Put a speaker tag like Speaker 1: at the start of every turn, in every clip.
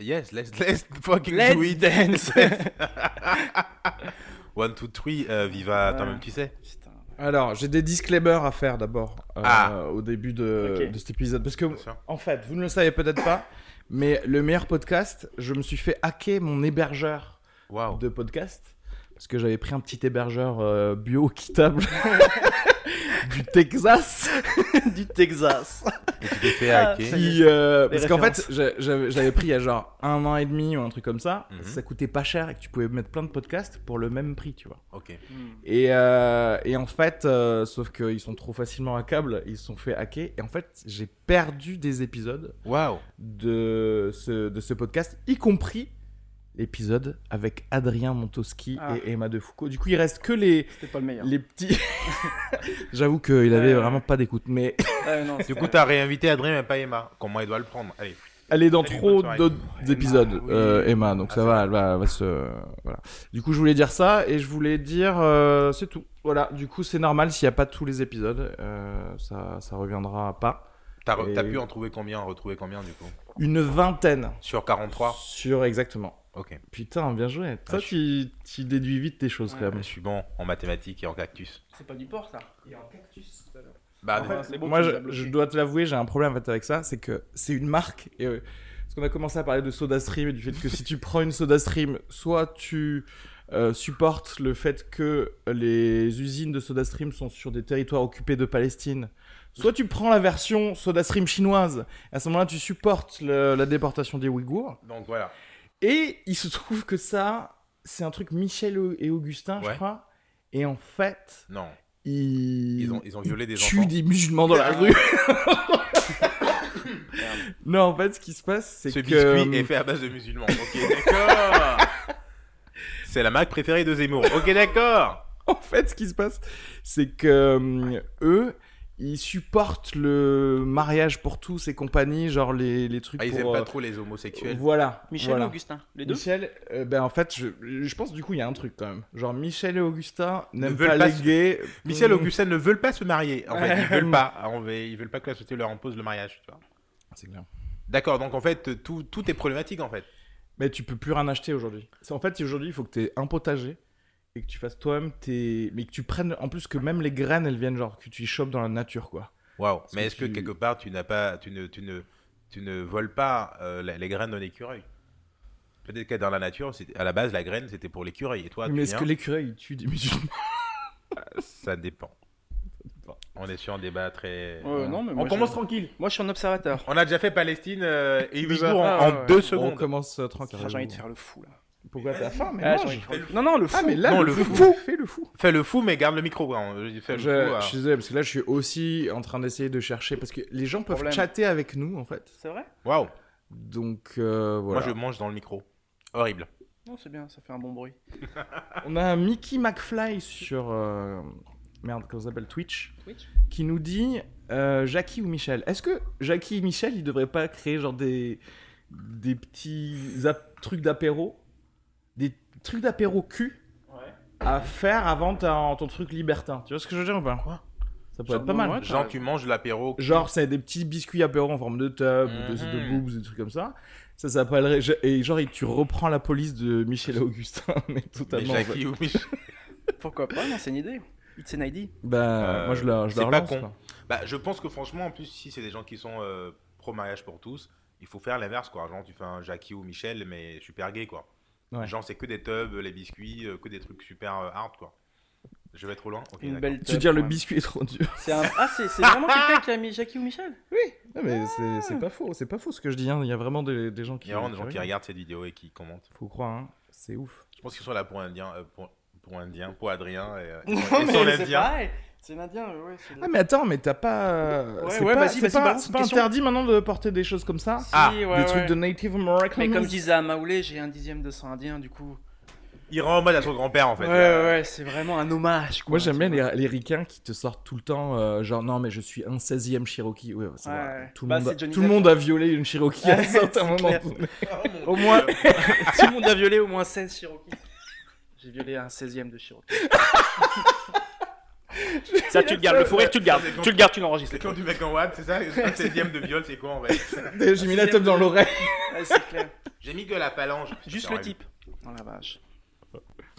Speaker 1: Yes, let's, let's fucking do
Speaker 2: Let's
Speaker 1: it.
Speaker 2: dance
Speaker 1: One, two, three, euh, viva toi-même, tu sais.
Speaker 2: Putain.
Speaker 3: Alors, j'ai des disclaimers à faire d'abord euh,
Speaker 1: Ah.
Speaker 3: au début de,
Speaker 2: Ok.
Speaker 3: de cet épisode. Parce que,
Speaker 1: Bien sûr.
Speaker 3: en fait, vous ne le savez peut-être pas, mais le meilleur podcast, je me suis fait hacker mon hébergeur
Speaker 1: Waouh.
Speaker 3: de podcast. Parce que j'avais pris un petit hébergeur euh, bio-quittable du Texas.
Speaker 2: du Texas.
Speaker 1: Et tu t'es fait
Speaker 2: Ah,
Speaker 1: hacker.
Speaker 2: ça y est.
Speaker 3: qui, euh,
Speaker 2: Les
Speaker 3: parce qu'en fait,
Speaker 2: références.
Speaker 3: je- je je l'avais pris il y a genre un an et demi ou un truc comme ça.
Speaker 1: Mhm.
Speaker 3: Ça coûtait pas cher et que tu pouvais mettre plein de podcasts pour le même prix, tu vois.
Speaker 1: Ok.
Speaker 2: Hmm,
Speaker 3: Et, euh, et en fait, euh, sauf qu'ils sont trop facilement hackables, ils se sont fait hacker. Et en fait, j'ai perdu des épisodes
Speaker 1: Waouh.
Speaker 3: de ce, de ce podcast, y compris l'épisode avec Adrien Montoski
Speaker 2: Ah.
Speaker 3: et Emma Defoucault. Du coup, il reste que les,
Speaker 2: C'était pas le meilleur.
Speaker 3: les petits. J'avoue qu'il avait
Speaker 2: Ouais.
Speaker 3: vraiment pas d'écoute, mais
Speaker 2: Ouais, non,
Speaker 1: Du
Speaker 2: c'était-
Speaker 1: coup, t'as réinvité Adrien, mais pas Emma. Comment il doit le prendre Allez.
Speaker 3: Elle est dans
Speaker 1: Salut,
Speaker 3: trop
Speaker 1: bonne soirée.
Speaker 3: d'autres
Speaker 2: Emma,
Speaker 3: épisodes,
Speaker 2: oui.
Speaker 3: euh, Emma, donc
Speaker 1: Ah,
Speaker 3: ça
Speaker 1: c'est
Speaker 3: va, elle va, elle va se... Voilà. Du coup, je voulais dire ça, et je voulais dire... euh, c'est tout. Voilà, du coup, c'est normal, s'il n'y a pas tous les épisodes, euh, ça, ça reviendra pas.
Speaker 1: T'as re-
Speaker 3: Et-
Speaker 1: t'as pu en trouver combien, en retrouver combien du coup
Speaker 3: Une vingtaine.
Speaker 1: Sur 43
Speaker 3: Sur exactement.
Speaker 1: Ok.
Speaker 3: Putain, bien joué. Toi,
Speaker 1: Ah,
Speaker 3: tu, tu déduis vite tes choses,
Speaker 2: Ouais.
Speaker 3: quand
Speaker 1: Je
Speaker 3: même.
Speaker 1: suis bon en mathématiques et en cactus.
Speaker 2: C'est pas du porc ça.
Speaker 1: Bah,
Speaker 2: En fait, c'est bon,
Speaker 3: Moi,
Speaker 2: tu
Speaker 3: je,
Speaker 2: nous as bloqué.
Speaker 3: je dois te l'avouer, j'ai un problème en fait, avec ça, c'est que c'est une marque. Et, euh, parce qu'on a commencé à parler de SodaStream et du fait que si tu prends une SodaStream, soit tu euh, supportes le fait que les usines de SodaStream sont sur des territoires occupés de Palestine, soit tu prends la version SodaStream chinoise. À ce moment-là, tu supportes le- la déportation des Ouïghours.
Speaker 1: donc voilà.
Speaker 3: Et il se trouve que ça, c'est un truc Michel et Augustin, je
Speaker 1: Ouais.
Speaker 3: crois. Et en fait,
Speaker 1: Non.
Speaker 3: ils,
Speaker 1: Ils ont, ils ont violé des
Speaker 3: tuent
Speaker 1: enfants.
Speaker 3: des musulmans dans la rue. Non, en fait, ce qui se passe, c'est
Speaker 1: Ce
Speaker 3: que.
Speaker 2: euh,
Speaker 3: euh,
Speaker 1: biscuit est fait à base de musulmans. Ok, d'accord. C'est la marque préférée de Zemmour. Ok, d'accord.
Speaker 3: En fait, ce qui se passe, c'est que hum, eux, ils supportent le mariage pour tous et compagnie, genre les, les trucs
Speaker 1: Ah, ils
Speaker 3: pour.
Speaker 1: aiment pas
Speaker 3: euh,
Speaker 1: trop les homosexuels.
Speaker 3: Voilà.
Speaker 2: Michel
Speaker 3: voilà.
Speaker 2: et Augustin, les deux
Speaker 3: Michel, euh, ben en fait, je, je pense du coup il y a un truc quand même. Genre Michel et Augustin n'aiment
Speaker 1: veulent
Speaker 3: pas,
Speaker 1: pas
Speaker 3: les
Speaker 1: se-
Speaker 3: gays.
Speaker 1: Michel
Speaker 3: Mmh.
Speaker 1: Augustin ne veulent pas se marier. En fait, ils
Speaker 3: Ouais.
Speaker 1: veulent pas. Ah, on veut- Ils veulent pas que la société leur impose le mariage. tu vois.
Speaker 3: C'est clair.
Speaker 1: D'accord. Donc en fait, tout, tout est problématique en fait.
Speaker 3: Mais tu peux plus rien acheter aujourd'hui. C'est- En fait, aujourd'hui, il faut que tu aies un potager et que tu fasses toi-même tes. Mais que tu prennes. En plus, que même les graines, elles viennent genre que tu y chopes dans la nature, quoi.
Speaker 1: Waouh.
Speaker 3: Est-ce
Speaker 1: Mais
Speaker 3: que
Speaker 1: est-ce que
Speaker 3: tu-
Speaker 1: quelque part tu n'as pas, tu ne, tu ne, tu ne voles pas euh, la- les graines d'un écureuil Peut-être que dans la nature, c'est- à la base, la graine c'était pour l'écureuil. Et
Speaker 2: Ah,
Speaker 1: toi, tu
Speaker 3: mais est-ce
Speaker 1: viens,
Speaker 3: que l'écureuil, il tue des musulmans
Speaker 1: ça dépend.
Speaker 3: dépend.
Speaker 1: On est sur un débat très.
Speaker 2: Ouais, non, mais
Speaker 1: on
Speaker 2: moi,
Speaker 1: commence
Speaker 2: je-
Speaker 1: tranquille.
Speaker 2: Moi je suis un observateur.
Speaker 1: On a déjà fait Palestine euh, et
Speaker 3: Déjà.
Speaker 1: Ouïghours en,
Speaker 2: Ah, ouais,
Speaker 1: en
Speaker 2: ouais.
Speaker 1: deux
Speaker 3: On
Speaker 1: secondes.
Speaker 3: commence euh, tranquille.
Speaker 2: Ah, J'ai envie de faire le fou là.
Speaker 3: Pourquoi t'as faim Mais
Speaker 2: Ah, j'ai envie
Speaker 3: mange.
Speaker 2: de faire le fou. Non, non, le fou.
Speaker 3: Ah, mais là,
Speaker 1: Non,
Speaker 3: le,
Speaker 1: le
Speaker 3: fou,
Speaker 1: fou.
Speaker 3: fais le fou.
Speaker 1: Fais le fou, mais garde le micro. hein. Je- Fais le
Speaker 3: Je,
Speaker 2: ah.
Speaker 1: fou, hein.
Speaker 3: je suis désolé, parce que là, je suis aussi en train d'essayer de chercher. Parce que les gens peuvent
Speaker 2: Problème.
Speaker 3: chatter avec nous, en fait.
Speaker 2: C'est vrai
Speaker 1: Waouh.
Speaker 3: Donc, euh, voilà.
Speaker 1: Moi, je mange dans le micro. Horrible.
Speaker 2: Non, c'est bien, ça fait un bon bruit.
Speaker 3: On a un Mickey McFly sur. euh, Merde, comment ça s'appelle Twitch
Speaker 2: Twitch
Speaker 3: qui nous dit euh, Jackie ou Michel. Est-ce que Jackie et Michel, ils devraient pas créer genre des, des petits ap- trucs d'apéro Des trucs d'apéro cul
Speaker 2: Ouais.
Speaker 3: à faire avant ta- ton truc libertin. Tu vois ce que je veux dire ou pas Ça pourrait
Speaker 2: Genre,
Speaker 3: être pas
Speaker 2: ouais,
Speaker 3: mal.
Speaker 2: t'as-
Speaker 1: Genre, tu manges l'apéro.
Speaker 3: Genre, c'est des petits biscuits apéro en forme de tub, ou de, de
Speaker 1: Mhm.
Speaker 3: boobs, des trucs comme ça. Ça s'appellerait. Et genre, et tu reprends la police de Michel et Augustin, mais
Speaker 1: Mais
Speaker 3: totalement. en fait.
Speaker 1: Jackie ou Michel.
Speaker 2: Pourquoi pas Non, c'est une idée. It's an ID.
Speaker 3: Bah,
Speaker 1: Euh,
Speaker 3: moi, je la, je la
Speaker 1: c'est pas
Speaker 3: relance,
Speaker 1: con.
Speaker 3: quoi.
Speaker 1: Bah, je pense que franchement, en plus, si c'est des gens qui sont euh, pro mariage pour tous, il faut faire l'inverse, quoi. Genre, tu fais un Jackie ou Michel, mais super gay, quoi.
Speaker 3: Ouais.
Speaker 1: Genre, c'est que des tubs, les biscuits, euh, que des trucs super euh, hard, quoi. Je vais trop loin. Ok,
Speaker 2: Une
Speaker 1: d'accord.
Speaker 2: belle
Speaker 3: Je veux
Speaker 2: teub,
Speaker 3: dire, le
Speaker 2: quand même.
Speaker 3: biscuit est trop dur.
Speaker 2: C'est un- Ah, c'est c'est vraiment quelqu'un qui a mis Jackie ou Michel
Speaker 3: Oui, non, mais c'est- c'est pas faux, c'est pas faux ce que je dis. hein. Il y a vraiment des, des gens qui.
Speaker 1: Il y a vraiment des gens qui
Speaker 3: regardent.
Speaker 1: regardent cette vidéo et qui commentent.
Speaker 3: Faut croire, hein. c'est ouf.
Speaker 1: Je pense qu'ils sont là pour Indien, euh, pour, pour Indien, pour Adrien et, euh,
Speaker 2: Non,
Speaker 1: et son- et son
Speaker 2: mais c'est
Speaker 1: Indien.
Speaker 2: pareil. C'est l'Indien, ouais, ouais. c'est le-
Speaker 3: Ah, mais attends, mais t'as pas. euh,
Speaker 2: Ouais,
Speaker 3: c'est
Speaker 2: ouais,
Speaker 3: pas,
Speaker 2: vas-y,
Speaker 3: c'est
Speaker 2: vas-y,
Speaker 3: pas-
Speaker 2: balance
Speaker 3: c'est
Speaker 2: une
Speaker 3: pas
Speaker 2: question.
Speaker 3: interdit maintenant de porter des choses comme ça
Speaker 2: Si,
Speaker 1: ah,
Speaker 2: ouais,
Speaker 3: Des
Speaker 2: ouais.
Speaker 3: trucs de Native American.
Speaker 2: Mais comme disait Amaoulé, j'ai un dixième de sang indien, du coup.
Speaker 1: Il rend hommage à son grand-père en fait.
Speaker 2: Ouais,
Speaker 1: Euh,
Speaker 2: ouais, c'est vraiment un hommage. Quoi,
Speaker 3: Moi j'aime bien
Speaker 2: Tu vois.
Speaker 3: les, les ricains qui te sortent tout le temps, euh, genre non mais je suis un 16e Cherokee. Ouais, c'est
Speaker 2: Ouais,
Speaker 3: vrai.
Speaker 2: ouais.
Speaker 3: Tout,
Speaker 2: Bah,
Speaker 3: le monde,
Speaker 2: c'est Johnny
Speaker 3: tout le
Speaker 2: Depp.
Speaker 3: monde a violé une Cherokee à un
Speaker 2: Ouais,
Speaker 3: certain
Speaker 2: c'est
Speaker 3: moment.
Speaker 2: clair.
Speaker 3: donné.
Speaker 1: oh mon
Speaker 2: Au
Speaker 1: Dieu.
Speaker 2: moins, tout le monde a violé au moins 16 Cherokee. J'ai violé un 16ème de Cherokee. Ça, tu le gardes, le fou rire, tu le gardes.
Speaker 1: C'est quand-
Speaker 2: Tu le gardes, tu l'enregistres.
Speaker 1: C'est quand du mec en Watt, c'est ça Le 16ème de viol, c'est quoi en fait
Speaker 3: J'ai mis la tête dans l'oreille.
Speaker 2: Ouais, c'est clair.
Speaker 1: J'ai mis que la phalange.
Speaker 2: Juste
Speaker 1: Putain,
Speaker 2: le type. Oh la vache.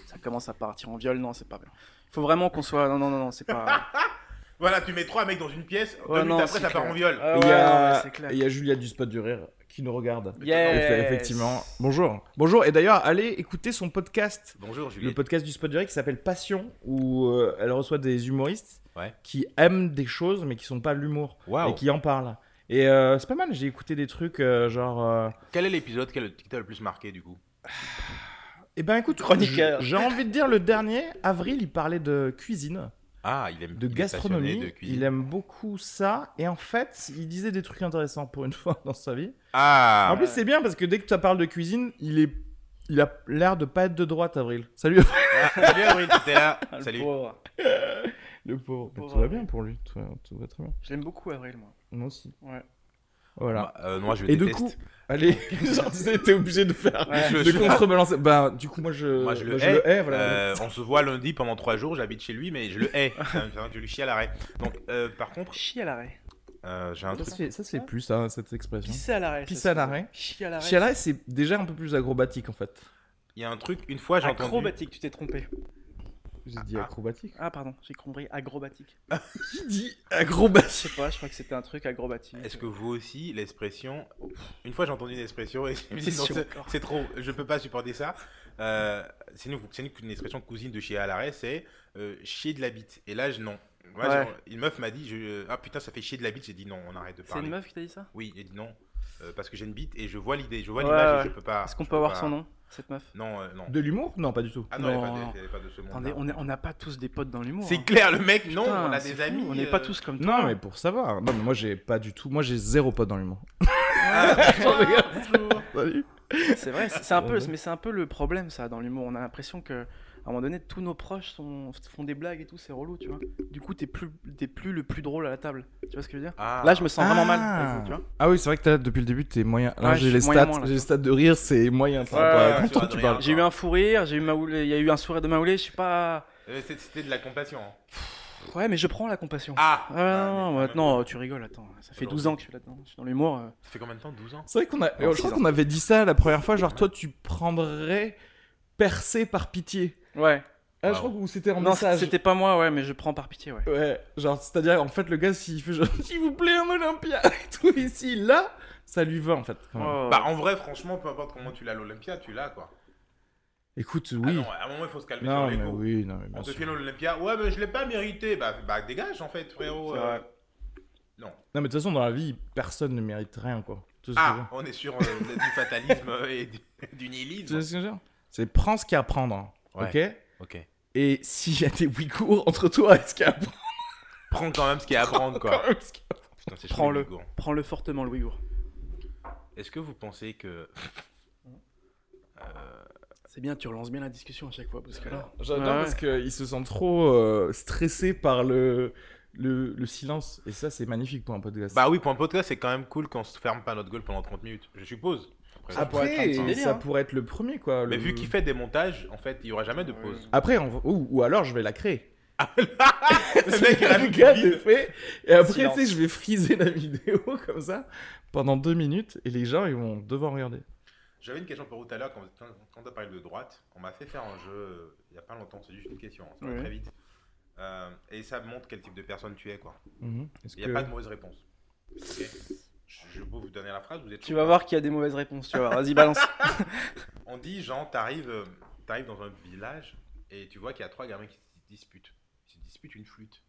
Speaker 2: Ça commence à partir en viol, non, c'est pas bien. Il faut vraiment qu'on soit. Non, non, non, non, c'est pas.
Speaker 1: Voilà, tu mets trois mecs dans une pièce,
Speaker 2: Ouais,
Speaker 1: deux minutes
Speaker 2: non,
Speaker 1: après
Speaker 2: c'est
Speaker 1: ça part
Speaker 2: clair.
Speaker 1: en viol.
Speaker 2: Ah
Speaker 3: Et il, y
Speaker 2: ouais, non, mais
Speaker 3: a,
Speaker 2: c'est clair.
Speaker 3: et il y a Julia du Spot du Rire qui nous regarde.
Speaker 2: Yes.
Speaker 3: Effectivement. Bonjour. Bonjour. Et d'ailleurs, allez écouter son podcast.
Speaker 1: Bonjour Julie.
Speaker 3: le podcast du Spot du Rire qui s'appelle Passion, où euh, elle reçoit des humoristes
Speaker 1: Ouais.
Speaker 3: qui aiment des choses mais qui sont pas de l'humour
Speaker 1: Waouh.
Speaker 3: et qui en parlent. Et euh, c'est pas mal, j'ai écouté des trucs euh, genre. euh,
Speaker 1: Quel est l'épisode qui t'a le plus marqué du coup
Speaker 3: Eh ben écoute,
Speaker 2: Chroniqueur.
Speaker 3: j- j'ai envie de dire le dernier, Avril, il parlait de cuisine,
Speaker 1: Ah, il aime
Speaker 3: de
Speaker 1: il est
Speaker 3: gastronomie.
Speaker 1: passionné de cuisine.
Speaker 3: il aime beaucoup ça. Et en fait, il disait des trucs intéressants pour une fois dans sa vie.
Speaker 1: Ah,
Speaker 3: en plus, c'est bien parce que dès que ça parle de cuisine, il est. Il a l'air de pas être de droite, Avril. Salut,
Speaker 1: Ah, salut Avril, t'étais là.
Speaker 2: Ah, le
Speaker 1: Salut.
Speaker 2: pauvre.
Speaker 3: le pauvre.
Speaker 2: Le pauvre
Speaker 3: tout va
Speaker 2: Avril.
Speaker 3: bien pour lui. Tout va, tout va très bien.
Speaker 2: Je l'aime beaucoup, Avril, moi.
Speaker 3: Moi aussi.
Speaker 2: Ouais.
Speaker 3: Voilà.
Speaker 1: Euh, moi, je
Speaker 3: Et du
Speaker 1: déteste.
Speaker 3: coup, allez, genre, tu sais, t'es obligé de faire.
Speaker 2: Ouais.
Speaker 1: Je-
Speaker 3: de
Speaker 1: je-
Speaker 3: contrebalancer. Bah, du coup, moi, je,
Speaker 1: Moi, je le
Speaker 3: bah,
Speaker 1: hais.
Speaker 3: hais, voilà.
Speaker 1: Euh, on se voit lundi pendant trois jours, j'habite chez lui, mais je le hais. Enfin, je lui chie à l'arrêt. Donc, euh, par contre,
Speaker 2: Chie à l'arrêt.
Speaker 1: euh, j'ai un
Speaker 3: Ça
Speaker 1: truc.
Speaker 3: se fait, ça se fait plus, ça, cette expression.
Speaker 2: Pisser à l'arrêt.
Speaker 3: Pisser
Speaker 2: ça
Speaker 3: à
Speaker 2: se dit.
Speaker 3: l'arrêt.
Speaker 2: Chie à l'arrêt.
Speaker 3: Chiala, c'est déjà un peu plus acrobatique en fait.
Speaker 1: Il y a un truc, une fois, j'ai entendu.
Speaker 2: Acrobatique, tu t'es trompé.
Speaker 3: J'ai dit
Speaker 1: Ah.
Speaker 3: acrobatique.
Speaker 2: Ah, pardon, j'ai compris. Acrobatique.
Speaker 3: Qui dit
Speaker 2: Je
Speaker 3: acrobatique
Speaker 2: sais pas, je crois que c'était un truc acrobatique.
Speaker 1: Est-ce que vous aussi, l'expression. Une fois, j'ai entendu une expression et je me suis dit, non,
Speaker 2: Question
Speaker 1: c'est-
Speaker 2: encore.
Speaker 1: c'est trop, je peux pas supporter ça. Euh, c'est une, c'est une- une expression cousine de chier à l'arrêt, c'est euh, chier de la bite. Et là, je non. Moi,
Speaker 2: Ouais.
Speaker 1: genre, une meuf m'a dit, je- ah putain, ça fait chier de la bite. J'ai dit non, on arrête de
Speaker 2: C'est
Speaker 1: parler.
Speaker 2: une meuf qui t'a dit ça
Speaker 1: Oui, j'ai dit non. euh, parce que j'ai une bite et je vois l'idée, je vois
Speaker 2: Ouais,
Speaker 1: l'image et je
Speaker 2: ouais.
Speaker 1: peux pas.
Speaker 2: Est-ce qu'on
Speaker 1: Ah, je
Speaker 2: peut
Speaker 1: peux
Speaker 2: avoir
Speaker 1: pas-
Speaker 2: son nom, cette meuf
Speaker 1: Non, euh, non.
Speaker 3: De l'humour Non, pas du tout.
Speaker 1: Ah non, elle est
Speaker 2: Non,
Speaker 1: pas de-
Speaker 2: non.
Speaker 1: elle est pas de ce monde.
Speaker 2: Attendez, on est- on n'a pas tous des potes dans l'humour.
Speaker 1: C'est
Speaker 2: hein.
Speaker 1: clair, le mec, non,
Speaker 2: Putain,
Speaker 1: on a
Speaker 2: c'est
Speaker 1: des
Speaker 2: fou,
Speaker 1: amis.
Speaker 2: On n'est
Speaker 1: euh,
Speaker 2: pas tous comme toi.
Speaker 3: Non, mais pour savoir. Non, mais moi j'ai pas du tout. Moi j'ai zéro pote dans l'humour.
Speaker 1: Ah,
Speaker 3: Salut.
Speaker 2: C'est vrai, c'est c'est un peu,
Speaker 3: Ouais, ouais.
Speaker 2: mais c'est un peu le problème ça dans l'humour. On a l'impression que à un moment donné, tous nos proches sont, font des blagues et tout, c'est relou, tu vois. Du coup, t'es plus, t'es plus le plus drôle à la table. Tu vois ce que je veux dire
Speaker 1: Ah.
Speaker 2: Là, je me sens vraiment mal.
Speaker 3: Ah.
Speaker 2: avec vous, tu vois
Speaker 3: Ah oui, c'est vrai que t'as depuis le début t'es moyen. Là
Speaker 2: Ouais,
Speaker 3: j'ai
Speaker 2: je
Speaker 3: les
Speaker 2: suis moyen
Speaker 3: stats,
Speaker 2: moins, là.
Speaker 3: j'ai les stats de rire, c'est moyen. par rapport à
Speaker 1: ouais,
Speaker 3: quand
Speaker 1: sur
Speaker 3: tu
Speaker 1: Adrien.
Speaker 3: parles.
Speaker 2: j'ai eu un fou rire, j'ai eu Maoulé, il y a eu un sourire de Maoulé, je sais pas.
Speaker 1: Euh, c'est- C'était de la compassion. hein.
Speaker 2: Ouais, mais je prends la compassion.
Speaker 1: Ah
Speaker 2: Ah,
Speaker 1: Ah,
Speaker 2: non,
Speaker 1: mais-
Speaker 2: ouais, non, tu rigoles, attends. Ça fait
Speaker 1: Aujourd'hui.
Speaker 2: 12 ans que je suis là-dedans, je suis dans l'humour. euh.
Speaker 1: Ça fait combien de temps 12 ans
Speaker 3: C'est vrai qu'on a.
Speaker 2: Non,
Speaker 3: je crois
Speaker 2: six ans.
Speaker 3: qu'on avait dit ça la première fois. Genre toi tu prendrais percé par pitié.
Speaker 2: Ouais.
Speaker 3: Ah, je
Speaker 1: Wow.
Speaker 3: crois que c'était un
Speaker 2: Non,
Speaker 3: message.
Speaker 2: c'était pas moi, ouais, mais je prends par pitié, ouais.
Speaker 3: Ouais, genre, c'est-à-dire, en fait, le gars, s'il fait genre, s'il vous plaît, un Olympia, et tout ici, là, ça lui va, en fait. quand même.
Speaker 2: Oh.
Speaker 1: Bah, en vrai, franchement, peu importe comment tu l'as à l'Olympia, tu l'as quoi.
Speaker 3: Écoute,
Speaker 1: Ah
Speaker 3: oui.
Speaker 1: non, à un moment, il faut se calmer
Speaker 3: non,
Speaker 1: sur
Speaker 3: mais
Speaker 1: l'ego.
Speaker 3: oui, non, mais bien
Speaker 1: On te
Speaker 3: sûr.
Speaker 1: fait l'Olympia, ouais, mais je l'ai pas mérité. Bah, bah, dégage en fait, frérot.
Speaker 2: C'est
Speaker 1: euh,
Speaker 2: vrai.
Speaker 1: Non.
Speaker 3: Non, mais de toute façon, dans la vie, personne ne mérite rien, quoi. Tu vois ce que je veux
Speaker 1: Ah,
Speaker 3: dire
Speaker 1: on est sur euh, du fatalisme euh, et du, du
Speaker 3: Tu vois
Speaker 1: nihilisme.
Speaker 3: ce que je veux dire C'est prends ce qu'il y a à prendre, hein. ok
Speaker 1: Ok.
Speaker 3: Et s'il y a des Ouïghours entre toi et ce qu'il y a à prendre,
Speaker 1: Prends quand même ce qu'il y a à prendre, quoi.
Speaker 3: quand même, ce qu'il y a à prendre.
Speaker 1: Putain, c'est chaud,
Speaker 2: Prends-le.
Speaker 1: les Ouïghours.
Speaker 2: Prends-le fortement, le Ouïghour.
Speaker 1: Est-ce que vous pensez que.
Speaker 2: C'est bien, tu relances bien la discussion à chaque fois, parce que
Speaker 1: Ah,
Speaker 2: là.
Speaker 3: J'adore
Speaker 2: Ouais,
Speaker 3: parce qu'ils se sentent trop euh, stressés par le, le, le silence. Et ça, c'est magnifique pour un podcast.
Speaker 1: Bah oui, pour un podcast, c'est quand même cool qu'on se ferme pas notre gueule pendant 30 minutes, je suppose. Après,
Speaker 2: Ah, pourrait être un
Speaker 3: Après,
Speaker 2: petit délire,
Speaker 3: ça
Speaker 2: hein.
Speaker 3: pourrait être le premier, quoi.
Speaker 1: Mais
Speaker 3: le-
Speaker 1: vu qu'il fait des montages, en fait, il y aura jamais de
Speaker 2: Ah
Speaker 1: pause.
Speaker 3: Après, on va- ou, ou alors je vais la créer.
Speaker 1: Ah, Le mec, il a
Speaker 3: Le
Speaker 1: mis
Speaker 3: gars,
Speaker 1: vide.
Speaker 3: de fait. Et après,
Speaker 2: Silence.
Speaker 3: tu sais, je vais friser la vidéo comme ça pendant deux minutes et les gens, ils vont devoir regarder.
Speaker 1: J'avais une question pour vous tout à l'heure, quand, quand tu as parlé de droite, on m'a fait faire un jeu euh, il n'y a pas longtemps, c'est juste une question, hein, ça va
Speaker 2: Ouais.
Speaker 1: très vite. Euh, et ça montre quel type de personne tu es, quoi.
Speaker 3: Mhm. Est-ce
Speaker 1: Il n'y a
Speaker 3: que-
Speaker 1: pas de mauvaise réponse. Ok je, je peux vous donner la phrase, vous êtes
Speaker 2: Tu
Speaker 1: chaud
Speaker 2: vas voir qu'il y a des mauvaises réponses, tu vas voir. Vas-y, balance.
Speaker 1: On dit, genre, t'arrives euh, t'arrives dans un village et tu vois qu'il y a trois gamins qui se disputent. dispute une flûte.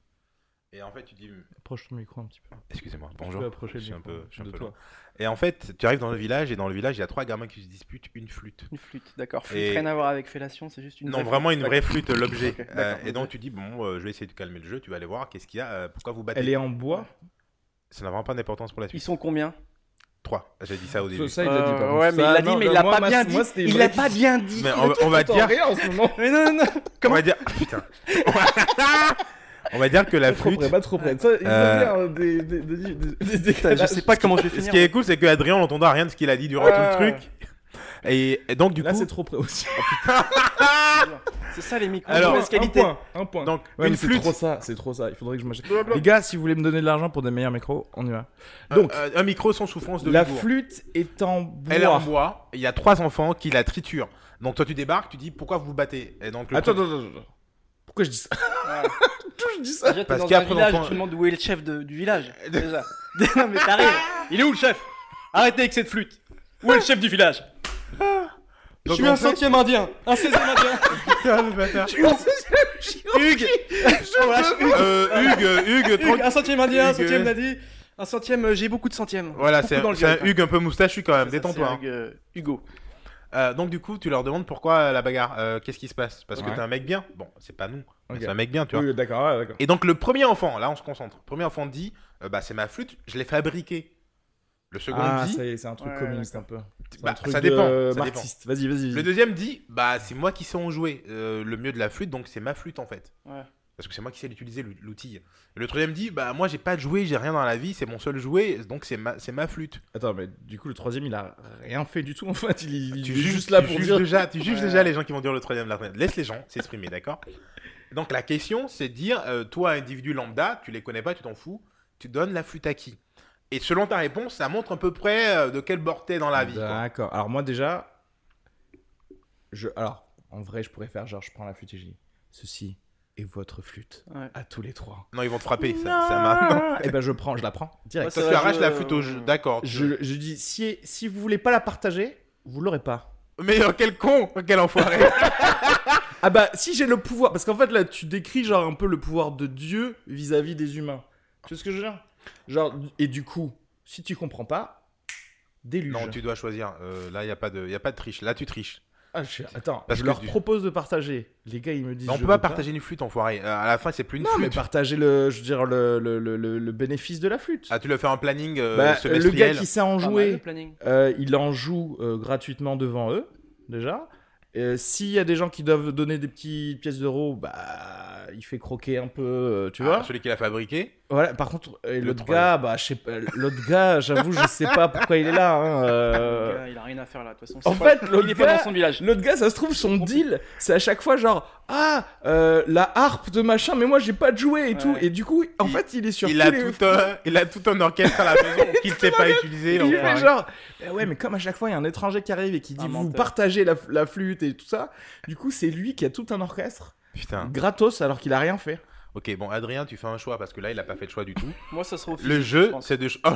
Speaker 1: Et en fait, tu dis. hmm,
Speaker 3: Approche ton micro un petit peu.
Speaker 1: Excusez-moi,
Speaker 3: Tu peux
Speaker 1: bonjour.
Speaker 3: approcher le
Speaker 1: Je suis un
Speaker 3: micro
Speaker 1: peu- je suis un
Speaker 3: de
Speaker 1: peu
Speaker 3: toi.
Speaker 1: loin. Et en fait, tu arrives dans le village, et dans le village, il y a trois gamins qui se disputent une flûte.
Speaker 2: Une flûte, d'accord. Flûte,
Speaker 1: Et-
Speaker 2: rien à voir avec fellation, c'est juste une.
Speaker 1: non, vraiment une vraie flûte, l'objet.
Speaker 2: Ok, d'accord,
Speaker 1: Euh,
Speaker 2: ok.
Speaker 1: et donc, tu dis, bon, euh, je vais essayer de calmer le jeu, tu vas aller voir, qu'est-ce qu'il y a, euh, pourquoi vous battez.
Speaker 3: Elle est en bois.
Speaker 1: Ça n'a vraiment pas d'importance pour la
Speaker 2: Ils
Speaker 1: suite.
Speaker 2: sont combien
Speaker 1: Trois, j'ai dit ça au début.
Speaker 3: Ça, ça, il l'a
Speaker 2: Euh,
Speaker 3: dit. par contre.
Speaker 2: ouais, mais
Speaker 3: Ça,
Speaker 2: il l'a dit,
Speaker 3: non,
Speaker 2: mais
Speaker 3: non,
Speaker 2: il l'a
Speaker 3: moi,
Speaker 2: pas
Speaker 3: ma-
Speaker 2: bien
Speaker 3: moi,
Speaker 2: dit.
Speaker 3: c'était une
Speaker 2: Il l'a
Speaker 3: vraie
Speaker 2: pas bien dit.
Speaker 1: Mais
Speaker 2: Le
Speaker 1: on va-
Speaker 2: truc
Speaker 1: on va
Speaker 2: qui
Speaker 1: dire-
Speaker 2: t'en rire en ce moment. Mais non, non, non.
Speaker 1: On
Speaker 2: Comment
Speaker 1: va dire. Putain. On va dire que la
Speaker 3: Trop
Speaker 1: flûte.
Speaker 3: près, pas trop près. Ça, il faut
Speaker 1: Euh,
Speaker 3: faire, euh, des- des- des- des- des
Speaker 2: Putain, Je sais pas comment je vais
Speaker 1: Ce
Speaker 2: finir.
Speaker 1: qui est cool, c'est que Adrien n'entendra rien de ce qu'il a dit durant
Speaker 2: Ah.
Speaker 1: tout le truc. Et, et donc, du
Speaker 3: Là,
Speaker 1: coup.
Speaker 3: c'est trop près aussi.
Speaker 2: C'est ça les micros.
Speaker 1: Alors,
Speaker 2: mauvaise qualité.
Speaker 3: un point. Un point.
Speaker 1: Donc,
Speaker 3: Ouais, mais
Speaker 1: une
Speaker 3: c'est
Speaker 1: flûte.
Speaker 3: trop ça, c'est trop ça. Il faudrait que je m'achète. Les gars, si vous voulez me donner de l'argent pour des meilleurs micros, on y va. Donc,
Speaker 1: Euh, un micro sans souffrance de
Speaker 3: la
Speaker 1: Lubourg.
Speaker 3: flûte est en bois.
Speaker 1: Elle est en bois. Il y a trois enfants qui la triturent. Donc, toi, tu débarques, tu dis pourquoi vous vous battez Et donc, le
Speaker 3: Attends,
Speaker 1: truc-
Speaker 3: attends, attends. attends. Pourquoi je dis ça Pourquoi je dis ça
Speaker 2: Déjà, t'es
Speaker 1: Parce
Speaker 2: dans un
Speaker 1: qu'après,
Speaker 2: village,
Speaker 1: l'enfant-
Speaker 2: tu demandes où est le chef de- du village. Déjà. non, mais t'arrives. Il est où le chef Arrêtez avec cette flûte. Où est le chef du village Je
Speaker 1: Ah Donc,
Speaker 2: suis
Speaker 1: en
Speaker 2: un
Speaker 1: fait-
Speaker 2: centième indien, un seizième indien.
Speaker 1: Putain, le bâtard.
Speaker 2: Hugues, Oh, lâche- Hugues,
Speaker 1: Euh, Hugues, euh, Hugues,
Speaker 2: Hugues,
Speaker 1: tranquille.
Speaker 2: un centième indien, un
Speaker 1: Hugues,
Speaker 2: centième
Speaker 1: euh.
Speaker 2: Nadi, un centième. euh, J'ai beaucoup de centièmes.
Speaker 1: Voilà,
Speaker 2: Beaucoup
Speaker 1: c'est
Speaker 2: dans le
Speaker 1: c'est un
Speaker 2: viol,
Speaker 1: Hugues un peu moustachu quand même,
Speaker 2: Ça, c'est
Speaker 1: détends-toi. hein.
Speaker 2: Hugues, euh, Hugo.
Speaker 1: Euh, donc du coup, tu leur demandes pourquoi euh, la bagarre, euh, qu'est-ce qui se passe Parce que
Speaker 3: Ouais.
Speaker 1: t'es un mec bien. Bon, c'est pas nous, mais
Speaker 3: Ok.
Speaker 1: c'est un mec bien, tu vois.
Speaker 3: Oui, d'accord, ouais, d'accord.
Speaker 1: Et donc le premier enfant, là on se concentre, premier enfant dit, euh, bah c'est ma flûte, je l'ai fabriquée. Le second
Speaker 3: Ah,
Speaker 1: dit,
Speaker 3: ça y est, c'est un truc
Speaker 2: Ouais,
Speaker 3: communiste un peu. C'est
Speaker 1: bah,
Speaker 3: un truc
Speaker 1: ça
Speaker 3: de,
Speaker 1: dépend,
Speaker 3: euh,
Speaker 1: ça dépend.
Speaker 3: marxiste. Vas-y, vas-y,
Speaker 1: Le
Speaker 3: vas-y.
Speaker 1: deuxième dit, bah c'est moi qui sais en jouer euh, le mieux de la flûte, donc c'est ma flûte en fait.
Speaker 2: Ouais.
Speaker 1: Parce que c'est moi qui sais l'utiliser, l'ou- l'outil. Le troisième dit, bah moi j'ai pas de jouet, j'ai rien dans la vie, c'est mon seul jouet, donc c'est ma, c'est ma flûte.
Speaker 3: Attends, mais du coup, le troisième, il a rien fait du tout en fait. Il, il- il est
Speaker 1: juges-
Speaker 3: juste là
Speaker 1: tu
Speaker 3: pour
Speaker 1: juges
Speaker 3: dire.
Speaker 1: déjà, tu juges
Speaker 2: Ouais.
Speaker 1: déjà les gens qui vont dire le troisième. la troisième. Laisse les gens s'exprimer, d'accord Donc la question, c'est de dire, euh, toi, individu lambda, tu les connais pas, tu t'en fous, tu donnes la flûte à qui Et selon ta réponse, ça montre à peu près euh, de quel bord t'es dans la vie. quoi.
Speaker 3: D'accord. Alors, moi, déjà. Je... Alors, en vrai, je pourrais faire genre, je prends la flûte et je dis Ceci est votre flûte.
Speaker 2: Ouais.
Speaker 3: À tous les trois.
Speaker 1: Non, ils vont te frapper, ça, ça marche. Non.
Speaker 3: Et ben, je prends, je la prends direct.
Speaker 1: Toi,
Speaker 2: Ouais, Ça
Speaker 1: tu
Speaker 2: va,
Speaker 1: arraches
Speaker 2: je-
Speaker 1: la flûte au jeu, d'accord. tu-
Speaker 3: Je, je dis si, si vous voulez pas la partager, vous l'aurez pas.
Speaker 1: Mais euh, quel con Quel enfoiré
Speaker 3: Ah bah si j'ai le pouvoir, parce qu'en fait là tu décris genre un peu le pouvoir de Dieu vis-à-vis des humains. Tu vois ce que je veux dire Genre et du coup, si tu comprends pas, déluge.
Speaker 1: Non, tu dois choisir. Euh, là, il n'y a, pas de- y a pas de triche. Là, tu triches.
Speaker 3: Ah, je- Attends,
Speaker 1: Parce
Speaker 3: je
Speaker 1: que
Speaker 3: leur
Speaker 1: du-
Speaker 3: propose de partager. Les gars ils me disent.
Speaker 1: Non, on
Speaker 3: je
Speaker 1: peut pas
Speaker 3: veux
Speaker 1: partager une flûte, enfoiré. Euh, à la fin, c'est plus une
Speaker 3: Non mais
Speaker 1: flûte.
Speaker 3: partager le, je veux dire le, le, le, le- le bénéfice de la flûte.
Speaker 1: Ah, tu le fais en planning euh,
Speaker 3: Bah, euh, le gars
Speaker 1: semestriel.
Speaker 3: qui sait en
Speaker 2: Pas mal, le
Speaker 3: jouer,
Speaker 2: planning.
Speaker 3: euh, il en joue euh, gratuitement devant eux déjà. Euh, S'il y a des gens qui doivent donner des petites pièces d'euros, bah il fait croquer un peu, euh, tu
Speaker 1: Ah,
Speaker 3: vois.
Speaker 1: Celui qui l'a fabriqué.
Speaker 3: Voilà, par contre, euh,
Speaker 1: Le
Speaker 3: l'autre
Speaker 1: troll.
Speaker 3: gars, bah, je sais pas, l'autre gars, j'avoue, je sais pas pourquoi il est là. hein, euh.
Speaker 2: Le gars, Il a rien à faire là, de toute façon.
Speaker 3: En
Speaker 2: c'est pas-
Speaker 3: fait, l'autre
Speaker 2: il est pas
Speaker 3: gars,
Speaker 2: dans son village.
Speaker 3: l'autre gars, ça se trouve, son deal, c'est à chaque fois genre, ah, euh, la harpe de machin, mais moi j'ai pas de jouet et tout.
Speaker 2: Ouais.
Speaker 3: Et du coup, en
Speaker 1: Il-
Speaker 3: fait, il est sur
Speaker 1: il
Speaker 3: tous
Speaker 1: a,
Speaker 3: les-
Speaker 1: tout un, il a tout un orchestre à la maison qu'il ne sait pas utiliser.
Speaker 3: Il fait
Speaker 1: l'enfoiré.
Speaker 3: genre, Bah ouais, mais comme à chaque fois, il y a un étranger qui arrive et qui dit,
Speaker 2: Un
Speaker 3: vous
Speaker 2: menteur.
Speaker 3: partagez la, la flûte et tout ça. Du coup, c'est lui qui a tout un orchestre,
Speaker 1: Putain.
Speaker 3: gratos, alors qu'il a rien fait.
Speaker 1: Ok, bon, Adrien, tu fais un choix parce que là, il n'a pas fait de choix du tout.
Speaker 2: Moi, ça sera au physique.
Speaker 1: Le jeu,
Speaker 2: je pense.
Speaker 1: c'est de. cho- Oh,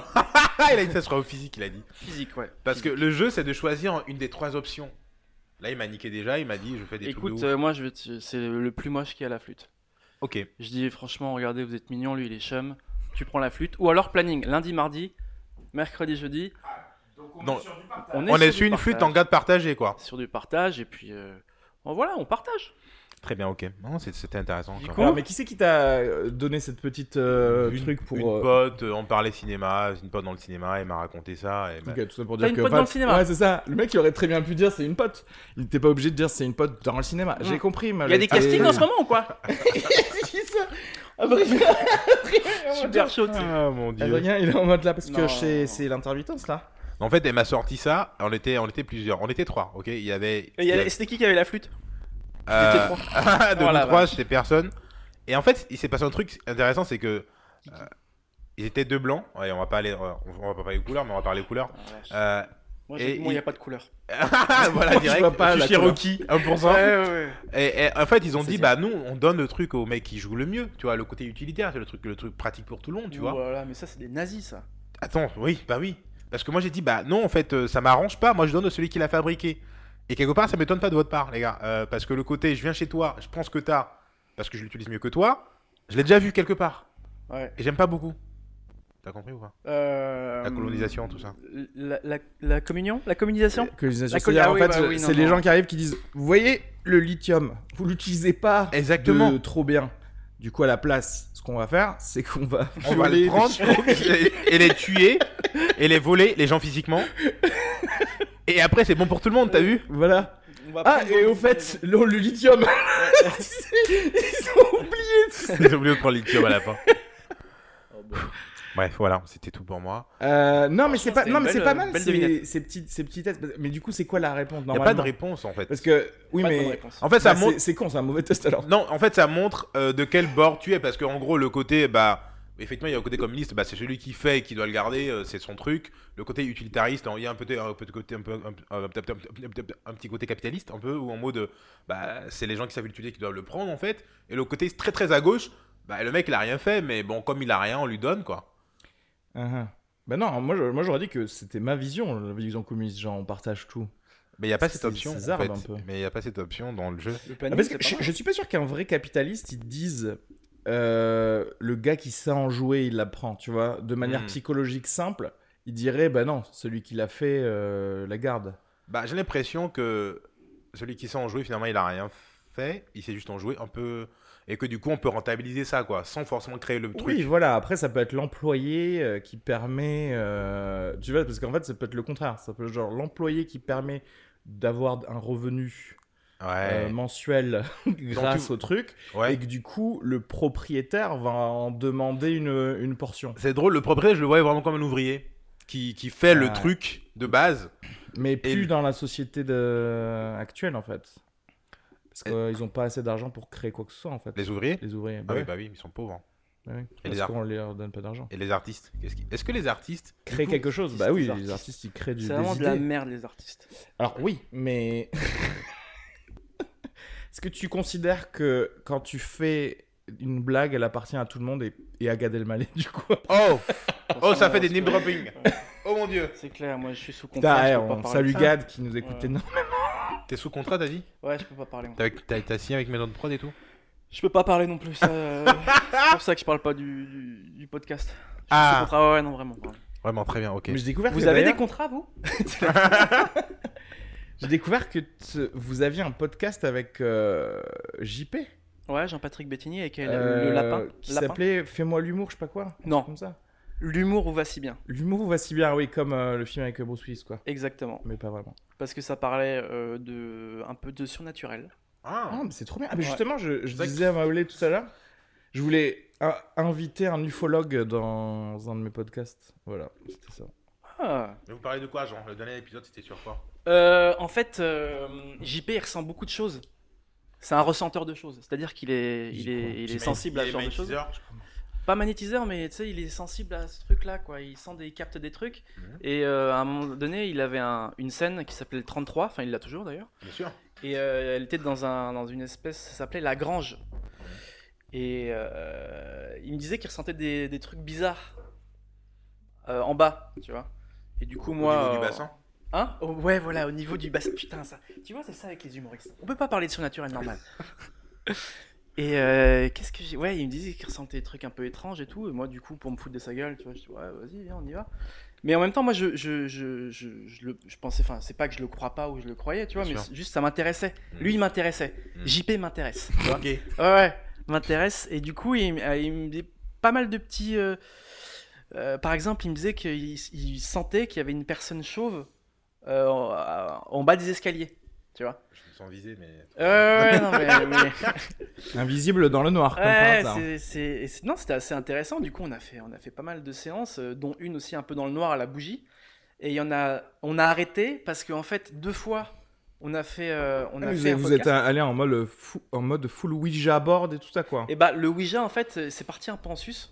Speaker 1: il a dit ça sera au physique, il a dit.
Speaker 2: Physique, ouais.
Speaker 1: Parce que le jeu, c'est de choisir une des trois options. Là, il m'a niqué déjà, il m'a dit je fais des trucs
Speaker 2: Écoute,
Speaker 1: de ouf.
Speaker 2: euh, moi, je vais te- c'est le plus moche qui a la flûte.
Speaker 1: Ok.
Speaker 2: Je dis franchement, regardez, vous êtes mignon, lui il est chum. Tu prends la flûte. Ou alors planning, lundi, mardi, mercredi, jeudi.
Speaker 1: Non,
Speaker 2: On est,
Speaker 1: on est
Speaker 2: du
Speaker 1: sur une flûte en
Speaker 2: partage.
Speaker 1: garde partagée, quoi.
Speaker 2: Sur du partage, et puis euh, bon, voilà, on partage.
Speaker 1: Très bien, ok. Non, c'est- C'était intéressant.
Speaker 2: Du
Speaker 1: quand
Speaker 2: coup,
Speaker 1: même.
Speaker 3: Alors, mais qui c'est qui t'a euh, donné cette petite euh,
Speaker 1: une,
Speaker 3: truc pour
Speaker 1: une
Speaker 3: euh,
Speaker 1: pote, euh, on parlait cinéma, une pote dans le cinéma, elle m'a raconté ça. Et bah-
Speaker 3: Ok, tout ça pour
Speaker 2: T'as
Speaker 3: dire
Speaker 2: une
Speaker 3: que.
Speaker 2: pote dans
Speaker 3: enfin,
Speaker 2: le cinéma.
Speaker 3: Ouais, c'est ça. Le mec, il aurait très bien pu dire c'est une pote. Il n'était pas obligé de dire c'est une pote dans le cinéma. J'ai
Speaker 2: Mm.
Speaker 3: compris, mais.
Speaker 2: Il y a des castings en ce moment ou quoi Ah, Super chaud. tu sais.
Speaker 1: Ah mon dieu.
Speaker 3: Adrien, il est en mode là parce que
Speaker 2: Non.
Speaker 3: c'est c'est l'intermittence là.
Speaker 1: En fait, elle m'a sorti ça. On était, on était plusieurs. On était trois, ok. Il y avait.
Speaker 2: Et il y a- C'était qui qui avait la flûte
Speaker 1: Euh,
Speaker 2: C'était trois.
Speaker 1: de
Speaker 2: Oh la
Speaker 1: nous trois,
Speaker 2: vache.
Speaker 1: c'était personne. Et en fait, il s'est passé un truc intéressant, c'est que euh, ils étaient deux blancs. Ouais, on va pas aller, euh, on va pas parler aux couleurs, mais on va parler aux couleurs. Euh,
Speaker 2: Ah, Moi,
Speaker 1: j'ai- et
Speaker 2: il n'y a
Speaker 1: il-
Speaker 2: pas de couleur.
Speaker 1: voilà,
Speaker 3: Je
Speaker 1: direct.
Speaker 3: vois pas
Speaker 1: je
Speaker 3: la
Speaker 1: suis
Speaker 3: couleur.
Speaker 1: Cherokee, 1%.
Speaker 2: ouais.
Speaker 1: Et, et en fait, ils ont
Speaker 2: C'est
Speaker 1: dit,
Speaker 2: ça.
Speaker 1: bah nous, on donne le truc au mec qui joue le mieux. Tu vois, le côté utilitaire, c'est le truc, le truc pratique pour tout le monde, tu vois.
Speaker 2: Voilà, mais ça, c'est des nazis, ça.
Speaker 1: Attends, oui, bah oui. Parce que moi j'ai dit, bah non, en fait, euh, ça m'arrange pas. Moi je donne à celui qui l'a fabriqué. Et quelque part, ça m'étonne pas de votre part, les gars. Euh, parce que le côté, je viens chez toi, je prends ce que t'as, parce que je l'utilise mieux que toi. Je l'ai déjà vu quelque part.
Speaker 2: Ouais.
Speaker 1: Et j'aime pas beaucoup. T'as compris ou pas
Speaker 2: Euh,
Speaker 1: La colonisation, tout ça.
Speaker 2: La, la- la communion La communisation
Speaker 3: Colonisation,
Speaker 2: La col-
Speaker 3: c'est-à-dire,
Speaker 2: ah
Speaker 3: en
Speaker 2: oui,
Speaker 3: fait,
Speaker 2: bah oui, non,
Speaker 3: c'est les
Speaker 2: non.
Speaker 3: gens qui arrivent qui disent Vous voyez le lithium, vous l'utilisez pas
Speaker 1: Exactement.
Speaker 3: de trop bien. Du coup, à la place, ce qu'on va faire, c'est qu'on va
Speaker 1: On va les
Speaker 3: violer-
Speaker 1: prendre et les tuer et les voler, les gens physiquement. Et après, c'est bon pour tout le monde, t'as vu
Speaker 3: Voilà.
Speaker 2: On va
Speaker 3: Ah,
Speaker 2: prendre-
Speaker 3: et au fait, le, le lithium Ils ont oublié tout ça.
Speaker 1: J'ai oublié de prendre lithium à la fin.
Speaker 3: Oh, bah.
Speaker 1: Bref, voilà, c'était tout pour moi.
Speaker 3: Euh, non, mais c'est
Speaker 2: Franchement, c'était une
Speaker 3: pas, non, mais c'est
Speaker 2: belle- euh,
Speaker 3: pas mal
Speaker 2: belle
Speaker 3: ces,
Speaker 2: devinette.
Speaker 3: ces petites, ces petits tests. Mais du coup, c'est quoi la réponse
Speaker 1: Y a
Speaker 3: normalement
Speaker 1: pas de réponse en fait.
Speaker 3: Parce que, oui,
Speaker 2: Pas de bonne
Speaker 3: mais.
Speaker 2: réponse.
Speaker 1: En fait, ça
Speaker 3: Bah,
Speaker 1: montre.
Speaker 3: c'est- C'est con, c'est un mauvais test alors.
Speaker 1: Non, en fait, ça montre euh, de quel bord tu es. Parce qu'en gros, le côté, bah, effectivement, il y a le côté communiste, bah, c'est celui qui fait et qui doit le garder, euh, c'est son truc. Le côté utilitariste, il y a un, peu, un, peu de côté, un, peu, un, un- un- un- un petit côté capitaliste, un peu, ou en mode, euh, bah, c'est les gens qui savent l'utiliser qui doivent le prendre, en fait. Et le côté très très à gauche, bah, le mec, il a rien fait, mais bon, comme il a rien, on lui donne, quoi.
Speaker 3: Uh-huh. Bah non, moi, je- moi j'aurais dit que c'était ma vision, la vision communiste, genre on partage tout.
Speaker 1: Mais il n'y a pas
Speaker 3: C'est-
Speaker 1: cette option,
Speaker 3: c'est
Speaker 1: en
Speaker 3: zarbe
Speaker 1: fait.
Speaker 3: un peu.
Speaker 1: Mais il n'y a pas cette option dans le jeu.
Speaker 2: Le
Speaker 3: Ah,
Speaker 2: planning,
Speaker 3: parce
Speaker 2: c'est
Speaker 3: que
Speaker 2: pas
Speaker 3: je,
Speaker 2: mal.
Speaker 3: je suis pas sûr qu'un vrai capitaliste, ils disent euh, le gars qui sait en jouer, il l'apprend, tu vois, de manière
Speaker 1: Hmm.
Speaker 3: psychologique simple. Il dirait, bah non, celui qui l'a fait, euh, la garde.
Speaker 1: Bah, j'ai l'impression que celui qui sait en jouer, finalement, il a rien fait. Il sait juste en jouer un peu. Et que du coup, on peut rentabiliser ça, quoi, sans forcément créer le truc.
Speaker 3: Oui, voilà, après ça peut être l'employé euh, qui permet, euh, tu vois, parce qu'en fait ça peut être le contraire, ça peut être genre l'employé qui permet d'avoir un revenu euh,
Speaker 1: Ouais.
Speaker 3: mensuel grâce
Speaker 1: tout-
Speaker 3: au truc,
Speaker 1: ouais.
Speaker 3: et que du coup le propriétaire va en demander une, une portion.
Speaker 1: C'est drôle, le propriétaire, je le voyais vraiment comme un ouvrier qui, qui fait le
Speaker 2: Ah.
Speaker 3: Ouais.
Speaker 1: truc de base.
Speaker 3: Mais plus
Speaker 1: le-
Speaker 3: dans la société de... actuelle, en fait. Parce qu'ils n'ont pas assez d'argent pour créer quoi que ce soit, en fait.
Speaker 1: Les ouvriers
Speaker 3: Les ouvriers.
Speaker 1: Ah
Speaker 3: bah
Speaker 1: oui,
Speaker 3: ouais,
Speaker 1: bah oui, ils sont pauvres. hein.
Speaker 3: bah oui.
Speaker 1: et les
Speaker 3: Parce
Speaker 1: arts.
Speaker 3: qu'on leur donne pas d'argent.
Speaker 1: Et les artistes Qu'est-ce qui- Est-ce que les artistes. du
Speaker 3: Créer
Speaker 1: coup-
Speaker 3: quelque chose Bah
Speaker 2: les
Speaker 3: oui,
Speaker 2: artistes.
Speaker 3: les artistes, ils créent du,
Speaker 2: C'est
Speaker 3: des
Speaker 2: vraiment de
Speaker 3: idées.
Speaker 2: la merde, les artistes.
Speaker 1: Oh,
Speaker 3: Alors oui, mais... Est-ce que tu considères que quand tu fais une blague, elle appartient à tout le monde et, et à Gad Elmaleh, du coup
Speaker 1: Oh Oh, ça
Speaker 2: me-
Speaker 1: fait des name
Speaker 2: parce que-
Speaker 1: dropping
Speaker 2: Ouais,
Speaker 1: Oh mon dieu
Speaker 2: C'est clair, moi je suis sous
Speaker 3: Putain,
Speaker 2: contrat. je
Speaker 3: eh,
Speaker 2: peux pas
Speaker 3: on
Speaker 2: parler
Speaker 3: salue
Speaker 2: de ça.
Speaker 3: Gad qui nous écoute
Speaker 2: Ouais.
Speaker 3: énormément.
Speaker 1: T'es sous contrat, t'as dit
Speaker 2: Ouais, je peux pas parler. moi.
Speaker 1: T'as- T'as t'as signé avec Maison de Prod et tout
Speaker 2: Je peux pas parler non plus. ça, euh, c'est pour ça que je parle pas du, du- du podcast. Je suis sous
Speaker 1: Ah.
Speaker 2: contrat, ouais, ouais, non, vraiment. pardon.
Speaker 1: Vraiment, très bien, ok.
Speaker 3: Mais j'ai découvert
Speaker 2: Vous
Speaker 3: que
Speaker 2: avez
Speaker 3: d'ailleurs-
Speaker 2: des contrats, vous
Speaker 3: J'ai découvert que t- vous aviez un podcast avec euh, JP.
Speaker 2: Ouais, Jean-Patrick Bettini avec elle,
Speaker 3: euh,
Speaker 2: le lapin.
Speaker 3: Qui
Speaker 2: Lapin.
Speaker 3: s'appelait Fais-moi l'humour, je sais pas quoi.
Speaker 2: Non,
Speaker 3: Comme ça.
Speaker 2: l'humour où va si bien.
Speaker 3: L'humour va si bien, oui, comme euh, le film avec Bruce Willis, quoi.
Speaker 2: Exactement.
Speaker 3: Mais pas vraiment.
Speaker 2: Parce que ça parlait euh, de un peu de surnaturel.
Speaker 1: Ah,
Speaker 3: Ah, mais c'est trop bien. Ah, mais
Speaker 2: Ouais.
Speaker 3: justement, je, je
Speaker 1: vrai que-
Speaker 3: disais à Maolé tout à l'heure, je voulais euh, inviter un ufologue dans un de mes podcasts. Voilà, c'était ça.
Speaker 2: Ah.
Speaker 1: Mais vous parlez de quoi, Jean Le dernier épisode, c'était sur quoi
Speaker 2: Euh, en fait, euh, JP il ressent beaucoup de choses. C'est un ressenteur de choses. C'est-à-dire qu'il est, il
Speaker 3: J'y crois.
Speaker 2: est, il est sensible à ce genre de choses.
Speaker 1: Magnétiseur, je
Speaker 2: Pas magnétiseur, mais tu sais, il est sensible à ce truc-là, quoi. Il sent des, il capte des trucs.
Speaker 1: Mhm.
Speaker 2: Et euh, à un moment donné, il avait un- une scène qui s'appelait le 33. Enfin, il l'a toujours d'ailleurs.
Speaker 1: Bien sûr.
Speaker 2: Et euh, elle était dans, un, dans une espèce, ça s'appelait la grange. Et euh, il me disait qu'il ressentait des, des trucs bizarres euh, en bas, tu vois. Et du coup, moi.
Speaker 1: Au niveau du
Speaker 2: euh,
Speaker 1: bassin.
Speaker 2: Hein Oh, Ouais, voilà, au niveau du bassin. Putain, ça. Tu vois, c'est ça avec les humoristes. On peut pas parler de surnaturel normal. et euh, qu'est-ce que j'ai. Ouais, il me disait qu'il ressentait des trucs un peu étranges et tout. Et moi, du coup, pour me foutre de sa gueule, tu vois, je dis, ouais, vas-y, viens, on y va. Mais en même temps, moi, je, je, je, je, je le, je pensais. Enfin, c'est pas que je le crois pas ou je le croyais, tu vois,
Speaker 1: Bien
Speaker 2: mais
Speaker 1: sûr.
Speaker 2: c'est juste ça m'intéressait.
Speaker 1: Mm.
Speaker 2: Lui, il m'intéressait.
Speaker 1: Mm.
Speaker 2: JP m'intéresse.
Speaker 1: Ok.
Speaker 2: Ouais, ouais, m'intéresse. Et du coup, il, m- euh, il me dit pas mal de petits. euh, euh, par exemple, il me disait qu'il il sentait qu'il y avait une personne chauve euh, en, en bas des escaliers. Tu vois
Speaker 1: Je me sens visé, mais.
Speaker 2: Euh, ouais, non, mais- mais-
Speaker 3: Invisible dans le noir, comme par
Speaker 2: Ouais,
Speaker 3: hasard.
Speaker 2: c'est- c'est- et c'est- non, c'était assez intéressant. Du coup, on a fait, on a fait pas mal de séances, euh, dont une aussi un peu dans le noir à la bougie. Et il y en a, on a arrêté parce qu'en fait, deux fois, on a fait, euh, on
Speaker 3: Ah,
Speaker 2: a
Speaker 3: mais Vous,
Speaker 2: fait. un
Speaker 3: vous
Speaker 2: podcast.
Speaker 3: êtes allé en mode, euh, fou- en mode full Ouija board et tout ça, quoi.
Speaker 2: Et bah, le Ouija, en fait, c'est parti un peu en sus.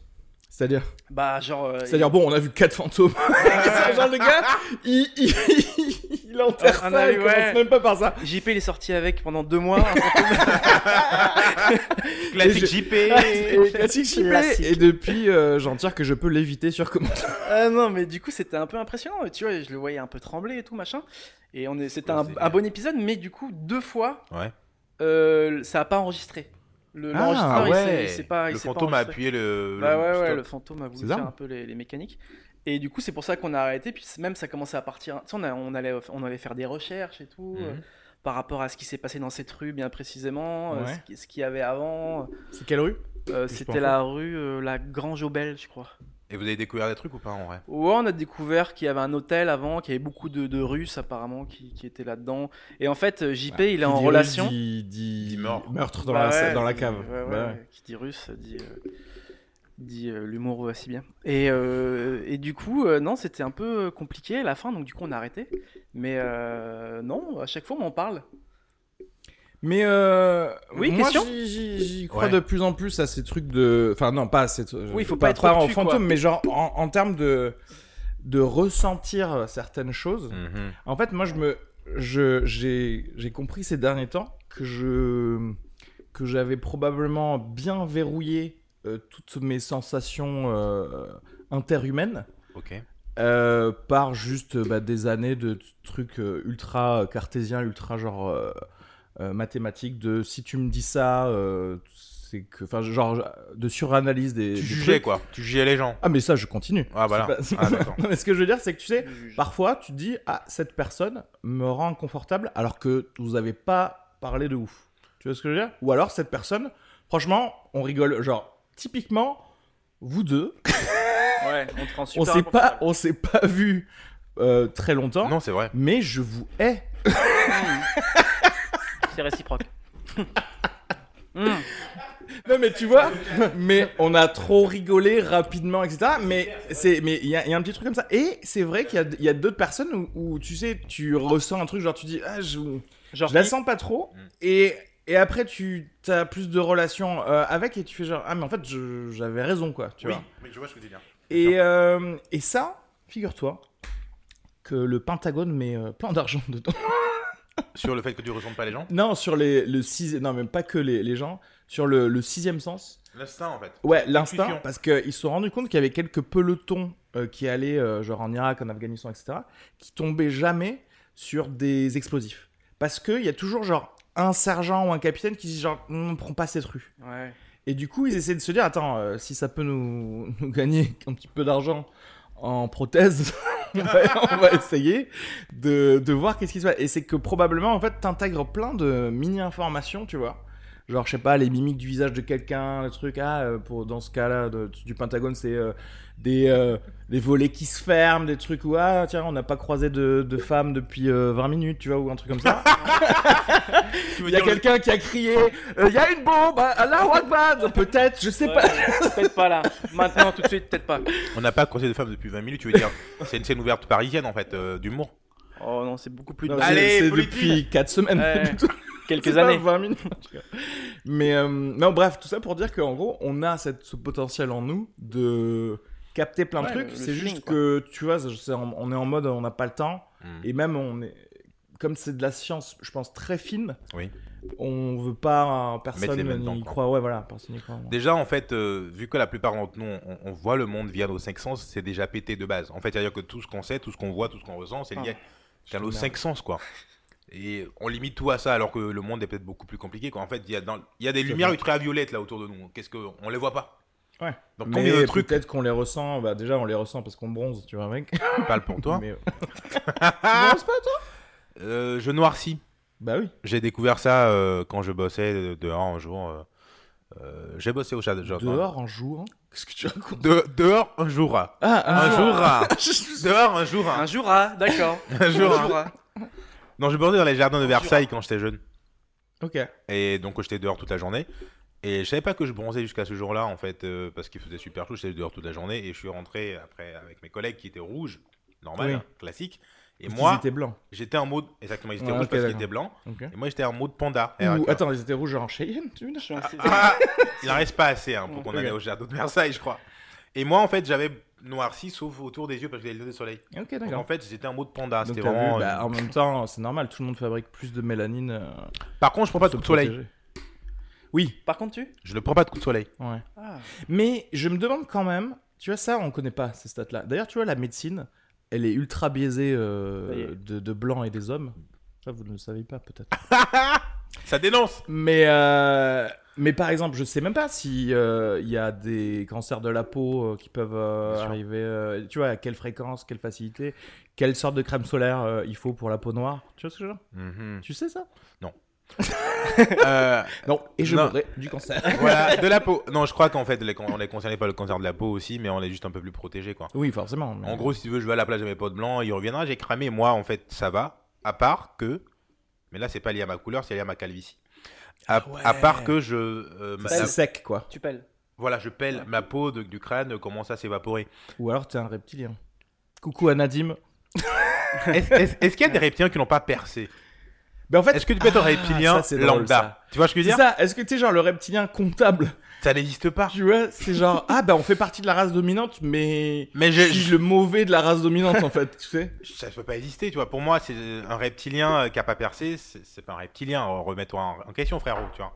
Speaker 3: C'est-à-dire
Speaker 2: Bah, genre. euh,
Speaker 3: C'est-à-dire, bon, on a vu 4 fantômes. C'est genre, le gars, il, il, il enterre
Speaker 2: Ah, on
Speaker 3: ça,
Speaker 2: a
Speaker 3: il
Speaker 2: eu,
Speaker 3: commence
Speaker 2: ouais.
Speaker 3: même pas par ça.
Speaker 2: JP il est sorti avec pendant deux mois.
Speaker 1: Classique
Speaker 3: Et je-
Speaker 1: JP
Speaker 2: Ah,
Speaker 3: Et, classique, j'y vais.
Speaker 2: Classique.
Speaker 3: Et depuis, euh, j'en tire que je peux l'éviter sur comment.
Speaker 2: ah non mais du coup c'était un peu impressionnant. Tu vois je le voyais un peu trembler et tout machin. Et on est c'était
Speaker 1: Ouais,
Speaker 2: un,
Speaker 1: c'est bien.
Speaker 2: un bon épisode mais du coup deux fois
Speaker 1: Ouais.
Speaker 2: euh, ça a pas enregistré. Le,
Speaker 1: Ah,
Speaker 2: l'enregistreur, il
Speaker 1: ouais.
Speaker 2: s'est- il s'est pas, il
Speaker 1: Le
Speaker 2: s'est pas
Speaker 1: fantôme a
Speaker 2: enregistré.
Speaker 1: appuyé le.
Speaker 2: Bah
Speaker 1: le
Speaker 2: ouais, ouais,
Speaker 1: stop.
Speaker 2: le fantôme a voulu
Speaker 1: C'est
Speaker 2: faire
Speaker 1: ça
Speaker 2: un peu les, les mécaniques. Et du coup, c'est pour ça qu'on a arrêté. Puis même, ça commençait à partir. Tu sais, on, a- on allait, on allait faire des recherches et tout
Speaker 1: Mhm.
Speaker 2: euh, par rapport à ce qui s'est passé dans cette rue, bien précisément, euh,
Speaker 3: Ouais.
Speaker 2: ce qui- ce qu'il y avait avant.
Speaker 3: C'est quelle rue
Speaker 2: Euh,
Speaker 3: Juste
Speaker 2: C'était
Speaker 3: pour
Speaker 2: la rue, euh, la Grange aux Belles, je crois.
Speaker 1: Et vous avez découvert des trucs ou pas en vrai
Speaker 2: Ouais, on a découvert qu'il y avait un hôtel avant, qu'il y avait beaucoup de, de Russes apparemment qui, qui étaient là-dedans. Et en fait, euh, JP, il est en relation.
Speaker 3: Bah, Dit, dit-
Speaker 1: Dit mort.
Speaker 3: Meurtre dans,
Speaker 2: Bah
Speaker 3: la,
Speaker 2: ouais,
Speaker 3: dans la
Speaker 2: dit-
Speaker 3: cave.
Speaker 2: ouais, ouais,
Speaker 3: Bah ouais.
Speaker 2: ouais. Qui dit russe dit, euh, dit euh, l'humour va si bien. Et, euh, et du coup, euh, non, c'était un peu compliqué à la fin, donc du coup, on a arrêté. Mais euh, non, à chaque fois, on en parle.
Speaker 3: Mais euh,
Speaker 2: Oui,
Speaker 3: moi,
Speaker 2: question
Speaker 3: j'y- j'y j'y crois
Speaker 1: Ouais.
Speaker 3: de plus en plus à ces trucs de, enfin non, pas à ces.
Speaker 2: Oui, faut pas être
Speaker 3: en
Speaker 2: obtus, quoi.
Speaker 3: fantôme, mais genre en, en termes de de ressentir certaines choses.
Speaker 1: Mhm.
Speaker 3: En fait, moi, je me, je, j'ai, j'ai compris ces derniers temps que je, que j'avais probablement bien verrouillé euh, toutes mes sensations euh, interhumaines.
Speaker 1: Ok.
Speaker 3: Euh, par juste euh, bah, des années de t- trucs euh, ultra cartésiens, ultra genre euh, euh, mathématiques, de si tu me dis ça, euh, c'est que. Enfin, genre de suranalyse des.
Speaker 1: Tu
Speaker 3: des
Speaker 1: jugeais
Speaker 3: trucs.
Speaker 1: quoi Tu jugeais les gens.
Speaker 3: Ah, mais ça, je continue.
Speaker 1: Ah, voilà.
Speaker 3: C'est pas-
Speaker 1: Ah, d'accord.
Speaker 3: Non, mais ce que je veux dire, c'est que tu sais,
Speaker 2: Je juge.
Speaker 3: parfois tu te dis, ah, cette personne me rend inconfortable alors que vous avez pas parlé de ouf. Tu vois ce que je veux dire Ou alors cette personne, franchement, on rigole. Genre, typiquement, vous deux,
Speaker 2: Ouais, on te rend
Speaker 3: on
Speaker 2: super
Speaker 3: s'est pas,
Speaker 2: inconfortable.
Speaker 3: on s'est pas vu euh, très longtemps.
Speaker 1: Non, c'est vrai.
Speaker 3: Mais je vous hais.
Speaker 2: C'est réciproque. Hmm.
Speaker 3: Non, mais tu vois, mais on a trop rigolé rapidement, etc. Mais c'est, mais il y, a il y a un petit truc comme ça. Et c'est vrai qu'il y a, il y a d'autres personnes où, où, tu sais, tu ressens un truc, genre tu dis, ah, je,
Speaker 2: Genre,
Speaker 3: je la
Speaker 2: qui-
Speaker 3: sens pas trop.
Speaker 1: Mm.
Speaker 3: Et, et après, tu as plus de relations euh, avec et tu fais genre, ah, mais en fait, je- j'avais raison, quoi. Tu vois.
Speaker 1: mais je vois ce que tu dis.
Speaker 3: Et, euh, et ça, figure-toi que le Pentagone met euh, plein d'argent dedans.
Speaker 1: Sur le fait que tu ressembles pas les gens
Speaker 3: Non, sur les, le six- non, même pas que les, les gens, sur le, le sixième sens.
Speaker 1: L'instinct en fait.
Speaker 3: Ouais, l'instinct,
Speaker 1: L'intuition.
Speaker 3: parce qu'ils se sont rendus compte qu'il y avait quelques pelotons euh, qui allaient, euh, genre en Irak, en Afghanistan, etc., qui tombaient jamais sur des explosifs. Parce qu'il y a toujours, genre, un sergent ou un capitaine qui dit, genre, on prend pas cette rue.
Speaker 2: Ouais.
Speaker 3: Et du coup, ils essaient de se dire, attends, euh, si ça peut nous, nous gagner un petit peu d'argent en prothèse, on, va, on va essayer de, de voir qu'est-ce qui se passe. Et c'est que probablement, en fait, t'intègres plein de mini-informations, tu vois. Genre, je sais pas, les mimiques du visage de quelqu'un, le truc, ah, euh, pour, dans ce cas-là, de- du Pentagone, c'est euh, des euh, les volets qui se ferment, des trucs où, ah, tiens, on n'a pas croisé de, de femme depuis euh, 20 minutes, tu vois, ou un truc comme ça.
Speaker 1: Tu veux
Speaker 3: Il y a
Speaker 1: dire le-
Speaker 3: quelqu'un qui a crié euh, Il y a une bombe ah, Allah Akbar Peut-être, je sais
Speaker 2: Ouais,
Speaker 3: pas.
Speaker 2: ouais, peut-être pas là. Maintenant, tout de suite, peut-être pas.
Speaker 1: On n'a pas croisé de femmes depuis 20 minutes, tu veux dire C'est une scène ouverte parisienne en fait, euh, d'humour.
Speaker 2: Oh non, c'est beaucoup plus.
Speaker 3: Non,
Speaker 2: de-
Speaker 3: c'est-
Speaker 1: Allez,
Speaker 3: c'est
Speaker 1: Polytine.
Speaker 3: depuis 4 semaines.
Speaker 2: Ouais,
Speaker 3: plutôt. C'est
Speaker 2: quelques
Speaker 3: pas
Speaker 2: années.
Speaker 3: 20 minutes. Mais euh, non, bref, tout ça pour dire qu'en gros, on a cette, ce potentiel en nous de capter plein de
Speaker 2: Ouais,
Speaker 3: trucs.
Speaker 2: le- le
Speaker 3: C'est
Speaker 2: feeling,
Speaker 3: juste
Speaker 2: quoi.
Speaker 3: que, tu vois, c'est en- on est en mode on n'a pas le temps.
Speaker 1: Mm.
Speaker 3: Et même, on est comme c'est de la science, je pense, très fine.
Speaker 1: Oui.
Speaker 3: On veut pas. euh,
Speaker 1: Mettre les
Speaker 3: Personne
Speaker 1: mêmes temps,
Speaker 3: n'y
Speaker 1: quoi.
Speaker 3: croit. Ouais, voilà, personne n'y croit.
Speaker 1: Déjà en fait, euh, vu que la plupart d'entre nous, on, on voit le monde via nos cinq sens, c'est déjà pété de base. En fait, c'est-à-dire que tout ce qu'on sait, tout ce qu'on voit, tout ce qu'on ressent,
Speaker 3: Ah,
Speaker 1: c'est lié à nos
Speaker 3: merde.
Speaker 1: cinq sens quoi. Et on limite tout à ça alors que le monde est peut-être beaucoup plus compliqué. Quoi. En fait, il y, a dans- il y a des lumières
Speaker 3: vrai.
Speaker 1: ultraviolettes là autour de nous. Qu'est-ce que on les voit pas
Speaker 3: Ouais.
Speaker 1: Donc combien de
Speaker 3: Mais
Speaker 1: trucs
Speaker 3: peut-être qu'on les ressent. Bah, déjà, on les ressent parce qu'on bronze, tu vois, mec.
Speaker 1: parle pour toi
Speaker 3: Mais, euh,
Speaker 1: Ah
Speaker 3: bronzes pas, toi
Speaker 1: Euh, Je noircis.
Speaker 3: Bah oui.
Speaker 1: J'ai découvert ça euh, quand je bossais dehors un jour. euh, euh, j'ai bossé au chat de
Speaker 3: Dehors en jouant. Qu'est-ce que tu racontes
Speaker 1: De- dehors un jour. ah.
Speaker 3: Ah,
Speaker 1: Un jour. ah.
Speaker 3: Je-
Speaker 1: dehors un jour. ah.
Speaker 2: Un jour, ah, d'accord.
Speaker 1: Un jour. ah.
Speaker 2: ah.
Speaker 1: Non, je bossais dans les jardins de Versailles quand j'étais jeune.
Speaker 3: Ok.
Speaker 1: Et donc j'étais dehors toute la journée. Et je savais pas que je bronzais jusqu'à ce jour-là en fait euh, parce qu'il faisait super chaud. J'étais dehors toute la journée et je suis rentré après avec mes collègues qui étaient rouges, normal,
Speaker 3: Oui.
Speaker 1: hein, classique. Et
Speaker 3: Parce
Speaker 1: moi,
Speaker 3: qu'ils étaient blancs.
Speaker 1: j'étais en mode exactement ils étaient
Speaker 3: Ouais,
Speaker 1: rouges
Speaker 3: ok,
Speaker 1: parce qu'ils
Speaker 3: d'accord.
Speaker 1: étaient blancs.
Speaker 3: Ok.
Speaker 1: Et moi j'étais en mode panda.
Speaker 3: Ou-
Speaker 1: RK.
Speaker 3: attends, ils étaient rouges en Cheyenne, tu veux dire
Speaker 1: Ah, il en reste pas assez hein, pour qu'on
Speaker 3: Ok.
Speaker 1: aille au château de Versailles, je crois. Et moi, en fait, j'avais noirci sauf autour des yeux parce que j'avais le de soleil.
Speaker 3: Ok,
Speaker 1: Donc, en
Speaker 3: d'accord.
Speaker 1: fait, j'étais un mot de panda.
Speaker 3: Donc
Speaker 1: C'était
Speaker 3: t'as
Speaker 1: vraiment.
Speaker 3: vu, bah,
Speaker 1: euh,
Speaker 3: en même temps, c'est normal, tout le monde fabrique plus de mélanine. euh,
Speaker 1: Par contre, je prends pas de
Speaker 3: pour
Speaker 1: coup de soleil.
Speaker 3: se protéger. Oui,
Speaker 2: Par contre, tu
Speaker 1: Je ne prends pas de coup de soleil.
Speaker 3: ouais.
Speaker 2: ah.
Speaker 3: Mais je me demande quand même, tu vois, ça, on connaît pas ces stats-là. D'ailleurs, tu vois, la médecine, elle est ultra biaisée euh,
Speaker 2: Ça y est.
Speaker 3: de, de blancs et des hommes. Ça, vous ne le savez pas, peut-être.
Speaker 1: Ça dénonce.
Speaker 3: Mais, euh, Mais par exemple, je sais même pas si euh, il y a des cancers de la peau euh, qui peuvent euh,
Speaker 1: Bien sûr.
Speaker 3: arriver. euh, tu vois, à quelle fréquence, quelle facilité, quelle sorte de crème solaire euh, il faut pour la peau noire. Tu vois ce que je veux dire
Speaker 1: Mhm.
Speaker 3: Tu sais ça
Speaker 1: Euh,
Speaker 3: Non. Et je
Speaker 1: Non.
Speaker 3: mourrai du cancer.
Speaker 1: voilà, de la peau. Non, je crois qu'en fait, les con- on est concerné par le cancer de la peau aussi, mais on est juste un peu plus protégé, quoi.
Speaker 3: oui, forcément. mais-
Speaker 1: En gros, si tu veux, je vais à la plage de mes potes blancs, il reviendra, j'ai cramé. Moi, en fait, ça va. À part que. Mais là, c'est pas lié à ma couleur, c'est lié à ma calvitie. À,
Speaker 2: Ah ouais.
Speaker 1: à part que je. euh, ma-
Speaker 3: c'est
Speaker 1: la-
Speaker 3: sec, quoi.
Speaker 2: Tu pèles.
Speaker 1: voilà, je pèle ma peau de- du crâne, commence à s'évaporer.
Speaker 3: Ou alors t'es un reptilien. Coucou à Nadim.
Speaker 1: Est-ce est-ce- est-ce qu'il y a des reptiliens qui n'ont pas percé
Speaker 3: Mais en fait,
Speaker 1: Est-ce que tu peux être un
Speaker 3: Ah,
Speaker 1: reptilien
Speaker 3: ça, c'est drôle,
Speaker 1: lambda
Speaker 3: ça.
Speaker 1: Tu vois ce que je veux
Speaker 3: c'est
Speaker 1: dire
Speaker 3: ça. Est-ce que t'es genre le reptilien comptable
Speaker 1: Ça n'existe pas.
Speaker 3: Tu vois, c'est genre ah bah on fait partie de la race dominante, mais
Speaker 1: Mais
Speaker 3: je
Speaker 1: je,
Speaker 3: suis le mauvais de la race dominante en fait. Tu sais
Speaker 1: je- ça ne peut pas exister, tu vois. Pour moi, c'est un reptilien euh, qui n'a pas percé, c'est c'est pas un reptilien. Oh, Remets-toi en, en question, frérot, tu vois.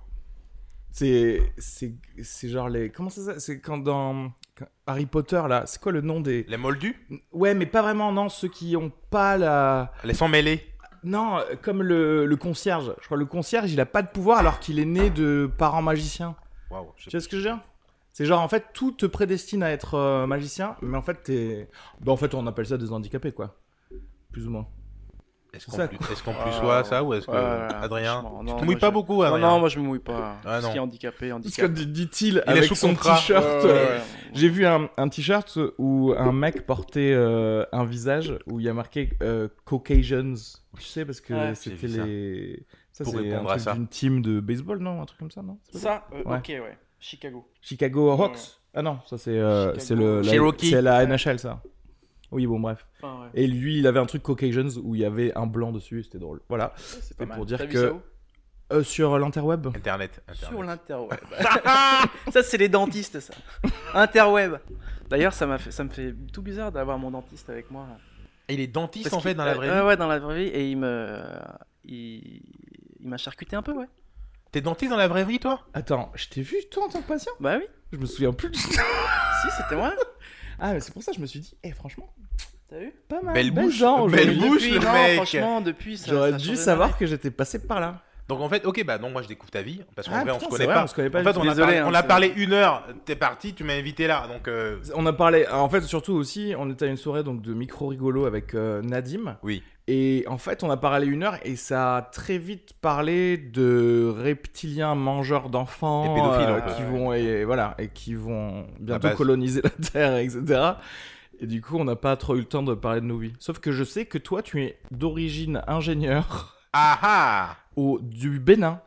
Speaker 3: C'est c'est c'est genre les comment ça s'appelle c'est quand dans quand- Harry Potter là, c'est quoi le nom des
Speaker 1: Les moldus,
Speaker 3: Ouais, mais pas vraiment non, ceux qui ont pas la
Speaker 1: les sans mêlés.
Speaker 3: Non, euh, comme le, le concierge. Je crois que le concierge, il a pas de pouvoir alors qu'il est né de parents magiciens.
Speaker 1: Waouh, je-
Speaker 3: Tu vois ce que je veux dire C'est genre en fait tout te prédestine à être euh, magicien, mais en fait t'es bah en fait on appelle ça des handicapés quoi. Plus ou moins.
Speaker 1: Est-ce
Speaker 3: ça,
Speaker 1: qu'on plus, est-ce qu'on plus
Speaker 2: Ah,
Speaker 1: soit ça ou est-ce que
Speaker 2: voilà,
Speaker 1: Adrien
Speaker 2: franchement,
Speaker 1: Tu
Speaker 2: non,
Speaker 1: te
Speaker 2: moi,
Speaker 1: mouilles pas
Speaker 2: je-
Speaker 1: beaucoup,
Speaker 2: Non,
Speaker 1: Adrien
Speaker 2: non, moi je me mouille pas.
Speaker 1: Ah,
Speaker 2: Ce qui est
Speaker 1: non.
Speaker 2: handicapé,
Speaker 3: Parce que
Speaker 2: handicap.
Speaker 3: dit- dit-il
Speaker 1: est
Speaker 3: avec
Speaker 1: sous
Speaker 3: son
Speaker 1: contrat.
Speaker 3: t-shirt
Speaker 2: Ouais,
Speaker 3: euh,
Speaker 2: ouais, ouais.
Speaker 3: J'ai vu un, un t-shirt où un mec portait euh, un visage où il y a marqué euh, Caucasians. Tu sais, parce que
Speaker 2: Ouais.
Speaker 3: c'était
Speaker 1: J'ai vu ça.
Speaker 3: les. Ça,
Speaker 1: Pour
Speaker 3: c'est un
Speaker 1: répondre à
Speaker 3: truc
Speaker 1: ça.
Speaker 3: d'une team de baseball, non Un truc comme ça, non C'est pas ça
Speaker 2: Ça, euh,
Speaker 3: Ouais.
Speaker 2: ok, ouais. Chicago.
Speaker 3: Chicago Hawks
Speaker 2: Ouais.
Speaker 3: Ah non, ça, c'est euh,
Speaker 2: Hmm. Chicago.
Speaker 3: c'est le- la,
Speaker 1: Cherokee.
Speaker 3: c'est la NHL, ça. Oui, bon, bref.
Speaker 2: Enfin, ouais.
Speaker 3: Et lui, il avait un truc Caucasians où il y avait un blanc dessus, et c'était drôle. Voilà.
Speaker 2: Ouais, C'est pas
Speaker 3: c'est
Speaker 2: mal.
Speaker 3: pour dire
Speaker 2: T'as vu
Speaker 3: que-
Speaker 2: ça où
Speaker 3: Euh, sur l'interweb
Speaker 1: Internet. Internet.
Speaker 2: Sur l'interweb. ça, c'est les dentistes, ça. Interweb. D'ailleurs, ça, m'a fait, ça me fait tout bizarre d'avoir mon dentiste avec moi.
Speaker 1: Et les dentistes
Speaker 2: Parce
Speaker 1: en fait
Speaker 2: qu'il-
Speaker 1: dans la vraie
Speaker 2: euh,
Speaker 1: vie.
Speaker 2: Ouais, dans la vraie vie. Et il me. Il, il m'a charcuté un peu, ouais.
Speaker 1: T'es dentiste dans la vraie vie, toi
Speaker 3: Attends, je t'ai vu, toi, en tant que patient
Speaker 2: Bah oui.
Speaker 3: Je me souviens plus du tout.
Speaker 2: si, c'était moi.
Speaker 3: Ah, mais c'est pour ça que je me suis dit, eh, franchement,
Speaker 2: T'as vu
Speaker 3: pas mal.
Speaker 1: Belle bouche,
Speaker 3: genre,
Speaker 1: belle
Speaker 3: aujourd'hui.
Speaker 1: bouche. le
Speaker 2: non,
Speaker 1: mec.
Speaker 2: franchement, depuis. ça- ça
Speaker 3: J'aurais
Speaker 2: a
Speaker 3: dû
Speaker 2: changé de
Speaker 3: savoir
Speaker 2: mec.
Speaker 3: que j'étais passé par là.
Speaker 1: Donc en fait, ok, bah non, moi je découvre ta vie parce qu'en
Speaker 3: Ah,
Speaker 1: vrai on
Speaker 3: putain,
Speaker 1: se
Speaker 3: c'est
Speaker 1: connaît
Speaker 3: vrai,
Speaker 1: pas.
Speaker 3: on se connaît pas
Speaker 1: en
Speaker 3: du
Speaker 1: fait,
Speaker 2: tout.
Speaker 1: on a,
Speaker 2: Désolé,
Speaker 1: parlé,
Speaker 2: hein,
Speaker 1: on a
Speaker 2: c'est-
Speaker 1: parlé une heure. T'es parti, tu m'as invité là, donc euh,
Speaker 3: On a parlé, en fait, surtout aussi, on était à une soirée donc de micro rigolo avec euh, Nadim.
Speaker 1: oui.
Speaker 3: Et en fait, on a parlé une heure et ça a très vite parlé de reptiliens mangeurs d'enfants euh,
Speaker 1: Et pédophiles, ouais.
Speaker 3: qui vont et, et voilà et qui vont bientôt
Speaker 1: base.
Speaker 3: coloniser la Terre, etc. Et du coup, on n'a pas trop eu le temps de parler de nos vies. Sauf que je sais que toi, tu es d'origine ingénieur
Speaker 1: Ah ah.
Speaker 3: au du Bénin,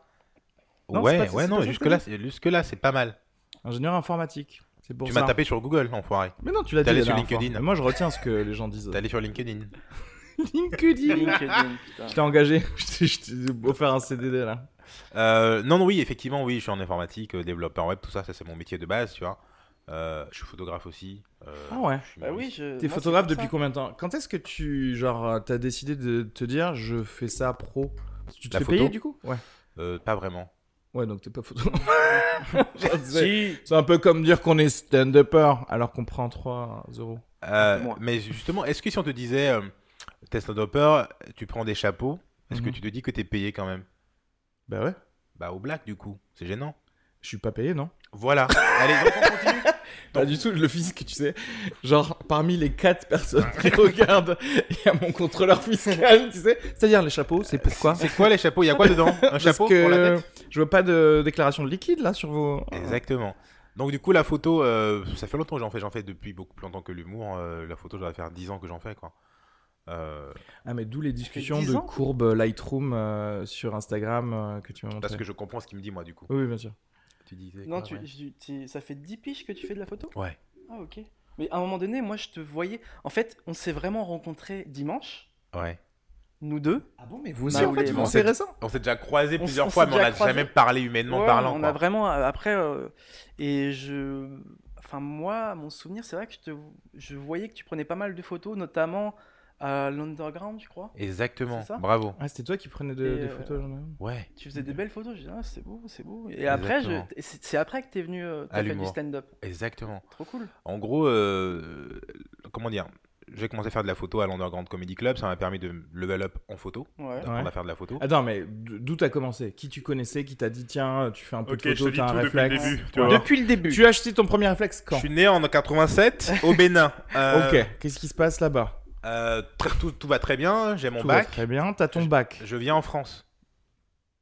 Speaker 3: Non, c'est
Speaker 1: ouais,
Speaker 3: pas-
Speaker 1: ouais,
Speaker 3: c'est pas
Speaker 1: non,
Speaker 3: ça que
Speaker 1: jusque
Speaker 3: t'as
Speaker 1: là, jusque là, c'est pas mal.
Speaker 3: ingénieur informatique. C'est pour
Speaker 1: Tu
Speaker 3: ça.
Speaker 1: m'as tapé sur Google, enfoiré.
Speaker 3: Mais non, tu l'as dit
Speaker 1: T'es allé
Speaker 3: la
Speaker 1: sur
Speaker 3: dernière fois.
Speaker 1: LinkedIn.
Speaker 3: Mais Moi, je retiens ce que les gens disent.
Speaker 1: T'es allé sur LinkedIn.
Speaker 3: LinkedIn.
Speaker 2: LinkedIn, euh, putain.
Speaker 3: Je t'ai engagé, je t'ai- je t'ai offert un CDD là.
Speaker 1: Euh, non, non, oui, effectivement, oui, je suis en informatique, euh, développeur web, tout ça, ça c'est mon métier de base, tu vois. Euh, je suis photographe aussi. euh,
Speaker 3: Ah ouais.
Speaker 1: je suis
Speaker 2: Bah oui,
Speaker 1: humoriste.
Speaker 2: je.
Speaker 3: T'es
Speaker 2: moi,
Speaker 3: photographe
Speaker 2: c'est comme
Speaker 3: depuis
Speaker 2: ça.
Speaker 3: combien de temps Quand est-ce que tu, genre, euh, t'as décidé de te dire je fais ça pro Tu te
Speaker 1: La
Speaker 3: fais
Speaker 1: photo
Speaker 3: payer du coup Ouais.
Speaker 1: Euh, pas vraiment.
Speaker 3: Ouais, donc t'es pas photographe. Genre, c'est
Speaker 2: Si.
Speaker 3: c'est un peu comme dire qu'on est stand-upper alors qu'on prend 3 euros.
Speaker 1: Euh,
Speaker 2: peu moins.
Speaker 1: mais justement, est-ce que si on te disait, euh, t'es stand-upper, tu prends des chapeaux, est-ce que
Speaker 3: Mhm.
Speaker 1: tu te dis que t'es payé quand même
Speaker 3: Bah ouais.
Speaker 1: Bah au black du coup, c'est gênant.
Speaker 3: Je suis pas payé, non
Speaker 1: Voilà. Allez, donc on continue.
Speaker 3: Pas du tout, le fisc, tu sais. Genre, parmi les 4 personnes qui regardent, il y a mon contrôleur fiscal, tu sais. C'est-à-dire les chapeaux, c'est pourquoi
Speaker 1: C'est quoi les chapeaux Il y a quoi dedans Un
Speaker 3: Parce
Speaker 1: chapeau
Speaker 3: que
Speaker 1: pour la tête
Speaker 3: je veux pas de déclaration de liquide là sur vos.
Speaker 1: Eh. Exactement. Donc du coup, la photo, euh, ça fait longtemps que j'en fais. J'en fais depuis beaucoup plus longtemps que l'humour. euh, la photo, je dois faire 10 ans que j'en fais, quoi. Euh,
Speaker 3: Ah, mais d'où les discussions
Speaker 2: 10
Speaker 3: de
Speaker 2: ans
Speaker 3: courbe Lightroom euh, sur Instagram euh, que tu m'as montré.
Speaker 1: parce que je comprends ce qu'il me dit, moi, du coup.
Speaker 3: Oui, oui, bien sûr.
Speaker 1: Tu disais
Speaker 2: Non,
Speaker 1: quoi,
Speaker 2: tu,
Speaker 1: ouais.
Speaker 2: tu- tu- ça fait 10 piges que tu fais de la photo
Speaker 1: Ouais.
Speaker 2: Ah, ok. Mais à un moment donné, moi, je te voyais. En fait, on s'est vraiment rencontrés dimanche,
Speaker 1: Ouais.
Speaker 2: nous deux.
Speaker 3: Ah bon, mais vous
Speaker 2: aussi, en fait,
Speaker 1: vous-
Speaker 3: c'est récent.
Speaker 1: On s'est déjà croisés
Speaker 2: On s-
Speaker 1: plusieurs
Speaker 2: on
Speaker 1: fois,
Speaker 2: s'est
Speaker 1: mais on
Speaker 2: déjà
Speaker 1: n'a
Speaker 2: croisés.
Speaker 1: jamais parlé humainement
Speaker 2: Ouais,
Speaker 1: parlant.
Speaker 2: On
Speaker 1: quoi.
Speaker 2: a vraiment euh, après euh, et je, enfin moi, mon souvenir, c'est vrai que je, te, je voyais que tu prenais pas mal de photos, notamment à l'underground, je crois.
Speaker 1: Exactement.
Speaker 2: C'est ça
Speaker 1: Bravo.
Speaker 3: Ah, c'était toi qui prenais de-
Speaker 2: Et,
Speaker 3: des
Speaker 2: euh,
Speaker 3: photos, j'en ai
Speaker 1: Ouais.
Speaker 2: Tu faisais des belles photos. Je dis ah, c'est beau, c'est beau. Et après, je,
Speaker 1: Exactement.
Speaker 2: et c'est c'est après que t'es venu, euh,
Speaker 1: À
Speaker 2: t'as fait du
Speaker 1: l'humour.
Speaker 2: stand-up.
Speaker 1: Exactement.
Speaker 2: Trop cool.
Speaker 1: En gros, euh, comment dire j'ai commencé à faire de la photo à l'Underground Comedy Club. Ça m'a permis de level up en photo,
Speaker 2: Ouais. Ah,
Speaker 1: d'apprendre
Speaker 3: Ouais.
Speaker 1: à faire de la photo.
Speaker 3: Attends, mais d- d'où t'as commencé Qui tu connaissais Qui t'a dit tiens, tu fais un peu
Speaker 1: Ok,
Speaker 3: de
Speaker 1: je te
Speaker 3: photo,
Speaker 1: dis
Speaker 3: t'as un
Speaker 1: tout depuis le
Speaker 3: réflexe
Speaker 1: début. tu
Speaker 3: Ouais.
Speaker 1: vois.
Speaker 2: Depuis le début.
Speaker 3: Tu as acheté ton premier réflexe
Speaker 1: Je
Speaker 3: quand
Speaker 1: suis né en 87 au Bénin. Euh,
Speaker 3: Ok, qu'est-ce qui se passe là-bas
Speaker 1: euh, très- tout, tout va très bien. J'ai mon
Speaker 3: Tout va
Speaker 1: bac.
Speaker 3: Très bien, t'as ton bac.
Speaker 1: Je viens en France.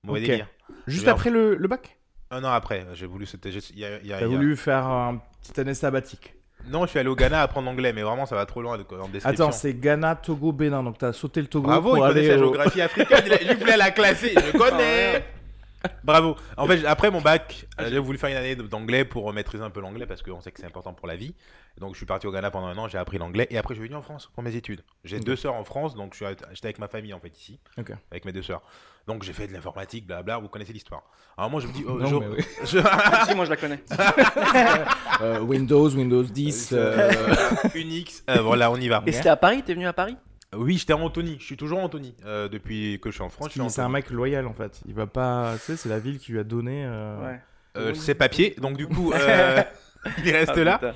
Speaker 1: Mauvais
Speaker 3: Ok.
Speaker 1: délire.
Speaker 3: Juste
Speaker 1: vais en-
Speaker 3: après le, le bac
Speaker 1: Un an après, j'ai voulu. c'était juste- il y a- il y a-
Speaker 3: T'as
Speaker 1: Euh, il y a-
Speaker 3: voulu faire un petite année sabbatique.
Speaker 1: Non, je suis allé au Ghana apprendre l'anglais, mais vraiment, ça va trop loin de- en description.
Speaker 3: Attends, c'est Ghana, Togo, Bénin, donc t'as sauté le Togo
Speaker 1: Bravo, il
Speaker 3: pour
Speaker 1: connaissait
Speaker 3: aller
Speaker 1: la
Speaker 3: au... Ah,
Speaker 1: géographie africaine. Il, a- il voulait la classer. Je connais. Bravo. En fait, après mon bac,
Speaker 3: Ah,
Speaker 1: euh, j'ai voulu faire une année d'anglais pour maîtriser un peu l'anglais parce qu'on sait que c'est important pour la vie. Donc, je suis parti au Ghana pendant un an, j'ai appris l'anglais et après, je suis venu en France pour mes études. J'ai
Speaker 3: Ok.
Speaker 1: deux sœurs en France, donc je suis avec- j'étais avec ma famille en fait ici,
Speaker 3: Ok.
Speaker 1: avec mes deux sœurs. Donc, j'ai fait de l'informatique, blabla. Vous connaissez l'histoire. Alors moi, je me dis, oh,
Speaker 3: Non,
Speaker 1: je-
Speaker 3: mais oui.
Speaker 1: je-
Speaker 2: Ah, si, moi je la connais.
Speaker 3: Euh, Windows, Windows 10.
Speaker 2: Ah
Speaker 3: euh,
Speaker 1: Unix. euh, voilà, on y va.
Speaker 2: Et c'était à Paris T'es venu à Paris
Speaker 1: Oui, j'étais Anthony. Je suis toujours Anthony euh, depuis que je suis en France. je suis
Speaker 3: mais c'est un
Speaker 1: Anthony.
Speaker 3: mec loyal en fait. Il va pas. Tu sais, c'est la ville qui lui a donné. euh,
Speaker 2: Ouais.
Speaker 1: Euh, ses papiers. Donc du coup, euh, il reste
Speaker 2: Ah,
Speaker 1: là.
Speaker 2: putain.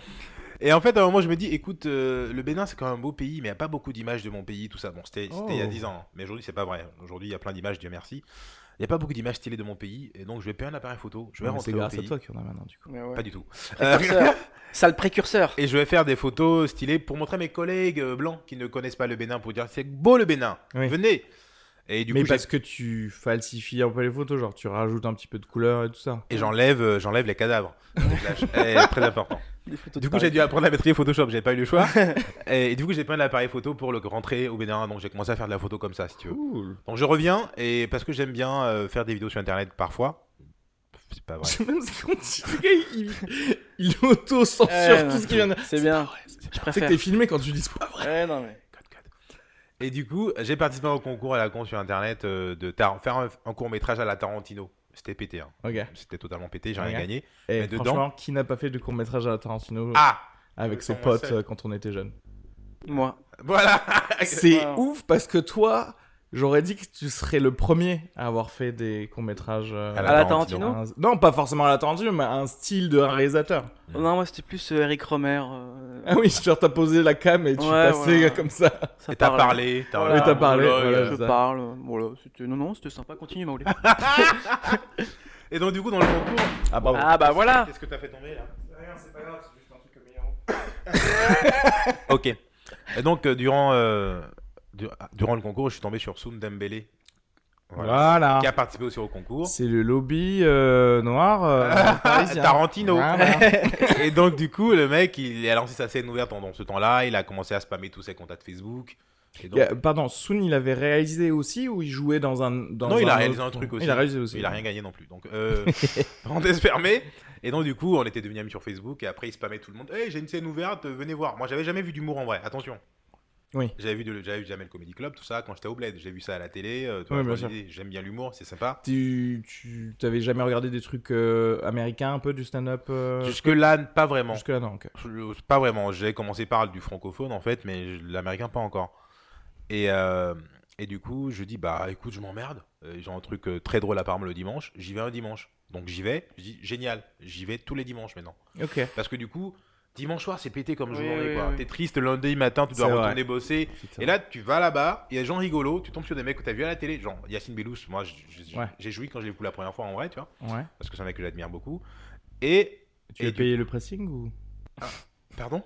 Speaker 1: Et en fait, à un moment, je me dis, écoute, euh, le Bénin, c'est quand même un beau pays, mais il n'y a pas beaucoup d'images de mon pays, tout ça. Bon, c'était c'était il y a
Speaker 3: Oh.
Speaker 1: 10 ans, hein. mais aujourd'hui, c'est pas vrai. Aujourd'hui, il y a plein d'images, Dieu merci. Il n'y a pas beaucoup d'images stylées de mon pays, et donc je vais payer un appareil photo. Je vais
Speaker 3: mais
Speaker 1: rentrer
Speaker 3: c'est
Speaker 1: au
Speaker 3: grâce à
Speaker 1: pays.
Speaker 3: toi qu'il y en a maintenant du coup.
Speaker 2: Mais ouais.
Speaker 1: Pas du tout.
Speaker 2: Précurseur. Sale précurseur.
Speaker 1: Et je vais faire des photos stylées pour montrer à mes collègues euh, blancs qui ne connaissent pas le Bénin, pour dire, c'est beau le Bénin,
Speaker 3: Oui.
Speaker 1: venez. Et du
Speaker 3: mais
Speaker 1: coup, j'ai-
Speaker 3: parce que tu falsifies un peu les photos, genre tu rajoutes un petit peu de couleur et tout ça.
Speaker 1: et j'enlève euh, j'enlève les cadavres. Donc là, je- Eh, très important.
Speaker 2: Des photos de
Speaker 1: Du coup, j'ai
Speaker 2: Paris.
Speaker 1: dû apprendre à maîtriser Photoshop, j'ai pas eu le choix. et, du coup, j'ai pris un appareil photo pour le rentrer au Bénin, donc j'ai commencé à faire de la photo comme ça, si tu veux.
Speaker 3: Cool.
Speaker 1: Donc je reviens et parce que j'aime bien euh, faire des vidéos sur internet parfois. C'est pas vrai.
Speaker 3: Je sais même si on dirait, il, il
Speaker 1: oh,
Speaker 3: auto-censure
Speaker 2: Ouais, non,
Speaker 3: tout ce qui vient de.
Speaker 2: C'est bien. Je
Speaker 3: C'est que
Speaker 2: préfère.
Speaker 3: t'es filmé quand tu dis c'est pas
Speaker 1: Ah
Speaker 3: vrai.
Speaker 2: Ouais, non, mais.
Speaker 1: Et du coup, j'ai participé au concours à la con sur internet euh, de Tar- faire un, court métrage à la Tarantino. C'était pété, hein.
Speaker 3: Ok.
Speaker 1: c'était totalement pété, j'ai rien
Speaker 3: Ouais.
Speaker 1: gagné.
Speaker 3: Et
Speaker 1: Mais dedans-
Speaker 3: franchement, qui n'a pas fait du court métrage à la Tarantino
Speaker 1: Ah
Speaker 3: avec
Speaker 1: le
Speaker 3: ses
Speaker 1: temps,
Speaker 3: potes
Speaker 1: Marcel.
Speaker 3: euh, quand on était jeune
Speaker 2: Moi.
Speaker 1: Voilà
Speaker 3: C'est
Speaker 2: Wow.
Speaker 3: ouf parce que toi, j'aurais dit que tu serais le premier à avoir fait des euh, courts métrages.
Speaker 1: À
Speaker 2: À la Tarantino
Speaker 3: Un- Non, pas forcément à la Tarantino, mais à un style de réalisateur.
Speaker 1: Mm.
Speaker 2: Non, moi c'était plus euh, Eric Romer. euh,
Speaker 3: Ah oui, genre t'as posé la cam et tu
Speaker 2: Ouais,
Speaker 3: passais
Speaker 2: voilà.
Speaker 3: comme ça.
Speaker 2: ça
Speaker 1: Et t'as
Speaker 2: parle.
Speaker 1: parlé, t'as
Speaker 2: Voilà.
Speaker 1: un
Speaker 2: Et t'as
Speaker 3: parlé,
Speaker 1: monologue.
Speaker 3: voilà.
Speaker 2: Je
Speaker 3: ça.
Speaker 2: parle. euh, Voilà, c'était... Non, non, c'était sympa. Continue, Maoulé.
Speaker 1: Oh. Et donc du coup, dans le concours,
Speaker 3: Ah bravo.
Speaker 2: ah bah voilà.
Speaker 1: qu'est-ce que t'as fait tomber là
Speaker 3: c'est pas grave, c'est juste un truc comme
Speaker 1: Ok. Et donc euh, durant euh, du- ah, durant le concours, je suis tombé sur Soum Dembélé. Voilà.
Speaker 3: Voilà.
Speaker 1: Qui a participé aussi au concours.
Speaker 3: C'est le lobby euh, noir euh, parisien.
Speaker 1: Ah, Tarantino.
Speaker 3: Voilà.
Speaker 1: Et donc, du coup, le mec, il a lancé sa scène ouverte pendant ce temps-là. Il a commencé à spammer tous ses contacts Facebook. Et donc,
Speaker 3: Et, euh, Pardon, Soon, il avait réalisé aussi ou il jouait dans un. dans
Speaker 1: non, il
Speaker 3: un
Speaker 1: a
Speaker 3: autre-
Speaker 1: réalisé un truc aussi.
Speaker 3: Il a réalisé aussi.
Speaker 1: Il a rien gagné non plus. Donc, euh, parenthèse fermée. Et donc, du coup, on était devenus amis sur Facebook. Et après, il spammait tout le monde. Hey, j'ai une scène ouverte, venez voir. Moi, j'avais jamais vu d'humour en vrai. Attention.
Speaker 3: Oui.
Speaker 1: J'avais vu, de- j'avais vu jamais le Comedy Club, tout ça. Quand j'étais au Bled, j'ai vu ça à la télé. euh, tu
Speaker 3: Oui,
Speaker 1: vois,
Speaker 3: bien
Speaker 1: je me dis, J'aime bien l'humour, c'est sympa.
Speaker 3: Tu, tu t'avais jamais regardé des trucs euh, américains un peu du stand-up euh,
Speaker 1: Jusque-là, pas vraiment.
Speaker 3: Jusque-là, non. ok.
Speaker 1: Je- Pas vraiment. J'ai commencé par du francophone en fait, mais je- l'américain pas encore. Et, euh, et du coup, je dis bah écoute, je m'emmerde. Euh, J'ai un truc euh, très drôle à Parme le dimanche. J'y vais un dimanche. Donc j'y vais. Je dis génial. J'y vais tous les dimanches maintenant.
Speaker 3: Ok.
Speaker 1: Parce que du coup, dimanche soir c'est pété comme
Speaker 2: Oui,
Speaker 1: journée
Speaker 2: oui,
Speaker 1: quoi.
Speaker 2: oui.
Speaker 1: T'es triste lundi matin, tu dois
Speaker 3: C'est
Speaker 1: retourner bosser.
Speaker 3: Putain.
Speaker 1: Et là, tu vas là-bas, il y a des gens rigolos, tu tombes sur des mecs que t'as vu à la télé, genre Yacine Bellous. Moi, j- j-
Speaker 3: Ouais.
Speaker 1: j'ai joui quand je l'ai vu la première fois en vrai, tu vois,
Speaker 3: Ouais.
Speaker 1: parce que c'est un mec que j'admire beaucoup. Et
Speaker 3: Tu
Speaker 1: Et
Speaker 3: as
Speaker 1: du-
Speaker 3: payé le pressing ou
Speaker 1: pardon,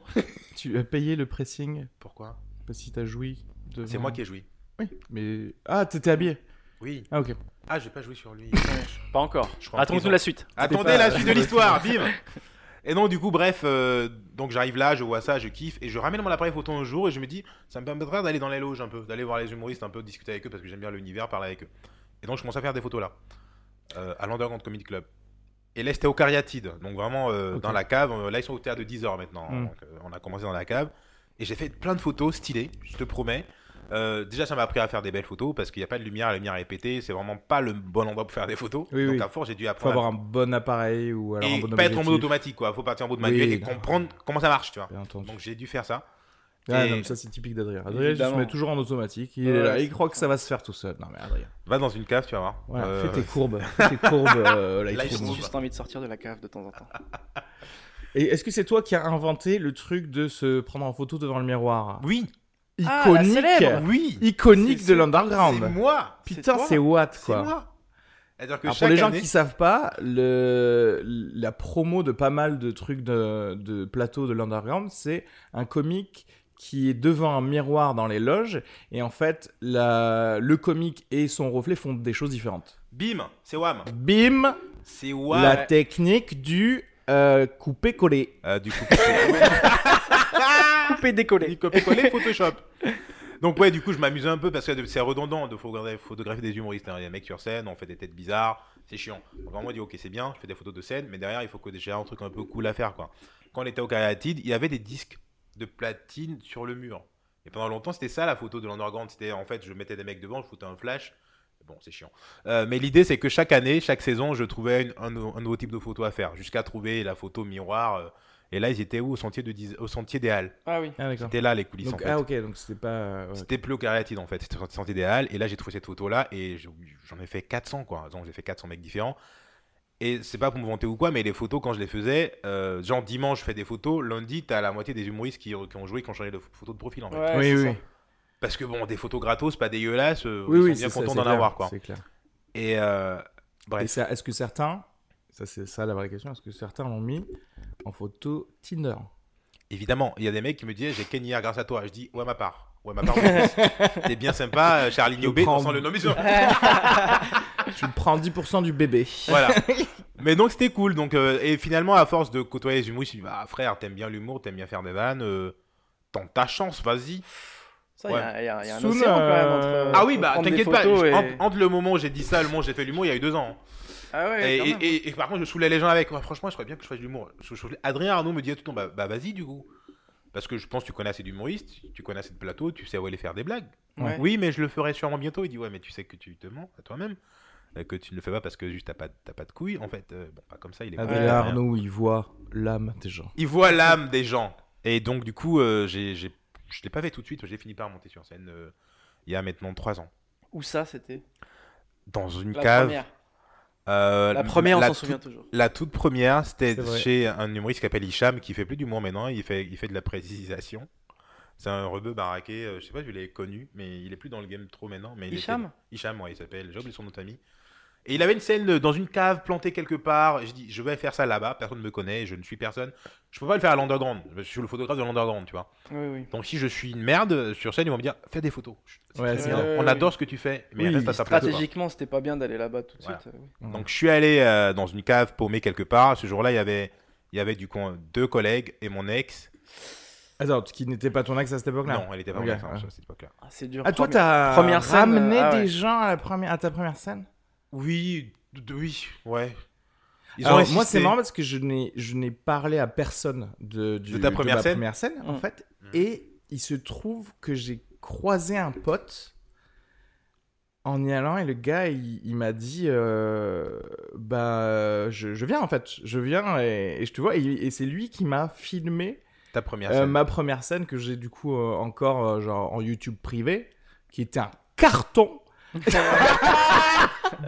Speaker 3: Tu as payé le pressing
Speaker 1: pourquoi
Speaker 3: Parce que si t'as joui. devant-
Speaker 1: C'est moi qui ai joui.
Speaker 3: Oui, mais. Ah, t'étais habillé
Speaker 1: Oui.
Speaker 3: Ah, ok.
Speaker 1: Ah, j'ai pas joué sur lui.
Speaker 2: Pas encore.
Speaker 1: Je crois en
Speaker 2: Attends-nous
Speaker 1: prison.
Speaker 2: la suite.
Speaker 1: Attendez
Speaker 3: pas-
Speaker 1: la suite de l'histoire, bim Et donc, du coup, bref, euh, donc j'arrive là, je vois ça, je kiffe, et je ramène mon appareil photo un jour, et je me dis, ça me permettra d'aller dans les loges un peu, d'aller voir les humoristes un peu, discuter avec eux, parce que j'aime bien l'univers, parler avec eux. Et donc, je commence à faire des photos là, euh, à l'Underground Comedy Club. Et là, c'était au Cariatide, donc vraiment euh,
Speaker 3: Ok.
Speaker 1: dans la cave. Euh, Là, ils sont au théâtre de 10h maintenant,
Speaker 3: Mm.
Speaker 1: donc, euh, on a commencé dans la cave, et j'ai fait plein de photos stylées, je te promets. Euh, déjà, ça m'a appris à faire des belles photos parce qu'il n'y a pas de lumière, la lumière est pétée, c'est vraiment pas le bon endroit pour faire des photos.
Speaker 3: Oui,
Speaker 1: donc,
Speaker 3: oui.
Speaker 1: à force, j'ai dû
Speaker 3: Faut
Speaker 1: apprendre à
Speaker 3: avoir un bon appareil ou alors un
Speaker 1: et
Speaker 3: bon
Speaker 1: pas être en mode
Speaker 3: objectif.
Speaker 1: automatique quoi faut partir en mode
Speaker 3: Oui,
Speaker 1: manuel et
Speaker 3: d'accord.
Speaker 1: comprendre comment ça marche tu vois
Speaker 3: Bien entendu.
Speaker 1: donc j'ai dû faire ça
Speaker 3: Ah,
Speaker 1: Et-
Speaker 3: non, mais ça c'est typique d'Adrien. Adrien, il se
Speaker 2: Évidemment.
Speaker 3: met toujours en automatique. Il, est
Speaker 2: Ouais,
Speaker 3: là, il
Speaker 2: c'est
Speaker 3: croit que ça va se faire tout seul. Non, mais Adrien.
Speaker 1: va dans une cave tu vas voir
Speaker 3: Voilà,
Speaker 1: Euh,
Speaker 3: fais tes courbes. fais tes courbes, euh, Lightroom.
Speaker 1: Lightroom.
Speaker 2: J'ai juste envie de sortir de la cave de temps en temps.
Speaker 1: Ah.
Speaker 3: Et est-ce que c'est toi qui as inventé le truc de se prendre en photo devant le miroir
Speaker 1: oui
Speaker 2: Ah, la
Speaker 3: iconique,
Speaker 2: célèbre.
Speaker 1: Oui,
Speaker 3: iconique
Speaker 2: C'est-
Speaker 3: de
Speaker 2: c'est-
Speaker 1: c'est
Speaker 3: l'underground.
Speaker 1: moi.
Speaker 3: Putain,
Speaker 2: toi.
Speaker 3: c'est Watt
Speaker 1: C'est
Speaker 3: quoi.
Speaker 1: moi. C'est-à-dire que
Speaker 3: Alors, pour
Speaker 1: chaque
Speaker 3: les gens
Speaker 1: année-
Speaker 3: qui savent pas, le, la promo de pas mal de trucs de, de plateau de l'underground, c'est un comique qui est devant un miroir dans les loges et en fait la- le comique et son reflet font des choses différentes.
Speaker 1: Bim, c'est Wam.
Speaker 3: Bim,
Speaker 1: C'est Wam.
Speaker 3: la technique du euh, couper coller.
Speaker 1: Euh, du coup, c'est-
Speaker 2: Coupé, décollé.
Speaker 1: du copier-coller Photoshop. Donc ouais, du coup, je m'amusais un peu parce que c'est redondant de photogra- photographier des humoristes. hein. Il y a des mecs sur scène, on fait des têtes bizarres, c'est chiant. Donc vraiment, on dit ok, c'est bien, je fais des photos de scène, mais derrière, il faut que déjà un truc un peu cool à faire quoi. Quand on était au Caratide, il y avait des disques de platine sur le mur. Et pendant longtemps, c'était ça la photo de l'underground. C'était en fait, je mettais des mecs devant, je foutais un flash. Bon, c'est chiant. Euh, mais l'idée, c'est que chaque année, chaque saison, je trouvais une- un, nou- un nouveau type de photo à faire, jusqu'à trouver la photo miroir. euh, et là, ils étaient où au sentier, de, Diz- au sentier des Halles.
Speaker 2: Ah oui.
Speaker 3: Ah d'accord.
Speaker 1: C'était là les coulisses en
Speaker 3: Donc,
Speaker 1: fait.
Speaker 3: ah ok, donc c'était pas... euh, ouais.
Speaker 1: C'était plus au Caratine en fait, c'était sur santé idéal. Et là, j'ai trouvé cette photo là et je- j'en ai fait 400 quoi. Donc, j'ai fait 400 mecs différents. Et c'est pas pour me vanter ou quoi, mais les photos, quand je les faisais, euh, genre dimanche, je fais des photos. Lundi, t'as la moitié des humoristes qui, qui ont joué, qui ont changé de pho- photo de profil en fait.
Speaker 2: Ouais,
Speaker 3: oui,
Speaker 2: c'est
Speaker 3: oui.
Speaker 2: ça.
Speaker 1: Parce que bon, des photos gratos, pas dégueulasses, euh,
Speaker 3: oui,
Speaker 1: ils
Speaker 3: oui,
Speaker 1: sont bien
Speaker 3: c'est ça,
Speaker 1: contents
Speaker 3: c'est
Speaker 1: d'en
Speaker 3: clair,
Speaker 1: avoir quoi.
Speaker 3: C'est clair.
Speaker 1: Et euh, bref.
Speaker 3: Et ça, est-ce que certains, ça c'est ça la vraie question, est-ce que certains l'ont mis en photo Tinder
Speaker 1: Évidemment, il y a des mecs qui me disaient j'ai Ken hier grâce à toi. Je dis ouais ma part. Ouais ma part. oui. T'es bien sympa, euh, Charlie
Speaker 3: Je
Speaker 1: Niobé,
Speaker 3: prends-
Speaker 1: on sent le nom mais c'est-
Speaker 2: Ah.
Speaker 3: Tu prends 10% du bébé.
Speaker 1: Voilà. Mais donc c'était cool. Donc euh, et finalement à force de côtoyer les humoristes, je me suis dit, bah frère, t'aimes bien l'humour, t'aimes bien faire des vannes, euh, tente ta chance, vas-y.
Speaker 2: Ça, il y a- il y, a- il y a un
Speaker 3: Soon,
Speaker 2: océan quand même
Speaker 3: euh,
Speaker 2: entre. euh,
Speaker 1: Ah oui, bah
Speaker 2: prendre des
Speaker 1: t'inquiète pas.
Speaker 2: photos
Speaker 1: je-
Speaker 2: et-
Speaker 1: entre, entre le moment où j'ai dit ça, et le moment où j'ai fait l'humour, il y a eu deux ans. hein.
Speaker 2: Ah ouais,
Speaker 1: Et,
Speaker 2: quand
Speaker 1: et-
Speaker 2: même.
Speaker 1: et- et par contre, je saoulais les gens avec. Ouais, franchement, je crois bien que je fasse de l'humour. Je- je- Adrien Arnaud me disait tout le temps, bah, bah, vas-y du coup. Parce que je pense que tu connais assez d'humoristes, tu connais assez de plateaux, tu sais où aller faire des blagues.
Speaker 2: Ouais.
Speaker 1: Oui, mais je le ferai sûrement bientôt. Il dit, ouais, mais tu sais que tu te mens à toi-même. euh, Que tu ne le fais pas parce que juste t'as pas, t'as pas de couilles. En fait, Euh, bon, pas comme ça, il est con,
Speaker 3: Adrien
Speaker 1: il a rien.
Speaker 3: Arnaud, il voit l'âme des gens.
Speaker 1: il voit l'âme des gens. Et donc, du coup, euh, j'ai, j'ai- je ne l'ai pas fait tout de suite. J'ai fini par monter sur scène euh, il y a maintenant 3 ans.
Speaker 2: Où ça, c'était
Speaker 1: Dans une
Speaker 2: La
Speaker 1: cave.
Speaker 2: première.
Speaker 1: euh,
Speaker 2: La première, on s'en
Speaker 1: toute-
Speaker 2: souvient toujours.
Speaker 1: La toute première, c'était
Speaker 3: C'est vrai.
Speaker 1: chez un humoriste qui s'appelle Hicham, qui fait plus d'humour maintenant. Il fait, il fait de la précisation. C'est un rebeu baraqué. euh, je sais pas, je l'ai connu, mais il est plus dans le game trop maintenant. Mais il était-
Speaker 2: Hicham
Speaker 1: Hicham, ouais, il s'appelle. J'ai oublié son nom de famille. Et il avait une scène euh, dans une cave plantée quelque part. Et J'ai dit, je vais faire ça là-bas. Personne ne me connaît. Je ne suis personne. Je peux pas le faire à l'underground. Je suis le photographe de l'underground, tu vois.
Speaker 2: Oui, oui.
Speaker 1: Donc si je suis une merde euh, sur scène, ils vont me dire fais des photos. C'est
Speaker 3: Ouais,
Speaker 1: très
Speaker 3: c'est
Speaker 1: bien.
Speaker 2: vrai.
Speaker 1: On adore ce que tu fais, mais
Speaker 3: Oui,
Speaker 1: reste à ta place.
Speaker 2: Stratégiquement, c'était pas bien d'aller là-bas tout de
Speaker 1: Voilà.
Speaker 2: suite. euh, oui.
Speaker 1: Donc je suis allé euh, dans une cave paumée quelque part. Ce jour-là, il y avait il y avait du coup euh, deux collègues et mon ex.
Speaker 3: Attends, qui n'était pas ton axe à cette époque-là
Speaker 1: Non, elle était pas
Speaker 3: Ok,
Speaker 1: mon ex hein,
Speaker 3: ouais.
Speaker 1: à cette époque-là.
Speaker 2: Ah, c'est dur.
Speaker 3: Ah, toi,
Speaker 2: Première-
Speaker 3: t'as
Speaker 2: première scène,
Speaker 3: ramené
Speaker 2: euh, ah
Speaker 3: des
Speaker 2: ouais.
Speaker 3: gens à, la première, à ta première scène
Speaker 1: Oui, d- d- oui, ouais. Ils
Speaker 3: Alors,
Speaker 1: ont insisté.
Speaker 3: moi, c'est marrant parce que je n'ai, je n'ai parlé à personne de, du-
Speaker 1: De ta première
Speaker 3: ma
Speaker 1: scène
Speaker 3: première scène, en
Speaker 2: Mm.
Speaker 3: fait.
Speaker 1: Mm.
Speaker 3: Et il se trouve que j'ai croisé un pote en y allant et le gars, il, il m'a dit euh, Bah, je, je viens en fait, je viens et, et je te vois. Et, et c'est lui qui m'a filmé
Speaker 1: ta première
Speaker 3: euh,
Speaker 1: scène.
Speaker 3: ma première scène que j'ai du coup euh, encore euh, genre en YouTube privé, qui était un carton.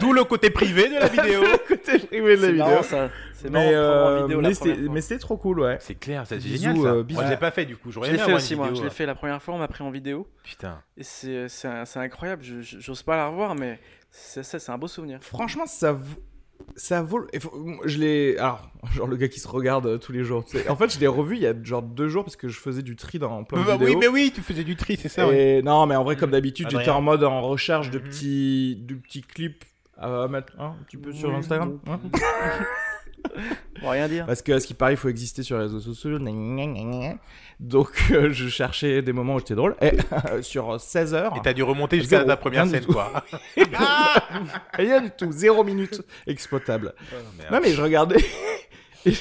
Speaker 1: D'où le côté privé de la vidéo.
Speaker 3: Côté privé de la
Speaker 2: C'est
Speaker 3: vidéo.
Speaker 2: marrant, ça. C'est marrant
Speaker 3: mais
Speaker 2: de prendre en
Speaker 3: euh,
Speaker 2: vidéo
Speaker 3: mais
Speaker 2: la
Speaker 3: c'était-
Speaker 2: première fois.
Speaker 3: mais c'était trop cool, ouais.
Speaker 1: C'est clair, ça, c'est
Speaker 3: Bisous,
Speaker 1: génial ça.
Speaker 3: euh, bisous.
Speaker 1: moi, je l'ai pas fait du coup. J'aurais
Speaker 2: Je l'ai
Speaker 1: aimé
Speaker 2: fait
Speaker 1: avoir une
Speaker 2: aussi, moi.
Speaker 1: vidéo,
Speaker 2: Je l'ai
Speaker 1: euh.
Speaker 2: fait la première fois, on m'a pris en vidéo.
Speaker 1: Putain.
Speaker 2: Et c'est c'est un- c'est incroyable. je- je- J'ose pas la revoir, mais c'est ça, c'est un beau souvenir.
Speaker 3: Franchement, ça vaut. Ça vaut. le- il faut- Je l'ai. Alors, genre le gars qui se regarde euh, tous les jours. tu sais. En fait, je l'ai revu il y a genre deux jours parce que je faisais du tri dans plein de
Speaker 1: Bah,
Speaker 3: vidéos.
Speaker 1: oui, mais oui, tu faisais du tri, c'est ça. ouais.
Speaker 3: Et Non, mais en vrai,
Speaker 2: Mm.
Speaker 3: comme
Speaker 1: Mhm.
Speaker 3: d'habitude, j'étais
Speaker 1: Adrien.
Speaker 3: en mode en recherche de
Speaker 1: Mhm.
Speaker 3: petits, de petits clips à mettre hein, un petit peu sur
Speaker 2: Oui,
Speaker 3: Instagram. hein.
Speaker 2: On va rien dire.
Speaker 3: Parce que, à ce qui paraît, il faut exister sur les réseaux sociaux. gna, gna, gna, gna. Donc, euh, je cherchais des moments où j'étais drôle. Et euh, sur 16 heures,
Speaker 1: Et t'as dû remonter jusqu'à
Speaker 3: Zéro.
Speaker 1: ta première
Speaker 3: Rien du
Speaker 1: scène
Speaker 3: tout.
Speaker 1: quoi.
Speaker 3: rien du tout, zéro minute exploitable.
Speaker 1: ah Merde.
Speaker 3: Non mais je regardais et,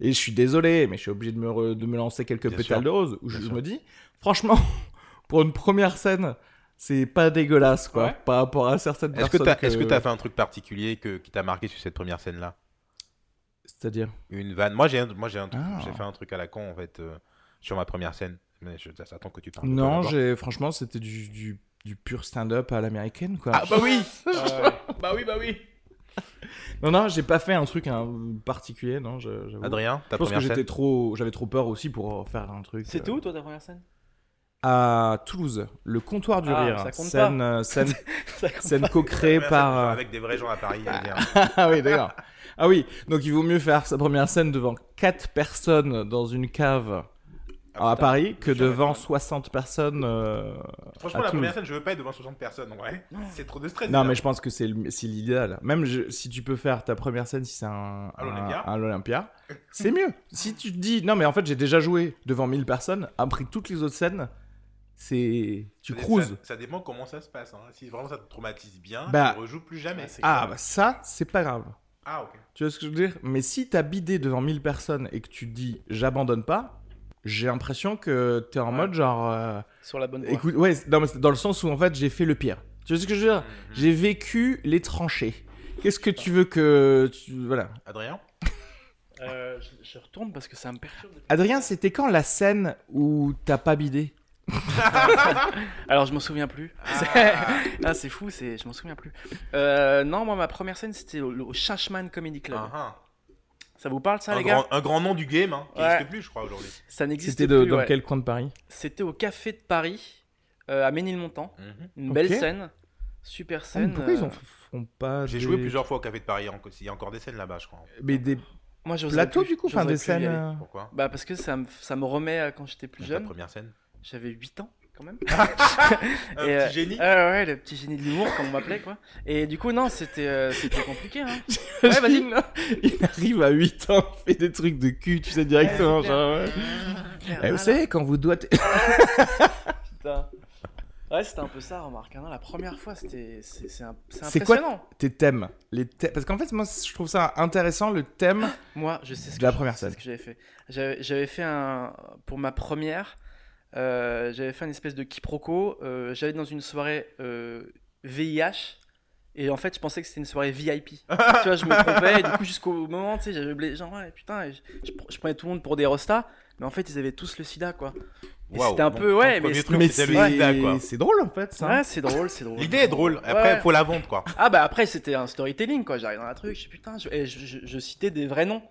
Speaker 3: et je suis désolé, mais je suis obligé de me, re- de me lancer quelques
Speaker 1: Bien
Speaker 3: pétales
Speaker 1: sûr.
Speaker 3: de rose où je,
Speaker 1: Bien
Speaker 3: je
Speaker 1: sûr.
Speaker 3: me dis, franchement, pour une première scène, c'est pas dégueulasse quoi,
Speaker 2: Ouais.
Speaker 3: par rapport à certaines
Speaker 1: Est-ce que
Speaker 3: personnes.
Speaker 1: t'as est-ce que t'as fait un truc particulier que, qui t'a marqué sur cette première scène là
Speaker 3: C'est-à-dire
Speaker 1: Une vanne. Moi j'ai un- moi j'ai un truc-
Speaker 3: Ah.
Speaker 1: j'ai fait un truc à la con en fait euh, sur ma première scène. Mais je j'attends que tu parles. de toi
Speaker 3: Non,
Speaker 1: d'abord.
Speaker 3: j'ai franchement, c'était du, du, du pur stand-up à l'américaine quoi.
Speaker 1: Ah bah oui. bah oui bah oui.
Speaker 3: Non non, j'ai pas fait un truc hein, particulier, non. Je, j'avoue.
Speaker 1: Adrien, ta
Speaker 3: je pense que
Speaker 1: première
Speaker 3: j'étais
Speaker 1: scène.
Speaker 3: trop, j'avais trop peur aussi pour faire un truc.
Speaker 2: C'était
Speaker 3: euh,
Speaker 2: où, toi, ta première scène
Speaker 3: à Toulouse, le comptoir du
Speaker 2: Ah,
Speaker 3: rire,
Speaker 2: ça compte
Speaker 3: scène, euh, scène,
Speaker 2: Ça compte
Speaker 3: scène co-créée
Speaker 1: Avec-
Speaker 3: par. euh,
Speaker 1: Avec des vrais gens à Paris. je veux dire.
Speaker 3: ah oui, d'accord. Ah oui, donc il vaut mieux faire sa première scène devant 4 personnes dans une cave
Speaker 1: Ah,
Speaker 3: à
Speaker 1: putain.
Speaker 3: Paris que
Speaker 1: Je suis
Speaker 3: devant
Speaker 1: d'accord.
Speaker 3: 60 personnes. euh,
Speaker 1: Franchement,
Speaker 3: à
Speaker 1: la première
Speaker 3: Toulouse.
Speaker 1: scène, je veux pas être devant 60 personnes. en vrai. C'est trop de stress.
Speaker 3: Non, mais je pense que c'est le- c'est l'idéal. Même je- si tu peux faire ta première scène, si c'est un,
Speaker 1: À l'Olympia.
Speaker 3: un- un Olympia, c'est mieux. Si tu te dis, non, mais en fait, j'ai déjà joué devant 1000 personnes, après toutes les autres scènes, c'est. Tu
Speaker 1: Ça-
Speaker 3: cruises.
Speaker 1: Ça, ça dépend comment ça se passe. hein. Si vraiment ça te traumatise bien,
Speaker 3: Bah.
Speaker 1: tu rejoues plus jamais.
Speaker 2: Ah, c'est-
Speaker 3: Ah, bah ça, c'est pas grave.
Speaker 1: Ah, ok.
Speaker 3: Tu vois ce que je veux dire Mais si t'as bidé devant 1000 personnes et que tu te dis, j'abandonne pas, j'ai l'impression que t'es en
Speaker 2: Ouais.
Speaker 3: mode genre. euh,
Speaker 2: Sur la bonne voie.
Speaker 3: Écoute, ouais, c'est- non, mais c'est dans le sens où en fait, j'ai fait le pire. Tu vois ce que je veux dire
Speaker 1: Mhm.
Speaker 3: Ah, J'ai vécu les tranchées. Qu'est-ce que tu veux que. tu- Voilà.
Speaker 1: Adrien
Speaker 2: Euh, je, je retourne parce que ça me perturbe. depuis-
Speaker 3: Adrien, c'était quand la scène où t'as pas bidé
Speaker 2: Alors je m'en souviens plus.
Speaker 1: Ah.
Speaker 2: Ah, c'est fou, c'est... je m'en souviens plus. Euh, non, moi ma première scène c'était au, au Chachman Comedy Club.
Speaker 1: Ah, ah.
Speaker 2: Ça vous parle ça
Speaker 1: un,
Speaker 2: les gars
Speaker 1: grand, un grand nom du game hein, qui
Speaker 2: Ouais.
Speaker 1: n'existe plus, je crois, aujourd'hui.
Speaker 2: Ça n'existe
Speaker 3: C'était
Speaker 2: plus.
Speaker 3: de- dans
Speaker 2: ouais.
Speaker 3: quel coin de Paris
Speaker 2: C'était au Café de Paris, euh, à Ménilmontant.
Speaker 1: Mhm.
Speaker 2: Une
Speaker 3: Ok.
Speaker 2: belle scène, super
Speaker 3: Ah, mais
Speaker 2: scène.
Speaker 3: Pourquoi ils en
Speaker 2: euh,
Speaker 3: font pas
Speaker 1: J'ai
Speaker 3: des-
Speaker 1: joué plusieurs fois au Café de Paris. hein, Il y a encore des scènes là-bas, je crois.
Speaker 3: Mais des
Speaker 2: Moi j'oserais
Speaker 3: plateaux
Speaker 2: plus,
Speaker 3: du coup, enfin
Speaker 2: j'oserais
Speaker 3: des
Speaker 2: plus y
Speaker 3: scènes.
Speaker 2: aller.
Speaker 3: euh,
Speaker 1: Pourquoi
Speaker 2: Bah parce que ça me, ça me remet à quand j'étais plus
Speaker 1: La
Speaker 2: jeune.
Speaker 1: première scène.
Speaker 2: J'avais 8 ans quand même.
Speaker 1: Un
Speaker 2: Et, euh,
Speaker 1: petit génie.
Speaker 2: Ah ouais, le petit génie de l'humour comme on m'appelait quoi. Et du coup non, c'était euh, c'était compliqué. Hein. Ouais, vas-y.
Speaker 3: Il- Il arrive à 8 ans, il fait des trucs de cul, tu sais directement.
Speaker 2: c'est
Speaker 3: genre, ouais. Eh, vous savez, quand vous doigtez.
Speaker 2: Putain. Ouais, c'était un peu ça, remarque. hein. La première fois, c'était. C'est c'est un- c'est
Speaker 3: C'est quoi
Speaker 2: impressionnant.
Speaker 3: Tes thèmes. Les thè- Parce qu'en fait, moi, je trouve ça intéressant, le thème.
Speaker 2: Moi, je sais ce
Speaker 3: De
Speaker 2: que,
Speaker 3: la
Speaker 2: je-
Speaker 3: première
Speaker 2: je sais
Speaker 3: scène.
Speaker 2: ce que j'avais fait. J'avais j'avais fait un. Pour ma première, euh, j'avais fait une espèce de quiproquo. euh, j'allais dans une soirée euh, VIH. Et en fait, je pensais que c'était une soirée VIP. tu vois, je me trompais. Et du coup, jusqu'au moment, tu sais, j'avais oublié. Genre, ouais, putain, et je, je pr- je prenais tout le monde pour des rostas. Mais en fait, ils avaient tous le sida, quoi. Et
Speaker 1: Waouh,
Speaker 2: c'était un
Speaker 1: donc,
Speaker 2: peu.
Speaker 1: ton
Speaker 2: Ouais, mais.
Speaker 1: premier
Speaker 2: c'est-
Speaker 1: truc,
Speaker 3: Mais
Speaker 1: c'était le
Speaker 3: c'est-
Speaker 1: sida, quoi.
Speaker 3: C'est drôle, en fait, ça.
Speaker 2: Ouais, c'est drôle, c'est drôle.
Speaker 1: hein. L'idée est drôle. Après,
Speaker 2: Ouais.
Speaker 1: faut la vendre, quoi.
Speaker 2: Ah bah après c'était un storytelling quoi, j'arrive dans un truc, je suis putain, je, et je, je- je citais des vrais noms,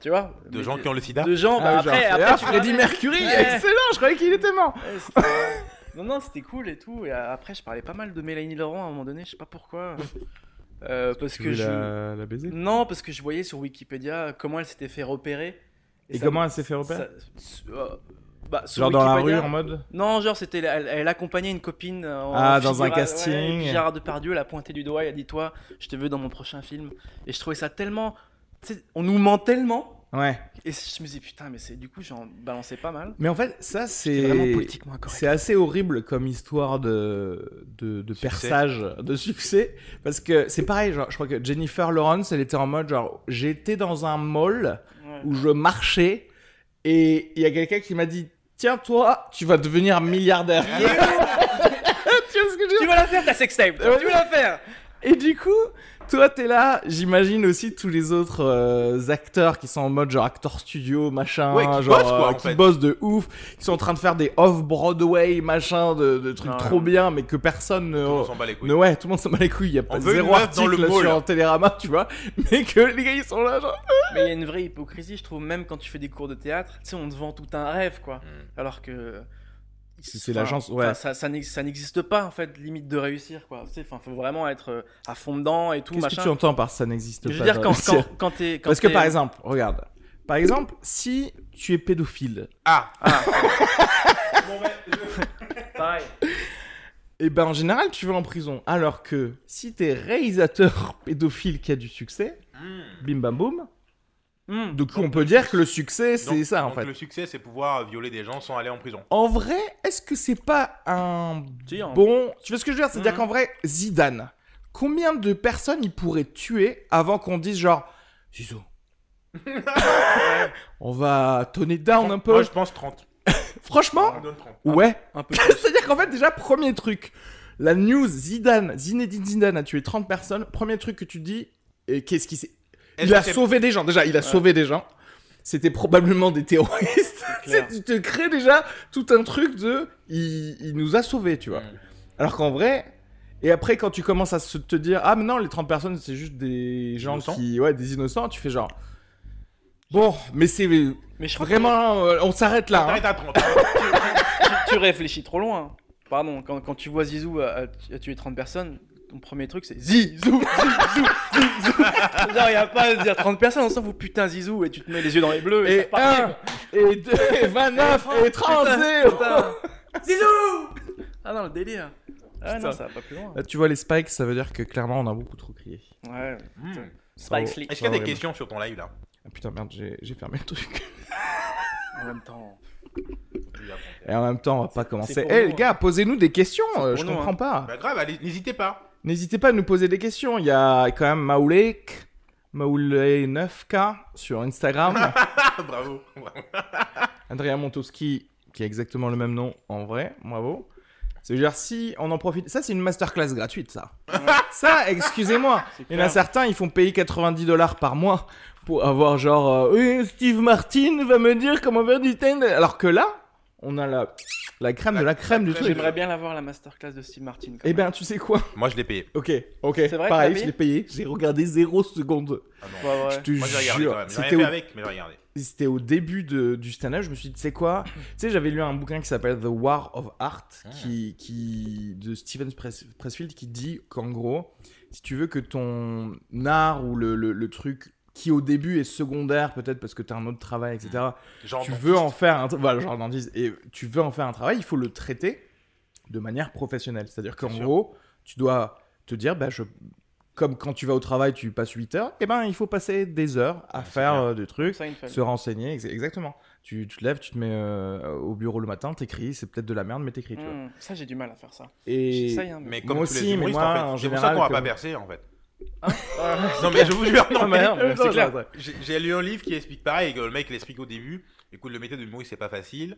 Speaker 2: tu vois
Speaker 1: De
Speaker 2: Mais
Speaker 1: gens qui ont le sida.
Speaker 2: De gens, bah
Speaker 3: Ah,
Speaker 2: après,
Speaker 3: genre,
Speaker 2: après
Speaker 3: ah,
Speaker 2: tu
Speaker 3: Freddie
Speaker 2: vois,
Speaker 3: Mercury,
Speaker 2: Ouais.
Speaker 3: excellent, je croyais qu'il était mort.
Speaker 2: ouais, c'était- non non c'était cool et tout, et euh, après je parlais pas mal de Mélanie Laurent à un moment donné, je sais pas pourquoi. Euh, parce que je...
Speaker 3: la baiser
Speaker 2: Non, parce que je voyais sur Wikipédia comment elle s'était fait repérer.
Speaker 3: Et,
Speaker 2: ça-
Speaker 3: comment elle s'est fait repérer
Speaker 2: ça- euh, bah, sur
Speaker 3: Genre dans la rue
Speaker 2: Wikipédia-
Speaker 3: en mode
Speaker 2: Non, genre c'était elle, elle accompagnait une copine euh, en
Speaker 3: Ah, dans un
Speaker 2: figurale,
Speaker 3: casting.
Speaker 2: ouais, et puis Gérard Depardieu l'a pointé du doigt et a dit toi, je te veux dans mon prochain film. Et je trouvais ça tellement, tu sais, on nous ment tellement.
Speaker 3: Ouais.
Speaker 2: Et je me dis putain, mais c'est du coup j'en balançais pas mal.
Speaker 3: Mais en fait, ça
Speaker 2: C'est vraiment
Speaker 3: c'est
Speaker 2: politiquement incorrect.
Speaker 3: c'est assez horrible comme histoire de de, de
Speaker 1: Succès.
Speaker 3: perçage, de succès, parce que c'est pareil. Genre, je crois que Jennifer Lawrence, elle était en mode genre j'étais dans un mall
Speaker 2: Ouais.
Speaker 3: où je marchais et il y a quelqu'un qui m'a dit tiens toi, tu vas devenir milliardaire. tu vois ce que je veux dire
Speaker 2: Tu vas la faire ta sextape, toi,
Speaker 3: Ouais.
Speaker 2: tu vas la faire.
Speaker 3: Et du coup, toi, t'es là, j'imagine aussi tous les autres euh, acteurs qui sont en mode genre acteur studio, machin,
Speaker 1: Ouais, qui
Speaker 3: genre euh,
Speaker 1: bossent, quoi, en
Speaker 3: qui
Speaker 1: fait.
Speaker 3: bossent de ouf, qui sont en train de faire des off-Broadway, machin, de, de trucs
Speaker 2: Ouais.
Speaker 3: trop bien, mais que personne ne...
Speaker 1: On s'en bat les couilles.
Speaker 3: ne- ouais, tout le monde s'en bat les couilles, il y a pas
Speaker 1: On veut une
Speaker 3: zéro
Speaker 1: meuf dans
Speaker 3: article
Speaker 1: le mall.
Speaker 3: sur Télérama, tu vois, mais que les gars ils sont là genre.
Speaker 2: Mais il y a une vraie hypocrisie, je trouve, même quand tu fais des cours de théâtre, tu sais, on te vend tout un rêve quoi.
Speaker 1: Mm.
Speaker 2: Alors que.
Speaker 3: C'est- c'est la
Speaker 2: Enfin,
Speaker 3: chance, ouais.
Speaker 2: enfin, Ça, ça n'ex- ça n'existe pas en fait, limite de réussir quoi. Tu sais, enfin, faut vraiment être euh, à fond dedans et tout
Speaker 3: Qu'est-ce
Speaker 2: machin.
Speaker 3: que tu entends par ça n'existe
Speaker 2: Je
Speaker 3: pas
Speaker 2: veux dire,
Speaker 3: dans
Speaker 2: quand,
Speaker 3: le
Speaker 2: quand,
Speaker 3: ciel
Speaker 2: quand t'es. quand
Speaker 3: Parce que
Speaker 2: t'es-
Speaker 3: par exemple, regarde, par exemple, si tu es pédophile,
Speaker 1: Ah,
Speaker 2: Ah,
Speaker 1: bon, ouais, je-
Speaker 2: pareil.
Speaker 3: Et ben en général, tu vas en prison. Alors que si t'es réalisateur pédophile qui a du succès,
Speaker 1: Hmm.
Speaker 3: bim bam boum,
Speaker 2: Hmm.
Speaker 3: du coup on peut dire que le succès c'est
Speaker 1: Donc-
Speaker 3: ça en
Speaker 1: donc
Speaker 3: fait.
Speaker 1: Le succès, c'est pouvoir violer des gens sans aller en prison.
Speaker 3: En vrai, est-ce que c'est pas un
Speaker 2: Si, hein.
Speaker 3: bon. Tu vois ce que je veux dire
Speaker 1: Mmh.
Speaker 3: C'est-à-dire
Speaker 2: Mhm.
Speaker 3: qu'en vrai, Zidane, combien de personnes il pourrait tuer avant qu'on dise genre Zizou On va tonner down un peu.
Speaker 1: Moi, je pense 30.
Speaker 3: Franchement,
Speaker 1: On donne 30.
Speaker 3: ouais.
Speaker 2: Un peu plus.
Speaker 3: C'est-à-dire qu'en fait, déjà, premier truc, la news Zidane, Zinedine Zidane a tué 30 personnes. Premier truc que tu dis, et qu'est-ce qui s'est.
Speaker 1: Est-ce
Speaker 3: Il
Speaker 1: que
Speaker 3: a
Speaker 1: c'est-
Speaker 3: sauvé des gens, déjà, il a sauvé des gens. C'était probablement des terroristes.
Speaker 2: clair.
Speaker 3: tu te crées déjà tout un truc de. Il, il nous a sauvés, tu vois.
Speaker 1: Mm.
Speaker 3: Alors qu'en vrai. Et après, quand tu commences à se, te dire, ah, mais non, les 30 personnes, c'est juste des gens
Speaker 1: Innocents.
Speaker 3: qui. Ouais, des innocents, tu fais genre. Bon, mais c'est
Speaker 2: Mais je crois que
Speaker 3: vraiment. euh, on s'arrête là. hein.
Speaker 1: T'arrêtes à 30.
Speaker 2: tu, tu- tu réfléchis trop loin, pardon, quand, quand tu vois Zizou euh, à, à tuer 30 personnes, ton premier truc c'est Zizou, Zizou, Zizou. Genre, y a pas à se dire 30 personnes, on s'en fout, putain, Zizou, et tu te mets les yeux dans les bleus et, ça
Speaker 3: Et
Speaker 2: part.
Speaker 3: 1, et 2, et 29, et 30,
Speaker 2: Putain. Zizou Ah non, le délire. Ah non, ça va pas plus loin.
Speaker 3: tu vois les spikes, ça veut dire que clairement on a beaucoup trop crié.
Speaker 2: Ouais. Oh.
Speaker 1: Hmm.
Speaker 2: Spike Lee.
Speaker 1: Est-ce qu'il y a des
Speaker 3: Horrible.
Speaker 1: questions sur ton live là
Speaker 3: Ah, putain, merde, j'ai j'ai fermé le truc.
Speaker 2: En même temps.
Speaker 3: Et en même temps, on va pas commencer.
Speaker 2: pour
Speaker 3: Eh
Speaker 2: nous,
Speaker 3: les
Speaker 2: hein.
Speaker 3: gars, posez-nous des questions, euh, je
Speaker 2: pour nous,
Speaker 3: comprends
Speaker 2: hein.
Speaker 3: pas.
Speaker 1: Bah grave, allez, n'hésitez pas.
Speaker 3: N'hésitez pas à nous poser des questions. Il y a quand même Maoulek, Maoulek9K sur Instagram,
Speaker 1: Ah, bravo. bravo.
Speaker 3: Adrien Montowski, qui a exactement le même nom en vrai, bravo. C'est-à-dire, si on en profite. Ça, c'est une masterclass gratuite, ça. ça, excusez-moi.
Speaker 2: c'est
Speaker 3: Il y en a
Speaker 2: clair.
Speaker 3: certains, ils font payer 90 dollars par mois pour avoir genre. euh, Oui, Steve Martin va me dire comment faire du stand. Alors que là, on a la, la crème
Speaker 1: La-
Speaker 3: de la crème
Speaker 1: la
Speaker 3: du
Speaker 1: crème
Speaker 3: truc.
Speaker 1: de-
Speaker 2: J'aimerais bien l'avoir la masterclass de Steve Martin. quand
Speaker 3: Eh
Speaker 2: même.
Speaker 3: ben, tu sais quoi
Speaker 1: Moi je l'ai payé.
Speaker 3: Ok, ok.
Speaker 2: C'est vrai que
Speaker 3: Pareil,
Speaker 2: t'as
Speaker 3: je l'ai payé. J'ai regardé 0 seconde.
Speaker 1: Ah, non.
Speaker 2: Ouais, ouais.
Speaker 3: ben, Je te
Speaker 1: Moi j'ai regardé quand
Speaker 3: jure.
Speaker 1: même. J'ai rien
Speaker 3: C'était
Speaker 1: fait
Speaker 3: au,
Speaker 1: avec, mais j'ai regardé.
Speaker 3: c'était au début de- du stand-up. Je me suis dit, tu sais quoi Tu sais, j'avais lu un bouquin qui s'appelle The War of Art
Speaker 1: Ah.
Speaker 3: qui, qui, de Steven Press- Pressfield qui dit qu'en gros, si tu veux que ton art ou le, le- le truc qui au début est secondaire peut-être parce que tu as un autre travail, etc.,
Speaker 1: Genre,
Speaker 3: tu
Speaker 1: non.
Speaker 3: veux en faire un tra- voilà, genre dentiste, et tu veux en faire un travail, il faut le traiter de manière professionnelle. C'est-à-dire qu'en
Speaker 1: Bien sûr.
Speaker 3: gros, tu dois te dire, bah, je... comme quand tu vas au travail, tu passes 8 heures, et ben il faut passer des heures à
Speaker 1: Ouais, c'est
Speaker 3: faire
Speaker 1: clair.
Speaker 3: euh, des trucs,
Speaker 2: Ça, une femme.
Speaker 3: se renseigner, ex- exactement. Tu, tu te lèves, tu te mets euh, au bureau le matin, t'écris, c'est peut-être de la merde, mais t'écris.
Speaker 1: Mm.
Speaker 3: tu vois.
Speaker 2: Hmm, Ça, j'ai du mal à faire ça.
Speaker 3: Et
Speaker 2: J'essaye, hein, mais-
Speaker 1: Mais comme
Speaker 3: Moi
Speaker 1: tous
Speaker 3: aussi,
Speaker 1: les
Speaker 3: mais
Speaker 1: humoristes
Speaker 3: moi,
Speaker 1: en
Speaker 3: en
Speaker 1: fait. C'est pour ça
Speaker 3: général,
Speaker 1: qu'on va
Speaker 3: que-
Speaker 1: pas percer en fait.
Speaker 2: Ah,
Speaker 1: Non mais je vous jure, non
Speaker 3: Ah,
Speaker 1: mais.
Speaker 3: mais non, mais c'est
Speaker 1: Non,
Speaker 3: clair.
Speaker 1: non. J'ai j'ai lu un livre qui explique pareil, que le mec l'explique au début. Écoute, le métier de l'humoriste c'est pas facile,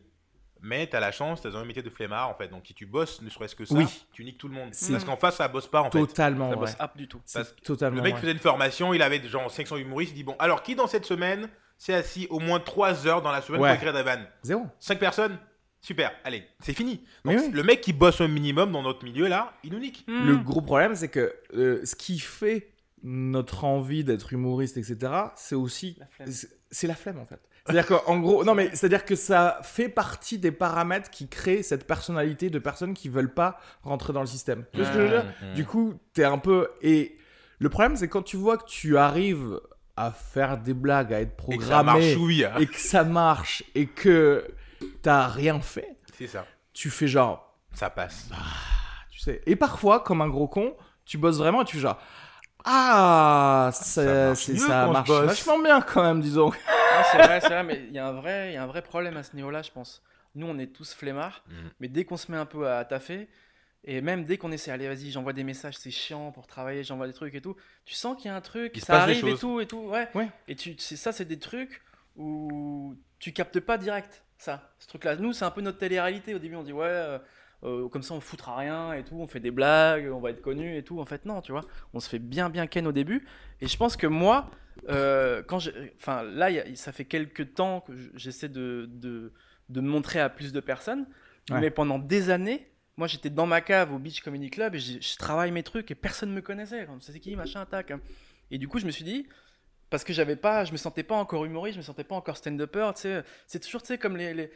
Speaker 1: mais t'as la chance, t'as un métier de flemmard en fait. Donc si tu bosses, ne serait-ce que ça,
Speaker 3: Oui.
Speaker 1: tu niques tout le monde.
Speaker 3: C'est-
Speaker 1: Parce qu'en face ça bosse pas en fait.
Speaker 3: Totalement
Speaker 2: ça
Speaker 3: vrai.
Speaker 2: bosse app du tout.
Speaker 3: C'est
Speaker 1: Parce que
Speaker 3: totalement
Speaker 1: Le mec
Speaker 3: vrai.
Speaker 1: faisait une formation, il avait genre 500 humoristes, il dit bon, alors qui dans cette semaine s'est assis au moins 3 heures dans la semaine
Speaker 3: Ouais.
Speaker 1: pour écrire des vannes
Speaker 3: Zéro.
Speaker 1: 5 personnes Super, allez, c'est fini.
Speaker 3: Mais
Speaker 1: Donc,
Speaker 3: oui.
Speaker 1: Le mec qui bosse au minimum dans notre milieu là, il nous nique.
Speaker 2: Mm. Hmm.
Speaker 3: Le gros problème, c'est que euh, ce qui fait notre envie d'être humoriste, etc., c'est aussi
Speaker 2: La flemme.
Speaker 3: c'est- c'est la flemme en fait. C'est-à-dire qu'en gros, non mais c'est-à-dire que ça fait partie des paramètres qui créent cette personnalité de personnes qui veulent pas rentrer dans le système. Tu vois ce que je veux
Speaker 2: Euh,
Speaker 3: dire Du coup, t'es un peu et le problème, c'est quand tu vois que tu arrives à faire des blagues, à être
Speaker 1: Et que ça marche,
Speaker 3: programmé
Speaker 1: oui. hein.
Speaker 3: et que ça marche et que t'as rien fait,
Speaker 1: C'est ça, Bah,
Speaker 3: tu fais genre ah,
Speaker 1: ça passe.
Speaker 3: tu sais. Et parfois, comme un gros con, tu bosses vraiment et tu fais genre. Ah,
Speaker 1: Ça
Speaker 3: ça,
Speaker 1: marche
Speaker 3: c'est-
Speaker 1: mieux
Speaker 3: ça
Speaker 1: quand je
Speaker 3: marche
Speaker 1: bosse.
Speaker 3: vachement bien quand même, disons.
Speaker 2: Ouais, c'est vrai, c'est vrai, mais il y, a un vrai- il y a un vrai problème à ce niveau-là, je pense. Nous, on est tous flemmards,
Speaker 1: Mm.
Speaker 2: mais dès qu'on se met un peu à taffer, et même dès qu'on essaie, allez, vas-y, j'envoie des messages, c'est chiant pour travailler, j'envoie des trucs et tout, tu sens qu'il y a un truc,
Speaker 1: Il se
Speaker 2: ça
Speaker 1: passe des
Speaker 2: arrive et
Speaker 1: choses.
Speaker 2: tout, et tout, ouais.
Speaker 3: Ouais.
Speaker 2: Et tu, c'est- ça, c'est des trucs où tu captes pas direct, ça, ce truc-là. Nous, c'est un peu notre télé-réalité. Au début, on dit, ouais, euh, euh, comme ça, on foutra rien et tout, on fait des blagues, on va être connu et tout. En fait, non, tu vois, on se fait bien, bien ken au début. Et je pense que moi, euh, quand je, enfin là, il y a- ça fait quelques temps que je- j'essaie de, de, de me montrer à plus de personnes,
Speaker 3: Ouais.
Speaker 2: mais pendant des années, moi j'étais dans ma cave au Beach Comedy Club et j'ai- je travaille mes trucs et personne me connaissait. Comme c'est qui, machin, tac. hein. Et du coup, je me suis dit, parce que j'avais pas, je me sentais pas encore humoriste, je me sentais pas encore stand-upper, tu sais. C'est toujours, tu sais, comme les. les-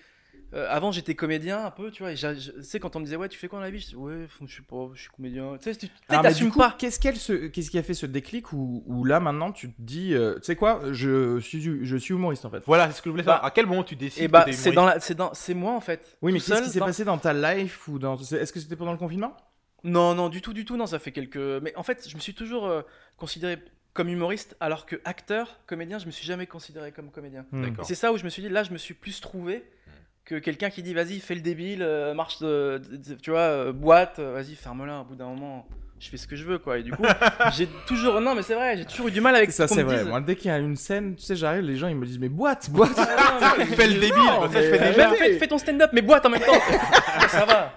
Speaker 2: euh, avant, j'étais comédien un peu, tu vois. et j'a- je- Tu sais, quand on me disait, ouais, tu fais quoi dans la vie Je dis, ouais, je sais pas, je suis comédien. Tu sais, tu tu- tu
Speaker 3: Alors, Ah, mais du
Speaker 2: t'assumes
Speaker 3: coup,
Speaker 2: pas.
Speaker 3: Qu'est-ce qu'elle se- qu'est-ce qui a fait ce déclic où, où là maintenant tu te dis, euh, tu sais quoi, je suis, je suis humoriste en fait.
Speaker 1: Voilà, c'est ce que je voulais savoir.
Speaker 2: Bah,
Speaker 1: à quel moment tu décides
Speaker 2: Et
Speaker 1: que
Speaker 2: bah,
Speaker 1: t'es
Speaker 2: c'est
Speaker 1: humoriste
Speaker 2: dans la, c'est dans, c'est moi en fait.
Speaker 3: Oui, mais
Speaker 2: Tout
Speaker 3: qu'est-ce
Speaker 2: seul,
Speaker 3: qui s'est
Speaker 2: dans-
Speaker 3: passé dans ta life ou dans, c'est- est-ce que c'était pendant le confinement
Speaker 2: Non, non, du tout, du tout. Non, ça fait quelques. Mais en fait, je me suis toujours euh, considéré comme humoriste, alors que acteur, comédien, je me suis jamais considéré comme comédien.
Speaker 1: D'accord.
Speaker 3: Hmm.
Speaker 2: Et C'est ça où je me suis dit, là, je me suis plus trouvé
Speaker 1: Hmm.
Speaker 2: que quelqu'un qui dit, vas-y, fais le débile, euh, marche, de, de- de- tu vois, euh, boîte, euh, vas-y, ferme-la, au bout d'un moment, je fais ce que je veux, quoi. Et du coup, j'ai toujours, non, mais c'est vrai, j'ai toujours eu du mal avec
Speaker 3: Ça
Speaker 2: ce qu'on
Speaker 3: c'est
Speaker 2: me
Speaker 3: vrai.
Speaker 2: dise.
Speaker 3: Moi, dès qu'il y a une scène, tu sais, j'arrive, les gens ils me disent mais boîte, boîte.
Speaker 2: Ah, non, mais-
Speaker 1: Fais le débile,
Speaker 2: Non,
Speaker 1: comme ça, je fais
Speaker 2: mais- euh,
Speaker 3: déjà.
Speaker 2: même fais, fais ton stand-up, mais boîte en même temps. ça va.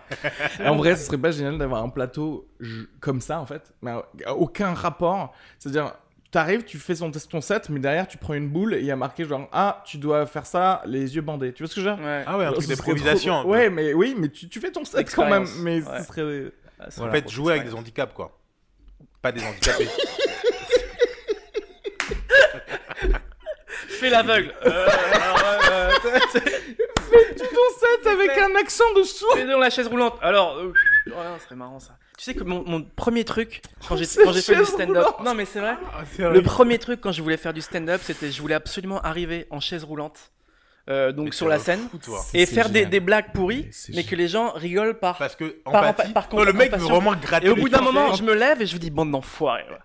Speaker 3: Et en vrai, ce serait pas génial d'avoir un plateau je- comme ça, en fait. Mais euh, aucun rapport. C'est-à-dire, t'arrives, tu fais son, ton set, mais derrière, tu prends une boule et il y a marqué genre, ah, tu dois faire ça, les yeux bandés. Tu vois ce que je veux dire
Speaker 2: Ouais.
Speaker 1: Ah ouais, un
Speaker 3: Alors,
Speaker 1: truc
Speaker 3: ce serait
Speaker 1: d'improvisation.
Speaker 3: trop-
Speaker 1: un peu.
Speaker 3: Ouais, mais oui, mais tu, tu fais ton set quand même.
Speaker 2: Expérience,
Speaker 3: Mais
Speaker 2: ouais.
Speaker 3: ce serait.
Speaker 2: Ah, ça
Speaker 1: En
Speaker 2: va,
Speaker 1: fait,
Speaker 2: pour
Speaker 1: jouer avec
Speaker 2: ça.
Speaker 1: des handicaps, quoi. Pas des handicapés.
Speaker 2: Fais l'aveugle. Euh, alors, euh, euh,
Speaker 3: fait une toute enceinte avec un accent de sourd.
Speaker 2: Mais dans la chaise roulante. Alors, euh, oh là, ce serait marrant ça. Tu sais que mon, mon premier truc quand j'ai
Speaker 3: Cette
Speaker 2: quand j'ai fait du
Speaker 3: chaise
Speaker 2: stand-up.
Speaker 3: roulante. Euh,
Speaker 2: Non mais c'est vrai.
Speaker 1: Ah, c'est
Speaker 2: Le
Speaker 1: horrible.
Speaker 2: premier truc quand je voulais faire du stand-up, c'était je voulais absolument arriver en chaise roulante, euh, donc
Speaker 1: Mais
Speaker 2: sur
Speaker 1: t'es
Speaker 2: la
Speaker 1: un
Speaker 2: scène,
Speaker 1: fou, toi.
Speaker 2: et
Speaker 3: C'est
Speaker 2: faire des,
Speaker 3: génial.
Speaker 2: des blagues pourries,
Speaker 3: Mais c'est
Speaker 2: mais que les gens rigolent par.
Speaker 1: Parce que
Speaker 2: Par-
Speaker 1: empathie.
Speaker 2: par
Speaker 1: Non,
Speaker 2: contre,
Speaker 1: le mec veut
Speaker 2: compassion.
Speaker 1: vraiment gratter.
Speaker 2: Et au
Speaker 1: les
Speaker 2: bout d'un
Speaker 1: gens,
Speaker 2: moment,
Speaker 1: c'est-
Speaker 2: je me lève et je vous dis bande d'enfoirés. ouais.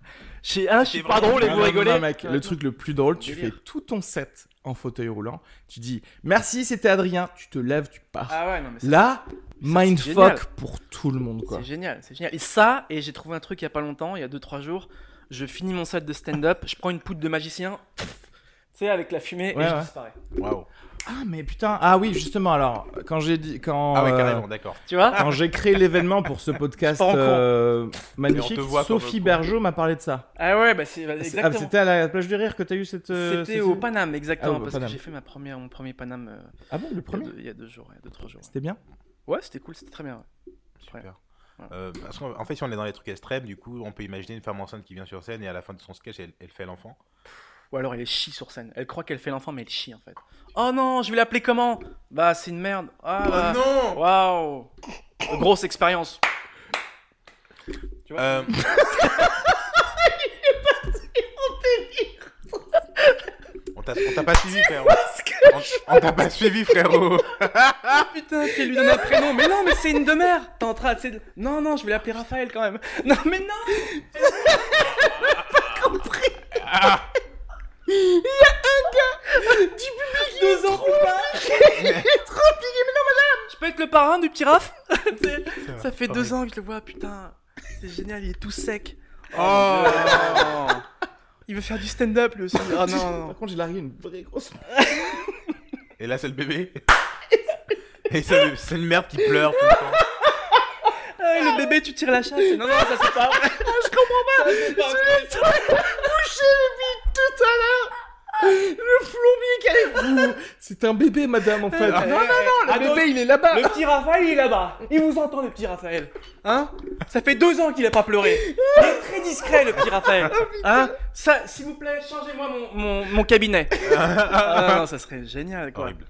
Speaker 2: Je suis, hein, je suis
Speaker 1: C'est
Speaker 2: pas
Speaker 1: vraiment-
Speaker 2: drôle et
Speaker 3: Ah
Speaker 2: vous
Speaker 3: non, non,
Speaker 2: rigolez.
Speaker 3: non, mec, le truc le plus drôle, tu fais
Speaker 2: Délire.
Speaker 3: tout ton set en fauteuil roulant, tu dis merci, c'était Adrien, tu te lèves, tu pars.
Speaker 2: Ah ouais, non mais ça,
Speaker 3: Là,
Speaker 2: c'est
Speaker 3: mindfuck
Speaker 2: génial.
Speaker 3: pour tout le monde quoi.
Speaker 2: C'est génial, c'est génial. Et ça, et j'ai trouvé un truc il y a pas longtemps, il y a 2-3 jours. Je finis mon set de stand-up, je prends une poudre de magicien, tu sais, avec la fumée,
Speaker 3: Ouais,
Speaker 2: et
Speaker 3: ouais.
Speaker 2: je disparais.
Speaker 1: Waouh.
Speaker 3: Ah mais putain, ah oui, justement alors, quand j'ai dit quand
Speaker 1: Ah ouais,
Speaker 3: euh,
Speaker 1: carrément, d'accord.
Speaker 2: Tu vois
Speaker 3: quand j'ai créé l'événement pour ce podcast
Speaker 2: Je pars en cours.
Speaker 3: euh,
Speaker 1: Et
Speaker 3: magnifique,
Speaker 1: on te voit comme un
Speaker 3: Sophie
Speaker 1: con.
Speaker 3: Bergeau m'a parlé de ça.
Speaker 2: Ah ouais, bah c'est bah,
Speaker 3: C'est- ah,
Speaker 2: exactement.
Speaker 3: C'était à la plage du rire que t'as eu cette. euh,
Speaker 2: C'était
Speaker 3: cette-
Speaker 2: au Paname, exactement,
Speaker 3: Ah, au
Speaker 2: parce
Speaker 3: Paname.
Speaker 2: que j'ai fait ma première, mon premier Paname euh,
Speaker 3: Ah bon, le
Speaker 2: il y a
Speaker 3: premier.
Speaker 2: deux- il y a deux jours, il y a deux, trois jours. ouais.
Speaker 3: C'était bien.
Speaker 2: Ouais, c'était cool, c'était très bien. ouais.
Speaker 1: Super.
Speaker 2: Voilà.
Speaker 1: Euh, parce qu'en en fait, si on est dans les trucs extrêmes, du coup, on peut imaginer une femme enceinte qui vient sur scène et à la fin de son sketch, elle, elle fait l'enfant.
Speaker 2: Ou alors elle est chie sur scène. Elle croit qu'elle fait l'enfant, mais elle chie en fait. Oh non, je vais l'appeler comment Bah, c'est une merde. Ah,
Speaker 3: Oh
Speaker 1: non
Speaker 2: waouh Grosse expérience.
Speaker 1: Euh, On t'a on t'a pas suivi, frérot. On- On t'a pas suivi, frérot.
Speaker 2: Ah putain, tu lui donnes un prénom. Mais non, mais c'est une demeure. T'es en train, c'est de- Non, non, je vais l'appeler Raphaël quand même. Non, mais non J'ai pas compris. Il y a un gars du public deux ans ou pas Il est trop piqué. Mais non, madame Je peux être le parrain du petit Raph C'est- Ça fait deux ans que je le vois, putain. C'est génial, il est tout sec.
Speaker 1: Oh.
Speaker 2: mon Dieu. Il veut faire du stand-up lui aussi. Ah non, non, non.
Speaker 3: Par contre, j'ai largué une vraie grosse.
Speaker 1: Et là, c'est le bébé. Et c'est c'est une merde qui pleure tout le temps.
Speaker 2: Ah, le bébé, tu tires la chasse. Non, non, ça c'est pas vrai. Ah, je comprends pas.
Speaker 3: tout à l'heure Le plombier qui est C'est un bébé, madame, en fait.
Speaker 2: Ah,
Speaker 3: non, non, non, le
Speaker 2: ah, non.
Speaker 3: bébé, il est là-bas.
Speaker 2: Le petit Raphaël, il est là-bas. Il vous entend, le petit Raphaël. Hein Ça fait deux ans qu'il a pas pleuré. Il est très discret, le petit Raphaël. Hein Ça, s'il vous plaît, changez-moi mon, mon, mon cabinet. Ah, non, non, ça serait génial, quoi.
Speaker 1: Horrible.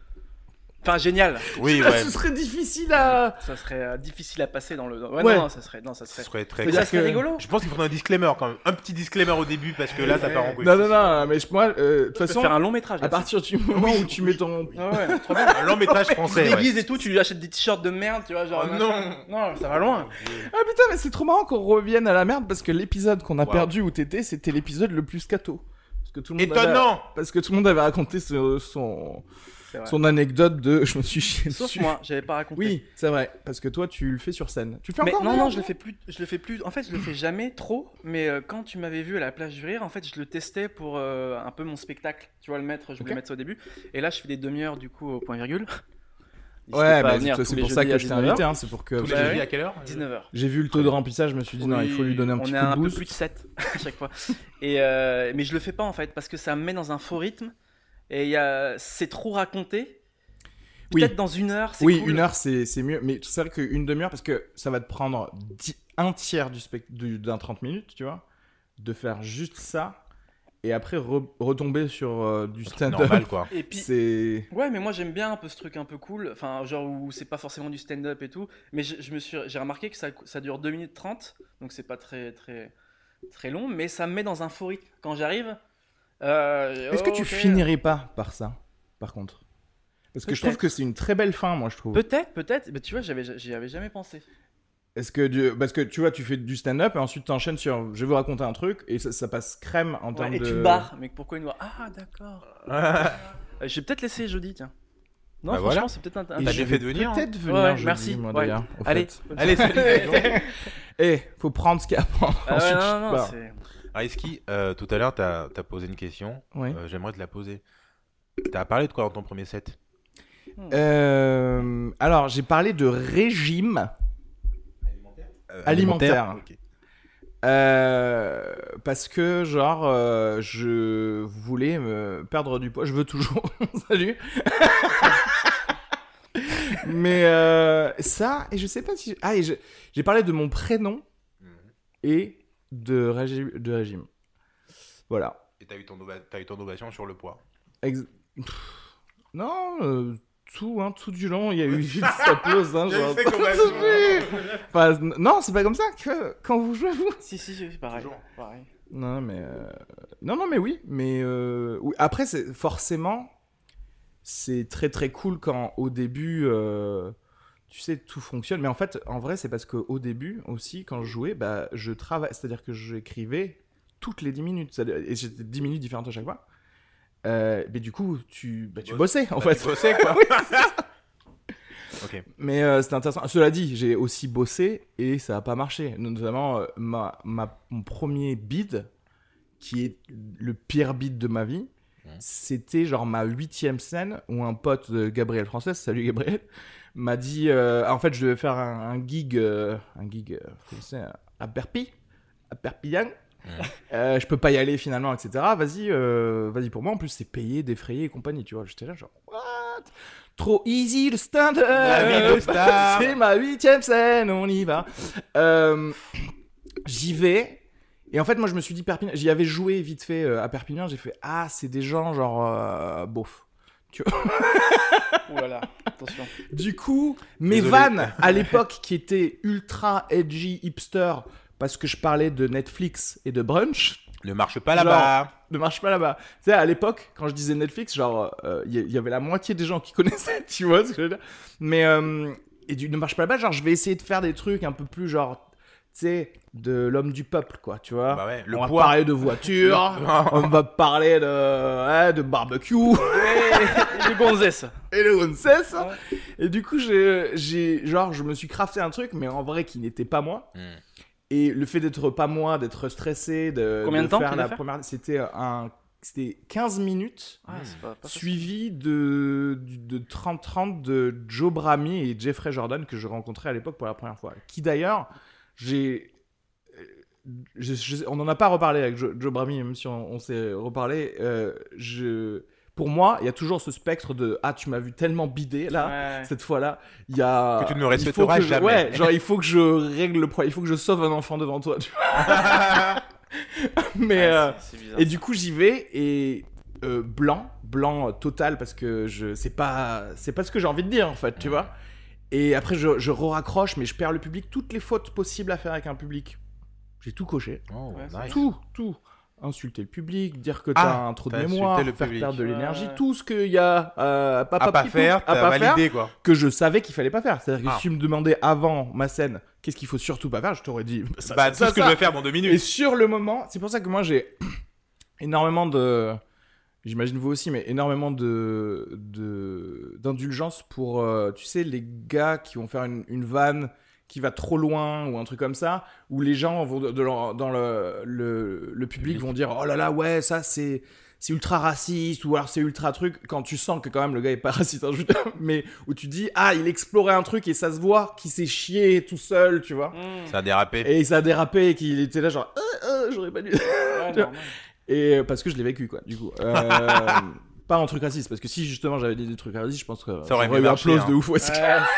Speaker 2: Enfin, génial.
Speaker 1: Oui,
Speaker 3: Ah,
Speaker 1: ouais.
Speaker 3: Ce serait difficile à.
Speaker 2: Ça serait euh, difficile à passer dans le. dans- Ouais,
Speaker 3: Ouais.
Speaker 2: Non, non, ça serait. Non, ça
Speaker 1: Ce
Speaker 2: serait.
Speaker 1: serait très
Speaker 2: Mais
Speaker 3: C'est-à-dire
Speaker 2: ça serait
Speaker 3: que-
Speaker 2: rigolo.
Speaker 1: Je pense qu'il faudrait un disclaimer quand même. Un petit disclaimer au début parce que là, ça part en couille.
Speaker 3: Non, non, non, mais je- moi, euh, de toute
Speaker 2: Tu peux
Speaker 3: façon,
Speaker 2: faire un long métrage.
Speaker 3: à
Speaker 2: là-dessus.
Speaker 3: partir du moment où tu mets ton.
Speaker 2: Ah ouais, trop bien.
Speaker 1: Un long métrage
Speaker 2: Tu
Speaker 1: français.
Speaker 2: te
Speaker 1: ouais.
Speaker 2: déguises et tout, tu lui achètes des t-shirts de merde, tu vois, genre.
Speaker 1: Oh
Speaker 2: machin. Non, ça va loin.
Speaker 3: Ah putain, mais c'est trop marrant qu'on revienne à la merde parce que l'épisode qu'on a
Speaker 1: Wow.
Speaker 3: perdu où t'étais, c'était l'épisode le plus scato. Parce que tout le monde avait-
Speaker 1: Étonnant.
Speaker 3: Parce que tout le monde avait raconté ce- son,
Speaker 2: C'est vrai.
Speaker 3: son anecdote de je me suis chié
Speaker 2: Sauf
Speaker 3: dessus.
Speaker 2: moi, j'avais pas raconté.
Speaker 3: Oui, c'est vrai. Parce que toi, tu le fais sur scène. Tu le fais
Speaker 2: Mais
Speaker 3: encore
Speaker 2: non,
Speaker 3: d'ailleurs
Speaker 2: non, je le fais plus. Je le fais plus. En fait, je le fais jamais trop. Mais euh, quand tu m'avais vu à la plage du rire, en fait, je le testais pour euh, un peu mon spectacle. Tu vois, le mettre. Je voulais
Speaker 3: Ok.
Speaker 2: mettre ça au début. Et là, je fais des demi-heures du coup au point virgule.
Speaker 3: Ouais, bah, c'est c'est pour ça que je t'ai invité, hein, c'est pour que
Speaker 1: Tous les
Speaker 2: Bah
Speaker 1: jeudis
Speaker 2: oui.
Speaker 1: à quelle heure euh,
Speaker 2: 19h.
Speaker 3: j'ai vu le taux de remplissage, je me suis dit non, il faut lui donner un
Speaker 2: on
Speaker 3: petit
Speaker 2: est
Speaker 3: coup
Speaker 2: à
Speaker 3: de
Speaker 2: un peu
Speaker 3: boost.
Speaker 2: plus de 7 à chaque fois. Et euh, mais je le fais pas en fait parce que ça me met dans un faux rythme et il y a- c'est trop raconté.
Speaker 3: Oui.
Speaker 2: Peut-être dans une heure, c'est
Speaker 3: Oui,
Speaker 2: cool.
Speaker 3: une heure c'est c'est mieux, mais c'est vrai qu'une demi-heure parce que ça va te prendre dix- un tiers du spect- du- d'un 30 minutes, tu vois, de faire juste ça et après re- retomber sur euh, du stand-up.
Speaker 1: Normal quoi.
Speaker 2: Et puis
Speaker 3: C'est
Speaker 2: Ouais, mais moi j'aime bien un peu ce truc un peu cool, enfin genre où c'est pas forcément du stand-up et tout, mais je, je me suis j'ai remarqué que ça, ça dure 2 minutes 30, donc c'est pas très très très long, mais ça me met dans un faux rythme quand j'arrive. euh,
Speaker 3: Est-ce que
Speaker 2: oh,
Speaker 3: tu
Speaker 2: ok.
Speaker 3: finirais pas par ça par contre Parce que je trouve
Speaker 2: Peut-être.
Speaker 3: que c'est une très belle fin moi je trouve.
Speaker 2: Peut-être, peut-être, mais tu vois, j'avais j'y avais jamais pensé.
Speaker 3: Est-ce que du- parce que tu vois tu fais du stand-up et ensuite tu enchaînes sur je vais vous raconter un truc et ça, ça passe crème en termes
Speaker 2: Ouais, et
Speaker 3: de
Speaker 2: tu te barres, mais pourquoi une voix Ah, d'accord. Euh, je vais peut-être laisser jeudi, tiens. Non,
Speaker 1: Bah
Speaker 2: franchement,
Speaker 1: voilà.
Speaker 2: c'est peut-être un.
Speaker 3: Et
Speaker 2: un-
Speaker 1: T'as
Speaker 3: je
Speaker 1: bien
Speaker 3: vais
Speaker 1: fait de venir, hein.
Speaker 3: Peut-être venir.
Speaker 2: Ouais, ouais,
Speaker 3: jeudi,
Speaker 2: merci,
Speaker 3: moi,
Speaker 2: ouais.
Speaker 3: d'ailleurs, au
Speaker 2: Allez,
Speaker 3: fait.
Speaker 2: bonne
Speaker 1: Allez,
Speaker 2: soirée.
Speaker 1: salut.
Speaker 3: Eh, faut prendre ce qu'il y a à prendre.
Speaker 2: Ah ouais,
Speaker 3: ensuite,
Speaker 2: non, non,
Speaker 3: tu pars.
Speaker 2: c'est-
Speaker 1: Ariski, euh, tout à l'heure, t'as as posé une question.
Speaker 3: Ouais.
Speaker 1: Euh, J'aimerais te la poser. T'as parlé de quoi dans ton premier set
Speaker 3: Euh, alors, j'ai parlé de régime
Speaker 1: Euh,
Speaker 3: Alimentaire.
Speaker 1: ok.
Speaker 3: euh, parce que, genre, euh, je voulais me perdre du poids. Je veux toujours. Salut. Mais euh, ça, et je sais pas si. Ah, et je- j'ai parlé de mon prénom
Speaker 1: Mhm.
Speaker 3: et de, régi- de régime. Voilà.
Speaker 1: Et t'as eu, ton ova- t'as eu ton ovation sur le poids.
Speaker 3: Ex- Pff, non, euh, tout, hein, tout du long, il y a eu juste sa pause. Hein,
Speaker 1: Il y a eu
Speaker 3: genre,
Speaker 1: ses combats.
Speaker 3: Enfin, n- non, c'est pas comme ça que quand vous jouez, vous.
Speaker 2: Si, si, si, pareil.
Speaker 1: Toujours.
Speaker 2: pareil.
Speaker 3: Non, mais euh, non, non, mais oui, mais euh, oui. après, c'est forcément, c'est très très cool quand au début, euh, tu sais, tout fonctionne. Mais en fait, en vrai, c'est parce qu'au début aussi, quand je jouais, bah, je travaille, c'est-à-dire que j'écrivais toutes les 10 minutes, C'est-à-dire- et j'étais 10 minutes différentes à chaque fois. Euh, mais du coup, tu, bah, tu
Speaker 1: Bosse-
Speaker 3: bossais en
Speaker 1: Bah,
Speaker 3: fait.
Speaker 1: tu bossais, quoi. Ok.
Speaker 3: Mais euh, c'était intéressant. Cela dit, j'ai aussi bossé et ça n'a pas marché. Notamment euh, ma, ma- mon premier bid, qui est le pire bid de ma vie,
Speaker 1: Mhm.
Speaker 3: c'était genre ma huitième scène où un pote de Gabriel Français, salut Gabriel, m'a dit euh, en fait je devais faire un, un gig, euh, un gig euh, comment c'est, à Perpi, à Perpignan. Euh, je peux pas y aller finalement, etc. Vas-y, euh, vas-y pour moi. En plus, c'est payé, défrayé et compagnie. Tu vois, j'étais là genre what Trop easy le stand.
Speaker 1: La vie de star.
Speaker 3: C'est ma huitième scène, on y va. Euh, J'y vais. Et en fait, moi, je me suis dit Perpignan. J'y avais joué vite fait euh, à Perpignan. J'ai fait ah, c'est des gens genre euh, beauf.
Speaker 2: Oulala, attention.
Speaker 3: Du coup, mes
Speaker 1: Désolé.
Speaker 3: vannes à l'époque qui étaient ultra edgy hipster parce que je parlais de Netflix et de brunch
Speaker 1: Ne marche pas là-bas.
Speaker 3: ne marche pas là-bas. Tu sais, à l'époque, quand je disais Netflix, genre, euh, il y, il y avait la moitié des gens qui connaissaient, tu vois ce que je veux dire. Mais, euh, et du ne marche pas là-bas, genre, je vais essayer de faire des trucs un peu plus, genre, tu sais, de l'homme du peuple, quoi, tu vois.
Speaker 1: Bah ouais, le
Speaker 3: hein. on va
Speaker 1: poids.
Speaker 3: parler de voiture, on va parler de, ouais, de barbecue.
Speaker 2: Et du gonzesse.
Speaker 3: Et le Gonzès. Et du coup, j'ai, j'ai- genre, je me suis crafté un truc, mais en vrai, qui n'était pas moi.
Speaker 1: Hmm.
Speaker 3: Et le fait d'être pas moi, d'être stressé, de,
Speaker 2: Combien de temps
Speaker 3: faire
Speaker 2: tu
Speaker 3: la
Speaker 2: l'as fait
Speaker 3: première, c'était un, c'était 15 minutes
Speaker 2: Ah, c'est pas, pas facile.
Speaker 3: Hmm. suivi de du- de 30-30 de Joe Brami et Jeffrey Jordan que je rencontrais à l'époque pour la première fois. Qui d'ailleurs, j'ai. euh, je- je- on n'en a pas reparlé avec Joe, Joe Brami, même si on, on s'est reparlé. euh, je, pour moi, il y a toujours ce spectre de Ah, tu m'as vu tellement bidé là.
Speaker 2: Ouais.
Speaker 3: Cette fois-là, il y a.
Speaker 1: Que tu ne
Speaker 3: il faut
Speaker 1: respecteras
Speaker 3: que je-
Speaker 1: jamais.
Speaker 3: Ouais, genre il faut que je règle le problème, il faut que je sauve un enfant devant toi. tu vois. Mais.
Speaker 2: Ouais,
Speaker 3: euh,
Speaker 2: c'est- c'est bizarre.
Speaker 3: et du coup, j'y vais et euh, blanc, blanc euh, total parce que je c'est pas c'est pas ce que j'ai envie de dire en fait, tu vois. Et après, je, je raccroche mais je perds le public. Toutes les fautes possibles à faire avec un public, j'ai tout coché.
Speaker 1: Oh,
Speaker 2: Ouais, c'est
Speaker 1: nice.
Speaker 3: Tout, tout. Insulter le public, dire que
Speaker 1: Ah,
Speaker 3: t'as un trou de
Speaker 1: t'as insulté
Speaker 3: mémoire,
Speaker 1: le
Speaker 3: faire
Speaker 1: public.
Speaker 3: perdre de l'énergie,
Speaker 2: Ouais.
Speaker 3: tout ce qu'il y a euh, papa,
Speaker 1: À pas
Speaker 3: pipou,
Speaker 1: faire,
Speaker 3: à
Speaker 1: t'as
Speaker 3: pas faire,
Speaker 1: validé, quoi.
Speaker 3: que je savais qu'il fallait pas faire. C'est-à-dire que
Speaker 1: Ah.
Speaker 3: si tu me demandais avant ma scène, qu'est-ce qu'il faut surtout pas faire, je t'aurais dit. ça,
Speaker 1: bah,
Speaker 3: ça,
Speaker 1: tout
Speaker 3: ça,
Speaker 1: ce que
Speaker 3: ça.
Speaker 1: je vais faire dans deux
Speaker 3: Et
Speaker 1: minutes.
Speaker 3: sur le moment, c'est pour ça que moi j'ai énormément de, j'imagine vous aussi, mais énormément de de- d'indulgence pour, euh, tu sais, les gars qui vont faire une, une vanne qui va trop loin ou un truc comme ça, où les gens vont de- de leur- dans le, le, le public vont dire, oh là là, ouais, ça c'est c'est ultra raciste ou alors c'est ultra truc quand tu sens que quand même le gars est pas raciste hein, je veux dire, mais où tu dis ah il explorait un truc et ça se voit qu'il s'est chié tout seul tu vois
Speaker 2: Mmh.
Speaker 1: Ça a dérapé.
Speaker 3: et ça a dérapé et qu'il était là genre Euh, euh, j'aurais pas dû
Speaker 2: Ouais,
Speaker 3: tu vois.
Speaker 2: normal.
Speaker 3: et euh, parce que je l'ai vécu quoi du coup Euh, pas en truc raciste parce que si justement j'avais dit des trucs racistes je pense que
Speaker 1: Ça aurait
Speaker 3: j'aurais
Speaker 1: mieux
Speaker 3: eu un
Speaker 1: marché,
Speaker 3: close
Speaker 1: hein.
Speaker 3: de ouf
Speaker 2: Ouais,
Speaker 3: aussi.
Speaker 2: c'est clair.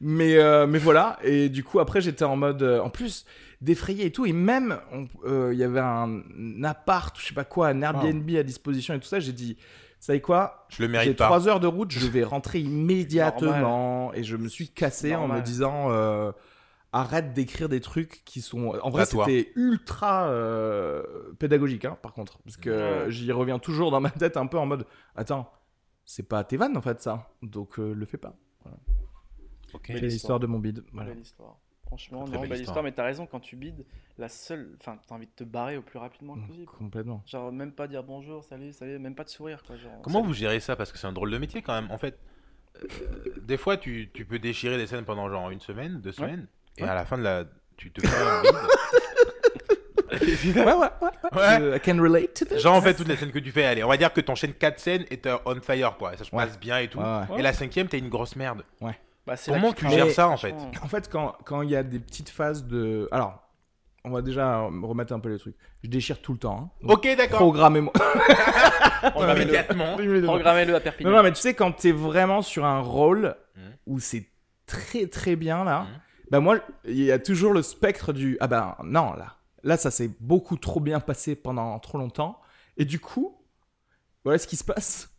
Speaker 3: mais euh, mais voilà et du coup après j'étais en mode euh, en plus défrayé et tout et même on- euh, il y avait un appart je sais pas quoi un Airbnb à disposition et tout ça j'ai dit vous savez quoi
Speaker 1: Je le
Speaker 3: j'ai
Speaker 1: mérite pas.
Speaker 3: trois heures de route, je vais rentrer immédiatement. Et je me suis cassé en me
Speaker 2: Normal.
Speaker 3: disant euh, arrête d'écrire des trucs qui sont. En vrai,
Speaker 1: À toi.
Speaker 3: c'était ultra euh, pédagogique, hein, par contre. Parce que
Speaker 2: Ouais.
Speaker 3: j'y reviens toujours dans ma tête un peu en mode attends, c'est pas tes vannes en fait, ça. Donc euh, le fais pas.
Speaker 1: Ok.
Speaker 3: C'est
Speaker 2: Belle
Speaker 3: l'histoire
Speaker 2: histoire.
Speaker 3: de mon bide. Voilà.
Speaker 2: Belle histoire. Franchement,
Speaker 1: Très
Speaker 2: non,
Speaker 1: belle
Speaker 2: belle
Speaker 1: histoire.
Speaker 2: histoire, mais t'as raison, quand tu bides, la seule. Enfin, t'as envie de te barrer au plus rapidement
Speaker 1: Mm.
Speaker 2: possible.
Speaker 3: Complètement.
Speaker 2: Genre, même pas dire bonjour, salut, salut, même pas de sourire, quoi. Genre,
Speaker 1: Comment
Speaker 2: ça-
Speaker 1: vous gérez ça Parce que c'est un drôle de métier quand même. En fait, euh, des fois, tu, tu peux déchirer des scènes pendant genre une semaine, deux semaines, et à la fin de la. Tu te fais un bide.
Speaker 3: Ouais, ouais, ouais.
Speaker 1: Ouais.
Speaker 3: Je- I can relate to this.
Speaker 1: Genre, en fait, toutes les scènes que tu fais, allez, on va dire que t'enchaînes quatre scènes et t'es on fire, quoi. Et ça se
Speaker 3: Ouais.
Speaker 1: passe bien et tout.
Speaker 3: Ouais, ouais.
Speaker 1: Et la cinquième, t'es une grosse merde.
Speaker 2: Bah, c'est
Speaker 1: Comment
Speaker 2: la Hmm.
Speaker 1: tu
Speaker 2: crainte,
Speaker 1: gères
Speaker 3: Mais-
Speaker 1: ça, en fait
Speaker 2: franchement.
Speaker 3: En fait, quand quand il y a des petites phases de. Alors, on va déjà remettre un peu les trucs. Je déchire tout le temps. hein.
Speaker 1: Ok, d'accord.
Speaker 3: Programmez-moi.
Speaker 1: Hein
Speaker 2: Programmez-le.
Speaker 1: Immédiatement.
Speaker 2: Programmez-le à
Speaker 3: Non,
Speaker 2: Perpignan.
Speaker 3: non, mais tu sais, quand t'es vraiment sur un rôle
Speaker 1: Mhm.
Speaker 3: où c'est très très bien là,
Speaker 1: Mhm.
Speaker 3: bah moi, il y a toujours le spectre du ah bah non là, là ça s'est beaucoup trop bien passé pendant trop longtemps, et du coup, voilà ce qui se passe,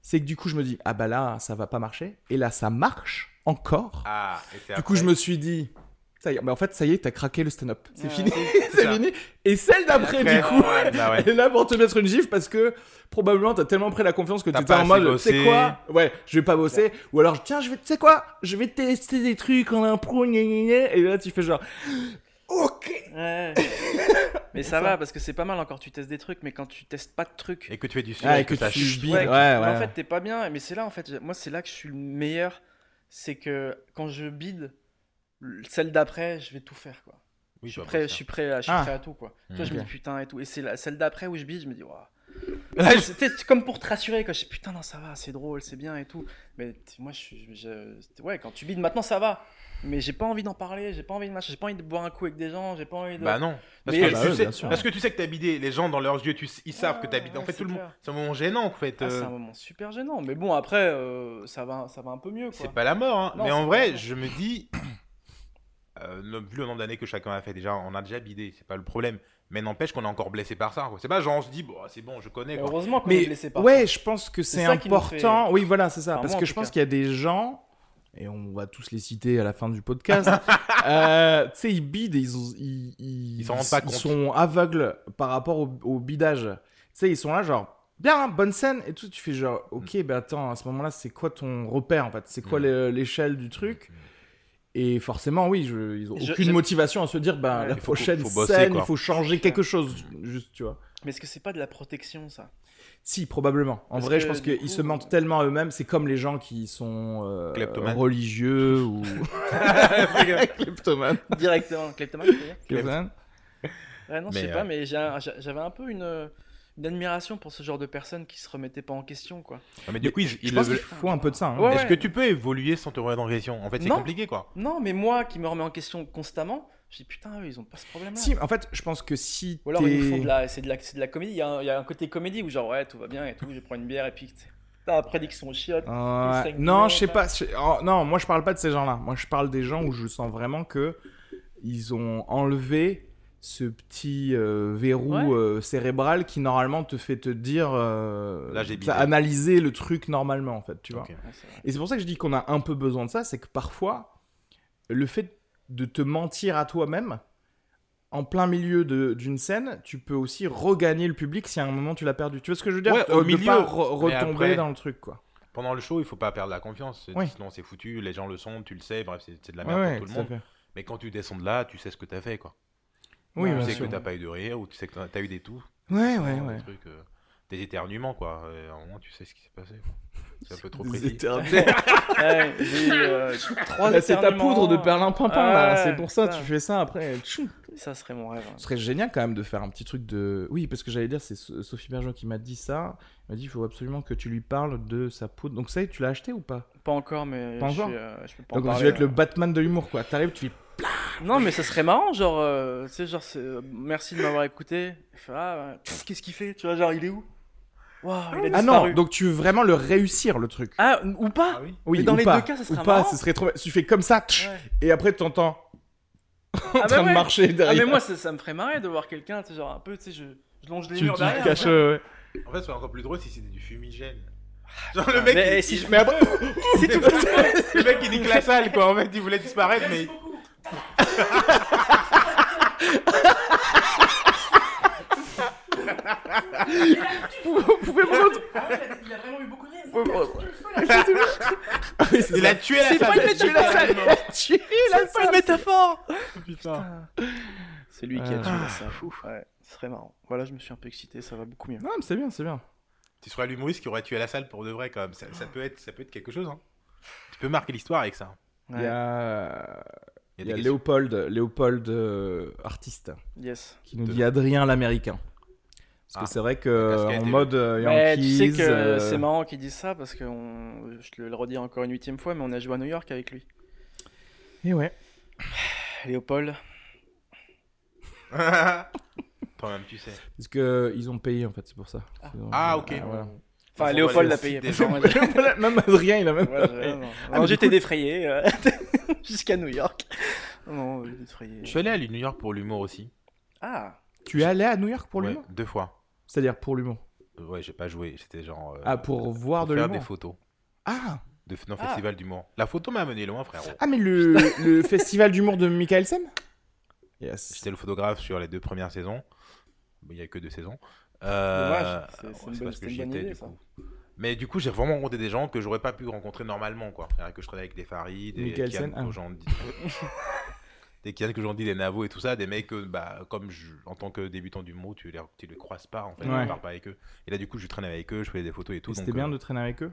Speaker 3: c'est que du coup, je me dis, ah bah là, ça va pas marcher. Et là, ça marche encore.
Speaker 1: Ah, et c'est
Speaker 3: du coup,
Speaker 1: après.
Speaker 3: je me suis dit, ça y est, mais en fait, ça y est, t'as craqué le stand-up. C'est
Speaker 2: Ouais,
Speaker 3: fini,
Speaker 2: c'est-
Speaker 3: c'est
Speaker 1: ça.
Speaker 3: fini. Et celle d'après,
Speaker 1: Après,
Speaker 3: du coup,
Speaker 1: ouais, bah ouais.
Speaker 3: elle est là pour te mettre une gifle parce que probablement t'as tellement pris la confiance que
Speaker 1: T'as
Speaker 3: t'étais
Speaker 1: pas
Speaker 3: en
Speaker 1: assez
Speaker 3: mode, tu
Speaker 1: bossé.
Speaker 3: sais quoi Ouais, je vais pas bosser. Ou alors, tiens, je vais, tu sais quoi Je vais tester des trucs en impro, gna, gna, gna. Et là, tu fais genre, ok.
Speaker 2: Ouais. mais ça, va, parce que c'est pas mal encore, tu testes des trucs, mais quand tu testes pas de trucs,
Speaker 1: Et que tu fais du son,
Speaker 3: Ah,
Speaker 1: et
Speaker 3: et que
Speaker 1: que, ça
Speaker 3: tu
Speaker 1: chute.
Speaker 3: subis.
Speaker 2: Ouais,
Speaker 3: Ouais,
Speaker 2: mais
Speaker 3: ouais.
Speaker 2: En fait, t'es pas bien, mais c'est là, en fait, moi, c'est là que je suis le meilleur. C'est que quand je bide, celle d'après, je vais tout faire, quoi.
Speaker 1: Oui,
Speaker 2: je, suis
Speaker 1: bah,
Speaker 2: prêt,
Speaker 1: après,
Speaker 2: je suis prêt à, je suis
Speaker 3: Ah.
Speaker 2: prêt à tout, quoi. Tu vois, je me
Speaker 3: Ok.
Speaker 2: dis putain et tout. Et c'est la- celle d'après où je bide, je me dis, waouh.
Speaker 1: Là, je-
Speaker 2: C'était comme pour te rassurer, quoi. Je dis, putain, non, ça va, c'est drôle, c'est bien et tout. Mais t- moi, je, suis- je- je- Ouais, quand tu bides, maintenant, ça va. Mais j'ai pas envie d'en parler, j'ai pas envie de machin, j'ai pas envie de boire un coup avec des gens, j'ai pas envie de.
Speaker 1: Bah non. Parce,
Speaker 2: Mais-
Speaker 1: que,
Speaker 2: Ah
Speaker 3: bah
Speaker 1: tu
Speaker 3: oui,
Speaker 1: sais,
Speaker 3: bien sûr.
Speaker 1: parce que tu sais que t'as bidé, les gens dans leurs yeux, tu, ils savent que t'as bidé. En
Speaker 2: ouais,
Speaker 1: fait,
Speaker 2: Ah,
Speaker 1: tout
Speaker 2: c'est
Speaker 1: le monde.
Speaker 2: clair.
Speaker 1: C'est un moment gênant, en fait.
Speaker 2: Ah,
Speaker 1: euh,
Speaker 2: c'est un moment super gênant. Mais bon, après, euh, ça, va, ça va un peu mieux, quoi.
Speaker 1: c'est pas la mort, hein.
Speaker 2: Non,
Speaker 1: mais
Speaker 2: c'est
Speaker 1: en
Speaker 2: pas la
Speaker 1: vrai,
Speaker 2: mort.
Speaker 1: je me dis, euh, le- vu le nombre d'années que chacun a fait, déjà, on a déjà bidé, c'est pas le problème. Mais n'empêche qu'on est encore blessé par ça. quoi. C'est pas genre on se dit, bon, ah, c'est bon, je connais. quoi.
Speaker 2: Heureusement qu'on
Speaker 3: Mais
Speaker 2: est blessé par
Speaker 3: ouais, je pense que
Speaker 2: C'est
Speaker 3: c'est
Speaker 2: ça qui nous
Speaker 3: important. Oui, voilà, c'est ça.
Speaker 2: Enfin,
Speaker 3: parce
Speaker 2: moi, en
Speaker 3: que
Speaker 2: tout
Speaker 3: je pense
Speaker 2: cas.
Speaker 3: qu'il y a des gens, et on va tous les citer à la fin du podcast, euh, tu sais, ils bident et ils, ont- ils,
Speaker 1: Ils s'en rendent pas compte.
Speaker 3: sont aveugles par rapport au, au bidage. Tu sais, ils sont là genre, bien, bonne scène, et tout. Tu fais genre, ok, ben attends, à ce moment-là, c'est quoi ton repère, en fait C'est quoi
Speaker 1: Mm.
Speaker 3: l'é- l'échelle du truc et forcément, oui, je- ils ont
Speaker 2: Je-
Speaker 3: aucune
Speaker 2: je-
Speaker 3: motivation à se dire, ben,
Speaker 2: Ouais.
Speaker 1: Il
Speaker 3: la
Speaker 1: faut-
Speaker 3: prochaine
Speaker 1: faut bosser,
Speaker 3: scène,
Speaker 1: quoi.
Speaker 3: il faut changer quelque chose, juste, tu vois.
Speaker 2: Mais est-ce que c'est pas de la protection, ça
Speaker 3: Si, probablement. En
Speaker 2: Parce
Speaker 3: vrai,
Speaker 2: que,
Speaker 3: je pense
Speaker 2: du
Speaker 3: qu'ils se
Speaker 2: coup,
Speaker 3: mentent
Speaker 2: euh,
Speaker 3: tellement à eux-mêmes. C'est comme les gens qui sont euh,
Speaker 1: Kleptomanes.
Speaker 3: religieux ou kleptomanes.
Speaker 2: Directement, kleptomane, c'est-à-dire
Speaker 3: Kleptomanes.
Speaker 2: Ouais, non, je
Speaker 1: Mais,
Speaker 2: sais
Speaker 1: euh,
Speaker 2: pas, mais j'ai un- j'a- j'avais un peu une, euh, une admiration pour ce genre de personnes qui se remettaient pas en question, quoi.
Speaker 1: Non, mais du coup, ils- ils
Speaker 3: Je
Speaker 1: le
Speaker 3: pense qu'il
Speaker 1: veulent-
Speaker 3: faut un peu de ça. hein.
Speaker 2: Ouais,
Speaker 1: Est-ce que tu peux évoluer sans te remettre en question En fait, c'est
Speaker 2: Non.
Speaker 1: compliqué, quoi.
Speaker 2: Non, mais moi qui me remets en question constamment, je dis putain, eux, ils ont pas ce problème-là.
Speaker 3: Si, en fait, je pense que si
Speaker 2: Ou alors
Speaker 3: t'es-
Speaker 2: ils nous font de la, c'est de la, c'est de la comédie. Il y, a un- il y a un côté comédie où genre ouais, tout va bien et tout, je prends une bière et puis tu sais, putain, après dès qu'ils sont au chiottes.
Speaker 3: Euh,
Speaker 2: Ils
Speaker 3: non,
Speaker 2: s'engueulent,
Speaker 3: je sais
Speaker 2: ouais.
Speaker 3: pas. je- oh, non, moi je parle pas de ces gens-là. Moi je parle des gens où je sens vraiment que ils ont enlevé ce petit euh, verrou
Speaker 2: Ouais.
Speaker 3: euh, cérébral qui normalement te fait te dire, euh,
Speaker 1: Là, j'ai bidé.
Speaker 3: analyser le truc normalement en fait, tu vois.
Speaker 1: Ok.
Speaker 2: Ouais, c'est vrai.
Speaker 3: Et c'est pour ça que je dis qu'on a un peu besoin de ça, c'est que parfois, le fait de te mentir à toi-même, en plein milieu de- d'une scène, tu peux aussi regagner le public si à un moment tu l'as perdu. Tu vois ce que je veux dire
Speaker 1: Ouais, au
Speaker 3: De
Speaker 1: milieu,
Speaker 3: pas re-
Speaker 1: mais
Speaker 3: retomber
Speaker 1: après-
Speaker 3: dans le truc, quoi.
Speaker 1: Pendant le show, il faut pas perdre la confiance.
Speaker 3: Oui.
Speaker 1: Sinon, c'est foutu, les gens le sont, tu le sais, bref, c'est c'est de la
Speaker 3: Ouais,
Speaker 1: merde
Speaker 3: ouais,
Speaker 1: pour tout
Speaker 3: tout
Speaker 1: le
Speaker 3: à
Speaker 1: monde.
Speaker 3: fait.
Speaker 1: Mais quand tu descends de là, tu sais ce que t'as fait, quoi.
Speaker 3: Oui,
Speaker 2: Ouais,
Speaker 3: bien
Speaker 1: tu sais
Speaker 3: sûr.
Speaker 1: que t'as pas eu de rire, ou tu sais que t'as- t'as eu des toux.
Speaker 3: Ouais, ouais,
Speaker 1: Des
Speaker 3: ouais.
Speaker 1: trucs, euh, des éternuements, quoi. Et à un moment, tu sais ce qui s'est passé. quoi. C'est un peu trop
Speaker 3: Des
Speaker 1: précis.
Speaker 3: éternuements.
Speaker 2: Ouais, j'ai eu, euh, trois
Speaker 3: Là, c'est ta
Speaker 2: éternuements.
Speaker 3: poudre de perlimpinpin, là.
Speaker 2: Ouais,
Speaker 3: C'est pour ça,
Speaker 2: putain.
Speaker 3: tu fais ça après. Tchou.
Speaker 2: Ça serait mon rêve. hein.
Speaker 3: Ce serait génial quand même de faire un petit truc de. Oui, parce que j'allais dire, c'est So- Sophie Bergeon qui m'a dit ça. Elle m'a dit il faut absolument que tu lui parles de sa poudre. Donc, ça y est, tu l'as acheté ou pas
Speaker 2: Pas encore, mais
Speaker 3: Pas
Speaker 2: je, suis,
Speaker 3: encore
Speaker 2: euh, je peux pas en
Speaker 3: Donc, tu
Speaker 2: parler,
Speaker 3: vas être le
Speaker 2: là.
Speaker 3: Batman de l'humour, quoi. T'arrives, tu fais.
Speaker 2: Non, mais ça serait marrant, genre, euh, tu sais, genre, c'est, euh, merci de m'avoir écouté. Il fait, ah, ouais, pff, qu'est-ce qu'il fait Tu vois, genre, il est où Waouh, il a
Speaker 3: Ah
Speaker 2: disparu.
Speaker 3: non, donc tu veux vraiment le réussir, le truc.
Speaker 2: Ah, ou pas
Speaker 1: Ah oui
Speaker 3: Oui,
Speaker 2: Mais dans
Speaker 3: ou
Speaker 2: les
Speaker 3: pas.
Speaker 2: deux cas, ça
Speaker 3: Ou
Speaker 2: serait
Speaker 3: pas,
Speaker 2: marrant.
Speaker 3: ce serait trop. Tu fais comme ça, tch,
Speaker 2: Ouais.
Speaker 3: et après, t'entends en
Speaker 2: bah
Speaker 3: Ah train
Speaker 2: ouais.
Speaker 3: de marcher
Speaker 2: Ah,
Speaker 3: derrière.
Speaker 2: mais moi, ça, ça me ferait marrer de voir quelqu'un, tu sais, genre, un peu, tu sais, je, je longe les
Speaker 3: tu,
Speaker 2: murs
Speaker 3: tu
Speaker 2: derrière.
Speaker 3: caches.
Speaker 2: quoi.
Speaker 3: euh, ouais.
Speaker 1: En fait, c'est encore plus drôle si c'était du fumigène. Genre le mec,
Speaker 2: Mais
Speaker 1: il,
Speaker 2: si
Speaker 1: il-
Speaker 2: je-
Speaker 3: Mais après,
Speaker 2: C'est tout.
Speaker 1: le mec il nique la salle quoi, en fait il voulait disparaître mais...
Speaker 3: vous pouvez me rendre-
Speaker 2: Il a vraiment eu beaucoup de rire.
Speaker 3: Ah, mais c'est
Speaker 1: Il
Speaker 3: ça.
Speaker 1: a tué la salle
Speaker 2: pas une
Speaker 3: Tu l'as salle. Tu l'as
Speaker 2: C'est pas une métaphore.
Speaker 1: Putain.
Speaker 2: C'est lui qui a
Speaker 3: Ah.
Speaker 2: tué la salle. Ouais, ce serait marrant. Voilà, je me suis un peu excité, ça va beaucoup mieux.
Speaker 3: Non, mais c'est bien, c'est bien.
Speaker 1: Tu serais l'humoriste qui aurait tué la salle pour de vrai quand même, ça, ça peut, être, ça peut être quelque chose hein. Tu peux marquer l'histoire avec ça.
Speaker 3: Il y
Speaker 2: Ouais.
Speaker 3: a,
Speaker 1: Il
Speaker 3: il y a
Speaker 1: des questions.
Speaker 3: Léopold, Léopold euh, artiste,
Speaker 2: Yes.
Speaker 3: qui nous
Speaker 1: De-
Speaker 3: dit Adrien l'américain. Parce
Speaker 1: Ah.
Speaker 3: que c'est vrai que
Speaker 1: Parce qu'il y a
Speaker 3: en
Speaker 1: des-
Speaker 3: mode euh,
Speaker 2: Mais
Speaker 3: Yankees.
Speaker 2: tu sais que
Speaker 3: euh,
Speaker 2: c'est marrant qu'ils disent ça parce que on- je te le redis encore une huitième fois, mais on a joué à New York avec lui.
Speaker 3: Et ouais.
Speaker 2: Léopold.
Speaker 1: Toi-même tu sais.
Speaker 3: Parce que ils ont payé en fait, c'est pour ça.
Speaker 2: Ah.
Speaker 3: Ils ont-
Speaker 1: Ah, ok.
Speaker 3: voilà.
Speaker 2: Enfin,
Speaker 1: Ça,
Speaker 2: Léopold
Speaker 1: on
Speaker 2: l'a
Speaker 1: va
Speaker 2: payé.
Speaker 1: les
Speaker 2: parce qu'on a-
Speaker 3: Voilà, même Adrien, il a même.
Speaker 2: Ouais, ouais, non.
Speaker 3: mais
Speaker 2: Non,
Speaker 3: du
Speaker 2: J'étais
Speaker 3: coup-
Speaker 2: défrayé euh, jusqu'à New York. Non, j'étais défrayé.
Speaker 1: Je suis allé à New York pour l'humour aussi.
Speaker 2: Ah,
Speaker 3: Tu es allé à New York pour
Speaker 1: Ouais,
Speaker 3: l'humour
Speaker 1: Deux fois.
Speaker 3: C'est-à-dire pour l'humour.
Speaker 1: Ouais, j'ai pas joué. J'étais genre. euh,
Speaker 3: Ah, pour voir de
Speaker 1: faire des
Speaker 3: l'humour.
Speaker 1: photos.
Speaker 3: Ah,
Speaker 1: De non,
Speaker 2: Ah.
Speaker 1: festival d'humour. La photo m'a amené loin, frère.
Speaker 3: ah, mais le, le festival d'humour de Michaelsen Yes.
Speaker 1: J'étais le photographe sur les deux premières saisons. Mais Il n'y a que deux saisons. Euh,
Speaker 2: Dommage, c'est- c'est
Speaker 1: ouais,
Speaker 2: une bonne-
Speaker 1: parce que
Speaker 2: c'est une
Speaker 1: j'y
Speaker 2: bonne
Speaker 1: étais,
Speaker 2: idée,
Speaker 1: du
Speaker 2: ça.
Speaker 1: coup. Mais du coup, j'ai vraiment rencontré des gens que j'aurais pas pu rencontrer normalement, quoi. frère, Que je traînais avec des Farid, des
Speaker 3: Mikkelsen,
Speaker 1: Kian
Speaker 3: ah.
Speaker 1: Kojandi- des Kian Kojandi, des Navo et tout ça, des mecs que, bah, comme je- en tant que débutant du mot, tu les, tu les croises pas, en fait,
Speaker 3: Ouais.
Speaker 1: tu parles pas avec eux. Et là, du coup, je traînais avec eux, je faisais des photos et tout.
Speaker 3: Et C'était
Speaker 1: donc,
Speaker 3: bien
Speaker 1: euh,
Speaker 3: de traîner avec eux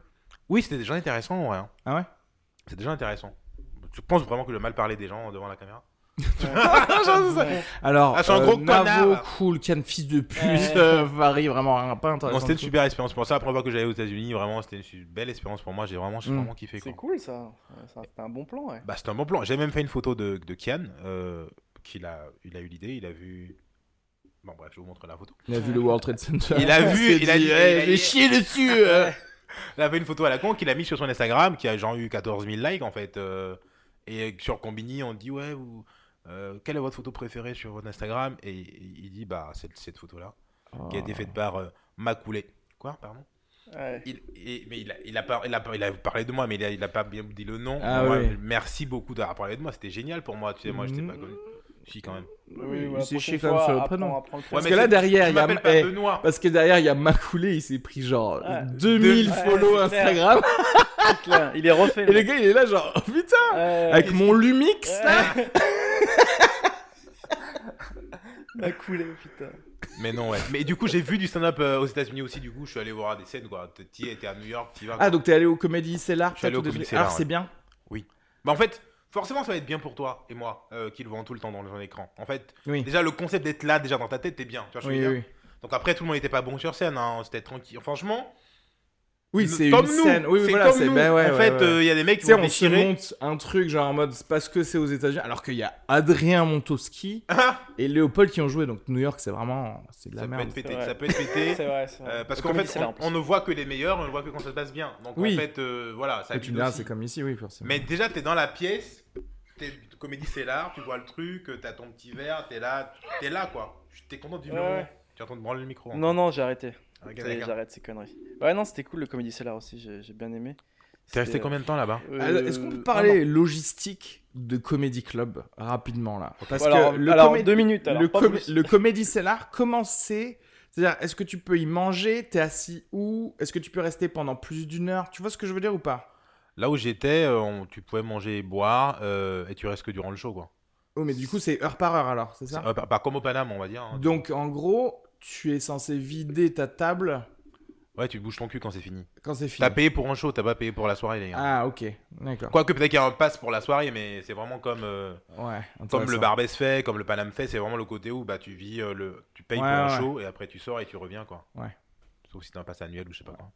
Speaker 1: Oui, c'était des gens intéressants, ouais. hein.
Speaker 3: Ah ouais
Speaker 1: C'est déjà intéressant. Tu penses vraiment que le mal parler des gens devant la caméra
Speaker 3: Alors, euh,
Speaker 1: Ah, c'est un gros
Speaker 3: Navo,
Speaker 1: connard.
Speaker 3: cool, Kian, fils de pute,
Speaker 2: Ouais.
Speaker 3: euh, Farid, vraiment rien, pas intéressant.
Speaker 1: Non, c'était une
Speaker 3: du tout.
Speaker 1: super expérience pour ça. Après fois que j'allais aux États-Unis, vraiment, c'était une su- belle expérience pour moi. J'ai vraiment, j'ai
Speaker 3: Mm.
Speaker 1: vraiment kiffé.
Speaker 2: C'est
Speaker 1: Quoi.
Speaker 2: cool ça. Ouais, ça, C'était un bon plan, ouais.
Speaker 1: Bah, c'était un bon plan. J'ai même fait une photo de, de Kian, euh, qu'il a, il a eu l'idée, il a vu. Bon, bref, je vous montre la photo.
Speaker 3: Il a vu le World Trade Center.
Speaker 1: Il a vu,
Speaker 3: s'est
Speaker 1: il a
Speaker 3: dit,
Speaker 1: dit-
Speaker 3: eh,
Speaker 1: il a-
Speaker 3: je vais chier dessus. euh.
Speaker 1: Il a fait une photo à la con qu'il a mis sur son Instagram, qui a genre eu 14 000 likes en fait. euh, et sur Combini, on dit ouais, vous, euh, quelle est votre photo préférée sur votre Instagram Et il il dit bah, c'est cette photo-là,
Speaker 3: Oh.
Speaker 1: qui a été faite par euh, Macoulé. Quoi, pardon
Speaker 2: Ouais.
Speaker 1: Il- il- mais il a, il, a par- il, a, par- il a parlé de moi, mais il a, il a pas bien dit le nom.
Speaker 3: Ah
Speaker 1: Moi,
Speaker 3: oui.
Speaker 1: Merci beaucoup d'avoir parlé de moi, c'était génial pour moi. Tu sais, moi, j'étais pas
Speaker 3: Mm.
Speaker 1: connu. Si, quand même.
Speaker 3: oui,
Speaker 2: voilà,
Speaker 3: c'est
Speaker 2: bah, prochaine
Speaker 3: chier quand même
Speaker 2: fois,
Speaker 3: sur le
Speaker 2: apprends-
Speaker 3: prénom.
Speaker 2: apprends le
Speaker 1: Ouais,
Speaker 3: Parce
Speaker 1: mais
Speaker 3: que là,
Speaker 1: c'est-
Speaker 3: derrière,
Speaker 1: Je
Speaker 3: il y a.
Speaker 1: m'appelle pas
Speaker 3: eh,
Speaker 1: Benoît.
Speaker 3: Parce que derrière, il y a Macoulé, il s'est pris genre
Speaker 2: Ouais.
Speaker 3: 2000
Speaker 2: Ah. Ouais,
Speaker 3: follow
Speaker 2: c'est clair.
Speaker 3: Instagram.
Speaker 2: truc, là. Il est refait.
Speaker 3: Et le gars, il est là, genre, oh, putain,
Speaker 2: Ouais.
Speaker 3: avec mon Lumix
Speaker 2: Ouais.
Speaker 3: là.
Speaker 2: M'a coulé, putain.
Speaker 1: Mais non, ouais. Mais du coup, j'ai vu du stand-up euh, aux États-Unis aussi. Du coup, je suis allé voir des scènes, quoi. T'es- T'y es, t'es à New York, t'y vas. quoi.
Speaker 3: Ah, donc t'es allé au Comédie Cellar
Speaker 1: Je suis allé
Speaker 3: t'as
Speaker 1: au
Speaker 3: tout
Speaker 1: Comedy
Speaker 3: détruit.
Speaker 1: Cellar,
Speaker 3: Ah, c'est bien.
Speaker 1: Bah, en fait, forcément, ça va être bien pour toi et moi, euh, qui le voient tout le temps dans un écran. En fait,
Speaker 3: Oui.
Speaker 1: déjà, le concept d'être là, déjà dans ta tête, t'es bien. Tu vois, ce que je
Speaker 3: Oui,
Speaker 1: veux
Speaker 3: oui.
Speaker 1: dire Donc après, tout le monde n'était pas bon sur scène. hein, C'était tranquille. Franchement,
Speaker 3: Oui,
Speaker 1: nous-
Speaker 3: c'est une
Speaker 1: comme nous.
Speaker 3: scène. Oui, oui,
Speaker 1: c'est
Speaker 3: voilà,
Speaker 1: comme
Speaker 3: c'est
Speaker 1: nous.
Speaker 3: ben ouais,
Speaker 1: en
Speaker 3: ouais,
Speaker 1: fait,
Speaker 3: ouais.
Speaker 1: il y a des mecs
Speaker 3: Tu
Speaker 1: qui
Speaker 3: sais,
Speaker 1: ont
Speaker 3: on se
Speaker 1: déchiré.
Speaker 3: monte un truc genre en mode c'est parce que c'est aux États-Unis, alors qu'il y a Adrien Montowski et Léopold qui ont joué. Donc New York, c'est vraiment c'est de la
Speaker 1: Ça peut
Speaker 3: merde.
Speaker 1: être pété.
Speaker 2: C'est vrai.
Speaker 1: Ça peut être pété.
Speaker 2: C'est vrai, c'est vrai.
Speaker 1: Euh, parce
Speaker 2: Le
Speaker 1: qu'en
Speaker 2: Comedy
Speaker 1: fait,
Speaker 2: Cellar,
Speaker 1: on,
Speaker 2: en plus.
Speaker 1: on ne voit que les meilleurs, on ne voit que quand ça se passe bien. Donc
Speaker 3: Oui.
Speaker 1: en fait, euh, voilà, ça
Speaker 3: Et tu
Speaker 1: vide
Speaker 3: me diras,
Speaker 1: aussi.
Speaker 3: c'est comme ici, oui, forcément.
Speaker 1: Mais déjà, t'es dans la pièce, t'es comédie c'est l'art, tu vois le truc, t'as ton petit verre, t'es là, t'es là quoi. T'es content du
Speaker 2: Ouais,
Speaker 1: moment.
Speaker 2: ouais.
Speaker 1: Tu es en train de branler le micro. hein.
Speaker 2: Non, non, j'ai arrêté.
Speaker 1: Ok,
Speaker 2: Ça y est,
Speaker 1: d'accord.
Speaker 2: J'arrête ces conneries. Ouais, non, c'était cool le Comedy Cellar aussi, j'ai j'ai bien aimé.
Speaker 1: T'es resté
Speaker 2: C'était-
Speaker 1: combien de temps là-bas
Speaker 2: Euh,
Speaker 3: Alors, Est-ce qu'on peut
Speaker 2: un
Speaker 3: parler logistique de Comedy Club rapidement là Parce
Speaker 2: alors,
Speaker 3: que le,
Speaker 2: alors,
Speaker 3: comé-
Speaker 2: deux minutes, alors,
Speaker 3: le,
Speaker 2: pas
Speaker 3: comé-
Speaker 2: plus.
Speaker 3: le Comedy Cellar, comment c'est C'est-à-dire, est-ce que tu peux y manger T'es assis où Est-ce que tu peux rester pendant plus d'une heure Tu vois ce que je veux dire ou pas
Speaker 1: Là où j'étais, euh, on- tu pouvais manger et boire, euh, et tu restes que durant le show quoi.
Speaker 3: Oh, mais du coup, c'est heure par heure alors, c'est ça
Speaker 1: Euh, par, par- comme au Paname, on va dire. hein.
Speaker 3: Donc en gros, tu es censé vider ta table
Speaker 1: Ouais, tu bouges ton cul quand c'est fini.
Speaker 3: quand c'est fini.
Speaker 1: T'as payé pour un show, t'as pas payé pour la soirée les gars.
Speaker 3: Ah ok, d'accord.
Speaker 1: Quoique peut-être qu'il y a un pass pour la soirée, mais c'est vraiment comme. euh,
Speaker 3: Ouais.
Speaker 1: Comme le
Speaker 3: bar.
Speaker 1: Barbès fait, comme le Paname fait, c'est vraiment le côté où bah, tu vis, euh, le... tu payes
Speaker 3: Ouais,
Speaker 1: pour un
Speaker 3: ouais.
Speaker 1: show et après tu sors et tu reviens quoi.
Speaker 3: Ouais.
Speaker 1: Sauf si t'as un pass annuel ou je sais pas quoi.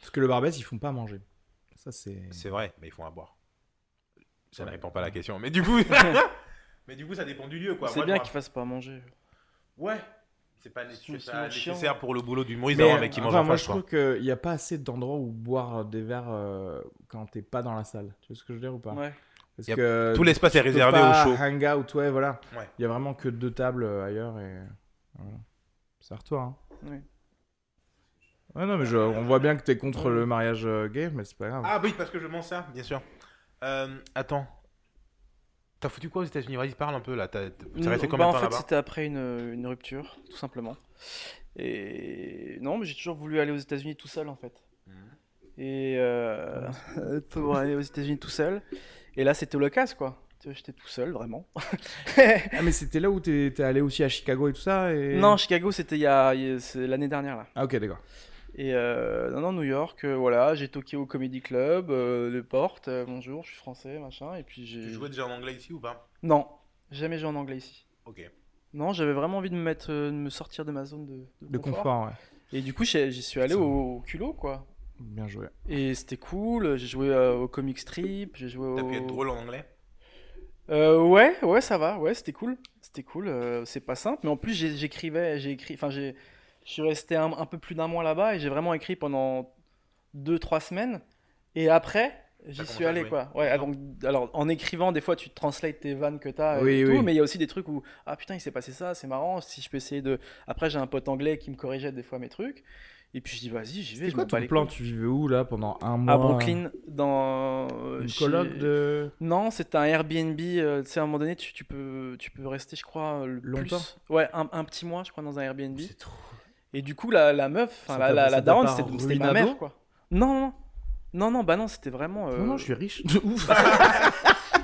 Speaker 3: Parce que le barbès, ils font pas manger. Ça c'est.
Speaker 1: C'est vrai, mais ils font à boire. Ça ne
Speaker 3: Ouais.
Speaker 1: répond pas à la question. Mais du coup, mais du coup ça dépend du lieu quoi.
Speaker 2: C'est
Speaker 1: Moi,
Speaker 2: bien
Speaker 1: je
Speaker 2: qu'ils fassent pas à manger.
Speaker 1: me rappelle- Ouais. C'est pas
Speaker 2: C'est-
Speaker 1: nécessaire,
Speaker 2: c'est moins chiant.
Speaker 1: nécessaire pour le boulot du Maurice
Speaker 3: Mais,
Speaker 1: d'avoir un mec qui mange
Speaker 3: enfin,
Speaker 1: en
Speaker 3: moi
Speaker 1: face
Speaker 3: je trouve qu'il n'y a pas assez d'endroits où boire des verres euh, quand t'es pas dans la salle. Tu vois ce que je veux dire ou pas
Speaker 2: Ouais.
Speaker 3: Parce
Speaker 1: Y a-
Speaker 3: que
Speaker 1: Tout l'espace est
Speaker 3: tu peux
Speaker 1: réservé au
Speaker 3: pas
Speaker 1: show.
Speaker 3: Hangout, ouais, voilà. Il
Speaker 1: Ouais.
Speaker 3: y a vraiment que deux tables euh, ailleurs et voilà. C'est à toi. Hein.
Speaker 2: Ouais.
Speaker 3: Ouais, non, mais je- on voit bien que t'es contre le mariage euh, gay, mais c'est pas grave.
Speaker 1: Ah oui, parce que je mens ça, bien sûr. Euh, attends. T'as foutu quoi aux États-Unis Vas-y, parle un peu là. T'as t'es
Speaker 2: Non,
Speaker 1: resté
Speaker 2: bah,
Speaker 1: combien de
Speaker 2: En
Speaker 1: temps
Speaker 2: fait,
Speaker 1: là-bas
Speaker 2: c'était après une, une rupture, tout simplement. Et non, mais j'ai toujours voulu aller aux États-Unis tout seul, en fait.
Speaker 1: Mhm.
Speaker 2: Et euh, pour aller aux États-Unis tout seul. Et là, c'était l'occasion, quoi. Tu vois, J'étais tout seul, vraiment.
Speaker 3: Ah, mais c'était là où t'es t'es allé aussi à Chicago et tout ça et...
Speaker 2: Non, Chicago, c'était il y a- il y a- c'est l'année dernière, là.
Speaker 3: Ah ok, d'accord.
Speaker 2: Et euh, non, non, New York, euh, voilà, j'ai Tokyo Comedy Club, euh, le Porte, euh, bonjour, je suis français, machin, et puis j'ai...
Speaker 1: Tu jouais déjà en anglais ici ou pas
Speaker 2: Non, jamais joué en anglais ici.
Speaker 1: Ok.
Speaker 2: Non, j'avais vraiment envie de me, mettre, euh, de me sortir de ma zone de,
Speaker 3: De confort, ouais.
Speaker 2: Et du coup, j'ai- j'y suis allé au, au culot, quoi.
Speaker 3: Bien joué.
Speaker 2: Et c'était cool, j'ai joué euh, au comic strip, j'ai joué au...
Speaker 1: T'as pu être drôle en anglais
Speaker 2: Euh, ouais, ouais, ça va, ouais, c'était cool. C'était cool, euh, c'est pas simple, mais en plus, j'ai- j'écrivais, j'ai écrit, enfin, j'ai, je suis resté un, un peu plus d'un mois là-bas et j'ai vraiment écrit pendant deux, trois semaines. Et après, j'y
Speaker 1: commencé
Speaker 2: suis
Speaker 1: à
Speaker 2: allé,
Speaker 1: jouer.
Speaker 2: quoi. Ouais, alors, alors, en écrivant, des fois, tu translates tes vannes que t'as
Speaker 3: Oui,
Speaker 2: et tout,
Speaker 3: oui.
Speaker 2: mais il y a aussi des trucs où, ah putain, il s'est passé ça, c'est marrant, si je peux essayer de. Après, j'ai un pote anglais qui me corrigeait des fois mes trucs. Et puis je dis, vas-y, j'y vais.
Speaker 3: C'est
Speaker 2: je
Speaker 3: quoi
Speaker 2: m'en bats
Speaker 3: ton
Speaker 2: les
Speaker 3: plan
Speaker 2: couilles.
Speaker 3: Tu vivais où là pendant un mois
Speaker 2: À Brooklyn, dans. euh,
Speaker 3: Une
Speaker 2: chez-
Speaker 3: colloque de.
Speaker 2: Non, c'est un Airbnb. euh, tu sais, à un moment donné, tu, tu peux, tu peux rester, je crois, euh, le
Speaker 3: Longtemps
Speaker 2: plus. Ouais, un, un petit mois, je crois, dans un Airbnb.
Speaker 3: C'est trop.
Speaker 2: Et du coup, la, la meuf, enfin,
Speaker 3: Ça
Speaker 2: la,
Speaker 3: t'a-
Speaker 2: la,
Speaker 3: ça
Speaker 2: la
Speaker 3: t'a
Speaker 2: daronne,
Speaker 3: pas
Speaker 2: c'était c'était ma
Speaker 3: ruinado
Speaker 2: mère, quoi. Non, non, non, non, bah non, c'était vraiment. euh,
Speaker 3: Non, non, je suis riche. De ouf.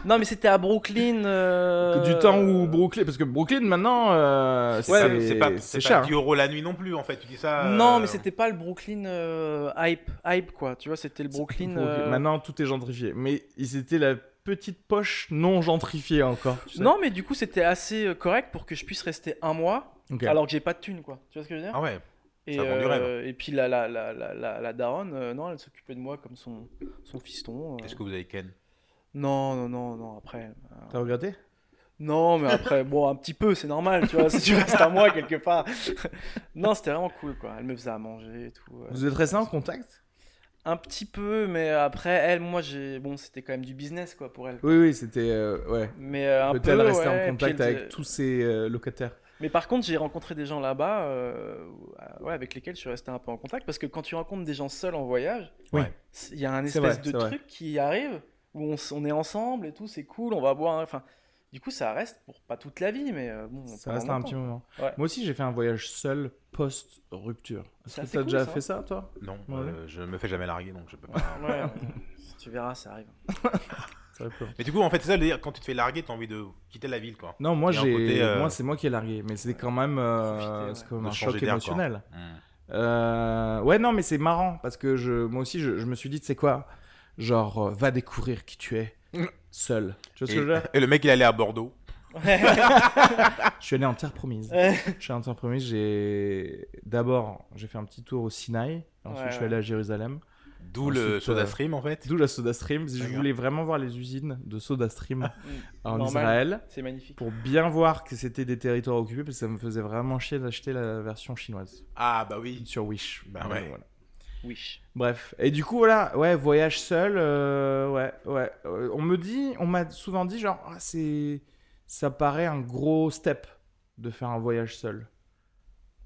Speaker 2: non, mais c'était à Brooklyn. euh,
Speaker 3: Du temps où Brooklyn. Parce que Brooklyn maintenant. euh,
Speaker 1: Ouais,
Speaker 3: c'est
Speaker 1: c'est pas, c'est
Speaker 3: c'est cher. hein.
Speaker 1: pas 10 euros la nuit non plus, en fait. Tu dis ça.
Speaker 2: Non,
Speaker 1: euh,
Speaker 2: mais c'était pas le Brooklyn euh, hype, hype, quoi. Tu vois, c'était le
Speaker 3: C'est-
Speaker 2: Brooklyn.
Speaker 3: Brooklyn.
Speaker 2: euh,
Speaker 3: Maintenant, tout est gentrifié. Mais ils étaient la petite poche non gentrifiée encore. tu sais.
Speaker 2: Non, mais du coup, c'était assez euh, correct pour que je puisse rester un mois
Speaker 3: Ok.
Speaker 2: alors que j'ai pas de thune, quoi. Tu vois ce que je veux dire
Speaker 1: Ah ouais.
Speaker 2: et,
Speaker 1: ça vend du
Speaker 2: euh,
Speaker 1: rêve.
Speaker 2: et puis la, la, la, la, la, la daronne, euh, non, elle s'occupait de moi comme son, son fiston. euh.
Speaker 1: Est-ce que vous avez Ken
Speaker 2: Non, non, non, non, après.
Speaker 3: T'as regretté
Speaker 2: Non, mais après, bon, un petit peu, c'est normal, tu vois, si tu restes à moi quelque part. non, c'était vraiment cool, quoi. Elle me faisait à manger et tout. euh.
Speaker 3: Vous êtes resté en contact
Speaker 2: Un petit peu, mais après, elle, moi, j'ai. Bon, c'était quand même du business, quoi, pour elle.
Speaker 3: Oui, oui, c'était. euh, ouais.
Speaker 2: Mais euh, un peu.
Speaker 3: Peut-être rester
Speaker 2: ouais,
Speaker 3: en contact
Speaker 2: puis elle-
Speaker 3: avec tous ses euh, locataires.
Speaker 2: Mais par contre, j'ai rencontré des gens là-bas euh, ouais, avec lesquels je suis resté un peu en contact parce que quand tu rencontres des gens seuls en voyage,
Speaker 3: Oui.
Speaker 2: c'est- il y a un
Speaker 3: C'est
Speaker 2: espèce
Speaker 3: vrai,
Speaker 2: de
Speaker 3: c'est vrai.
Speaker 2: truc qui arrive où on, s- on est ensemble et tout, c'est cool, on va boire. un- Enfin, du coup, ça reste pour pas toute la vie, mais euh, bon,
Speaker 3: Ça reste un petit moment.
Speaker 2: Ouais.
Speaker 3: Moi aussi, j'ai fait un voyage seul post-rupture. Est-ce
Speaker 2: C'est
Speaker 3: que
Speaker 2: assez
Speaker 3: t'as
Speaker 2: cool,
Speaker 3: déjà
Speaker 2: ça.
Speaker 3: fait ça, toi
Speaker 1: Non,
Speaker 3: Ouais.
Speaker 1: euh, je me fais jamais larguer, donc je peux pas.
Speaker 2: Ouais, ouais, tu verras, ça arrive.
Speaker 1: mais du coup, en fait, c'est ça le délire. Quand tu te fais larguer, t'as envie de quitter la ville, quoi.
Speaker 3: Non, moi,
Speaker 1: Il y a un
Speaker 3: j'ai...
Speaker 1: côté, euh,
Speaker 3: moi c'est moi qui ai largué, mais c'est quand même euh,
Speaker 2: Profiter, ouais.
Speaker 3: c'est comme
Speaker 1: De
Speaker 3: un
Speaker 1: changer d'air,
Speaker 3: choc
Speaker 1: quoi.
Speaker 3: émotionnel.
Speaker 1: Hmm.
Speaker 3: Euh, Ouais, non, mais c'est marrant parce que je... moi aussi, je, je me suis dit, tu sais quoi Genre, euh, va découvrir qui tu es seul. Tu vois ce
Speaker 1: Et,
Speaker 3: que je veux dire
Speaker 1: et le mec, il est allé à Bordeaux.
Speaker 3: Je suis allé en terre promise. Je suis allé en terre promise. J'ai d'abord, j'ai fait un petit tour au Sinaï. Ensuite,
Speaker 2: Ouais,
Speaker 3: je suis
Speaker 2: ouais.
Speaker 3: allé à Jérusalem.
Speaker 1: D'où le
Speaker 3: Ensuite,
Speaker 1: Soda
Speaker 3: euh,
Speaker 1: Stream, en fait.
Speaker 3: D'où la SodaStream. Je
Speaker 1: D'accord.
Speaker 3: voulais vraiment voir les usines de SodaStream en
Speaker 2: Normal.
Speaker 3: Israël
Speaker 2: c'est magnifique.
Speaker 3: pour bien voir que c'était des territoires occupés parce que ça me faisait vraiment chier d'acheter la version chinoise
Speaker 1: Ah, bah oui.
Speaker 3: sur Wish. euh,
Speaker 1: Bah ouais.
Speaker 3: Voilà.
Speaker 2: Wish.
Speaker 3: Bref. Et du coup, voilà, ouais, voyage seul, euh, ouais, ouais. Euh, on me dit, on m'a souvent dit, genre, Ah, c'est, ça paraît un gros step de faire un voyage seul.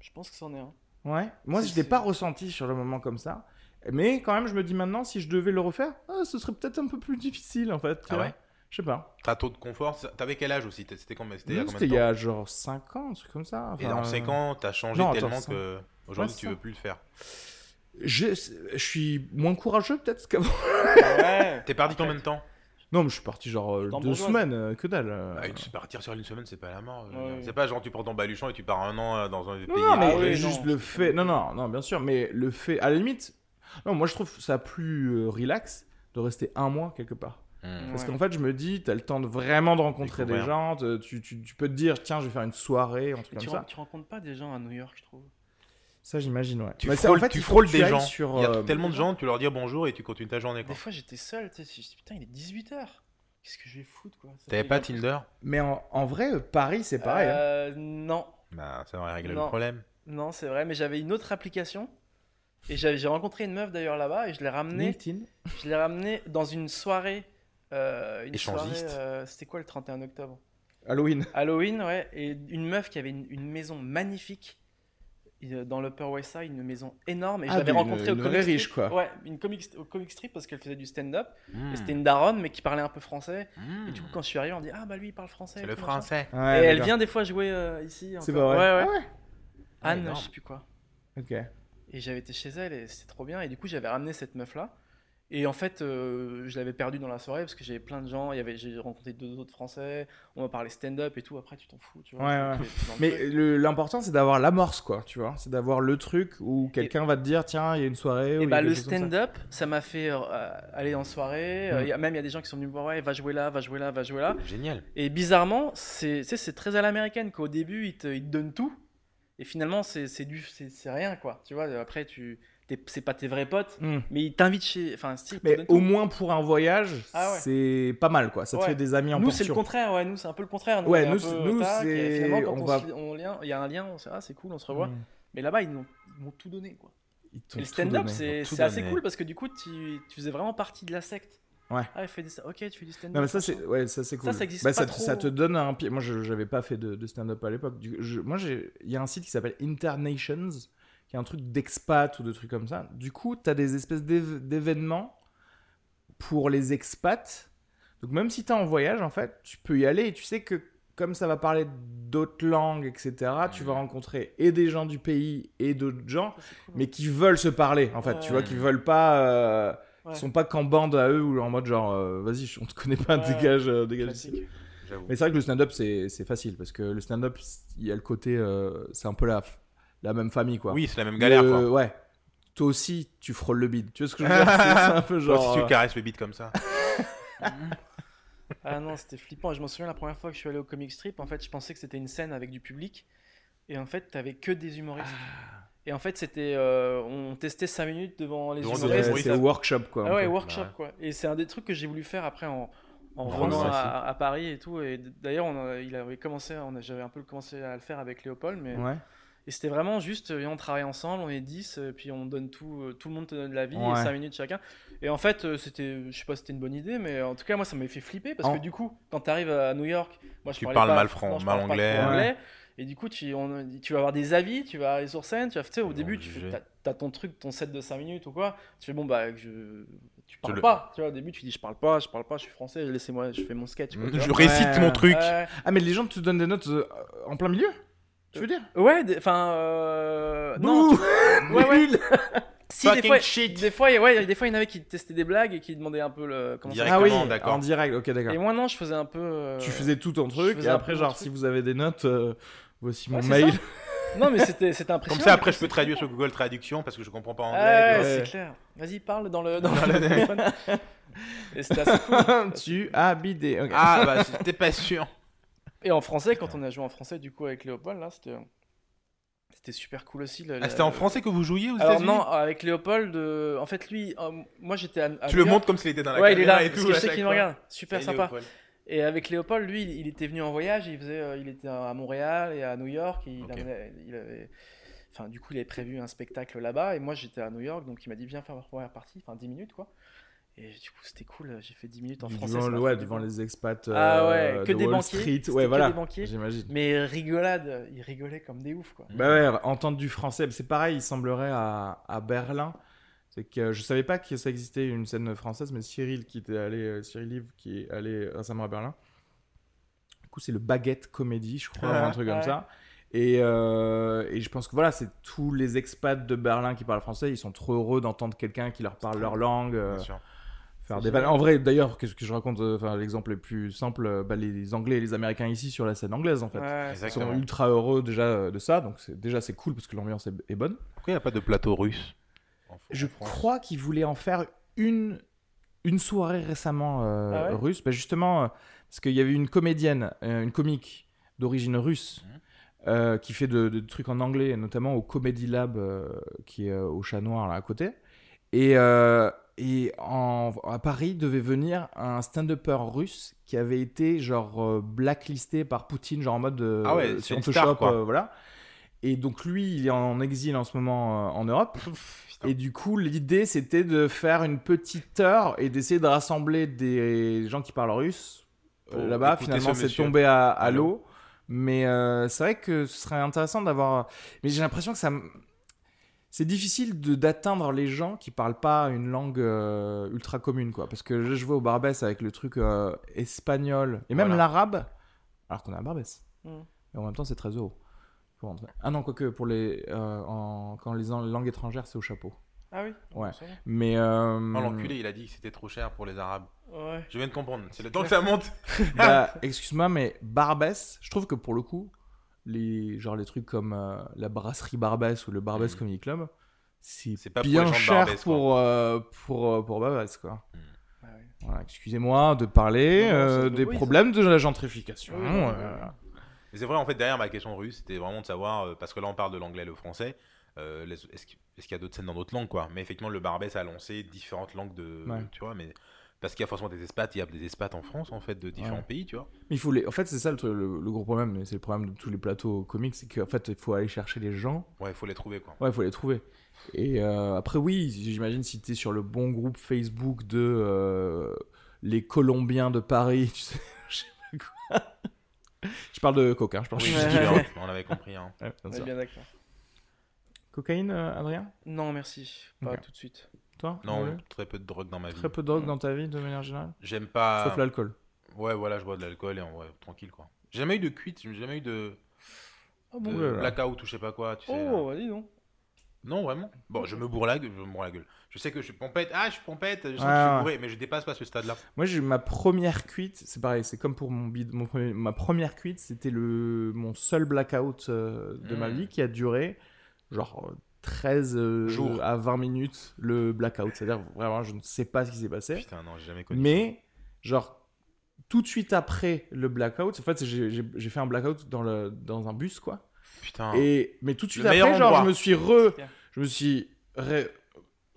Speaker 2: Je pense que c'en est un.
Speaker 3: Ouais. Moi,
Speaker 2: C'est-
Speaker 3: je l'ai
Speaker 2: c'est-
Speaker 3: pas ressenti sur le moment comme ça. Mais quand même, je me dis maintenant, si je devais le refaire, ah, ce serait peut-être un peu plus difficile en fait. tu
Speaker 1: Ah
Speaker 3: vois.
Speaker 1: ouais
Speaker 3: Je sais pas.
Speaker 1: T'as taux de confort. ça- T'avais quel âge aussi T'étais- C'était combien C'était il y a
Speaker 3: Non,
Speaker 1: combien
Speaker 3: C'était
Speaker 1: de
Speaker 3: il
Speaker 1: temps
Speaker 3: y a genre 5 ans, un truc comme ça.
Speaker 1: Et dans
Speaker 3: Enfin, euh,
Speaker 1: 5 ans, t'as changé
Speaker 3: non, attends,
Speaker 1: tellement
Speaker 3: cinq.
Speaker 1: que aujourd'hui,
Speaker 3: Ouais,
Speaker 1: tu
Speaker 3: ça.
Speaker 1: veux plus le faire.
Speaker 3: Je, euh, je suis moins courageux peut-être qu'avant.
Speaker 2: Ouais.
Speaker 1: T'es parti combien de temps
Speaker 3: Non, mais je suis parti genre euh,
Speaker 2: Dans
Speaker 3: deux
Speaker 2: bourgeoise.
Speaker 3: semaines, euh, que dalle. euh.
Speaker 1: Bah, une- Partir sur une semaine, c'est pas la mort. je veux
Speaker 2: Ouais,
Speaker 1: dire.
Speaker 2: ouais.
Speaker 1: C'est pas genre tu prends ton baluchon et tu pars un an euh, dans un pays.
Speaker 3: Non, non, mais
Speaker 2: Ah oui,
Speaker 3: juste
Speaker 2: non,
Speaker 3: le
Speaker 2: c'est
Speaker 3: fait. Non, non, non, bien sûr, mais le fait. À la limite, non, moi je trouve ça plus euh, relax de rester un mois quelque part.
Speaker 1: Hmm.
Speaker 3: Parce
Speaker 2: Ouais.
Speaker 3: qu'en fait, je me dis, t'as le temps de vraiment de rencontrer des
Speaker 1: Découvrir.
Speaker 3: gens. te- Tu, tu- tu peux te dire, tiens, je vais faire une soirée, un truc
Speaker 2: Tu,
Speaker 3: comme
Speaker 2: ren-
Speaker 3: ça.
Speaker 2: tu rencontres pas des gens à New York, je trouve.
Speaker 3: Ça, j'imagine, ouais.
Speaker 1: Tu
Speaker 3: Bah, c'est-
Speaker 1: frôles,
Speaker 3: en fait,
Speaker 1: tu
Speaker 3: il faut
Speaker 1: frôles
Speaker 3: que
Speaker 1: des
Speaker 3: ailles
Speaker 1: gens.
Speaker 3: Sur,
Speaker 1: Il y a
Speaker 3: euh,
Speaker 1: tellement de gens, tu leur dis bonjour et tu continues ta journée. quoi.
Speaker 2: Des fois, j'étais seul, tu sais, je me suis dit, putain, il est 18h. Qu'est-ce que je vais foutre, quoi Ça
Speaker 1: T'avais
Speaker 2: fait
Speaker 1: pas
Speaker 2: bien-
Speaker 1: Tinder
Speaker 3: Mais en, en vrai, euh, Paris, c'est pareil. hein.
Speaker 2: Euh, Non,
Speaker 1: Bah, ça aurait réglé
Speaker 2: Non.
Speaker 1: le problème.
Speaker 2: non, c'est vrai, mais j'avais une autre application. Et j'avais- j'ai rencontré une meuf d'ailleurs là-bas et je l'ai ramenée
Speaker 3: LinkedIn.
Speaker 2: je l'ai ramenée dans une soirée. euh, une
Speaker 1: Échangiste.
Speaker 2: soirée, euh, C'était quoi le 31 octobre
Speaker 3: Halloween.
Speaker 2: Halloween, ouais. Et une meuf qui avait une, une maison magnifique euh, dans l'Upper West Side, une maison énorme. Et
Speaker 3: Ah,
Speaker 2: je l'avais
Speaker 3: mais une-
Speaker 2: rencontrée au
Speaker 3: une
Speaker 2: comic
Speaker 3: vraie
Speaker 2: strip.
Speaker 3: riche, quoi.
Speaker 2: Ouais, une comic, au comic strip parce qu'elle faisait du stand-up.
Speaker 1: Hmm.
Speaker 2: Et c'était une daronne mais qui parlait un peu français.
Speaker 1: Hmm.
Speaker 2: Et du coup, quand je suis arrivé, on dit Ah bah lui il parle français.
Speaker 1: C'est
Speaker 2: et
Speaker 1: le
Speaker 2: tout, machin.
Speaker 1: français.
Speaker 3: Ouais,
Speaker 2: et elle
Speaker 3: d'accord.
Speaker 2: vient des fois jouer euh, ici.
Speaker 3: C'est pas
Speaker 2: encore.
Speaker 3: vrai.
Speaker 2: Ouais, ouais.
Speaker 1: Ah,
Speaker 2: Anne,
Speaker 1: énorme.
Speaker 2: je sais plus quoi.
Speaker 3: Ok.
Speaker 2: Et j'avais été chez elle et c'était trop bien. Et du coup, j'avais ramené cette meuf-là. Et en fait, euh, je l'avais perdue dans la soirée parce que j'avais plein de gens. Il y avait, j'ai rencontré deux autres Français. On m'a parlé stand-up et tout. Après, tu t'en fous, tu vois. euh,
Speaker 3: Ouais,
Speaker 2: Tu- tu- tu-
Speaker 3: Mais euh, le- l'important, c'est d'avoir l'amorce, quoi, tu vois. C'est d'avoir le truc où quelqu'un va te dire, tiens, il y a une soirée. ou
Speaker 2: Et
Speaker 3: il y a
Speaker 2: bah,
Speaker 3: quelque
Speaker 2: le
Speaker 3: chose comme ça.
Speaker 2: stand-up, ça m'a fait euh, aller en soirée. Euh,
Speaker 3: Mm.
Speaker 2: il y a- même il y a des gens qui sont venus me voir, ouais, va jouer là, va jouer là, va jouer là.
Speaker 1: Génial.
Speaker 2: Et bizarrement, c'est tu sais, c'est très à l'américaine qu'au début, ils te, ils te donnent tout. Et finalement, c'est c'est du- c'est- c'est rien, quoi. Tu vois, après, tu t'es- c'est pas tes vrais potes,
Speaker 3: Mm.
Speaker 2: mais ils t'invitent chez. Enfin, si, ils te
Speaker 3: Mais
Speaker 2: donnent
Speaker 3: au
Speaker 2: tout.
Speaker 3: moins pour un voyage,
Speaker 2: Ah ouais.
Speaker 3: c'est pas mal, quoi. Ça te
Speaker 2: Ouais.
Speaker 3: fait des amis en
Speaker 2: Nous, c'est
Speaker 3: portion.
Speaker 2: le contraire, ouais, nous, c'est un peu le contraire.
Speaker 3: Ouais,
Speaker 2: on est un
Speaker 3: nous,
Speaker 2: peu
Speaker 3: c'est- nous,
Speaker 2: otaku, et
Speaker 3: c'est-
Speaker 2: Finalement, quand
Speaker 3: on
Speaker 2: on,
Speaker 3: va-
Speaker 2: se lit- on lien- il y a un lien, on sait, ah, c'est cool, on se revoit.
Speaker 3: Mm.
Speaker 2: Mais là-bas, ils nous ont- ils m'ont tout donné, quoi.
Speaker 3: Ils t'ont
Speaker 2: Et le
Speaker 3: tout
Speaker 2: stand-up,
Speaker 3: donné.
Speaker 2: c'est
Speaker 1: ont tout
Speaker 2: c'est assez
Speaker 1: donné.
Speaker 2: cool parce que du coup, tu, tu faisais vraiment partie de la secte.
Speaker 3: Ouais.
Speaker 2: Ah, il fait des... ok, tu fais du stand-up.
Speaker 3: Non, mais ça,
Speaker 2: machin.
Speaker 3: c'est ouais, ça, c'est cool.
Speaker 2: ça existe
Speaker 3: Bah,
Speaker 2: pas
Speaker 3: te-
Speaker 2: trop.
Speaker 3: ça te donne un pied. Moi, je j'avais pas fait de, de stand-up à l'époque. Du- je- Moi, j'ai- il y a un site qui s'appelle Internations qui est un truc d'expat ou de trucs comme ça. Du coup, tu as des espèces d'év- d'événements pour les expats. Donc même si tu es en voyage, en fait, tu peux y aller et tu sais que comme ça va parler d'autres langues, etc., tu vas rencontrer et des gens du pays et d'autres gens,
Speaker 2: Ah, c'est cool.
Speaker 3: mais qui veulent se parler, en fait. Tu vois,
Speaker 4: Ouais.
Speaker 3: qui veulent pas... euh,
Speaker 2: Ouais.
Speaker 3: qui sont pas qu'en bande à eux ou en mode genre euh, vas-y on te connaît pas
Speaker 2: Ouais.
Speaker 3: dégage euh, dégage
Speaker 2: Classique.
Speaker 3: d'ici.
Speaker 1: J'avoue.
Speaker 3: mais c'est vrai que le stand-up c'est c'est facile parce que le stand-up il y a le côté euh, c'est un peu la la même famille quoi Euh,
Speaker 1: Oui, c'est la même galère,
Speaker 3: le-
Speaker 1: quoi.
Speaker 3: Ouais. Toi aussi, tu frôles le bide. Tu vois ce que je veux dire C'est c'est un peu
Speaker 1: Toi
Speaker 3: genre.
Speaker 1: aussi, tu
Speaker 3: euh,
Speaker 1: caresses le beat comme ça.
Speaker 2: Ah non, c'était flippant. Et Je m'en souviens la première fois que je suis allé au comic strip, en fait, je pensais que c'était une scène avec du public. Et en fait, t'avais que des humoristes.
Speaker 3: Ah.
Speaker 2: Et en fait, c'était. euh, on testait 5 minutes devant les
Speaker 1: Devant des
Speaker 2: humoristes.
Speaker 3: c'est-
Speaker 1: oui,
Speaker 3: c'est
Speaker 1: ça-
Speaker 3: workshop quoi.
Speaker 2: Ah ouais,
Speaker 3: un peu.
Speaker 2: workshop
Speaker 1: Bah.
Speaker 2: quoi. Et c'est un des trucs que j'ai voulu faire après en, en
Speaker 1: Ouais,
Speaker 2: revenant
Speaker 1: ouais,
Speaker 2: à, à Paris et tout. Et d- d'ailleurs, on a- il avait commencé, on a- j'avais un peu commencé à le faire avec Léopold, mais
Speaker 3: Ouais.
Speaker 2: et c'était vraiment juste, euh, on travaille ensemble, on est 10, euh, puis on donne tout, euh, tout le monde te donne la vie,
Speaker 3: Ouais.
Speaker 2: 5 minutes chacun. Et en fait, euh, c'était, je sais pas si c'était une bonne idée, mais en tout cas, moi, ça m'avait fait flipper parce
Speaker 3: En-
Speaker 2: que du coup, quand t'arrives à New York, moi, je
Speaker 1: Tu
Speaker 2: parlais
Speaker 1: parles
Speaker 2: pas-
Speaker 1: mal fran-
Speaker 2: non, je
Speaker 1: mal
Speaker 2: parle pas
Speaker 1: anglais.
Speaker 2: trop
Speaker 3: Ouais.
Speaker 2: Et du coup, tu, on- tu vas avoir des avis, tu vas aller sur scène, tu vas, tu sais, au
Speaker 1: vont
Speaker 2: début, tu
Speaker 1: juger.
Speaker 2: fais, t'as, t'as ton truc, ton set de 5 minutes ou quoi. Tu fais, bon, bah, je, tu parles
Speaker 1: le-
Speaker 2: pas. Tu vois, au début, tu dis, je parle pas, je parle pas, je suis français, laissez-moi, je fais mon sketch. quoi, tu
Speaker 1: Je
Speaker 2: vois.
Speaker 1: récite mon truc.
Speaker 2: Ouais.
Speaker 3: Ah, mais les gens te donnent des notes euh, en plein milieu Tu veux dire
Speaker 2: Ouais, des- enfin, euh, non, ouais, ouais.
Speaker 3: Nul
Speaker 2: Si, des fois, des fois, il- ouais, des fois, il y en avait qui testaient des blagues et qui demandaient un peu le. Comment ça
Speaker 1: Direct.
Speaker 3: Ah oui,
Speaker 1: Directement, d'accord.
Speaker 3: en direct, ok,
Speaker 2: va.
Speaker 3: d'accord.
Speaker 2: Et moi, non, je faisais un peu. euh,
Speaker 3: Tu faisais tout ton
Speaker 2: je
Speaker 3: truc
Speaker 2: faisais
Speaker 3: et
Speaker 2: un peu
Speaker 3: après,
Speaker 2: mon
Speaker 3: genre,
Speaker 2: truc.
Speaker 3: si vous avez des notes, euh, voici mon
Speaker 2: Ouais, c'est
Speaker 3: mail.
Speaker 2: Non, mais c'était c'était impressionnant.
Speaker 1: Comme ça, après, je peux traduire sur Google Traduction parce que je comprends pas
Speaker 2: Ouais,
Speaker 1: anglais.
Speaker 2: ouais,
Speaker 1: quoi.
Speaker 3: Ouais.
Speaker 2: c'est clair. Vas-y, parle dans le. Dans le téléphone. et c'était assez cool.
Speaker 3: tu as bidé. ok.
Speaker 1: Ah, bah, c'était pas sûr.
Speaker 2: Et en français, quand on a joué en français, du coup, avec Léopold, là, c'était. C'était super cool aussi. le-
Speaker 1: Ah, c'était en français que vous jouiez aux
Speaker 2: Euh, Alors,
Speaker 1: États-Unis
Speaker 2: non, avec Léopold, euh, en fait, lui, euh, moi, j'étais à. à
Speaker 1: Tu le
Speaker 2: New York.
Speaker 1: montres comme s'il était dans la
Speaker 2: Ouais, il est
Speaker 1: caméra
Speaker 2: là,
Speaker 1: et
Speaker 2: parce
Speaker 1: tout.
Speaker 2: que
Speaker 1: à
Speaker 2: je sais
Speaker 1: chaque
Speaker 2: qu'il me
Speaker 1: fois.
Speaker 2: regarde. Super
Speaker 1: Et
Speaker 2: sympa.
Speaker 1: Léopold.
Speaker 2: Et avec Léopold, lui, il il était venu en voyage, il, faisait, euh, il était à Montréal et à New York. et il,
Speaker 1: Ok.
Speaker 2: amenait- il avait, enfin, du coup, il avait prévu un spectacle là-bas. Et moi, j'étais à New York, donc il m'a dit Viens faire ma première partie, enfin 10 minutes quoi. Et du coup, c'était cool, j'ai fait 10 minutes en
Speaker 3: Du-
Speaker 2: français.
Speaker 3: devant,
Speaker 2: ça m'a
Speaker 3: ouais,
Speaker 2: fait
Speaker 3: devant
Speaker 2: plaisir.
Speaker 3: les expats.
Speaker 2: Ah
Speaker 3: euh,
Speaker 2: ouais, que
Speaker 3: de
Speaker 2: des
Speaker 3: Wall
Speaker 2: banquiers,
Speaker 3: Street.
Speaker 2: c'était
Speaker 3: Ouais,
Speaker 2: que
Speaker 3: voilà.
Speaker 2: des banquiers.
Speaker 3: J'imagine.
Speaker 2: Mais rigolade, il rigolait comme des ouf quoi.
Speaker 3: Bah ouais, entendre du français, c'est pareil, il semblerait à, à Berlin. C'est que euh, je savais pas que ça existait une scène française, mais Cyril qui était allé, euh, Cyril Live qui est allé euh, récemment à Berlin. Du coup, c'est le Baguette Comedy, je crois, ou un truc comme
Speaker 2: Ah, Ouais.
Speaker 3: ça. Et, euh, et je pense que voilà, c'est tous les expats de Berlin qui parlent français, ils sont trop heureux d'entendre quelqu'un qui leur parle leur langue. euh,
Speaker 1: Bien sûr.
Speaker 3: faire
Speaker 2: C'est
Speaker 3: des
Speaker 2: génial.
Speaker 3: vannes. En vrai, d'ailleurs, qu'est-ce que je raconte euh, Enfin, l'exemple le plus simple, euh, bah, les, les Anglais et les Américains ici sur la scène anglaise, en fait.
Speaker 2: Ouais.
Speaker 3: Ils sont
Speaker 1: Exactement.
Speaker 3: ultra heureux déjà euh, de ça, donc c'est- déjà c'est cool parce que l'ambiance est, est bonne.
Speaker 1: Pourquoi il n'y a pas de plateau russe en- en
Speaker 3: Je
Speaker 1: France
Speaker 3: crois qu'ils voulaient en faire une, une soirée récemment euh,
Speaker 2: Ah ouais
Speaker 3: russe, Bah, justement euh, parce qu'il y avait une comédienne, euh, une comique d'origine russe.
Speaker 1: Mhm.
Speaker 3: euh, qui fait de, de trucs en anglais, notamment au Comedy Lab euh, qui est euh, au Chat Noir là à côté. Et, euh, et en- à Paris devait venir un stand-upper russe qui avait été genre euh, blacklisté par Poutine, genre en mode euh,
Speaker 1: Ah ouais,
Speaker 3: si
Speaker 1: c'est
Speaker 3: on
Speaker 1: une
Speaker 3: te
Speaker 1: star,
Speaker 3: chope,
Speaker 1: quoi.
Speaker 3: euh, voilà. Et donc lui, il est en exil en ce moment euh, en Europe. Et du coup, l'idée, c'était de faire une petite heure et d'essayer de rassembler des gens qui parlent russe.
Speaker 1: Pour
Speaker 3: Euh, Là-bas,
Speaker 1: écouter
Speaker 3: finalement,
Speaker 1: ce
Speaker 3: c'est
Speaker 1: monsieur.
Speaker 3: tombé à, à
Speaker 1: À l'eau.
Speaker 3: l'eau. Mais euh, c'est vrai que ce serait intéressant d'avoir. Mais j'ai l'impression que ça. m- C'est difficile de- d'atteindre les gens qui parlent pas une langue euh, ultra commune, quoi. Parce que je, je vois au Barbès avec le truc euh, espagnol et même
Speaker 1: Voilà.
Speaker 3: l'arabe, alors qu'on est à Barbès.
Speaker 2: Mm.
Speaker 3: Et en même temps, c'est 13 euros. pour rentrer. Ah non, quoique pour les, euh, en- quand les en- langues étrangères, c'est au chapeau.
Speaker 2: Ah oui
Speaker 3: Ouais.
Speaker 2: Ça va.
Speaker 3: Mais. euh,
Speaker 1: Oh, l'enculé, il a dit que c'était trop cher pour les Arabes.
Speaker 2: Ouais.
Speaker 1: Je viens de comprendre. C'est le temps que ça monte.
Speaker 3: bah, excuse-moi, mais Barbès, je trouve que pour le coup, les, genre les trucs comme euh, la brasserie Barbès ou le Barbès
Speaker 1: Mhm.
Speaker 3: Comedy Club, c'est
Speaker 1: C'est pas pour
Speaker 3: bien
Speaker 1: les gens de
Speaker 3: cher
Speaker 1: Barbès, quoi.
Speaker 3: pour, euh, pour, euh, pour Barbès, quoi.
Speaker 2: Ah ouais.
Speaker 3: Voilà, excusez-moi de parler
Speaker 2: Non, non,
Speaker 3: euh,
Speaker 2: ça peut-
Speaker 3: des
Speaker 2: oui, ça-
Speaker 3: problèmes de la gentrification.
Speaker 2: Oui, non,
Speaker 3: euh,
Speaker 2: oui,
Speaker 1: Mais c'est vrai, en fait, derrière ma question russe, c'était vraiment de savoir, euh, parce que là, on parle de l'anglais et le français. euh, les- Est-ce qu'il est-ce qu'il y a d'autres scènes dans d'autres langues, quoi Mais effectivement, le Barbès a lancé différentes langues de.
Speaker 3: Ouais.
Speaker 1: Tu vois, mais. Parce qu'il y a forcément des espates, il y a des espates en France, en fait, de différents
Speaker 3: Ouais.
Speaker 1: pays, tu vois.
Speaker 3: Il faut les... En fait, c'est ça le, truc- le, le gros problème, mais c'est le problème de tous les plateaux comiques, c'est qu'en fait, il faut aller chercher les gens
Speaker 1: Ouais, il faut les trouver, quoi.
Speaker 3: Ouais, il faut les trouver. Et euh, après, oui, j'imagine si tu es sur le bon groupe Facebook de euh, les Colombiens de Paris, tu sais, je sais pas quoi. Je parle de coca, je parle
Speaker 1: Oui,
Speaker 3: juste
Speaker 1: c'est
Speaker 3: de
Speaker 1: sûr, on avait compris. hein.
Speaker 3: Ouais, bien
Speaker 2: On est
Speaker 3: sûr.
Speaker 2: bien d'accord.
Speaker 3: Cocaïne, euh, Adrien
Speaker 2: Non, merci. Pas
Speaker 3: Ok.
Speaker 2: tout de suite.
Speaker 3: Toi
Speaker 1: Non,
Speaker 3: Lolo
Speaker 1: très peu de drogue dans ma vie.
Speaker 3: Très peu de drogue dans ta vie de manière générale
Speaker 1: J'aime pas.
Speaker 3: Sauf l'alcool.
Speaker 1: Ouais, voilà, je bois de l'alcool et en vrai, tranquille quoi. J'ai Jamais eu de cuite, j'ai jamais eu de,
Speaker 3: Oh
Speaker 1: de blackout ou je sais pas quoi, tu sais.
Speaker 2: Oh, vas-y, non.
Speaker 1: Non, vraiment. Bon, je me bourre la gueule, je me bourre la gueule. Je sais que je suis pompette, ah, je suis pompette, je sais que je
Speaker 3: Ouais,
Speaker 1: suis
Speaker 3: ouais.
Speaker 1: bourré, mais je dépasse pas ce stade-là.
Speaker 3: Moi, j'ai eu ma première cuite, c'est pareil, c'est comme pour mon bid, mon premier- ma première cuite, c'était le mon seul blackout euh, de ma
Speaker 1: Mm.
Speaker 3: vie qui a duré genre euh, 13 euh,
Speaker 1: Jours.
Speaker 3: à 20 minutes le blackout, c'est-à-dire vraiment je ne sais pas ce qui s'est passé,
Speaker 1: Putain, non, j'ai jamais connu.
Speaker 3: mais genre tout de suite après le blackout, en fait, j'ai- j'ai j'ai fait un blackout dans le dans un bus quoi.
Speaker 1: ça. Putain.
Speaker 3: Et mais tout de suite
Speaker 1: Hein. Le meilleur
Speaker 3: après, genre,
Speaker 1: endroit.
Speaker 3: je me suis re,
Speaker 2: Bien.
Speaker 3: je me suis ré-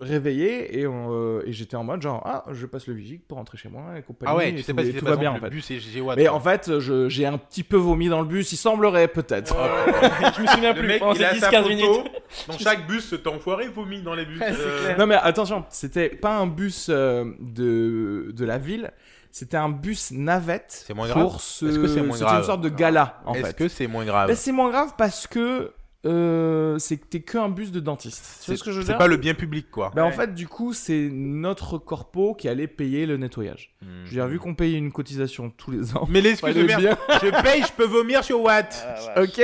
Speaker 3: réveillé et, on, euh, et j'étais en mode genre ah je passe le vigique pour rentrer chez moi et compagnie.
Speaker 1: Ah ouais,
Speaker 3: et
Speaker 1: tu sais
Speaker 3: tout,
Speaker 1: pas
Speaker 3: et
Speaker 1: si c'est
Speaker 3: tout
Speaker 1: pas
Speaker 3: va bien en fait.
Speaker 1: le bus et GGWatt.
Speaker 3: Mais en fait, je- j'ai un petit peu vomi dans le bus, il semblerait peut-être.
Speaker 2: je me souviens
Speaker 1: Oh. Le
Speaker 2: plus.
Speaker 1: mec,
Speaker 3: Oh,
Speaker 2: Pendant
Speaker 1: il a
Speaker 2: ces
Speaker 1: sa
Speaker 2: 10-15 minutes.
Speaker 1: photo. Dans chaque bus, cet enfoiré vomit dans les bus.
Speaker 2: Ouais, c'est
Speaker 1: Euh,
Speaker 2: clair.
Speaker 3: Non mais attention, c'était pas un bus euh, de, de la ville, c'était un bus navette
Speaker 1: C'est moins grave
Speaker 3: pour ce.
Speaker 1: Est-ce que c'est moins
Speaker 3: c'était
Speaker 1: grave Ah.
Speaker 3: une sorte de gala en
Speaker 1: Est-ce
Speaker 3: fait.
Speaker 1: que c'est moins
Speaker 3: Ben,
Speaker 1: grave
Speaker 3: c'est moins grave parce que euh, c'était que un bus de dentiste. Tu vois
Speaker 1: C'est
Speaker 3: ce que je veux
Speaker 1: c'est
Speaker 3: dire
Speaker 1: pas le bien public, quoi.
Speaker 3: Bah, En
Speaker 2: Ouais.
Speaker 3: fait, du coup, c'est notre corpo qui allait payer le nettoyage. Je veux dire,
Speaker 1: Hmm.
Speaker 3: vu qu'on paye une cotisation tous les ans.
Speaker 1: Mais l'excuse
Speaker 3: fallait
Speaker 1: de merde,
Speaker 3: bien-
Speaker 1: je paye, je peux vomir sur Watt.
Speaker 2: Ah, ouais.
Speaker 3: ok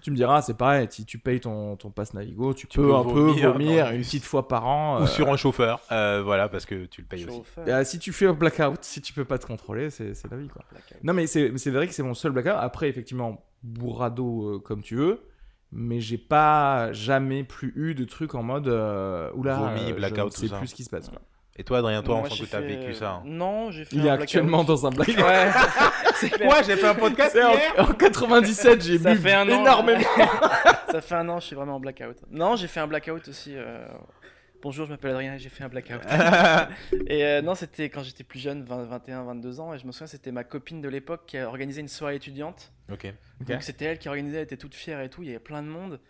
Speaker 3: Tu me diras, c'est pareil, si tu payes ton, ton pass Navigo, tu, peux,
Speaker 1: peux
Speaker 3: un
Speaker 1: vomir
Speaker 3: peu
Speaker 1: dans
Speaker 3: vomir
Speaker 1: le
Speaker 3: une
Speaker 1: bus.
Speaker 3: petite fois par
Speaker 1: Ou
Speaker 3: an. euh,
Speaker 1: sur un chauffeur, euh, voilà, parce que tu le payes aussi.
Speaker 2: Chauffeur.
Speaker 3: euh, si tu fais un blackout, si tu peux pas te contrôler, c'est c'est la vie, quoi.
Speaker 2: Blackout.
Speaker 3: Non, mais c'est c'est vrai que c'est mon seul blackout. Après, effectivement, bourrado euh, comme tu veux. Mais j'ai pas jamais plus eu de truc en mode euh, oula,
Speaker 1: Vomi,
Speaker 3: euh, je ne
Speaker 1: blackout, tout
Speaker 3: sais
Speaker 1: ça.
Speaker 3: plus ce qui se passe. quoi.
Speaker 1: Et toi, Adrien, toi,
Speaker 2: Non,
Speaker 1: on
Speaker 2: moi,
Speaker 1: sent
Speaker 2: j'ai
Speaker 1: que t'as
Speaker 2: fait- euh,
Speaker 1: vécu ça. hein.
Speaker 2: Non, j'ai fait
Speaker 3: Il
Speaker 2: un
Speaker 3: est
Speaker 2: blackout.
Speaker 3: actuellement dans un blackout.
Speaker 2: Ouais, c'est clair.
Speaker 1: Moi, j'ai fait un podcast
Speaker 3: C'est en,
Speaker 1: hier.
Speaker 3: en 97, j'ai
Speaker 2: Ça
Speaker 3: bu
Speaker 2: fait un an.
Speaker 3: énormément.
Speaker 2: Ça fait un an, je suis vraiment en blackout. Non, j'ai fait un blackout aussi. euh, Bonjour, je m'appelle Adrien, j'ai fait un blackout. et euh, non, c'était quand j'étais plus jeune, 20, 21, 22 ans, et je me souviens, c'était ma copine de l'époque qui a organisé une soirée étudiante.
Speaker 1: ok.
Speaker 3: Ok.
Speaker 2: Donc c'était elle qui organisait, elle était toute fière et tout, il y avait plein de monde.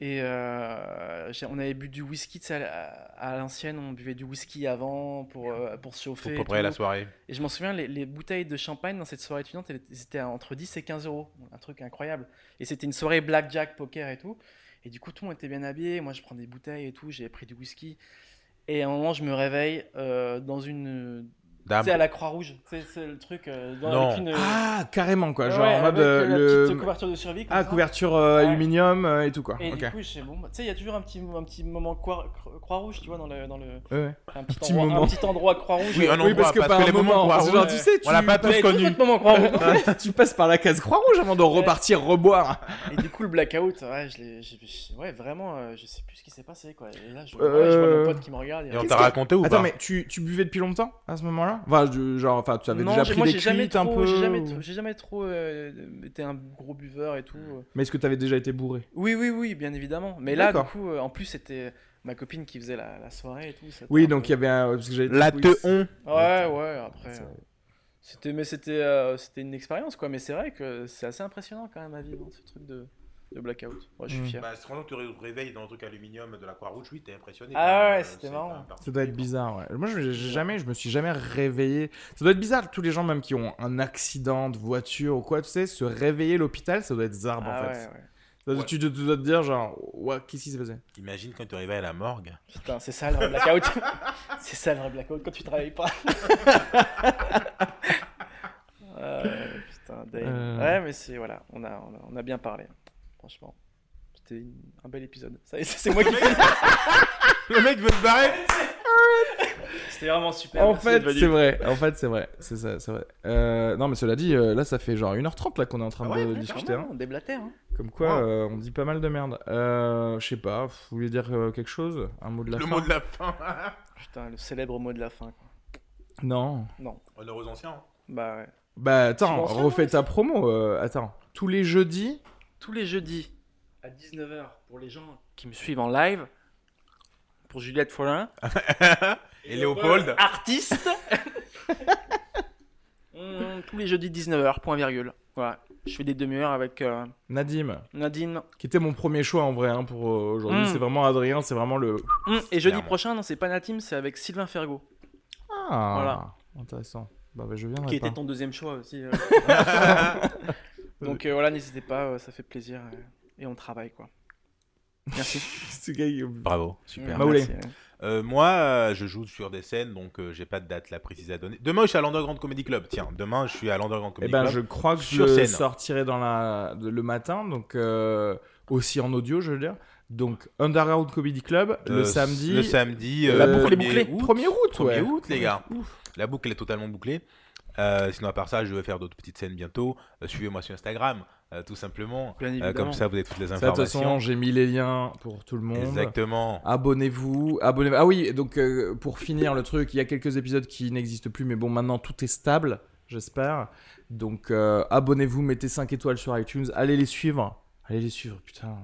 Speaker 2: Et euh, j'ai- on avait bu du whisky, tu sais, à, la- à l'ancienne, on buvait du whisky avant pour, euh, pour se chauffer.
Speaker 1: Faut
Speaker 2: et
Speaker 1: préparer
Speaker 2: tout.
Speaker 1: la soirée.
Speaker 2: Et je m'en souviens, les, les bouteilles de champagne dans cette soirée étudiante, elles étaient à entre 10 et 15 euros. Un truc incroyable. Et c'était une soirée blackjack, poker et tout. Et du coup, tout le monde était bien habillé. Moi, je prends des bouteilles et tout. J'avais pris du whisky. Et à un moment, je me réveille euh, dans une. Tu
Speaker 1: Dame.
Speaker 2: sais, à la Croix-Rouge. Tu sais, c'est le truc. euh, dans,
Speaker 1: Non.
Speaker 2: Avec une,
Speaker 3: Ah, carrément quoi.
Speaker 2: ouais,
Speaker 3: Genre en
Speaker 2: avec,
Speaker 3: mode
Speaker 2: euh,
Speaker 3: euh,
Speaker 2: la
Speaker 3: le.
Speaker 2: petite couverture de survie. comme
Speaker 3: Ah,
Speaker 2: ça.
Speaker 3: couverture euh,
Speaker 2: Ouais.
Speaker 3: aluminium euh, et tout quoi.
Speaker 2: Et
Speaker 3: ok.
Speaker 2: du coup, je sais, bon, bah, tu sais, il y a toujours un petit, un petit moment Croix- Croix-Rouge, tu vois, dans le. Dans le
Speaker 3: Ouais, ouais.
Speaker 2: un petit,
Speaker 3: petit
Speaker 2: endroit,
Speaker 3: moment.
Speaker 2: un petit endroit Croix-Rouge.
Speaker 1: Oui, un
Speaker 3: Oui, parce
Speaker 1: endroit,
Speaker 3: que
Speaker 1: parce
Speaker 3: par
Speaker 1: que les
Speaker 3: un moment,
Speaker 1: moments
Speaker 3: c'est genre,
Speaker 1: Croix-Rouge,
Speaker 3: tu sais, tu,
Speaker 1: on l'a pas
Speaker 2: Vous avez
Speaker 1: tous
Speaker 2: tous
Speaker 1: connu.
Speaker 2: votre moment Croix-Rouge.
Speaker 3: tu passes par la case Croix-Rouge avant de repartir reboire.
Speaker 2: Et du coup, le blackout, ouais, je l'ai- j'ai- j'ai- ouais vraiment, euh, je sais plus ce qui s'est passé, quoi. Et là, je vois, ouais, je vois
Speaker 3: Euh.
Speaker 2: mon pote qui me regarde.
Speaker 1: Et on
Speaker 3: Qu'est-ce
Speaker 1: t'a
Speaker 3: que-
Speaker 1: raconté ou
Speaker 3: Attends,
Speaker 1: pas
Speaker 3: mais tu, tu buvais depuis longtemps à ce moment-là Enfin, je- genre, enfin, tu avais
Speaker 2: Non,
Speaker 3: déjà
Speaker 2: j'ai-
Speaker 3: pris
Speaker 2: moi,
Speaker 3: des
Speaker 2: j'ai jamais
Speaker 3: cuites un
Speaker 2: trop-
Speaker 3: peu.
Speaker 2: J'ai jamais,
Speaker 3: ou-
Speaker 2: trop- j'ai jamais trop euh, été un gros buveur et tout. euh.
Speaker 3: Mais est-ce que t'avais déjà été bourré
Speaker 2: Oui, oui, oui, bien évidemment. Mais là, du
Speaker 3: D'accord.
Speaker 2: coup, euh, en plus, c'était ma copine qui faisait la, la soirée et tout. c'était un
Speaker 3: Oui, donc il
Speaker 2: peu-
Speaker 3: y avait un. parce que j'avais-
Speaker 1: La
Speaker 3: oui,
Speaker 1: te
Speaker 3: c'est-
Speaker 1: on.
Speaker 2: Ouais, ouais, après.
Speaker 3: c'est-
Speaker 2: euh, C'était, mais c'était, euh, c'était une expérience, quoi. Mais c'est vrai que c'est assez impressionnant quand même à vivre, hein, ce truc de, de blackout. Ouais, je suis
Speaker 3: Mm.
Speaker 2: fier.
Speaker 1: Bah, c'est quand tu te réveilles dans un truc aluminium de la Croix-Rouge, oui, t'es impressionné.
Speaker 2: Ah ouais, c'était marrant.
Speaker 3: Ça doit être bizarre, ouais. Moi, je, j'ai jamais, je me suis jamais réveillé. Ça doit être bizarre, tous les gens même qui ont un accident de voiture ou quoi, tu sais, se réveiller à l'hôpital, ça doit être zarbe
Speaker 2: Ah
Speaker 3: Bah, en
Speaker 2: ouais,
Speaker 3: fait.
Speaker 2: ouais.
Speaker 3: Ça doit-
Speaker 1: Ouais.
Speaker 3: Tu, tu dois te dire, genre, ouah, qu'est-ce qui s'est passé
Speaker 1: Imagine quand tu réveilles à la morgue.
Speaker 2: Putain, c'est ça le vrai blackout. c'est ça le vrai blackout quand tu travailles pas. Euh, putain, Dave.
Speaker 3: Euh.
Speaker 2: Ouais, mais c'est voilà, on a, on a, on a bien parlé. hein, Franchement, c'était une- un bel épisode. Ça y est, C'est moi qui
Speaker 1: Le mec veut se barrer.
Speaker 2: C'était vraiment super.
Speaker 3: En
Speaker 2: merci
Speaker 3: fait,
Speaker 2: d'être venu.
Speaker 3: c'est vrai. En fait, c'est vrai. C'est ça, c'est vrai. Euh, non, mais cela dit, euh, là, ça fait genre 1h30 là qu'on est en train
Speaker 1: Ah ouais,
Speaker 3: de
Speaker 2: Ouais,
Speaker 3: discuter.
Speaker 2: vraiment,
Speaker 3: hein.
Speaker 2: On déblatère. Hein.
Speaker 3: Comme quoi,
Speaker 1: Ouais.
Speaker 3: euh, on dit pas mal de merde. Euh, je sais pas. Vous voulez dire euh, quelque chose Un mot de la
Speaker 1: Le
Speaker 3: fin
Speaker 1: mot de la fin.
Speaker 2: Putain, le célèbre mot de la fin. quoi.
Speaker 3: Non.
Speaker 2: Non,
Speaker 1: Honneur aux anciens.
Speaker 2: bah ouais.
Speaker 3: Bah attends,
Speaker 2: Subvention,
Speaker 3: refais
Speaker 2: ouais,
Speaker 3: ta promo. euh, attends. Tous les jeudis.
Speaker 2: Tous les jeudis à 19h pour les gens qui me suivent en live, pour Juliette Follin,
Speaker 1: Et Léopold.
Speaker 2: artiste. Mm, tous les jeudis 19h, point virgule. Voilà. Je fais des demi-heures avec euh,
Speaker 3: Nadim,
Speaker 2: Nadine.
Speaker 3: qui était mon premier choix en vrai hein, pour euh, aujourd'hui,
Speaker 2: Mm.
Speaker 3: c'est vraiment Adrien, c'est vraiment le.
Speaker 2: Mm, Et jeudi
Speaker 1: Merde.
Speaker 2: prochain, non, c'est pas Natim, c'est avec Sylvain Fergo,
Speaker 3: Ah,
Speaker 2: Voilà.
Speaker 3: Intéressant. Bah, bah, je
Speaker 1: Ah
Speaker 3: viens.
Speaker 2: qui était ton deuxième choix aussi. euh. Donc euh, voilà, n'hésitez pas, euh, ça fait plaisir. euh, et on travaille quoi. Merci.
Speaker 3: Ce gars, il-
Speaker 1: Bravo, super.
Speaker 3: Bah, Maoulé.
Speaker 2: Merci, ouais.
Speaker 1: Euh, moi, euh, je joue sur des scènes, donc euh, j'ai pas de date la précise à donner. Demain, je suis à l'Underground Comedy Club. Tiens, demain, je suis à l'Underground
Speaker 3: Eh
Speaker 1: Comedy
Speaker 3: ben,
Speaker 1: Club.
Speaker 3: je crois que
Speaker 1: hein. Sur
Speaker 3: je
Speaker 1: scène.
Speaker 3: sortirai dans la, de- le matin, donc euh, aussi en audio, je veux dire. Donc, Underground Comedy Club,
Speaker 1: Euh,
Speaker 3: le samedi. euh,
Speaker 1: Le samedi. euh,
Speaker 3: La boucle est
Speaker 1: premier
Speaker 3: bouclée. 1er août, ouais.
Speaker 1: 1er août, les gars. La boucle est totalement bouclée. Euh, sinon, à part ça, je vais faire d'autres petites scènes bientôt. Euh, Suivez-moi sur Instagram, euh, tout simplement.
Speaker 2: Bien
Speaker 1: Euh,
Speaker 2: évidemment.
Speaker 1: comme ça, vous avez toutes les
Speaker 3: Ça, de toute
Speaker 1: informations.
Speaker 3: façon, j'ai mis les liens pour tout le monde.
Speaker 1: Exactement.
Speaker 3: Abonnez-vous, abonnez-vous. Ah oui, donc euh, pour finir le truc, il y a quelques épisodes qui n'existent plus, mais bon, maintenant tout est stable, j'espère. Donc euh, abonnez-vous, mettez 5 étoiles sur iTunes, allez les suivre. Allez les suivre, putain.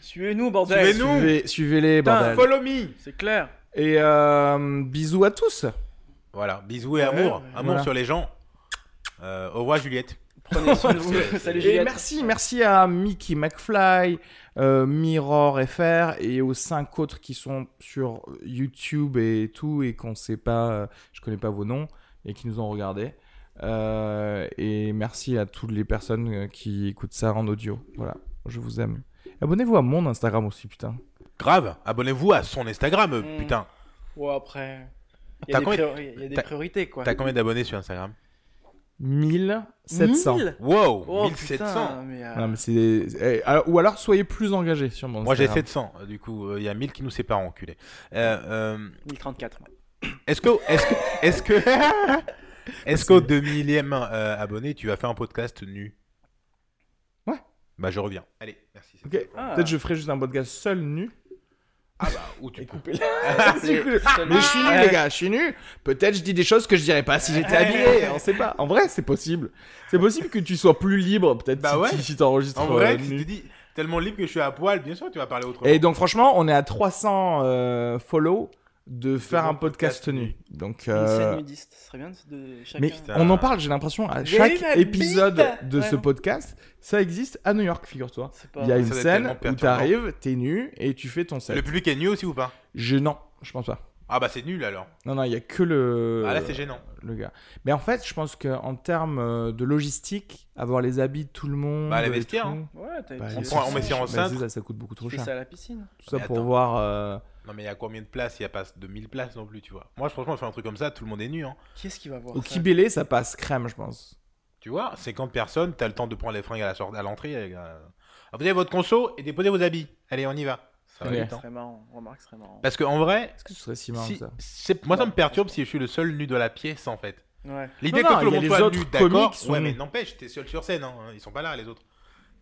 Speaker 2: Suivez-nous, bordel.
Speaker 1: Suivez-nous.
Speaker 3: Suivez, suivez-les,
Speaker 2: Putain,
Speaker 3: bordel.
Speaker 1: Follow me.
Speaker 2: C'est clair.
Speaker 3: Et euh, bisous à tous.
Speaker 1: Voilà, bisous et
Speaker 2: Ouais,
Speaker 1: amour.
Speaker 2: ouais,
Speaker 1: amour
Speaker 3: voilà.
Speaker 1: sur les gens. Euh, au revoir, Juliette.
Speaker 2: Prenez soin de vous. Salut
Speaker 3: Et
Speaker 2: Juliette.
Speaker 3: merci, merci à Mickey McFly, euh, Mirror FR et aux cinq autres qui sont sur YouTube et tout et qu'on sait pas, euh, je connais pas vos noms et qui nous ont regardés. Euh, et merci à toutes les personnes euh, qui écoutent ça en audio. Voilà, je vous aime. Abonnez-vous à mon Instagram aussi, putain.
Speaker 1: Grave, abonnez-vous à son Instagram, euh,
Speaker 2: Mm.
Speaker 1: putain.
Speaker 2: Ouais, après. Il y
Speaker 1: T'as
Speaker 2: a des,
Speaker 1: combien-
Speaker 2: priori- il y a des
Speaker 1: t'as-
Speaker 2: priorités, quoi.
Speaker 1: T'as combien d'abonnés sur Instagram
Speaker 3: 1700.
Speaker 2: 1000
Speaker 1: Wow,
Speaker 2: Oh,
Speaker 1: 1700.
Speaker 2: putain, mais, euh,
Speaker 3: Non, mais c'est des- eh, alors- ou alors soyez plus engagés sur mon
Speaker 1: Moi j'ai
Speaker 3: Instagram.
Speaker 1: 700, euh, du coup, il y a 1000 qui nous séparent, enculé. Euh, euh,
Speaker 2: 1034. moi.
Speaker 1: est-ce que. Est-ce que. Est-ce que. Est-ce qu'au 2000ème euh, abonné, tu vas faire un podcast nu
Speaker 3: Ouais.
Speaker 1: Bah je reviens. Allez, merci.
Speaker 3: Ok.
Speaker 2: Ah.
Speaker 3: Peut-être je ferai juste un podcast seul nu.
Speaker 1: Ah bah, où tu coupes.
Speaker 3: Du coup, Ah, Mais je suis nu,
Speaker 2: Ouais.
Speaker 3: les gars, je suis nu. Peut-être je dis des choses que je dirais pas si j'étais habillé, on sait pas. En vrai, c'est possible. C'est possible que tu sois plus libre, peut-être
Speaker 1: Bah
Speaker 3: si-
Speaker 1: ouais.
Speaker 3: si, si t'enregistres.
Speaker 1: En vrai,
Speaker 3: euh,
Speaker 1: tu
Speaker 3: nu.
Speaker 1: te dis tellement libre que je suis à poil, bien sûr, tu vas parler autrement.
Speaker 3: Et donc, franchement, on est à 300 euh, follow de faire
Speaker 1: bon
Speaker 3: un podcast,
Speaker 1: podcast
Speaker 3: nu. Donc,
Speaker 2: Une
Speaker 3: euh,
Speaker 2: scène nudiste, ce serait bien de- de chacun.
Speaker 3: mais
Speaker 1: Putain.
Speaker 3: on en parle, j'ai l'impression, à
Speaker 2: J'ai eu
Speaker 3: chaque
Speaker 2: la
Speaker 3: épisode
Speaker 2: bite.
Speaker 3: de ce
Speaker 2: Ouais.
Speaker 3: podcast, ça existe à New York, figure-toi.
Speaker 2: C'est pas-
Speaker 3: Il y a
Speaker 1: Ça
Speaker 3: une
Speaker 1: doit être
Speaker 3: scène
Speaker 1: tellement
Speaker 3: où
Speaker 1: perturbant.
Speaker 3: t'arrives, t'es nu et tu fais ton
Speaker 1: Le
Speaker 3: set.
Speaker 1: public est nu aussi ou pas
Speaker 3: Je non, je pense pas.
Speaker 1: Ah bah c'est nul alors.
Speaker 3: Non, non, il y a que le.
Speaker 1: Ah là c'est gênant.
Speaker 3: le gars. Mais en fait, je pense qu'en termes euh, de logistique, avoir les habits de tout le monde.
Speaker 1: Bah, les
Speaker 3: et
Speaker 1: vestiaires,
Speaker 3: tout,
Speaker 1: hein.
Speaker 2: Ouais, t'as
Speaker 3: bah,
Speaker 2: une
Speaker 3: les
Speaker 1: prend- on met
Speaker 3: vestiaires,
Speaker 1: ça en
Speaker 3: bah,
Speaker 1: cintre.
Speaker 3: c'est ça, ça coûte beaucoup trop
Speaker 2: Tu fais
Speaker 3: cher.
Speaker 2: ça à la piscine.
Speaker 3: Tout ça
Speaker 1: Mais
Speaker 3: pour
Speaker 1: attends.
Speaker 3: voir. euh,
Speaker 1: Non mais il y a combien de places Il y a pas 2000 places non plus, tu vois. Moi franchement, on fait un truc comme ça, tout le monde est nu. Hein.
Speaker 2: Qui est-ce qui va voir
Speaker 3: Au
Speaker 2: ça
Speaker 3: Kibélé, ça passe crème, je pense.
Speaker 1: Tu vois, 50 personnes, t'as le temps de prendre les fringues à la sortie, à l'entrée. les gars. Prenez votre conso et déposez vos habits. Allez, on y va. Ça va
Speaker 3: Ouais.
Speaker 1: vite,
Speaker 2: Ce
Speaker 1: hein.
Speaker 2: serait marrant. Remarque, ce serait marrant.
Speaker 3: Bah-
Speaker 1: Parce que en vrai,
Speaker 3: Est-ce que ce serait si marrant
Speaker 1: si-
Speaker 3: ça
Speaker 1: c'est- moi ça me perturbe si je suis le seul nu de la pièce en fait.
Speaker 2: Ouais.
Speaker 1: L'idée
Speaker 3: Non,
Speaker 1: que
Speaker 3: non,
Speaker 1: tout le
Speaker 3: il y a
Speaker 1: monde
Speaker 3: les
Speaker 1: soit
Speaker 3: autres
Speaker 1: nu,
Speaker 3: comiques
Speaker 1: d'accord.
Speaker 3: qui sont
Speaker 1: Ouais, mais
Speaker 3: nus.
Speaker 1: n'empêche, t'es seul sur scène, hein. ils sont pas là les autres.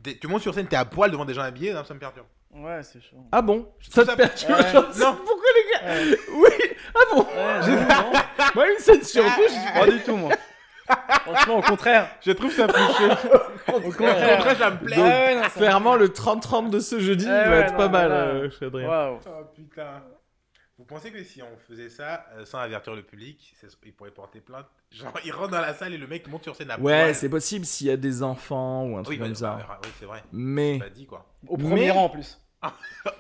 Speaker 1: T'es- tu montes sur scène, t'es à poil devant des gens habillés, non, ça me perturbe.
Speaker 2: Ouais, c'est chaud.
Speaker 3: Ah bon Ça te
Speaker 1: ça-
Speaker 3: perturbe
Speaker 2: Ouais.
Speaker 3: Non, pourquoi les gars Oui Ah bon
Speaker 2: Ouais, non, non,
Speaker 3: Moi, une scène sur deux, je-
Speaker 2: pas du tout, moi. Franchement, au contraire.
Speaker 1: Je trouve ça plus chaud.
Speaker 2: Au
Speaker 1: Au
Speaker 2: contraire.
Speaker 1: contraire, Ah ça me
Speaker 2: Ouais,
Speaker 1: plaît.
Speaker 2: ouais, non, ça-
Speaker 3: clairement, le 30-30 de ce jeudi,
Speaker 2: Eh
Speaker 3: il va
Speaker 2: ouais,
Speaker 3: être
Speaker 2: non,
Speaker 3: pas
Speaker 2: mais
Speaker 3: mal,
Speaker 2: là-
Speaker 3: euh, chez Adrien.
Speaker 2: Waouh.
Speaker 1: Oh putain. Vous pensez que si on faisait ça euh, sans avertir le public, c'est- ils pourraient porter plainte Genre, ils rentrent dans la salle et le mec monte sur scène à
Speaker 3: Ouais,
Speaker 1: poil.
Speaker 3: c'est possible s'il y a des enfants ou un
Speaker 1: Oui,
Speaker 3: truc
Speaker 1: bah,
Speaker 3: comme ça.
Speaker 1: bah, oui, c'est vrai.
Speaker 3: Mais.
Speaker 1: Pas dit quoi. Bah,
Speaker 2: Au premier
Speaker 3: Mais-
Speaker 2: rang, en plus.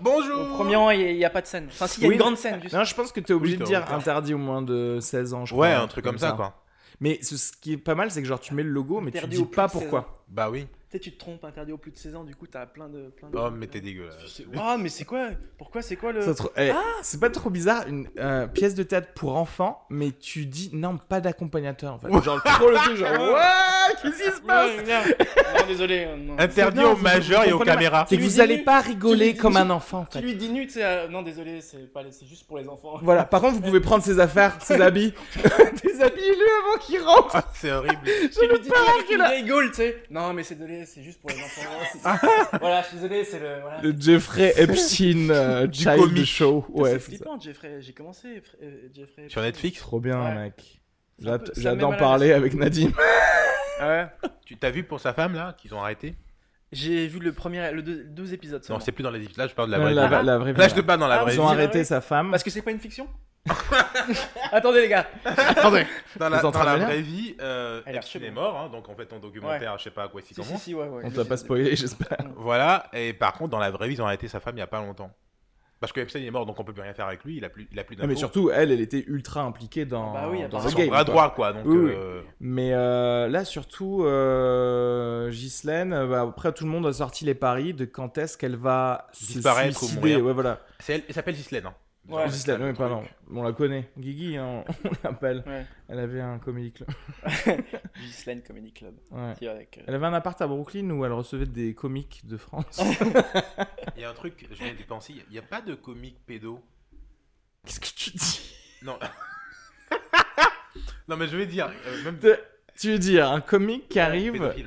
Speaker 1: Bonjour.
Speaker 2: Au premier rang, il n'y a pas de scène. Enfin, si, il y a
Speaker 3: Oui.
Speaker 2: une grande scène, juste.
Speaker 3: Non, je pense que t'es obligé
Speaker 1: Oui,
Speaker 3: de
Speaker 1: t'as-
Speaker 3: dire interdit au moins de 16 ans, je crois.
Speaker 1: Ouais, un truc comme ça, quoi.
Speaker 3: Mais ce, ce qui est pas mal, c'est que genre tu mets le logo, mais tu
Speaker 2: Interdit
Speaker 3: dis
Speaker 2: au plus
Speaker 3: pas
Speaker 2: de 16
Speaker 3: pourquoi.
Speaker 1: Bah oui.
Speaker 2: Peut-être tu te trompes, interdit au plus de 16 ans, du coup, t'as plein de. Plein de...
Speaker 1: Oh, mais t'es dégueulasse.
Speaker 2: C'est- Ah, mais c'est quoi Pourquoi c'est quoi le.
Speaker 3: Ça te-
Speaker 2: Ah.
Speaker 3: eh, C'est pas trop bizarre, une euh, pièce de théâtre pour enfants, mais tu dis non, pas d'accompagnateur
Speaker 1: Bah,
Speaker 3: en fait. Genre trop le truc, genre ouais, qu'est-ce qui se passe
Speaker 2: Ouais, non, non, désolé. euh, non.
Speaker 1: Interdit
Speaker 3: Non,
Speaker 1: aux
Speaker 3: vous-
Speaker 1: majeurs
Speaker 3: vous
Speaker 1: et aux
Speaker 3: comprenez pas.
Speaker 1: caméras.
Speaker 3: C'est que
Speaker 2: Tu lui
Speaker 3: vous
Speaker 2: dis-
Speaker 3: allez pas rigoler
Speaker 2: dis-
Speaker 3: comme un enfant en
Speaker 2: Tu
Speaker 3: fait.
Speaker 2: lui dis nu, tu sais. euh, Non, désolé, c'est pas... c'est juste pour les enfants.
Speaker 3: Voilà, par contre, vous pouvez prendre ses affaires, ses habits, déshabillez-le avant qu'il rentre.
Speaker 1: Ah, c'est horrible.
Speaker 2: Tu lui dis nu avec
Speaker 3: qu'il
Speaker 2: une
Speaker 3: a-
Speaker 2: vieille gaule, tu sais. Non, mais c'est désolé, c'est juste pour les enfants. voilà, je suis désolé, c'est Ah. le. Voilà.
Speaker 3: Le Jeffrey Epstein euh,
Speaker 1: Du
Speaker 3: Child
Speaker 1: comique.
Speaker 3: Show.
Speaker 2: Putain,
Speaker 3: Ouais,
Speaker 2: c'est
Speaker 3: c'est ça.
Speaker 2: flippant, Jeffrey. J'ai commencé euh, Jeffrey.
Speaker 1: Sur Netflix,
Speaker 3: Trop bien,
Speaker 2: Ouais.
Speaker 3: mec.
Speaker 2: C'est un peu-
Speaker 3: J'ad-
Speaker 2: ça me met
Speaker 3: J'adore
Speaker 2: mal à l'aise.
Speaker 3: parler Ah avec Nadine.
Speaker 2: Ouais.
Speaker 1: tu t'as vu pour sa femme là qu'ils ont arrêté
Speaker 2: J'ai vu le premier, le deux, deux épisodes.
Speaker 1: Non,
Speaker 2: Seulement.
Speaker 1: c'est plus dans les épisodes. Là, je parle de la
Speaker 3: Non,
Speaker 1: vraie.
Speaker 3: Euh, la,
Speaker 1: vie.
Speaker 3: va- la vraie vie,
Speaker 1: Là, je
Speaker 3: ouais.
Speaker 1: te parle dans la
Speaker 2: Ah,
Speaker 1: vraie.
Speaker 3: Ils
Speaker 2: vous
Speaker 3: ont
Speaker 1: vie.
Speaker 2: en-
Speaker 3: arrêté sa femme.
Speaker 2: Parce que c'est pas une fiction Attendez les gars Attendez
Speaker 1: Dans la,
Speaker 3: Ils sont
Speaker 1: dans
Speaker 3: en train
Speaker 1: la
Speaker 3: de
Speaker 1: vraie vie, euh,
Speaker 2: Elle a reçu,
Speaker 1: Epstein est
Speaker 2: moi.
Speaker 1: mort, hein, donc en fait ton documentaire, je sais pas à quoi s'y
Speaker 2: Si,
Speaker 1: commence.
Speaker 2: si, si, ouais, ouais.
Speaker 3: On t'a pas spoilé, j'espère.
Speaker 1: Voilà, et par contre, dans la vraie vie, ils ont arrêté sa femme il y a pas longtemps. Parce que Epstein est mort, donc on peut plus rien faire avec lui. Il a plus, il a plus
Speaker 3: Non, mais
Speaker 1: d'impôts.
Speaker 3: surtout, elle, elle était ultra impliquée dans,
Speaker 2: Bah oui,
Speaker 3: dans
Speaker 1: C'est
Speaker 3: le
Speaker 1: son
Speaker 3: game.
Speaker 1: bras
Speaker 3: quoi.
Speaker 1: droit, quoi. Donc,
Speaker 3: Oui, oui.
Speaker 1: euh,
Speaker 3: Mais euh, là, surtout, euh, Ghislaine, euh, bah, après, tout le monde a sorti les paris de quand est-ce qu'elle va se
Speaker 1: Disparaître ou
Speaker 3: suicider.
Speaker 1: mourir.
Speaker 3: Ouais, voilà.
Speaker 1: c'est elle, elle s'appelle Ghislaine. Hein.
Speaker 2: Ouais.
Speaker 3: Ghislaine, oui,
Speaker 1: Le
Speaker 3: pardon.
Speaker 1: truc.
Speaker 3: On la connaît. Guigui, hein, on l'appelle.
Speaker 2: Ouais.
Speaker 3: Elle avait un comédie club.
Speaker 2: Gislaine Comedy Club.
Speaker 3: Ouais.
Speaker 2: Qui est avec, euh,
Speaker 3: Elle avait un appart à Brooklyn où elle recevait des comiques de France.
Speaker 1: Il y a un truc, je viens d'y penser. Il n'y a pas de comique pédo.
Speaker 3: Qu'est-ce que tu dis
Speaker 1: Non. non, mais je vais dire. euh, même
Speaker 3: De- Tu veux dire un comique qui arrive,
Speaker 1: pédophile.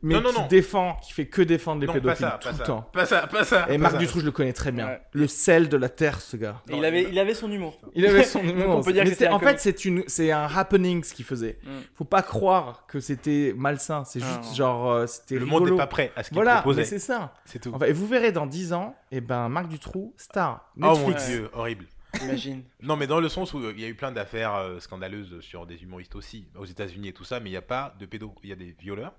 Speaker 3: mais
Speaker 1: Non, non,
Speaker 3: qui
Speaker 1: non.
Speaker 3: défend, qui fait que défendre les
Speaker 1: Non, pas
Speaker 3: pédophiles
Speaker 1: ça,
Speaker 3: tout
Speaker 1: pas
Speaker 3: le
Speaker 1: ça.
Speaker 3: temps.
Speaker 1: Pas ça, pas ça.
Speaker 3: Et
Speaker 1: pas
Speaker 3: Marc
Speaker 1: ça.
Speaker 3: Dutroux, je le connais très bien.
Speaker 2: Ouais.
Speaker 3: Le sel de la terre, ce gars.
Speaker 2: Et
Speaker 1: Non,
Speaker 2: il, avait, il avait son humour.
Speaker 3: Il avait son
Speaker 2: Donc
Speaker 3: humour.
Speaker 2: on peut dire
Speaker 3: Mais
Speaker 2: que
Speaker 3: c'est-
Speaker 2: c'était
Speaker 3: en
Speaker 2: un
Speaker 3: fait, c'est une, c'est un happening ce qu'il faisait.
Speaker 2: Mm.
Speaker 3: Faut pas croire que c'était malsain. C'est juste
Speaker 2: Ah.
Speaker 3: genre, euh, c'était
Speaker 1: Le
Speaker 3: rigolo.
Speaker 1: monde n'est pas prêt à ce qu'il
Speaker 3: Voilà, mais
Speaker 1: proposait. Oh
Speaker 3: c'est ça.
Speaker 1: C'est tout.
Speaker 3: Enfin, et vous verrez dans 10 ans, et ben Marc Dutroux, star,
Speaker 1: Oh mon
Speaker 3: Netflix.
Speaker 1: dieu, horrible.
Speaker 2: Imagine.
Speaker 1: Non, mais dans le sens où euh, il y a eu plein d'affaires euh, scandaleuses sur des humoristes aussi, aux États-Unis et tout ça, mais il n'y a pas de pédos. Il y a des violeurs,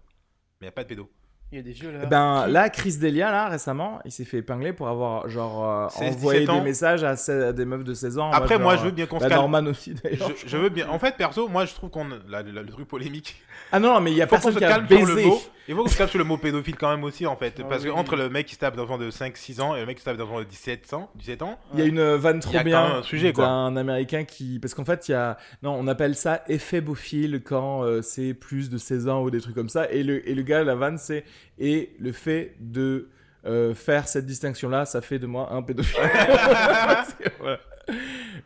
Speaker 1: mais il n'y a pas de pédos.
Speaker 2: Il y a des violeurs.
Speaker 3: Eh Ben là, Chris Delia, là, récemment, il s'est fait épingler pour avoir genre euh,
Speaker 1: 16,
Speaker 3: envoyé
Speaker 1: 17
Speaker 3: des
Speaker 1: ans.
Speaker 3: messages à, se- à des meufs de 16 ans. en
Speaker 1: Après,
Speaker 3: mode,
Speaker 1: moi,
Speaker 3: genre,
Speaker 1: je veux bien qu'on se
Speaker 3: bah,
Speaker 1: calme.
Speaker 3: Norman aussi d'ailleurs.
Speaker 1: Je, je veux bien. En fait, perso, moi, je trouve qu'on la- la- le truc polémique.
Speaker 3: Ah non, non, mais il y a
Speaker 1: Il faut qu'on
Speaker 3: personne
Speaker 1: se
Speaker 3: qui a
Speaker 1: calme sur le
Speaker 3: baisé.
Speaker 1: mot. Il faut qu'on se calme sur le mot pédophile quand même aussi, en fait,
Speaker 2: Ah
Speaker 1: parce que
Speaker 2: oui.
Speaker 1: entre le mec qui se tape d'enfant de 5-6 ans et le mec qui se tape d'enfant de 17 ans, 17 ans,
Speaker 3: Il y a une euh, vanne trop
Speaker 1: Il y a quand même
Speaker 3: bien
Speaker 1: un sujet, quoi.
Speaker 3: d'un américain qui parce qu'en fait il y a non on appelle ça effet bophile quand euh, c'est plus de 16 ans ou des trucs comme ça et le et le gars la vanne c'est et le fait de euh, faire cette distinction là ça fait de moi un pédophile Voilà.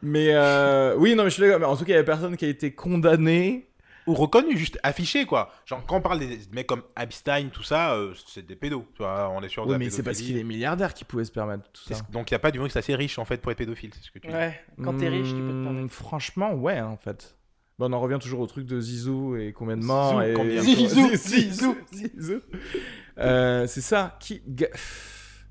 Speaker 3: mais euh, oui non mais je suis d'accord mais en tout cas il y a personne qui a été condamné
Speaker 1: ou reconnu, juste affiché, quoi. Genre, quand on parle des des mecs comme Epstein, tout ça, euh, c'est des pédos. Tu vois, on est sûr de
Speaker 3: oui
Speaker 1: la
Speaker 3: mais c'est parce
Speaker 1: pédophilie.
Speaker 3: qu'il est milliardaire qu'il pouvait se permettre tout
Speaker 1: C'est
Speaker 3: ça
Speaker 1: ce- Donc, il n'y a pas d'humoriste assez riche, en fait, pour être pédophile, c'est ce que tu dis.
Speaker 2: Ouais, quand t'es riche, tu peux te
Speaker 3: Hmm,
Speaker 2: permettre.
Speaker 3: Franchement, ouais, en fait. Bon, on en revient toujours au truc de Zizou et combien de
Speaker 1: Zizou,
Speaker 3: morts. et...
Speaker 1: combien de-
Speaker 3: Zizou,
Speaker 2: Zizou,
Speaker 3: Zizou, Zizou. Euh, c'est ça. Qui... ga-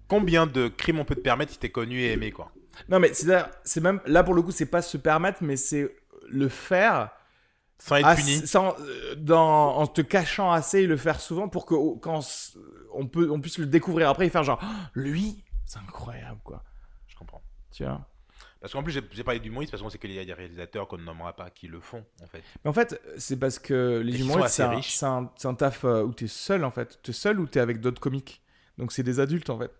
Speaker 1: Combien de crimes on peut te permettre si t'es connu et aimé, quoi
Speaker 3: Non, mais c'est c'est même là pour le coup, c'est pas se permettre, mais c'est le faire
Speaker 1: Sans être
Speaker 3: ass-
Speaker 1: puni.
Speaker 3: sans, euh, dans, en te cachant assez et le faire souvent pour que oh, quand s- on, peut, on puisse le découvrir après et faire genre Ah, lui, c'est incroyable quoi.
Speaker 1: Je comprends.
Speaker 3: Tu vois.
Speaker 1: Parce qu'en plus, j'ai j'ai parlé d'humoriste parce qu'on sait qu'il y a des réalisateurs qu'on ne nommera pas qui le font, en fait.
Speaker 3: Mais en fait, c'est parce que
Speaker 1: Et
Speaker 3: les
Speaker 1: qui sont
Speaker 3: humoristes,
Speaker 1: assez
Speaker 3: c'est un,
Speaker 1: riches.
Speaker 3: c'est un- c'est un taf euh, où t'es seul en fait. T'es seul ou t'es avec d'autres comiques. Donc c'est des adultes en fait.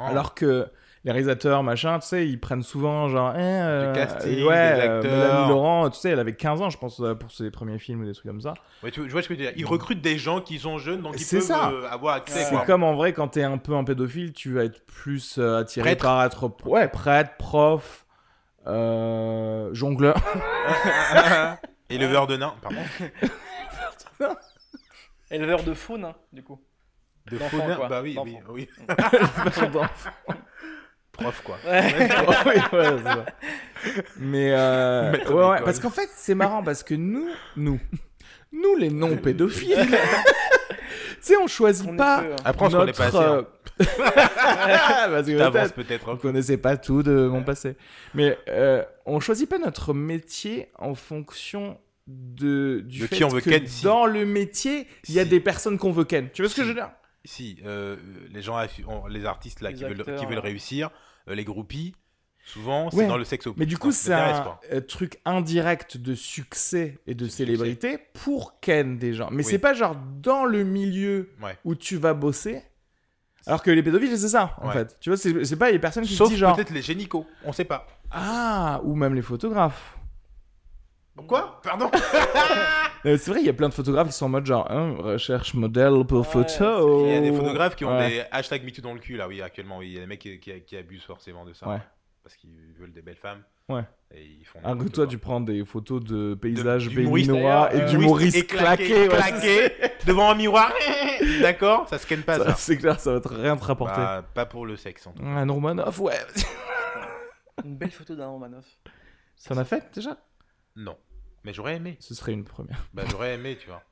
Speaker 1: Oh.
Speaker 3: Alors que les réalisateurs, machin, tu sais, ils prennent souvent genre. Eh, euh,
Speaker 1: casting,
Speaker 3: euh, ouais,
Speaker 1: des
Speaker 3: euh,
Speaker 1: acteurs.
Speaker 3: Mélanie Laurent, tu sais, elle avait 15 ans, je pense, euh, pour ses premiers films ou des trucs comme ça.
Speaker 1: Ah, Ouais, tu, je vois ce que tu veux dire. Ils recrutent des gens qui sont jeunes, donc ils
Speaker 3: C'est
Speaker 1: peuvent
Speaker 3: ça.
Speaker 1: euh, avoir accès,
Speaker 2: C'est
Speaker 1: quoi.
Speaker 3: C'est comme en vrai, quand t'es un peu un pédophile, tu vas être plus euh, attiré
Speaker 1: Prêtre.
Speaker 3: par être. pro- Ouais, prêtre, prof, euh, jongleur.
Speaker 1: Éleveur de nains,
Speaker 3: Ah
Speaker 1: pardon.
Speaker 2: Éleveur de faune, hein, du coup.
Speaker 1: De
Speaker 2: D'enfants,
Speaker 1: faux nains.
Speaker 2: quoi.
Speaker 1: Bah oui, oui,
Speaker 2: D'enfants.
Speaker 1: oui.
Speaker 3: Pardon.
Speaker 1: Prof, quoi.
Speaker 2: Ouais.
Speaker 3: Oui, voilà, c'est ça. Mais euh,
Speaker 1: Maître
Speaker 3: ouais, ouais,
Speaker 1: d'école.
Speaker 3: parce qu'en fait, c'est marrant parce que nous, nous, nous les non pédophiles, tu sais, on choisit
Speaker 2: On est
Speaker 3: pas
Speaker 2: peu, hein.
Speaker 1: Après, on se connaît
Speaker 3: notre,
Speaker 1: pas assez. hein.
Speaker 3: euh, parce que
Speaker 1: T'avances
Speaker 3: peut-être
Speaker 1: peut-être.
Speaker 3: on
Speaker 1: hein.
Speaker 3: connaissait pas tout de mon passé, mais euh, on choisit pas notre métier en fonction de du
Speaker 1: De
Speaker 3: fait
Speaker 1: qui on veut
Speaker 3: que
Speaker 1: ken, si.
Speaker 3: dans le métier, il y a
Speaker 1: Si.
Speaker 3: des personnes qu'on veut ken. Tu vois ce que
Speaker 1: Si.
Speaker 3: je veux dire
Speaker 1: Si, euh, les gens, affi- on- les artistes là,
Speaker 2: Les
Speaker 1: qui, veulent,
Speaker 2: acteurs,
Speaker 1: qui veulent
Speaker 2: là.
Speaker 1: réussir, euh, les groupies, souvent, c'est
Speaker 3: Ouais.
Speaker 1: dans le sexe opposé.
Speaker 3: Mais du coup, c'est
Speaker 1: ça m'intéresse,
Speaker 3: un
Speaker 1: quoi.
Speaker 3: euh, truc indirect de succès et de
Speaker 1: C'est du
Speaker 3: célébrité pour ken des gens. Mais
Speaker 1: Oui.
Speaker 3: c'est pas genre dans le milieu
Speaker 1: Ouais.
Speaker 3: où tu vas bosser. Alors que les pédophiles, c'est ça, en
Speaker 1: Ouais.
Speaker 3: fait. Tu vois, c'est c'est pas les personnes qui se
Speaker 1: Sauf
Speaker 3: disent genre
Speaker 1: peut-être les génicaux, on sait pas.
Speaker 3: Ah, ou même les photographes.
Speaker 1: Ah, Quoi Mmh. Pardon
Speaker 3: Euh, c'est vrai, il y a plein de photographes qui sont en mode genre hein, recherche modèle pour
Speaker 2: Ouais,
Speaker 3: photo.
Speaker 1: Il y a des photographes qui ont
Speaker 3: Oh. Ouais.
Speaker 1: des hashtags MeToo dans le cul, là, oui, actuellement. oui. Il y a des mecs qui, qui- qui abusent forcément de ça.
Speaker 3: Ouais.
Speaker 1: Parce qu'ils veulent des belles femmes.
Speaker 3: Ouais.
Speaker 1: Et ils font.
Speaker 3: Alors que
Speaker 1: n'importe
Speaker 3: toi,
Speaker 1: quoi.
Speaker 3: tu prends des photos de paysages
Speaker 1: d'humoristes,
Speaker 3: béninois et
Speaker 2: d'ailleurs, euh,
Speaker 3: d'humoristes
Speaker 1: Humoriste
Speaker 3: claqués. ouais,
Speaker 1: claqué, devant un miroir. D'accord Ça scanne pas
Speaker 3: ça,
Speaker 1: ça.
Speaker 3: C'est clair, ça va te rien te rapporter.
Speaker 1: Bah, pas pour le sexe, en tout
Speaker 3: Un Romanoff, ouais.
Speaker 2: Une belle photo d'un Romanoff.
Speaker 3: T'en as fait déjà
Speaker 1: Non. Mais j'aurais aimé.
Speaker 3: Ce serait une première.
Speaker 1: Bah, j'aurais aimé, tu vois.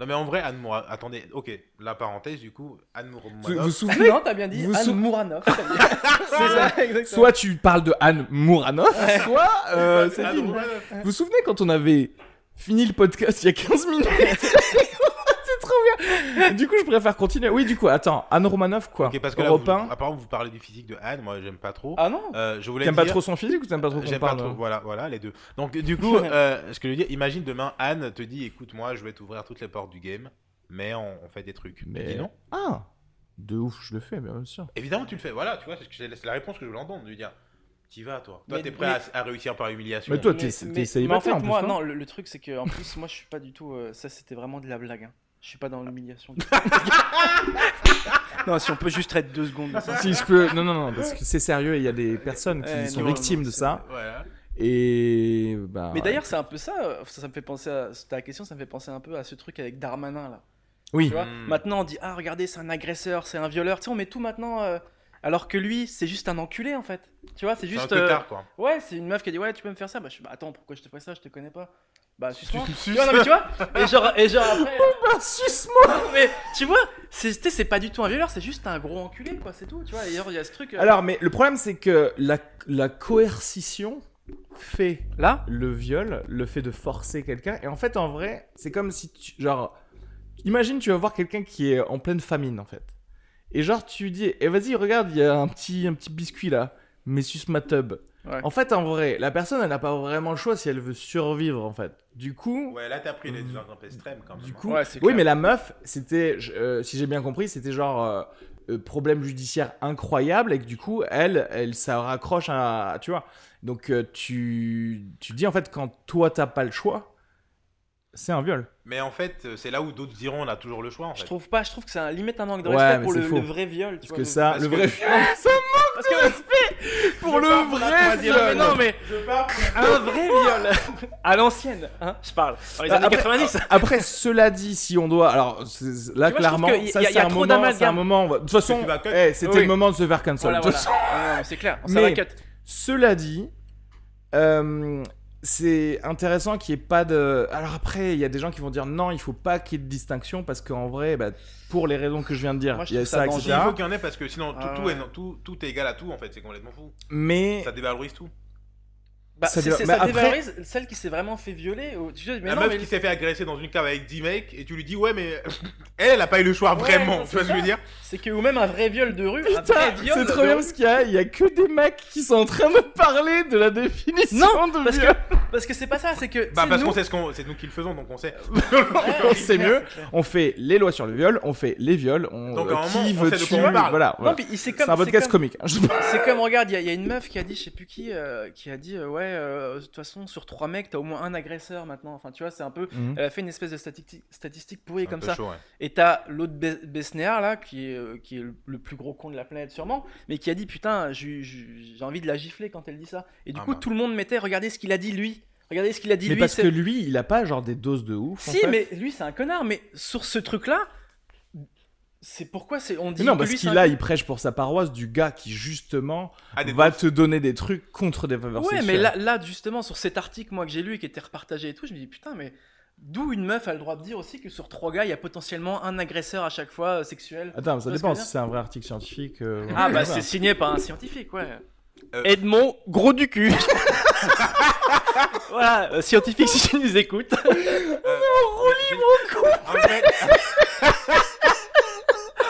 Speaker 1: Non, mais en vrai, Anne Moura- Attendez, ok, la parenthèse, du coup, Anne
Speaker 3: Vous vous
Speaker 1: Mourmanov.
Speaker 3: souvenez hein
Speaker 2: Non, t'as bien dit
Speaker 3: Vous
Speaker 2: Anne
Speaker 3: sou-
Speaker 2: Mouranoff. t'as dit. C'est ça, exactement.
Speaker 3: Soit tu parles de Anne Mouranoff, soit euh,
Speaker 1: Anne
Speaker 3: Céline.
Speaker 1: Mourmanov.
Speaker 3: Vous vous souvenez quand on avait fini le podcast il y a 15 minutes C'est trop bien du coup, je préfère continuer. Oui, du coup, attends, Anne Romanoff, quoi.
Speaker 1: Ok, parce que là, vous,
Speaker 3: Europe 1.
Speaker 1: apparemment, vous parlez du physique de Anne, moi j'aime pas trop.
Speaker 3: Ah non
Speaker 1: Euh, je voulais
Speaker 3: T'aimes
Speaker 1: dire...
Speaker 3: pas trop son physique ou t'aimes pas trop qu'on
Speaker 1: J'aime pas
Speaker 3: parle hein.
Speaker 1: trop, voilà, voilà, les deux. Donc, du coup, euh, ce que je veux dire, imagine demain, Anne te dit écoute, moi, je vais t'ouvrir toutes les portes du game, mais on, on fait des trucs.
Speaker 3: Mais-
Speaker 1: Tu dis non
Speaker 3: Ah De ouf, je le fais, bien sûr.
Speaker 1: Évidemment, tu le fais, voilà, tu vois, c'est ce que- c'est la réponse que je voulais entendre, de lui dire t'y vas, toi. Toi,
Speaker 2: Mais-
Speaker 1: t'es prêt
Speaker 2: mais-
Speaker 1: à, à réussir par humiliation.
Speaker 3: Mais toi,
Speaker 2: Mais-
Speaker 3: t'es
Speaker 2: mais-
Speaker 3: t'es
Speaker 2: Mais en
Speaker 3: célibataire
Speaker 2: fait,
Speaker 3: en plus,
Speaker 2: moi,
Speaker 3: non
Speaker 2: non, le, le truc, c'est que, en plus, moi, je suis pas du tout. euh, ça, c'était vraiment de la blague. hein. Je suis pas dans l'humiliation. du tout. non, si on peut juste être deux secondes. de ça.
Speaker 3: Si je peux... Non, non, non, parce que c'est sérieux et il y a des personnes qui
Speaker 2: Eh,
Speaker 3: sont
Speaker 2: non,
Speaker 3: victimes
Speaker 2: non,
Speaker 3: de
Speaker 2: c'est-
Speaker 3: ça.
Speaker 1: Voilà.
Speaker 3: Et... Bah,
Speaker 2: Mais d'ailleurs, c'est un peu ça. euh, Ça, ça me fait penser à ta question. Ça me fait penser un peu à ce truc avec Darmanin là.
Speaker 3: Oui.
Speaker 2: Tu vois
Speaker 1: Mm.
Speaker 2: Maintenant, on dit ah regardez, c'est un agresseur, c'est un violeur. Tu sais, on met tout maintenant. euh, alors que lui, c'est juste un enculé en fait. Tu vois, c'est
Speaker 1: C'est un
Speaker 2: juste.
Speaker 1: peu
Speaker 2: euh,
Speaker 1: tard, quoi.
Speaker 2: Ouais, c'est une meuf qui a dit ouais, tu peux me faire ça. Bah, je suis bah, attends, pourquoi je te fais ça Je te connais pas. Bah, suce-moi.
Speaker 1: Tu- tu-
Speaker 2: Tu vois, non, mais tu vois Et genre, et genre après.
Speaker 1: ah,
Speaker 3: suce-moi
Speaker 2: mais tu vois, c'est tu sais, c'est pas du tout un violeur, c'est juste un gros enculé, quoi, c'est tout. Tu vois, et alors, il y a ce truc. euh,
Speaker 3: Alors, mais le problème, c'est que la, la coercition fait
Speaker 2: là,
Speaker 3: le viol, le fait de forcer quelqu'un. Et en fait, en vrai, c'est comme si tu. Genre, imagine, tu vas voir quelqu'un qui est en pleine famine, en fait. Et genre, tu lui dis, eh vas-y, regarde, il y a un petit, un petit biscuit là. Mais suce ma tub.
Speaker 2: Ouais.
Speaker 3: En fait, en vrai, la personne, elle n'a pas vraiment le choix si elle veut survivre, en fait. Du coup.
Speaker 1: Ouais, là, t'as pris
Speaker 2: Mm.
Speaker 1: les gens un peu extrêmes quand même.
Speaker 3: Du
Speaker 1: hein.
Speaker 3: coup,
Speaker 2: Ouais, c'est
Speaker 3: oui,
Speaker 2: clair.
Speaker 3: mais la meuf, c'était, je- euh, si j'ai bien compris, c'était genre euh, euh, problème judiciaire incroyable et que du coup, elle, elle, ça raccroche à, tu vois. Donc euh, tu, tu dis en fait quand toi t'as pas le choix, c'est un viol.
Speaker 1: Mais en fait, euh, c'est là où d'autres diront on a toujours le choix, en
Speaker 2: je
Speaker 1: fait.
Speaker 2: trouve pas, je trouve que c'est un, limite un manque de
Speaker 3: Ouais,
Speaker 2: respect
Speaker 3: mais
Speaker 2: pour
Speaker 3: c'est
Speaker 2: le,
Speaker 3: faux.
Speaker 2: le vrai viol. Tu
Speaker 3: Parce
Speaker 2: vois,
Speaker 3: que
Speaker 2: mais-
Speaker 3: ça,
Speaker 1: parce
Speaker 3: le
Speaker 1: que-
Speaker 3: vrai viol, ça
Speaker 2: Parce que-
Speaker 3: pour le
Speaker 1: parle pour la
Speaker 3: vrai
Speaker 1: troisième
Speaker 3: viol.
Speaker 2: Mais non, mais
Speaker 1: Je pars
Speaker 2: un vrai viol à l'ancienne, hein, je parle. Dans les
Speaker 3: Bah,
Speaker 2: années
Speaker 3: après-
Speaker 2: 90.
Speaker 3: Après, cela dit, si on doit, alors
Speaker 2: Tu vois,
Speaker 3: c'est- là
Speaker 2: je trouve
Speaker 3: clairement,
Speaker 2: qu'il y a-
Speaker 3: ça
Speaker 2: il y a
Speaker 3: c'est un
Speaker 2: trop
Speaker 3: moment,
Speaker 2: d'amalgame.
Speaker 3: c'est un moment. on va- De toute façon,
Speaker 1: Tu vas cut.
Speaker 3: eh, c'était
Speaker 2: Oui.
Speaker 3: le moment de se faire cancel.
Speaker 2: Voilà,
Speaker 3: De toute
Speaker 2: voilà.
Speaker 3: façon,
Speaker 2: Ah, non, c'est clair, ça
Speaker 3: Mais-
Speaker 2: va cut.
Speaker 3: Cela dit, euh, c'est intéressant qu'il n'y ait pas de. Alors après, il y a des gens qui vont dire non, il faut pas qu'il y ait de distinction parce qu'en vrai, bah, pour les raisons que je viens de dire,
Speaker 2: Moi, je
Speaker 3: il y a
Speaker 2: trouve
Speaker 3: ça,
Speaker 2: ça
Speaker 1: Il
Speaker 3: etc.
Speaker 2: dangereux.
Speaker 1: faut qu'il y en ait parce que sinon, tout,
Speaker 2: Ah
Speaker 1: tout,
Speaker 2: ouais.
Speaker 1: est, non, tout, tout est égal à tout, en fait. C'est complètement fou.
Speaker 3: Mais
Speaker 1: Ça dévalorise tout.
Speaker 2: Bah,
Speaker 3: Ça
Speaker 2: c'est-
Speaker 3: dure-
Speaker 2: c'est-
Speaker 3: bah,
Speaker 2: ça
Speaker 3: après-
Speaker 2: dévalorise celle qui s'est vraiment fait violer. ou- Tu sais, mais
Speaker 1: la
Speaker 2: non,
Speaker 1: meuf
Speaker 2: mais-
Speaker 1: qui s'est fait agresser dans une cave avec 10 mecs et tu lui dis ouais mais elle elle a pas eu le choix vraiment
Speaker 2: Ouais,
Speaker 1: tu vois ce que je veux dire
Speaker 2: c'est que ou même un vrai viol de rue, un
Speaker 3: putain,
Speaker 2: vrai viol.
Speaker 3: c'est
Speaker 2: de
Speaker 3: trop bien
Speaker 2: rue.
Speaker 3: parce qu'il y a, il y a que des mecs qui sont en train de parler de la définition
Speaker 2: Non,
Speaker 3: de
Speaker 2: parce que-
Speaker 3: viol.
Speaker 2: Parce que c'est pas ça, c'est que.
Speaker 1: bah
Speaker 2: tu sais,
Speaker 1: parce
Speaker 2: nous-
Speaker 1: qu'on sait ce qu'on c'est nous qui le faisons donc on sait
Speaker 2: Ouais,
Speaker 3: on
Speaker 2: c'est
Speaker 3: sait
Speaker 2: clair,
Speaker 3: mieux.
Speaker 2: c'est clair.
Speaker 3: On fait les lois sur le viol, on fait les viols, on
Speaker 1: Donc,
Speaker 3: euh,
Speaker 1: à un moment,
Speaker 3: qui
Speaker 1: on
Speaker 3: veut
Speaker 1: sait de
Speaker 3: tu,
Speaker 1: quoi on parle.
Speaker 3: voilà.
Speaker 2: Non,
Speaker 3: voilà.
Speaker 2: puis il- c'est
Speaker 3: C'est
Speaker 2: comme.
Speaker 3: un podcast
Speaker 2: comme-
Speaker 3: comique. hein, je pense.
Speaker 2: C'est comme, regarde, il y, a- il y a une meuf qui a dit, je sais plus qui, euh, qui a dit, euh, ouais, euh, de toute façon, sur trois mecs, t'as au moins un agresseur maintenant. Enfin, tu vois, c'est un peu.
Speaker 3: Mhm.
Speaker 2: Elle a fait une espèce de statistique, statistique pourrie comme ça.
Speaker 1: chaud, ouais.
Speaker 2: Et t'as l'autre Be- Besnéard, là, qui est, euh, qui est le- le plus gros con de la planète, sûrement, mais qui a dit, putain, j'ai j'ai- j'ai envie de la gifler quand elle dit ça. Et du
Speaker 1: Ah
Speaker 2: coup,
Speaker 1: bah.
Speaker 2: tout le monde mettait, regardez ce qu'il a dit lui. Regardez ce qu'il a dit
Speaker 3: Mais
Speaker 2: lui.
Speaker 3: parce
Speaker 2: c'est-
Speaker 3: que lui, il a pas genre des doses de ouf. en
Speaker 2: Si,
Speaker 3: fait.
Speaker 2: mais lui, c'est un connard, mais sur ce truc-là. C'est pourquoi c'est on dit
Speaker 3: Mais non,
Speaker 2: que
Speaker 3: parce
Speaker 2: lui, c'est
Speaker 3: qu'il
Speaker 2: un
Speaker 3: là, il prêche pour sa paroisse du gars qui justement
Speaker 1: Ah, des
Speaker 3: va
Speaker 1: doses.
Speaker 3: te donner des trucs contre des faveurs
Speaker 2: Ouais,
Speaker 3: sexuelles.
Speaker 2: mais là, là, justement, sur cet article, moi, que j'ai lu et qui était repartagé et tout, je me dis, putain, mais d'où une meuf a le droit de dire aussi que sur trois gars, il y a potentiellement un agresseur à chaque fois euh, sexuel
Speaker 3: Attends, ça
Speaker 2: Parce
Speaker 3: dépend
Speaker 2: que là-
Speaker 3: si c'est un vrai article scientifique. euh,
Speaker 2: Ah,
Speaker 3: voilà.
Speaker 2: bah, c'est signé par un scientifique, ouais.
Speaker 1: Euh.
Speaker 2: Edmond, gros du cul. voilà, euh, scientifique, si tu nous écoutes.
Speaker 1: Euh, mais j'ai- Ah, en fait-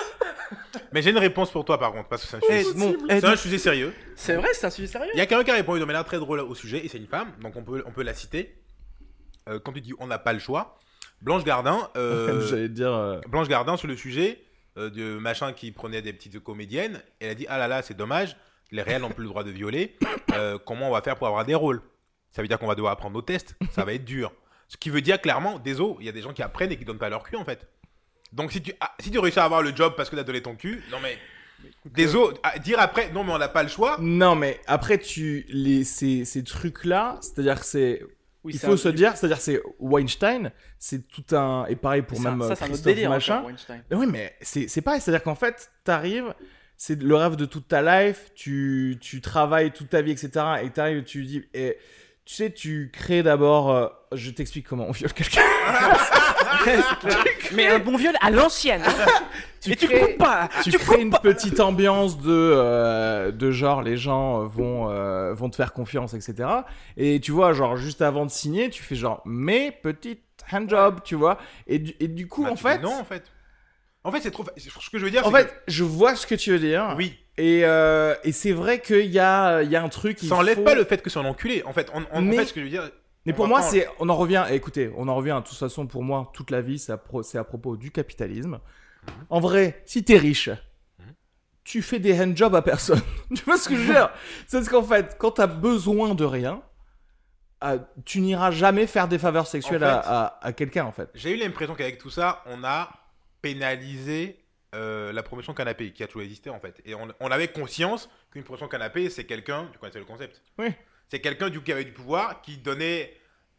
Speaker 1: mais j'ai une réponse pour toi par contre parce que c'est un sujet
Speaker 2: Edmond,
Speaker 1: c'est un
Speaker 2: Edmond.
Speaker 1: sujet sérieux
Speaker 2: C'est vrai, c'est un sujet sérieux.
Speaker 1: il y a quelqu'un qui a répondu de manière très drôle au sujet et c'est une femme donc on peut on peut la citer Euh, quand tu dis on n'a pas le choix Blanche Gardin euh,
Speaker 3: J'allais dire. euh,
Speaker 1: Blanche Gardin sur le sujet euh, de machin qui prenait des petites comédiennes. Elle a dit Ah là là, c'est dommage, les réels n'ont plus le droit de violer. Euh, comment on va faire pour avoir des rôles Ça veut dire qu'on va devoir apprendre nos tests. Ça va être dur. Ce qui veut dire clairement Désolé, il y a des gens qui apprennent et qui donnent pas leur cul en fait. Donc si tu, ah, si tu réussis à avoir le job parce que t'as donné ton cul, non mais.
Speaker 3: euh,
Speaker 1: Désolé, ah, dire après, non mais on n'a pas le choix.
Speaker 3: Non, mais après, tu les ces, ces trucs-là, c'est-à-dire que c'est.
Speaker 2: Oui,
Speaker 3: il
Speaker 2: c'est
Speaker 3: faut
Speaker 2: un-
Speaker 3: se dire, c'est-à-dire c'est Weinstein, c'est tout un et pareil pour
Speaker 2: c'est
Speaker 3: même
Speaker 2: un-
Speaker 3: euh,
Speaker 2: ça, c'est un autre
Speaker 3: Christophe
Speaker 2: délire, hein,
Speaker 3: machin.
Speaker 2: encore, Weinstein.
Speaker 3: Mais Oui, mais c'est c'est pareil. C'est-à-dire qu'en fait, t'arrives, c'est le rêve de toute ta life, tu, tu travailles toute ta vie, etc. Et t'arrives, tu dis. Et, tu sais, tu crées d'abord. euh, je t'explique comment on viole quelqu'un.
Speaker 2: Mais un bon viol à l'ancienne. hein.
Speaker 3: Tu
Speaker 2: et tu
Speaker 3: crées-
Speaker 2: coupes pas.
Speaker 3: tu crées une petite ambiance de, euh, de genre les gens euh, vont, euh, vont te faire confiance, etc. Et tu vois, genre juste avant de signer, tu fais genre mes petites handjobs, tu vois. Et du, et du coup,
Speaker 1: Bah,
Speaker 3: en
Speaker 1: tu
Speaker 3: fait,
Speaker 1: dis Non, en fait. En fait, c'est trop. fa- Ce que je veux dire,
Speaker 3: En
Speaker 1: c'est
Speaker 3: fait, je vois ce que tu veux dire.
Speaker 1: que- oui,
Speaker 3: Et, euh, et c'est vrai qu'il y a, il y a un truc. il
Speaker 1: ça enlève
Speaker 3: faut-
Speaker 1: pas le fait que c'est un enculé. En fait, en, en- en
Speaker 3: Mais-
Speaker 1: fait, ce que je veux dire.
Speaker 3: Mais
Speaker 1: on
Speaker 3: pour
Speaker 1: va
Speaker 3: moi,
Speaker 1: pas en-
Speaker 3: c'est, on en revient. et Écoutez, on en revient. De toute façon, pour moi, toute la vie, c'est à, pro- c'est à propos du capitalisme. En vrai, si t'es riche, tu fais des handjobs à personne. tu vois ce que je veux dire C'est ce qu'en fait, quand t'as besoin de rien, ah, tu n'iras jamais faire des faveurs sexuelles à-
Speaker 1: fait-
Speaker 3: à, à quelqu'un, en fait.
Speaker 1: J'ai eu l'impression qu'avec tout ça, on a pénalisé euh, la promotion canapé qui a toujours existé en fait. Et on, on avait conscience qu'une promotion canapé, c'est quelqu'un, tu connaissais le concept
Speaker 3: Oui.
Speaker 1: C'est quelqu'un du qui avait du pouvoir qui donnait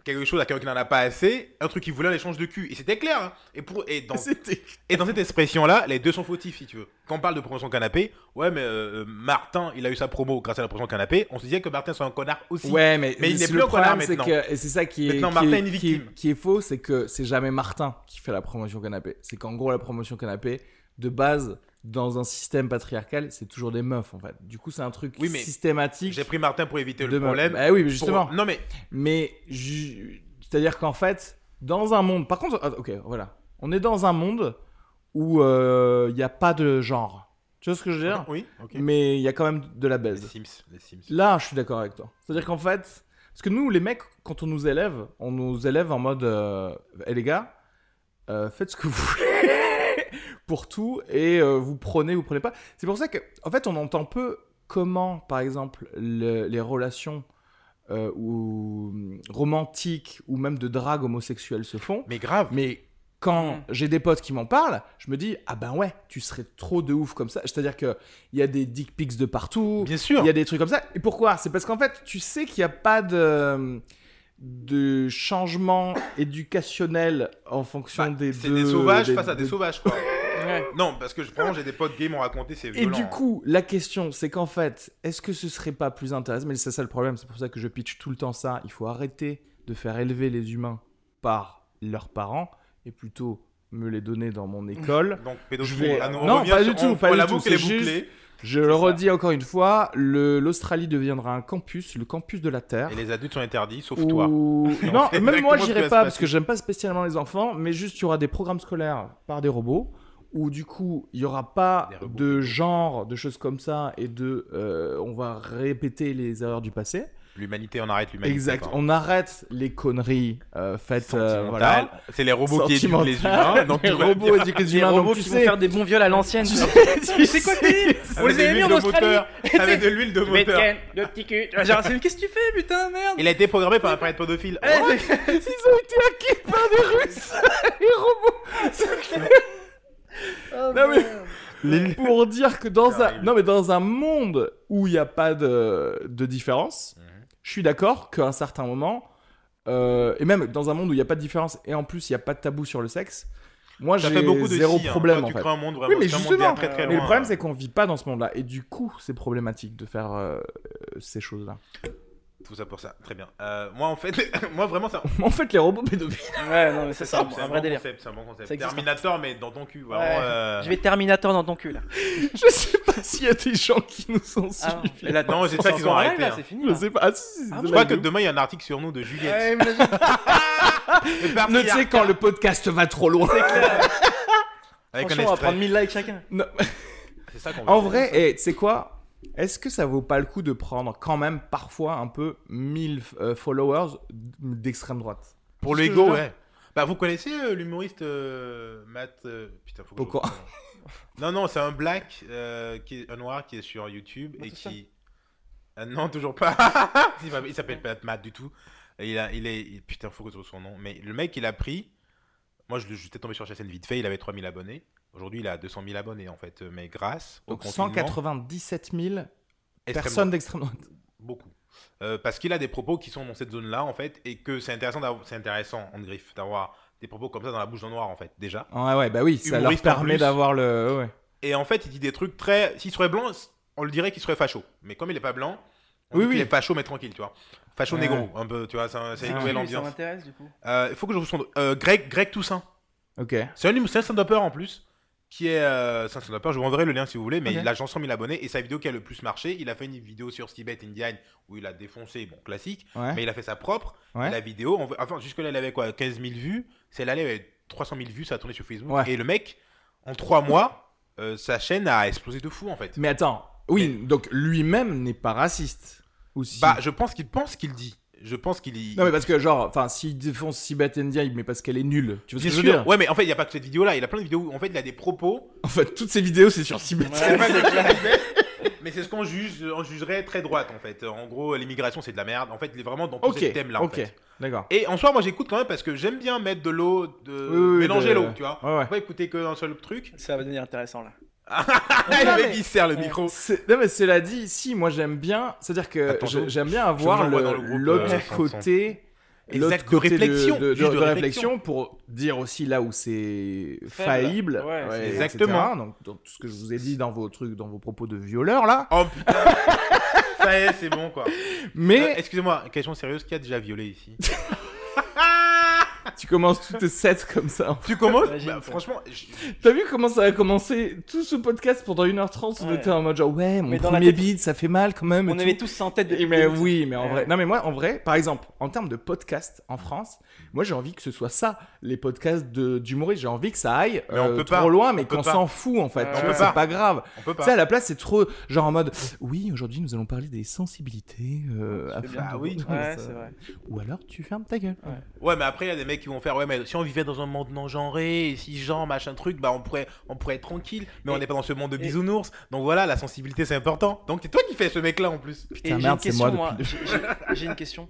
Speaker 1: quelque chose à quelqu'un qui n'en a pas assez, un truc qu'il voulait en échange de cul. Et c'était clair. hein. Et, pour, et, dans,
Speaker 3: C'était-
Speaker 1: et dans cette expression-là, les deux sont fautifs si tu veux. Quand on parle de promotion canapé, ouais, mais euh, Martin, il a eu sa promo grâce à la promotion canapé. On se disait que Martin soit un connard aussi.
Speaker 3: Ouais, mais,
Speaker 1: Mais il n'est
Speaker 3: c'est
Speaker 1: plus
Speaker 3: le
Speaker 1: un connard
Speaker 3: problème, c'est
Speaker 1: maintenant.
Speaker 3: que- et c'est ça qui est,
Speaker 1: Maintenant,
Speaker 3: qui
Speaker 1: Martin
Speaker 3: est-
Speaker 1: est une
Speaker 3: qui est-
Speaker 1: victime.
Speaker 3: qui est faux, c'est que c'est jamais Martin qui fait la promotion canapé. C'est qu'en gros, la promotion canapé, de base, dans un système patriarcal, c'est toujours des meufs en fait. Du coup, c'est un truc
Speaker 1: Oui, mais
Speaker 3: systématique.
Speaker 1: J'ai pris Martin pour éviter
Speaker 3: de
Speaker 1: le
Speaker 3: meufs.
Speaker 1: problème.
Speaker 3: Bah oui, mais
Speaker 1: Pour-
Speaker 3: justement.
Speaker 1: Non mais
Speaker 3: Mais ju- c'est-à-dire qu'en fait, dans un monde, par contre, ah, ok, voilà, on est dans un monde où euh, il n'y a pas de genre. Tu vois ce que je veux dire
Speaker 1: oui, ok.
Speaker 3: Mais il y a quand même de la
Speaker 1: Les
Speaker 3: baise.
Speaker 1: Sims, les Sims.
Speaker 3: Là, je suis d'accord avec toi. C'est-à-dire qu'en fait, parce que nous, les mecs, quand on nous élève, on nous élève en mode, euh, Eh, les gars, euh, faites ce que vous voulez pour tout et euh, vous prenez, vous prenez pas. C'est pour ça que, en fait, on entend peu comment, par exemple, le- les relations euh, ou mm, romantiques ou même de drague homosexuelle se font.
Speaker 1: Mais grave.
Speaker 3: Mais quand
Speaker 2: Mm.
Speaker 3: j'ai des potes qui m'en parlent, je me dis ah ben ouais, tu serais trop de ouf comme ça. C'est-à-dire que il y a des dick pics de partout.
Speaker 1: Bien sûr.
Speaker 3: Il y a des trucs comme ça. Et pourquoi C'est parce qu'en fait, tu sais qu'il n'y a pas de de changement éducationnel en fonction
Speaker 1: Bah,
Speaker 3: des
Speaker 1: c'est
Speaker 3: deux-
Speaker 1: des sauvages
Speaker 3: des-
Speaker 1: face à des
Speaker 3: des-
Speaker 1: sauvages quoi.
Speaker 2: Ouais.
Speaker 1: non, parce que je prends, j'ai des potes gays m'ont raconté, c'est
Speaker 3: Et
Speaker 1: violent. hein.
Speaker 3: du coup, la question, c'est qu'en fait, est-ce que ce serait pas plus intéressant Mais c'est ça le problème, c'est pour ça que je pitch tout le temps ça. Il faut arrêter de faire élever les humains par leurs parents et plutôt me les donner dans mon école.
Speaker 1: hein. Donc pédophile,
Speaker 3: Je vais-
Speaker 1: là, nous, on
Speaker 3: Non,
Speaker 1: revient
Speaker 3: pas
Speaker 1: sur-
Speaker 3: du tout,
Speaker 1: on-
Speaker 3: pas
Speaker 1: on
Speaker 3: du
Speaker 1: la
Speaker 3: tout,
Speaker 1: boucle est
Speaker 3: c'est juste-
Speaker 1: bouclée.
Speaker 3: Je le redis encore une fois, le- l'Australie deviendra un campus, le campus de la Terre.
Speaker 1: Et les adultes sont interdits, sauf
Speaker 3: Ou-
Speaker 1: toi.
Speaker 3: Non,
Speaker 1: c'est
Speaker 3: même
Speaker 1: exactement
Speaker 3: moi,
Speaker 1: ce qui va
Speaker 3: j'irai
Speaker 1: se
Speaker 3: pas
Speaker 1: passer.
Speaker 3: parce que j'aime pas spécialement les enfants, mais juste, il y aura des programmes scolaires par des robots où, du coup, il y aura pas
Speaker 1: Des robots.
Speaker 3: de genre, de choses comme ça et de. euh, on va répéter les erreurs du passé.
Speaker 1: L'humanité, on arrête l'humanité.
Speaker 3: Exact.
Speaker 1: pardon.
Speaker 3: On arrête les conneries euh, faites. euh,
Speaker 1: Sentimentale.
Speaker 3: voilà.
Speaker 1: C'est les robots qui éduquent les
Speaker 3: Sentimentale.
Speaker 1: humains. Donc
Speaker 3: les
Speaker 1: tout va bien.
Speaker 3: robots éduquent les
Speaker 2: Les
Speaker 3: humains. donc
Speaker 2: robots
Speaker 3: tu
Speaker 2: qui vont
Speaker 3: sais-
Speaker 2: faire des bons viols à l'ancienne. tu sais c'est quoi le pays On
Speaker 1: Avec
Speaker 2: les
Speaker 1: de
Speaker 2: avait mis
Speaker 1: l'huile
Speaker 2: en
Speaker 1: de
Speaker 2: Australie.
Speaker 1: moteur. Avec de l'huile de moteur.
Speaker 2: Bacon, le petit cul. Tu vois, Genre, c'est- qu'est-ce que tu fais, putain, merde
Speaker 1: Il a été programmé par un prêtre pédophile.
Speaker 2: Eh,
Speaker 1: Oh,
Speaker 2: c'est-
Speaker 3: Ils ont été acquis par des Russes, les robots. Non, mais- Pour dire que dans un,
Speaker 1: Terrible.
Speaker 3: non mais dans un monde où il n'y a pas de, de différence,
Speaker 1: Mhm.
Speaker 3: je suis d'accord qu'à un certain moment, euh, et même dans un monde où il n'y a pas de différence et en plus il n'y a pas de tabou sur le sexe, moi
Speaker 1: Ça
Speaker 3: j'ai
Speaker 1: fait beaucoup de
Speaker 3: zéro
Speaker 1: si, hein.
Speaker 3: problème
Speaker 1: Toi,
Speaker 3: en
Speaker 1: Tu
Speaker 3: fait.
Speaker 1: crées un monde
Speaker 3: Oui,
Speaker 1: vraiment
Speaker 3: mais
Speaker 1: c'est un monde
Speaker 3: justement,
Speaker 1: bien très, très
Speaker 3: mais le
Speaker 1: loin,
Speaker 3: problème
Speaker 1: hein.
Speaker 3: c'est qu'on vit pas dans ce monde-là et du coup c'est problématique de faire euh, euh, ces choses-là.
Speaker 1: hein. Tout ça pour ça. Très bien. Euh, Moi, en fait, moi vraiment, ça.
Speaker 3: Mais en fait les robots pédophiles.
Speaker 2: Ouais, non, mais ça, c'est
Speaker 1: C'est
Speaker 2: un, un vrai
Speaker 1: bon
Speaker 2: délire.
Speaker 1: concept, C'est un bon concept.
Speaker 2: Ça existe.
Speaker 1: Terminator, mais dans ton cul. vraiment,
Speaker 2: Ouais.
Speaker 1: euh,
Speaker 2: Je vais Terminator dans ton cul, là.
Speaker 3: je sais pas s'il y a des gens qui nous ont
Speaker 2: Ah,
Speaker 3: suivis.
Speaker 2: et là,
Speaker 1: Non, c'est
Speaker 2: on
Speaker 1: ça
Speaker 2: s'en
Speaker 1: qu'ils ont
Speaker 2: sort
Speaker 1: arrêté,
Speaker 2: là,
Speaker 1: hein.
Speaker 2: C'est fini.
Speaker 3: Je
Speaker 2: là.
Speaker 3: sais pas. Ah, si, si,
Speaker 2: Ah,
Speaker 3: de
Speaker 1: Je
Speaker 3: la
Speaker 1: crois que
Speaker 3: vidéo.
Speaker 1: demain il y a un article sur nous de Juliette.
Speaker 2: Ouais, imagine.
Speaker 1: Le patriarcat.
Speaker 3: Ne tu sais quand le podcast va trop loin.
Speaker 1: Avec un
Speaker 2: Franchement, on va
Speaker 1: extrait.
Speaker 2: prendre 1000 likes chacun.
Speaker 3: Non.
Speaker 1: C'est ça qu'on veut
Speaker 3: En
Speaker 1: faire.
Speaker 3: vrai, et tu sais quoi Est-ce que ça vaut pas le coup de prendre quand même parfois un peu 1000 euh, followers d'extrême droite
Speaker 1: Pour
Speaker 3: c'est ce que
Speaker 1: l'ego,
Speaker 3: je veux
Speaker 1: ouais. Bah, vous connaissez euh, l'humoriste euh, Matt. euh, Putain, faut que je-
Speaker 3: Pokora.
Speaker 1: Non, non, c'est un black, euh, qui est, un noir qui est sur YouTube et
Speaker 2: tout ça.
Speaker 1: qui. Euh, non, toujours pas. il m'a- il s'appelle pas Matt du tout. Et il, a, il est. il- Putain, faut que je trouve son nom. Mais le mec, il a pris. Moi, je, je suis tombé sur sa chaîne vite fait. Il avait 3000 abonnés. Aujourd'hui, il a 200 000 abonnés en fait. Mais grâce au
Speaker 3: Donc
Speaker 1: confinement,
Speaker 3: 197 000
Speaker 1: extrêmement-
Speaker 3: personnes d'extrême droite.
Speaker 1: Beaucoup. Euh, parce qu'il a des propos qui sont dans cette zone-là, en fait, et que c'est intéressant, d'avoir- c'est intéressant, en griffe, d'avoir des propos comme ça dans la bouche d'un noir, en fait, déjà.
Speaker 3: Ouais, ouais, bah oui, ça leur
Speaker 1: Humoriste en
Speaker 3: permet
Speaker 1: plus.
Speaker 3: d'avoir le. ouais.
Speaker 1: Et en fait, il dit des trucs très. S'il serait blanc, on le dirait qu'il serait facho. Mais comme il est pas blanc, on
Speaker 3: Oui,
Speaker 1: dit qu'il
Speaker 3: oui.
Speaker 1: est facho, mais tranquille, tu vois. Facho
Speaker 3: Ouais.
Speaker 1: négro, un peu, tu vois, c'est un- c'est une
Speaker 3: Ah,
Speaker 1: nouvelle
Speaker 2: Oui, Ça
Speaker 1: ambiance.
Speaker 2: m'intéresse, du coup.
Speaker 1: Euh, Il faut que je vous sonde. Euh, Greg, Greg Toussaint.
Speaker 3: Ok.
Speaker 1: C'est un, hum- c'est un stand-upper en plus. Qui est. euh, c'est un stand-upper, je vous enverrai le lien si vous voulez, mais
Speaker 3: Ok.
Speaker 1: il a genre 100 000 abonnés et sa vidéo qui a le plus marché. Il a fait une vidéo sur Tibet Indian où il a défoncé, bon, classique,
Speaker 3: Ouais.
Speaker 1: mais il a fait sa propre.
Speaker 3: Hein Ouais.
Speaker 1: Et la vidéo, on... veut- enfin, jusque-là, elle avait quoi 15 000 vues. Celle-là, elle avait 300 000 vues, ça a tourné sur Facebook.
Speaker 3: Ouais.
Speaker 1: Et le mec, en trois mois, euh, sa chaîne a explosé de fou en fait.
Speaker 3: Mais attends, oui, donc lui-même n'est pas raciste. Ou si-
Speaker 1: Bah, je pense qu'il pense qu'il dit. Je pense qu'il y.
Speaker 3: Non, mais parce que, genre, enfin, s'il défonce Sibat Ndiaye, mais parce qu'elle est nulle. Tu vois ce
Speaker 1: Bien
Speaker 3: que je veux
Speaker 1: sûr.
Speaker 3: dire
Speaker 1: Ouais, mais en fait, il n'y a pas que cette vidéo-là. Il a plein de vidéos où en fait, il a des propos.
Speaker 3: En fait, toutes ces vidéos, c'est sur Sibat
Speaker 1: C'est pas des clarinettes, mais c'est ce qu'on juge, on jugerait très droite en fait. En gros, l'immigration, c'est de la merde. En fait, il est vraiment dans tous
Speaker 3: Ok,
Speaker 1: ces thèmes-là. en
Speaker 3: ok,
Speaker 1: fait.
Speaker 3: d'accord.
Speaker 1: Et en soi, moi, j'écoute quand même parce que j'aime bien mettre de l'eau, de
Speaker 3: Oui, oui,
Speaker 1: mélanger
Speaker 3: de-
Speaker 1: l'eau, tu vois.
Speaker 3: Ouais, ouais.
Speaker 1: On va écouter qu'un seul truc.
Speaker 2: Ça va devenir intéressant là.
Speaker 1: Ah,
Speaker 3: Non,
Speaker 1: le mec,
Speaker 3: mais-
Speaker 1: il serre le micro.
Speaker 3: C'est- Non mais cela dit, si moi j'aime bien, c'est-à-dire que
Speaker 1: Attends,
Speaker 3: je-
Speaker 1: je-
Speaker 3: j'aime bien
Speaker 1: je
Speaker 3: avoir
Speaker 1: me
Speaker 3: le-
Speaker 1: vois dans le groupe,
Speaker 3: l'autre
Speaker 1: euh,
Speaker 3: côté,
Speaker 1: Exact,
Speaker 3: l'autre
Speaker 1: de
Speaker 3: côté
Speaker 1: réflexion,
Speaker 3: de, de-
Speaker 1: juste de
Speaker 3: de
Speaker 1: réflexion.
Speaker 3: réflexion pour dire aussi là où c'est
Speaker 2: Faible.
Speaker 3: faillible,
Speaker 2: Ouais, c'est-
Speaker 3: etc.
Speaker 1: Exactement.
Speaker 3: Donc, donc, tout ce que je vous ai dit dans vos trucs, dans vos propos de violeur là,
Speaker 1: Oh putain. Ça y est, c'est bon quoi. Euh,
Speaker 3: mais
Speaker 1: Excusez-moi, question sérieuse, qui a déjà violé ici
Speaker 3: tu commences toutes tes sets comme ça.
Speaker 1: Tu commences
Speaker 2: Imagine,
Speaker 1: Bah,
Speaker 2: quoi.
Speaker 1: Franchement, je-
Speaker 3: T'as vu comment ça a commencé tout ce podcast pendant 1h30 où
Speaker 2: Ouais.
Speaker 3: t'étais en mode genre ouais mon
Speaker 2: Mais dans la
Speaker 3: premier
Speaker 2: tête-
Speaker 3: bide ça fait mal quand même. et
Speaker 2: On
Speaker 3: tout.
Speaker 2: avait tous ça en tête
Speaker 1: Eh,
Speaker 2: depuis.
Speaker 3: Et mais
Speaker 2: le début.
Speaker 3: oui, mais en
Speaker 2: Ouais.
Speaker 3: vrai. Non, mais moi, en vrai, par exemple, en termes de podcast en France, moi, j'ai envie que ce soit ça, les podcasts de- d'humoristes. J'ai envie que ça aille
Speaker 1: Mais on
Speaker 3: euh,
Speaker 1: peut
Speaker 3: trop
Speaker 1: pas.
Speaker 3: loin, mais
Speaker 1: peut
Speaker 3: qu'on
Speaker 1: pas.
Speaker 3: s'en fout, en fait.
Speaker 2: Ouais.
Speaker 3: Tu
Speaker 2: On
Speaker 3: vois,
Speaker 2: peut
Speaker 3: c'est
Speaker 1: pas.
Speaker 3: pas grave.
Speaker 1: on peut
Speaker 3: Tu
Speaker 1: pas.
Speaker 3: sais, à la place, c'est trop genre en mode Oui, aujourd'hui, nous allons parler des sensibilités. euh,
Speaker 2: C'est
Speaker 3: afin
Speaker 2: bien.
Speaker 3: de-
Speaker 1: Ah oui.
Speaker 2: Ouais,
Speaker 3: Ça-
Speaker 2: c'est vrai.
Speaker 3: Ou alors, tu fermes ta gueule.
Speaker 1: Ouais, mais après, il y a des mecs qui vont faire Ouais, mais si on vivait dans un monde non genré, et si genre, machin truc, bah on pourrait, on pourrait être tranquille, mais
Speaker 2: Et-
Speaker 1: on n'est pas dans ce monde de
Speaker 2: et-
Speaker 1: bisounours. Donc voilà, la sensibilité c'est important. Donc c'est toi qui fais ce mec là en plus.
Speaker 2: Et
Speaker 3: Putain,
Speaker 2: j'ai
Speaker 3: merde,
Speaker 2: une
Speaker 3: c'est
Speaker 2: question,
Speaker 3: moi depuis
Speaker 2: J'ai- j'ai- J'ai une question.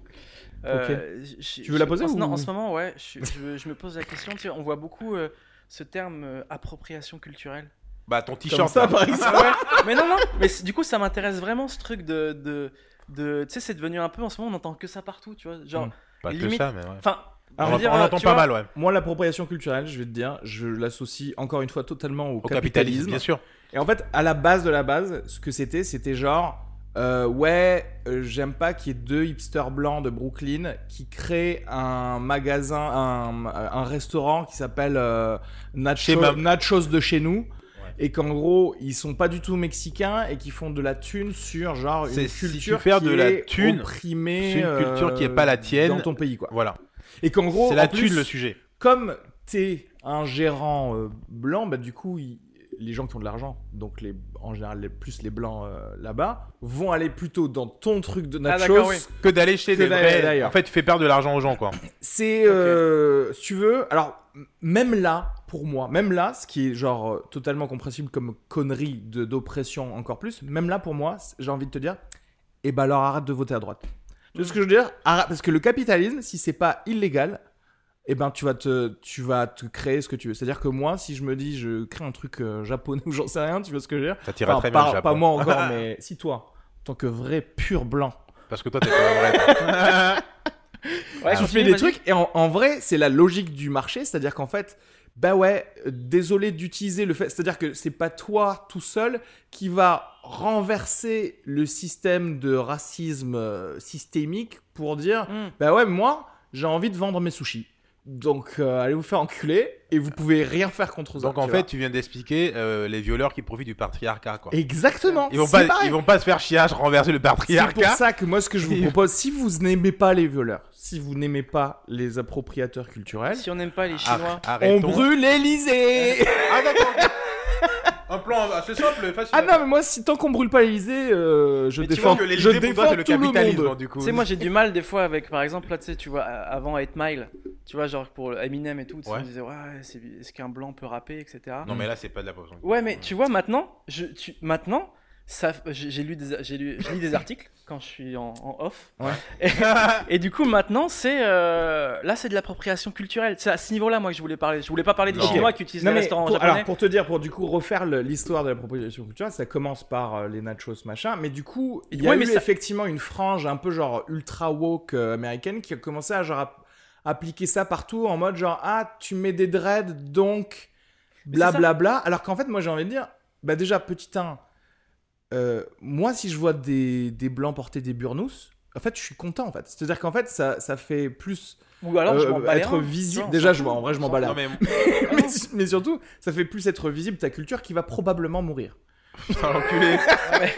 Speaker 2: Euh, je-
Speaker 3: Tu veux la
Speaker 2: je-
Speaker 3: poser
Speaker 2: en,
Speaker 3: ou-
Speaker 2: Non, en ce moment, ouais. Je, je- je me pose la question. Tu sais, on voit beaucoup euh, ce terme euh, appropriation culturelle.
Speaker 1: Bah ton
Speaker 3: Comme
Speaker 1: t-shirt.
Speaker 3: ça,
Speaker 1: là.
Speaker 3: par exemple.
Speaker 2: Ah ouais. Mais non, non. Mais c- du coup, ça m'intéresse vraiment ce truc de. de, de tu sais, c'est devenu un peu. En ce moment, on entend que ça partout, tu vois. Genre.
Speaker 3: Mm.
Speaker 1: Pas que
Speaker 2: limite-
Speaker 1: ça, mais ouais.
Speaker 2: Enfin.
Speaker 1: on
Speaker 2: je
Speaker 3: Ah,
Speaker 2: veux
Speaker 1: l'en-
Speaker 2: dire,
Speaker 1: on
Speaker 2: euh,
Speaker 1: l'entend
Speaker 2: tu
Speaker 1: pas
Speaker 2: vois,
Speaker 1: mal, ouais.
Speaker 3: Moi, l'appropriation culturelle, je vais te dire, je l'associe encore une fois totalement au,
Speaker 1: Au capitalisme, bien sûr.
Speaker 3: Et en fait, à la base de la base, ce que c'était, c'était genre, euh, ouais, euh, j'aime pas qu'il y ait deux hipsters blancs de Brooklyn qui créent un magasin, un, un restaurant qui s'appelle euh, Nacho-
Speaker 1: Chez ma-
Speaker 3: Nachos de chez nous. Et qu'en gros, ils sont pas du tout mexicains et qui font de la thune sur genre
Speaker 1: C'est-
Speaker 3: une
Speaker 1: si tu
Speaker 3: culture
Speaker 1: fais
Speaker 3: qui
Speaker 1: de la
Speaker 3: est
Speaker 1: thune
Speaker 3: opprimée,
Speaker 1: sur une culture
Speaker 3: euh,
Speaker 1: qui est pas la tienne.
Speaker 3: dans ton pays quoi.
Speaker 1: Voilà.
Speaker 3: Et qu'en gros,
Speaker 1: C'est la
Speaker 3: en plus,
Speaker 1: thune le sujet.
Speaker 3: comme t'es un gérant euh, blanc, bah, du coup, il- les gens qui ont de l'argent, donc les, en général les- plus les blancs euh, là-bas, vont aller plutôt dans ton truc de
Speaker 2: Ah,
Speaker 3: nachos.
Speaker 2: d'accord, oui.
Speaker 1: Que d'aller chez
Speaker 3: Que
Speaker 1: des
Speaker 3: d'aller
Speaker 1: vrais.
Speaker 3: d'ailleurs.
Speaker 1: En fait, tu fais perdre de l'argent aux gens, quoi.
Speaker 3: C'est, euh, si tu veux, alors m- même là, pour moi, même là, ce qui est genre euh, totalement compréhensible comme connerie de, d'oppression encore plus, même là pour moi, c'est- j'ai envie de te dire, eh ben alors arrête de voter à droite. Tu vois ce que je veux dire Arrête- Parce que le capitalisme, si c'est pas illégal, eh ben tu vas te, tu vas te créer ce que tu veux. C'est-à-dire que moi, si je me dis, je crée un truc euh, japonais ou j'en sais rien, tu vois ce que je veux dire
Speaker 1: Ça tira
Speaker 3: Enfin,
Speaker 1: très
Speaker 3: pas,
Speaker 1: bien le
Speaker 3: pas
Speaker 1: Japon.
Speaker 3: moi encore, mais si toi, en tant que vrai pur blanc,
Speaker 1: Parce que toi, t'es pas vrai.
Speaker 2: Ouais,
Speaker 3: tu
Speaker 2: continue,
Speaker 3: fais des
Speaker 2: vas-y.
Speaker 3: trucs et en, en vrai c'est la logique du marché c'est à dire qu'en fait bah ouais euh, désolé d'utiliser le fait c'est à dire que c'est pas toi tout seul qui va renverser le système de racisme euh, systémique pour dire
Speaker 2: Mm.
Speaker 3: bah ouais moi j'ai envie de vendre mes sushis donc euh, allez vous faire enculer et vous pouvez rien faire contre ça
Speaker 1: Donc en
Speaker 3: tu
Speaker 1: fait,
Speaker 3: vois.
Speaker 1: tu viens d'expliquer euh, les violeurs qui profitent du patriarcat, quoi.
Speaker 3: exactement
Speaker 1: Ils vont,
Speaker 3: c'est
Speaker 1: pas,
Speaker 3: pareil.
Speaker 1: ils vont pas se faire chiage, renverser le
Speaker 3: C'est pour
Speaker 1: patriarcat.
Speaker 3: ça que moi, ce que je vous propose, si vous n'aimez pas les violeurs, si vous n'aimez pas les appropriateurs culturels,
Speaker 2: Si on n'aime
Speaker 3: Ah,
Speaker 2: pas les
Speaker 1: Ar-
Speaker 2: Chinois.
Speaker 3: on
Speaker 1: arrêtons.
Speaker 3: brûle l'Elysée
Speaker 1: Ah d'accord. Un plan euh, assez simple, facile.
Speaker 3: Ah non, mais moi, si tant qu'on brûle pas l'Elysée, euh, je
Speaker 2: Mais tu
Speaker 3: défends,
Speaker 1: que l'Élysée,
Speaker 3: je
Speaker 1: pour toi,
Speaker 3: défends
Speaker 1: c'est le
Speaker 3: tout le
Speaker 1: capitalisme,
Speaker 3: monde.
Speaker 1: du coup.
Speaker 2: Tu sais, moi j'ai du mal des fois avec, par exemple, là, tu sais, tu vois, a- avant 8 Mile, tu vois, genre pour Eminem et tout, tu sais,
Speaker 1: Ouais.
Speaker 2: on disait, ouais, c'est- est-ce qu'un blanc peut rapper, etc.
Speaker 1: Non mais là c'est pas de la pause.
Speaker 2: Ouais, mais tu vois, maintenant, je, tu, maintenant, ça, j'ai j'ai lu des, j'ai lu, je lis des articles quand je suis en, en off.
Speaker 3: Ouais.
Speaker 2: Et, et du coup, maintenant, c'est, euh, là, c'est de l'appropriation culturelle. C'est à ce niveau-là, moi, que je voulais parler. Je voulais pas parler des
Speaker 1: Non.
Speaker 2: Chinois qui utilisent
Speaker 3: Non,
Speaker 2: les
Speaker 3: mais
Speaker 2: restaurants
Speaker 3: pour,
Speaker 2: japonais.
Speaker 3: alors, pour te dire, pour du coup refaire le- l'histoire de la proposition culturelle, ça commence par euh, les nachos machin, mais du coup, il y a
Speaker 2: Ouais,
Speaker 3: eu
Speaker 2: mais ça-
Speaker 3: effectivement une frange un peu genre ultra woke euh, américaine qui a commencé à genre app- appliquer ça partout en mode genre ah tu mets des dreads donc
Speaker 2: Mais c'est ça.
Speaker 3: blablabla. Alors qu'en fait, moi j'ai envie de dire, bah déjà petit 1, euh, moi si je vois des, des blancs porter des burnous, en fait je suis content en fait. C'est-à-dire qu'en fait ça, ça fait plus
Speaker 2: Ou alors, je
Speaker 3: euh,
Speaker 2: m'en bats les
Speaker 3: être
Speaker 2: reins, tu
Speaker 3: visible.
Speaker 2: vois, on
Speaker 3: Déjà,
Speaker 2: s'en
Speaker 3: je,
Speaker 2: fout.
Speaker 3: en vrai je m'en
Speaker 2: On
Speaker 3: bats
Speaker 2: s'en
Speaker 3: la
Speaker 1: Non mais
Speaker 3: mais, mais surtout, ça fait plus être visible ta culture qui va probablement mourir.
Speaker 1: putain l'enculé.
Speaker 2: fout. Ouais.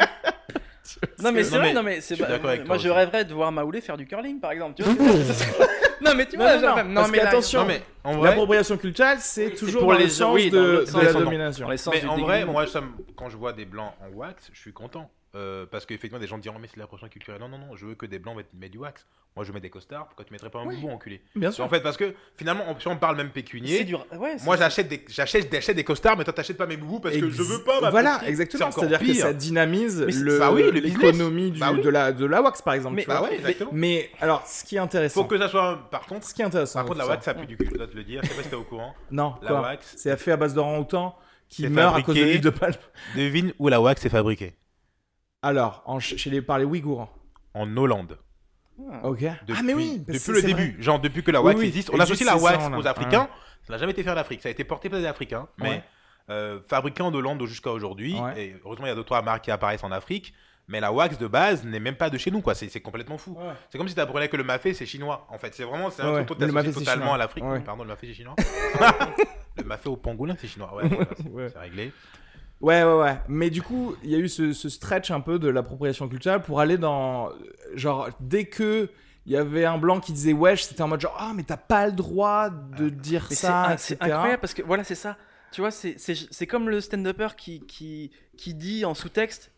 Speaker 2: Non mais
Speaker 1: Non,
Speaker 2: c'est vrai,
Speaker 1: mais
Speaker 2: non mais
Speaker 1: je
Speaker 2: c'est
Speaker 1: suis
Speaker 2: pas-
Speaker 1: d'accord avec
Speaker 2: Moi
Speaker 1: toi
Speaker 2: je
Speaker 1: aussi.
Speaker 2: rêverais de voir Maoulé faire du curling par exemple. Tu vois, c'est- c'est- non mais tu
Speaker 3: Non,
Speaker 2: vois,
Speaker 3: non,
Speaker 2: genre,
Speaker 3: non,
Speaker 2: même-
Speaker 3: parce que
Speaker 2: là,
Speaker 3: attention,
Speaker 1: Non, mais en vrai,
Speaker 3: L'appropriation culturelle, c'est
Speaker 2: c'est
Speaker 3: toujours
Speaker 2: pour
Speaker 3: dans
Speaker 2: les-
Speaker 3: le sens
Speaker 2: oui, dans
Speaker 3: de,
Speaker 2: l'autre
Speaker 3: de
Speaker 2: sens,
Speaker 3: la
Speaker 1: dans-
Speaker 3: domination.
Speaker 2: dans les sens
Speaker 1: mais
Speaker 2: du
Speaker 1: en vrai
Speaker 2: déguisement.
Speaker 1: moi, ça me- quand je vois des blancs en wax, je suis content. Euh, parce qu'effectivement, des gens diront, mais c'est la prochaine culture. Non, non, non, je veux que des blancs mettent, mettent du wax. Moi, je mets des costards. Pourquoi tu mettrais pas un
Speaker 3: Oui.
Speaker 1: boubou, enculé
Speaker 3: Bien sûr.
Speaker 1: En fait, parce que finalement, on- si on parle même pécunier,
Speaker 2: c'est dur. Ouais, c'est-
Speaker 1: Moi, j'achète des, j'achète, j'achète des costards, mais toi, t'achètes pas mes boubous parce que
Speaker 3: Ex-
Speaker 1: je veux pas. ma
Speaker 3: Voilà,
Speaker 1: petite.
Speaker 3: exactement.
Speaker 1: C'est encore
Speaker 3: C'est-à-dire que
Speaker 1: pire. Bah
Speaker 3: ça dynamise
Speaker 1: Mais c'est-
Speaker 3: le-
Speaker 1: bah oui, le business.
Speaker 3: l'économie du-
Speaker 1: Bah oui.
Speaker 3: de, la, de la wax, par exemple.
Speaker 2: Mais-
Speaker 3: tu vois.
Speaker 1: Bah ouais, exactement.
Speaker 3: Mais alors, ce qui est intéressant,
Speaker 1: Faut que ça soit. un- Par contre,
Speaker 3: ce qui est intéressant,
Speaker 1: par contre, la
Speaker 3: dans tout
Speaker 1: wax, ça pue du cul. Je dois te le dire. Je sais pas si t'es au courant.
Speaker 3: ça- non,
Speaker 1: La
Speaker 3: quoi
Speaker 1: wax.
Speaker 3: C'est fait à base d'orang-outan qui
Speaker 1: C'est
Speaker 3: meurt à cause de
Speaker 1: fabriqué.
Speaker 3: l'huile de palme.
Speaker 1: Devine où la wax est fabriquée.
Speaker 3: Alors, en ch- chez les par les Ouïghours.
Speaker 1: En Hollande.
Speaker 2: Ah.
Speaker 3: Ok.
Speaker 1: Depuis,
Speaker 3: ah mais oui. parce que
Speaker 1: Depuis le
Speaker 3: c'est
Speaker 1: début.
Speaker 3: vrai.
Speaker 1: Genre depuis que la
Speaker 3: Oui,
Speaker 1: wax
Speaker 3: oui,
Speaker 1: existe, on
Speaker 3: existe,
Speaker 1: associe la
Speaker 3: c'est
Speaker 1: wax
Speaker 3: ça, on a-
Speaker 1: aux Africains. Ça n'a jamais été fait en Afrique. Ça a été porté par les Africains, mais
Speaker 3: Ouais.
Speaker 1: euh, fabriqué en Hollande jusqu'à aujourd'hui.
Speaker 3: Ouais.
Speaker 1: Et heureusement, il y a deux trois marques qui apparaissent en Afrique. Mais la wax de base n'est même pas de chez nous, quoi. C'est c'est complètement fou.
Speaker 3: Ouais.
Speaker 1: C'est comme si t'apprenais que le mafé c'est chinois en fait. C'est vraiment c'est un
Speaker 3: Ouais,
Speaker 1: truc
Speaker 3: mais le
Speaker 1: totalement,
Speaker 3: mafé, c'est
Speaker 1: totalement
Speaker 3: chinois.
Speaker 1: à l'Afrique.
Speaker 3: Ouais.
Speaker 1: Pardon, le mafé c'est chinois. le mafé au pangolin c'est chinois. Ouais, voilà, c'est
Speaker 3: Ouais.
Speaker 1: c'est réglé.
Speaker 3: Ouais, ouais, ouais. Mais du coup, il y a eu ce, ce stretch un peu de l'appropriation culturelle pour aller dans. Genre, dès que il y avait un blanc qui disait wesh, c'était en mode genre, ah, mais t'as pas le droit de dire
Speaker 2: Ah, Mais c'est
Speaker 3: ça,
Speaker 2: in-
Speaker 3: etc.
Speaker 2: c'est incroyable parce que voilà, c'est ça. Tu vois, c'est- c'est c'est comme le stand-upper qui, qui, qui dit en sous-texte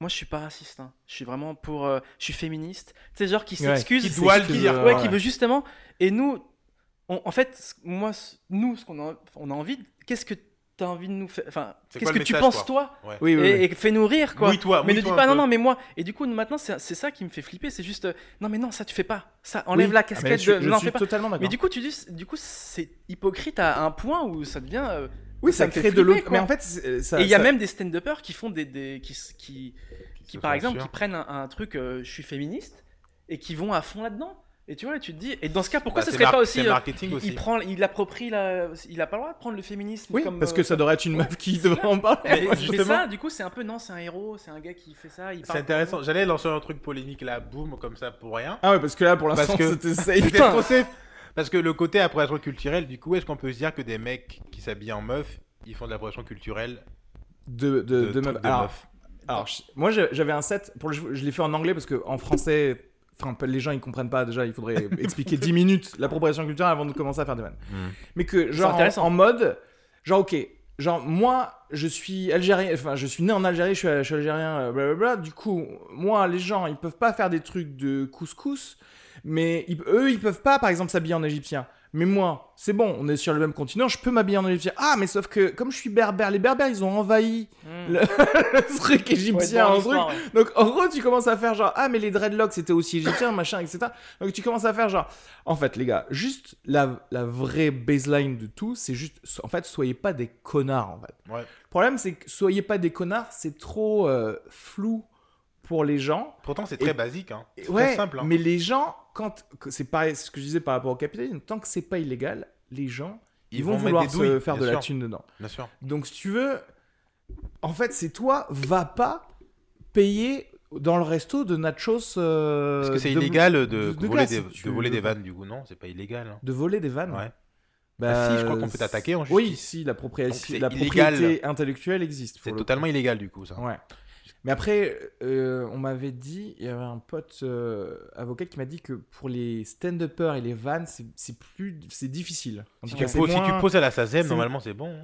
Speaker 2: Moi, je suis pas raciste. hein. Je suis vraiment pour. euh, je suis féministe. Tu sais, genre qui
Speaker 3: Ouais,
Speaker 2: s'excuse.
Speaker 1: qui doit le
Speaker 2: qui-
Speaker 1: dire,
Speaker 2: Ouais,
Speaker 3: ouais.
Speaker 2: qui veut justement. Et nous, on- en fait, ce- moi, ce- nous, ce qu'on a, on a envie. de- Qu'est-ce que t'as envie de nous faire Enfin,
Speaker 1: C'est
Speaker 2: qu'est-ce
Speaker 1: quoi
Speaker 2: que
Speaker 1: le
Speaker 2: tu
Speaker 1: message,
Speaker 2: penses,
Speaker 1: quoi
Speaker 2: toi
Speaker 3: Oui, oui, oui.
Speaker 2: et, et fais-nous rire, quoi.
Speaker 1: Mouille-toi,
Speaker 2: mais ne dis
Speaker 1: mouille-toi
Speaker 2: pas
Speaker 1: un
Speaker 2: non,
Speaker 1: peu.
Speaker 2: non, mais moi. Et du coup, nous, maintenant, c'est c'est ça qui me fait flipper. C'est juste, euh, non, mais non, ça tu fais pas. Ça, enlève
Speaker 3: Oui.
Speaker 2: la
Speaker 3: Ah, mais
Speaker 2: casquette.
Speaker 3: je,
Speaker 2: de...
Speaker 3: je
Speaker 2: non,
Speaker 3: suis
Speaker 2: fais pas.
Speaker 3: totalement d'accord.
Speaker 2: Mais du coup, tu dis, du coup, c'est hypocrite à un point où ça devient. euh,
Speaker 3: oui, ça,
Speaker 2: ça me fait
Speaker 3: crée de l'autre.
Speaker 2: flipper,
Speaker 3: Mais
Speaker 2: quoi.
Speaker 3: en fait, c'est- euh, ça.
Speaker 2: Et il y a
Speaker 3: ça-
Speaker 2: même des stand-uppers qui font des, des qui, s- qui, qui, par exemple, qui prennent un, un truc, euh, je suis féministe, et qui vont à fond là-dedans. Et tu vois, tu te dis, et dans ce cas, pourquoi
Speaker 1: Bah,
Speaker 2: ce
Speaker 1: c'est
Speaker 2: serait
Speaker 1: mar-
Speaker 2: pas aussi,
Speaker 1: c'est
Speaker 2: euh,
Speaker 1: marketing
Speaker 2: il,
Speaker 1: aussi.
Speaker 2: il prend, il approprie la, il a pas le droit de prendre le féminisme
Speaker 3: Oui,
Speaker 2: comme.
Speaker 3: parce que
Speaker 2: euh,
Speaker 3: ça devrait être une meuf qui devrait
Speaker 2: clair.
Speaker 3: en parler.
Speaker 2: mais, mais
Speaker 1: justement.
Speaker 2: ça, du coup, c'est un peu non, c'est un héros, c'est un gars qui fait ça. il
Speaker 1: C'est
Speaker 2: parle-
Speaker 1: intéressant. J'allais lancer un truc polémique là, boum, comme ça pour rien.
Speaker 3: Ah ouais, parce que là, pour
Speaker 1: Parce
Speaker 3: l'instant,
Speaker 1: que-
Speaker 3: c'était safe.
Speaker 1: C'était trop safe. Parce que le côté appropriation culturelle, du coup, est-ce qu'on peut se dire que des mecs qui s'habillent en meuf, ils font de l'appropriation culturelle
Speaker 3: De, de,
Speaker 1: de,
Speaker 3: de,
Speaker 1: trucs
Speaker 3: meuf.
Speaker 1: de
Speaker 3: Alors,
Speaker 1: meuf
Speaker 3: Alors, je- moi, je- j'avais un set. Pour le- je l'ai fait en anglais parce que en français, enfin, les gens ils comprennent pas. Déjà, il faudrait expliquer 10 minutes l'appropriation culturelle avant de commencer à faire des vannes.
Speaker 1: Mm.
Speaker 2: Hmm.
Speaker 3: Mais que genre en,
Speaker 2: intéressant.
Speaker 3: en mode, genre ok, genre moi, je suis algérien. Enfin, je suis né en Algérie, je suis, je suis algérien. euh, Blablabla. Du coup, moi, les gens, ils peuvent pas faire des trucs de couscous, mais ils- eux, ils peuvent pas, par exemple, s'habiller en égyptien. Mais moi, c'est bon, on est sur le même continent, je peux m'habiller en égyptien. Ah, mais sauf que comme je suis berbère, les berbères, ils ont envahi
Speaker 2: Hmm.
Speaker 3: le- le truc
Speaker 2: Faut être
Speaker 3: égyptien,
Speaker 2: dans
Speaker 3: un truc.
Speaker 2: l'histoire, ouais.
Speaker 3: Donc en gros, tu commences à faire genre ah mais les dreadlocks c'était aussi égyptien machin etc. Donc tu commences à faire genre en fait les gars juste la, la vraie baseline de tout c'est juste so- en fait soyez pas des connards en fait.
Speaker 1: Ouais.
Speaker 3: Le problème c'est que soyez pas des connards c'est trop euh, flou pour les gens.
Speaker 1: Pourtant, c'est
Speaker 3: Et-
Speaker 1: très basique. Hein. C'est
Speaker 3: Ouais,
Speaker 1: très simple. hein.
Speaker 3: Mais les gens quand que- c'est pareil c'est ce que je disais par rapport au capitalisme tant que c'est pas illégal les gens ils, vont,
Speaker 1: mettre
Speaker 3: vouloir
Speaker 1: des
Speaker 3: se
Speaker 1: douilles,
Speaker 3: faire de
Speaker 1: bien
Speaker 3: la
Speaker 1: sûr,
Speaker 3: thune Euh, dedans.
Speaker 1: Bien sûr.
Speaker 3: Donc, si tu veux, en fait, c'est toi, va pas payer dans le resto de nachos. euh,
Speaker 1: Est-ce que c'est
Speaker 3: de-
Speaker 1: illégal de,
Speaker 3: de
Speaker 1: voler,
Speaker 3: glace,
Speaker 1: des,
Speaker 3: si tu
Speaker 1: de voler
Speaker 3: veux. Ah
Speaker 1: des vannes du coup Non, c'est pas illégal. hein.
Speaker 3: De voler des vannes
Speaker 1: Ouais.
Speaker 3: Bah,
Speaker 1: Ah si, je crois qu'on peut t'attaquer en justice.
Speaker 3: Oui, si, la, propria-
Speaker 1: Donc, c'est
Speaker 3: la
Speaker 1: illégal.
Speaker 3: propriété intellectuelle existe.
Speaker 1: C'est
Speaker 3: pour le coup.
Speaker 1: totalement illégal du coup ça.
Speaker 3: Ouais. Mais après, euh, on m'avait dit, il y avait un pote euh, avocat qui m'a dit que pour les stand-uppers et les vannes, c'est- c'est plus, c'est difficile. En
Speaker 1: Si,
Speaker 3: tout
Speaker 1: tu,
Speaker 3: cas, c'est
Speaker 1: poses, si tu
Speaker 3: moins-
Speaker 1: poses à la SACEM,
Speaker 3: c'est-
Speaker 1: normalement c'est bon. hein.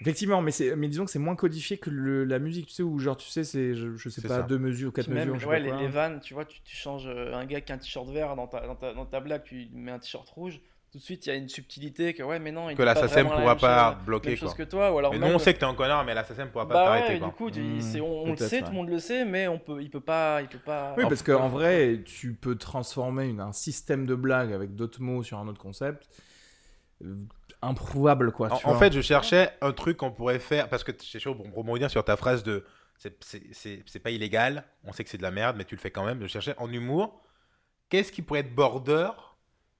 Speaker 3: Effectivement, mais, c'est- mais disons que c'est moins codifié que le- la musique, tu sais, où genre, tu sais, c'est, je, je sais
Speaker 1: C'est
Speaker 3: pas,
Speaker 1: ça.
Speaker 3: deux mesures, quatre
Speaker 2: Puis même,
Speaker 3: mesures, je sais
Speaker 2: ouais,
Speaker 3: pas
Speaker 2: les,
Speaker 3: quoi.
Speaker 2: les vannes, tu vois, tu, tu changes euh, un gars qui a un t-shirt vert dans ta, dans, ta, dans ta blague, tu lui mets un t-shirt rouge, tout de suite il y a une subtilité que ouais, mais non, il
Speaker 1: Que
Speaker 2: dit
Speaker 1: la
Speaker 2: pas
Speaker 1: SACEM
Speaker 2: vraiment
Speaker 1: pourra
Speaker 2: même
Speaker 1: pas
Speaker 2: chose-
Speaker 1: bloquer,
Speaker 2: même chose
Speaker 1: quoi.
Speaker 2: que toi, ou alors
Speaker 1: Mais nous
Speaker 2: même-
Speaker 1: on sait que t'es un connard, mais la SACEM pourra pas
Speaker 2: bah ouais,
Speaker 1: t'arrêter
Speaker 2: du
Speaker 1: quoi.
Speaker 2: coup, tu-
Speaker 3: Hmm,
Speaker 2: c'est- on, on le
Speaker 3: peut-être,
Speaker 2: sait, tout
Speaker 3: ouais.
Speaker 2: le monde le sait, mais on peut, il peut pas, il peut pas.
Speaker 3: Oui,
Speaker 1: En-
Speaker 3: parce qu'en vrai, tu peux transformer une- un système de blague avec d'autres mots sur un autre concept. euh, improuvable, quoi. tu
Speaker 1: En, en
Speaker 3: vois.
Speaker 1: fait, je cherchais un truc qu'on pourrait faire parce que c'est sûr pour pour revenir sur ta phrase de c'est- c'est- c'est c'est pas illégal, on sait que c'est de la merde, mais tu le fais quand même. Je cherchais en humour, qu'est-ce qui pourrait être border,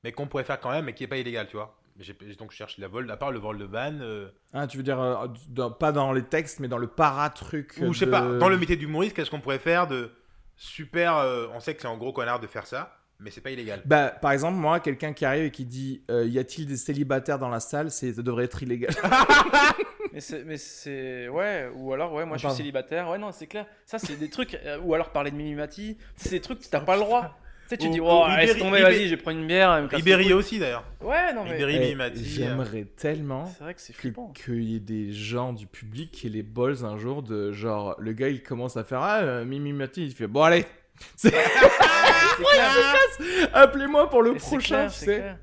Speaker 1: mais qu'on pourrait faire quand même, mais qui est pas illégal, tu vois. J'ai- Donc je cherche la vol, à part le vol de van.
Speaker 3: Ah, tu veux dire, euh, dans- pas dans les textes, mais dans le para-truc.
Speaker 1: Ou je sais
Speaker 3: de-
Speaker 1: pas, dans le métier d'humoriste, qu'est-ce qu'on pourrait faire de super. euh, on sait que c'est un gros connard de faire ça, mais c'est pas illégal.
Speaker 3: Bah, par exemple, moi, quelqu'un qui arrive et qui dit euh, Y a-t-il des célibataires dans la salle c'est, Ça devrait être illégal.
Speaker 2: Mais c'est, mais c'est, ouais, ou alors, ouais, moi
Speaker 3: Ah,
Speaker 2: je suis
Speaker 3: pardon.
Speaker 2: célibataire, ouais, non, c'est clair. Ça, c'est des trucs, euh, ou alors parler de Minimati, c'est des trucs que t'as pas le droit. Tu sais, tu
Speaker 1: Ou-
Speaker 2: dis,
Speaker 1: ou
Speaker 2: oh,
Speaker 1: Ibéri-
Speaker 2: laisse tomber,
Speaker 1: Ibé-
Speaker 2: vas-y, je vais prendre une bière. elle me casse les
Speaker 1: Ribéry aussi d'ailleurs.
Speaker 2: couilles. Ouais, non, mais.
Speaker 1: Ribéry,
Speaker 3: Eh,
Speaker 1: Mimati.
Speaker 3: J'aimerais tellement
Speaker 2: C'est vrai que c'est
Speaker 3: que-
Speaker 2: flippant.
Speaker 3: qu'il y ait des gens du public qui aient les balls un jour de genre, le gars il commence à faire Ah, euh, Mimi Mati, il fait Bon, allez,
Speaker 2: C'est clair.
Speaker 3: appelez-moi pour le
Speaker 2: Mais c'est
Speaker 3: prochain,
Speaker 2: clair,
Speaker 3: tu
Speaker 2: c'est
Speaker 3: sais.
Speaker 2: clair.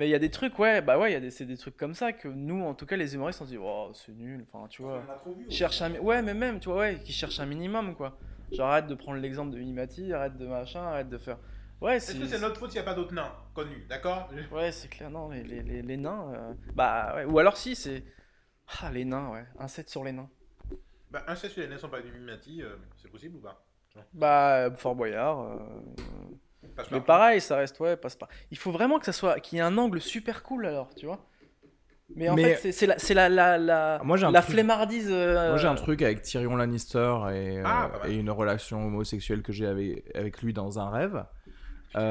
Speaker 2: Mais il y a des trucs, ouais, bah ouais, il y a des, c'est des trucs comme ça que nous, en tout cas, les humoristes, on se dit, oh, c'est nul, enfin, tu vois. Cherche un, mi- ouais, mais même, tu vois, ouais, qui cherche un minimum, quoi. Genre, arrête de prendre l'exemple de Minimati, arrête de machin, arrête de faire. Ouais,
Speaker 1: Est-ce que c'est notre faute s'il n'y a pas d'autres nains connus, d'accord
Speaker 2: Ouais, c'est clair, non, les, les, les, les nains. euh, Bah, ouais, ou alors si, c'est. Ah, les nains, ouais, un set sur les nains.
Speaker 1: Bah, un chef sur les nains sont pas du Mimati, euh, c'est possible ou pas
Speaker 2: Bah, euh, Fort Boyard. euh,
Speaker 1: Parce que-
Speaker 2: Mais pareil, ça reste, ouais, passe pas. Il faut vraiment que ça soit. qu'il y ait un angle super cool alors, tu vois. Mais en
Speaker 3: Mais-
Speaker 2: fait, c'est- c'est la, c'est la, la, la,
Speaker 3: Moi, j'ai un
Speaker 2: la
Speaker 3: truc.
Speaker 2: flemmardise. euh,
Speaker 3: Moi j'ai un truc avec Tyrion Lannister et, euh,
Speaker 1: Ah, pas mal.
Speaker 3: et une relation homosexuelle que j'ai avec, avec lui dans un rêve.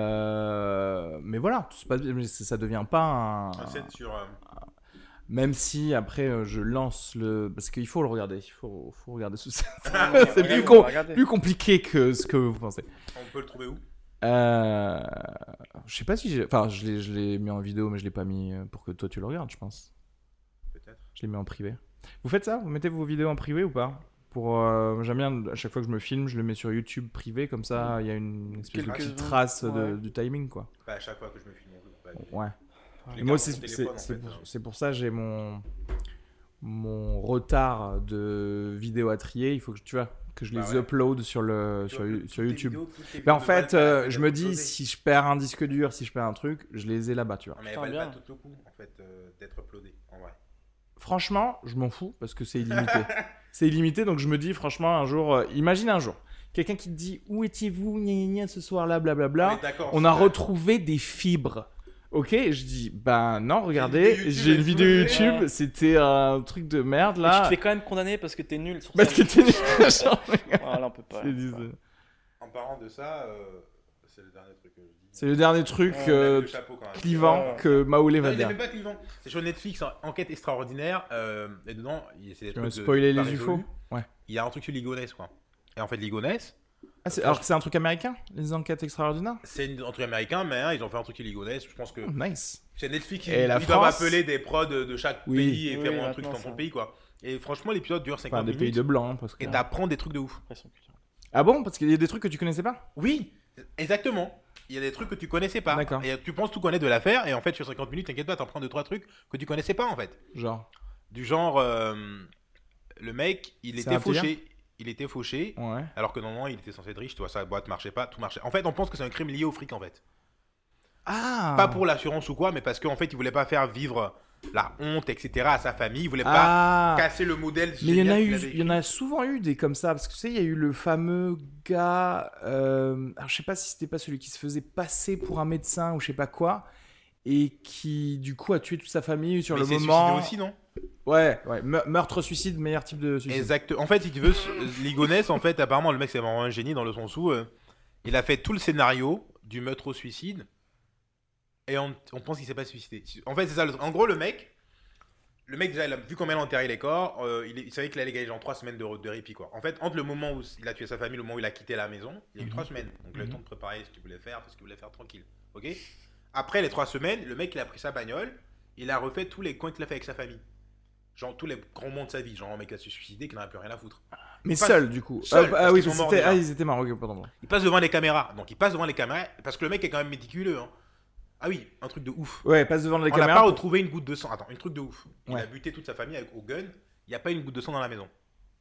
Speaker 3: Euh, mais voilà, tout se passe bien, mais c'est- ça devient pas un.
Speaker 1: Un set sur. euh,
Speaker 3: Même si après euh, je lance le. Parce qu'il faut le regarder, il faut, faut regarder ce set.
Speaker 2: regardez,
Speaker 3: c'est plus,
Speaker 2: euh, on
Speaker 3: com-
Speaker 2: va regarder.
Speaker 3: plus compliqué que ce que vous pensez.
Speaker 1: On peut le trouver où
Speaker 3: Euh, je sais pas si j'ai. Enfin, je l'ai- je l'ai mis en vidéo, mais je l'ai pas mis euh, pour que toi tu le regardes, je pense.
Speaker 1: Peut-être.
Speaker 3: Je l'ai mis en privé. Vous faites ça Vous mettez vos vidéos en privé ou pas pour, euh, J'aime bien, à chaque fois que je me filme, je le mets sur YouTube privé, comme ça il y a une espèce
Speaker 2: Quelques
Speaker 3: de petite
Speaker 2: secondes,
Speaker 3: trace de-
Speaker 2: ouais.
Speaker 3: du timing. quoi.
Speaker 1: Bah, à chaque fois que je me filme, on peut pas.
Speaker 3: Ouais.
Speaker 1: Je les
Speaker 3: Et moi,
Speaker 1: garde
Speaker 3: c'est
Speaker 1: dans mon
Speaker 3: c'est-
Speaker 1: téléphone, en
Speaker 3: c'est
Speaker 1: fait,
Speaker 3: pour,
Speaker 1: hein.
Speaker 3: c'est pour ça que j'ai mon, mon retard de vidéo à trier. Il faut que, tu vois, que je
Speaker 1: Bah
Speaker 3: les
Speaker 1: ouais.
Speaker 3: upload sur, le, sur,
Speaker 1: Tu vois,
Speaker 3: sur
Speaker 1: toutes tes
Speaker 3: YouTube.
Speaker 1: vidéos, toutes tes
Speaker 3: Mais en
Speaker 1: vidéos de
Speaker 3: fait,
Speaker 1: Valve,
Speaker 3: euh,
Speaker 1: t'as
Speaker 3: je me
Speaker 1: tout
Speaker 3: dis,
Speaker 1: posé.
Speaker 3: si je perds un disque dur, si je perds un truc, je les ai là-bas, tu vois.
Speaker 1: Non, mais
Speaker 2: Putain,
Speaker 1: elles valent
Speaker 2: bien.
Speaker 1: pas tout le coup, en fait, euh, d'être uploadé, en vrai.
Speaker 3: Franchement, je m'en fous parce que c'est illimité. c'est illimité, donc je me dis, franchement, un jour, euh, imagine un jour, quelqu'un qui te dit Où étiez-vous, gna gna gna, ce soir-là,
Speaker 1: On
Speaker 3: blablabla.
Speaker 1: est d'accord,
Speaker 3: On a
Speaker 1: c'est-
Speaker 3: retrouvé des fibres. Ok, et je dis, ben non, regardez,
Speaker 1: vidéo YouTube,
Speaker 3: j'ai une
Speaker 1: elle
Speaker 3: vidéo
Speaker 1: se
Speaker 2: posait.
Speaker 3: YouTube, c'était un truc de merde
Speaker 2: Mais Tu te
Speaker 3: là.
Speaker 2: fais quand même condamner parce que t'es nul sur
Speaker 3: Parce que
Speaker 2: scène.
Speaker 3: t'es Genre,
Speaker 2: Ah, là, on peut pas.
Speaker 3: c'est- c'est-
Speaker 1: En parlant de ça, euh, c'est le dernier truc que je dis.
Speaker 3: C'est le dernier truc
Speaker 2: Ouais,
Speaker 3: euh,
Speaker 1: Le chapeau, quand même.
Speaker 3: clivant
Speaker 2: Ouais.
Speaker 3: que Maoulé
Speaker 1: Non,
Speaker 3: va
Speaker 1: il
Speaker 3: dire.
Speaker 1: n'aimait pas clivant. C'est sur Netflix, hein, Enquête extraordinaire. euh, et dedans, il essaie
Speaker 3: Tu veux spoiler les UFO Ouais.
Speaker 1: Il y a un truc sur Ligonès, quoi. Et en fait, Ligonès,
Speaker 3: Ah, c'est- alors que c'est un truc américain, les enquêtes extraordinaires.
Speaker 1: c'est une- un truc américain, mais hein, ils ont fait un truc sur Ligonès. Je pense que
Speaker 3: Oh, nice.
Speaker 1: c'est Netflix qui
Speaker 3: Et la
Speaker 1: doivent
Speaker 3: France
Speaker 1: appeler des prods de de chaque
Speaker 3: Oui.
Speaker 1: pays et
Speaker 2: Oui,
Speaker 1: faire
Speaker 2: oui, hein.
Speaker 1: un truc dans
Speaker 2: maintenant,
Speaker 1: ton
Speaker 2: ça.
Speaker 1: pays, quoi. Et franchement, l'épisode dure 50
Speaker 3: Enfin, des
Speaker 1: minutes.
Speaker 3: pays de blanc. hein, Parce que...
Speaker 1: Et t'apprends des trucs de ouf.
Speaker 2: Après, ils sont plus durs.
Speaker 3: Ah bon Parce qu'il y a des trucs que tu connaissais pas
Speaker 1: Oui, exactement. Il y a des trucs que tu connaissais pas.
Speaker 3: D'accord.
Speaker 1: Et tu penses tout connaître de l'affaire, et en fait, sur 50 minutes, t'inquiète pas, t'apprends deux, trois trucs que tu connaissais pas, en fait.
Speaker 3: Genre.
Speaker 1: Du genre, euh, le mec, il
Speaker 3: C'est
Speaker 1: était
Speaker 3: un pire
Speaker 1: fauché. Il était fauché,
Speaker 3: Ouais.
Speaker 1: alors que normalement, il était censé être riche. Tu vois, sa boîte marchait pas, tout marchait. En fait, on pense que c'est un crime lié au fric, en fait.
Speaker 3: Ah
Speaker 1: Pas pour l'assurance ou quoi, mais parce qu'en fait, il voulait pas faire vivre la honte, etc. à sa famille. Il voulait
Speaker 3: Ah
Speaker 1: pas casser le modèle.
Speaker 3: Mais il y en a
Speaker 1: génial qu'il
Speaker 3: eu,
Speaker 1: avait
Speaker 3: il y en a souvent eu des comme ça parce que tu sais, il y a eu le fameux gars, euh, alors je sais pas si c'était pas celui qui se faisait passer pour un médecin ou je sais pas quoi et qui du coup a tué toute sa famille sur
Speaker 1: Mais
Speaker 3: le
Speaker 1: il s'est
Speaker 3: moment.
Speaker 1: suicidé aussi, non
Speaker 3: Ouais, ouais, me- meurtre suicide, meilleur type de suicide.
Speaker 1: Exact. En fait, si tu veux, ce- Ligonès, en fait, apparemment, le mec, c'est vraiment un génie dans le sens où euh, il a fait tout le scénario du meurtre au suicide et on, on pense qu'il s'est pas suicidé. En fait, c'est ça. le- En gros, le mec, le mec, déjà, il a vu combien il a enterré les corps, euh, il, est- il savait qu'il allait gagner genre 3 semaines de, re- de répit, quoi. En fait, entre le moment où il a tué sa famille, le moment où il a quitté la maison, il y a eu
Speaker 3: Mhm.
Speaker 1: 3 semaines. Donc, le
Speaker 3: Mhm.
Speaker 1: temps de préparer ce qu'il voulait faire, ce qu'il voulait faire tranquille. Ok Après les 3 semaines, le mec, il a pris sa bagnole, il a refait tous les coins qu'il a fait avec sa famille. Genre tous les grands moments de sa vie, genre un mec qui a se suicidé, qui n'en a plus rien à foutre.
Speaker 3: Mais
Speaker 1: Pas-
Speaker 3: seul du coup.
Speaker 1: seul,
Speaker 3: ah,
Speaker 1: parce
Speaker 3: ah oui,
Speaker 1: qu'ils sont
Speaker 3: parce
Speaker 1: morts
Speaker 3: que c'était-
Speaker 1: déjà.
Speaker 3: ah, ils étaient marrants, ok, pardon.
Speaker 1: Il passe devant les caméras, donc il passe devant les caméras, parce que le mec est quand même méticuleux. Hein. Ah oui, un truc de ouf.
Speaker 3: Ouais, passe devant
Speaker 1: On
Speaker 3: les
Speaker 1: n'a
Speaker 3: caméras.
Speaker 1: pas
Speaker 3: pour-
Speaker 1: retrouvé une goutte de sang. Attends, un truc de ouf. Il
Speaker 3: Ouais.
Speaker 1: a buté toute sa famille avec, au gun, il n'y a pas une goutte de sang dans la maison.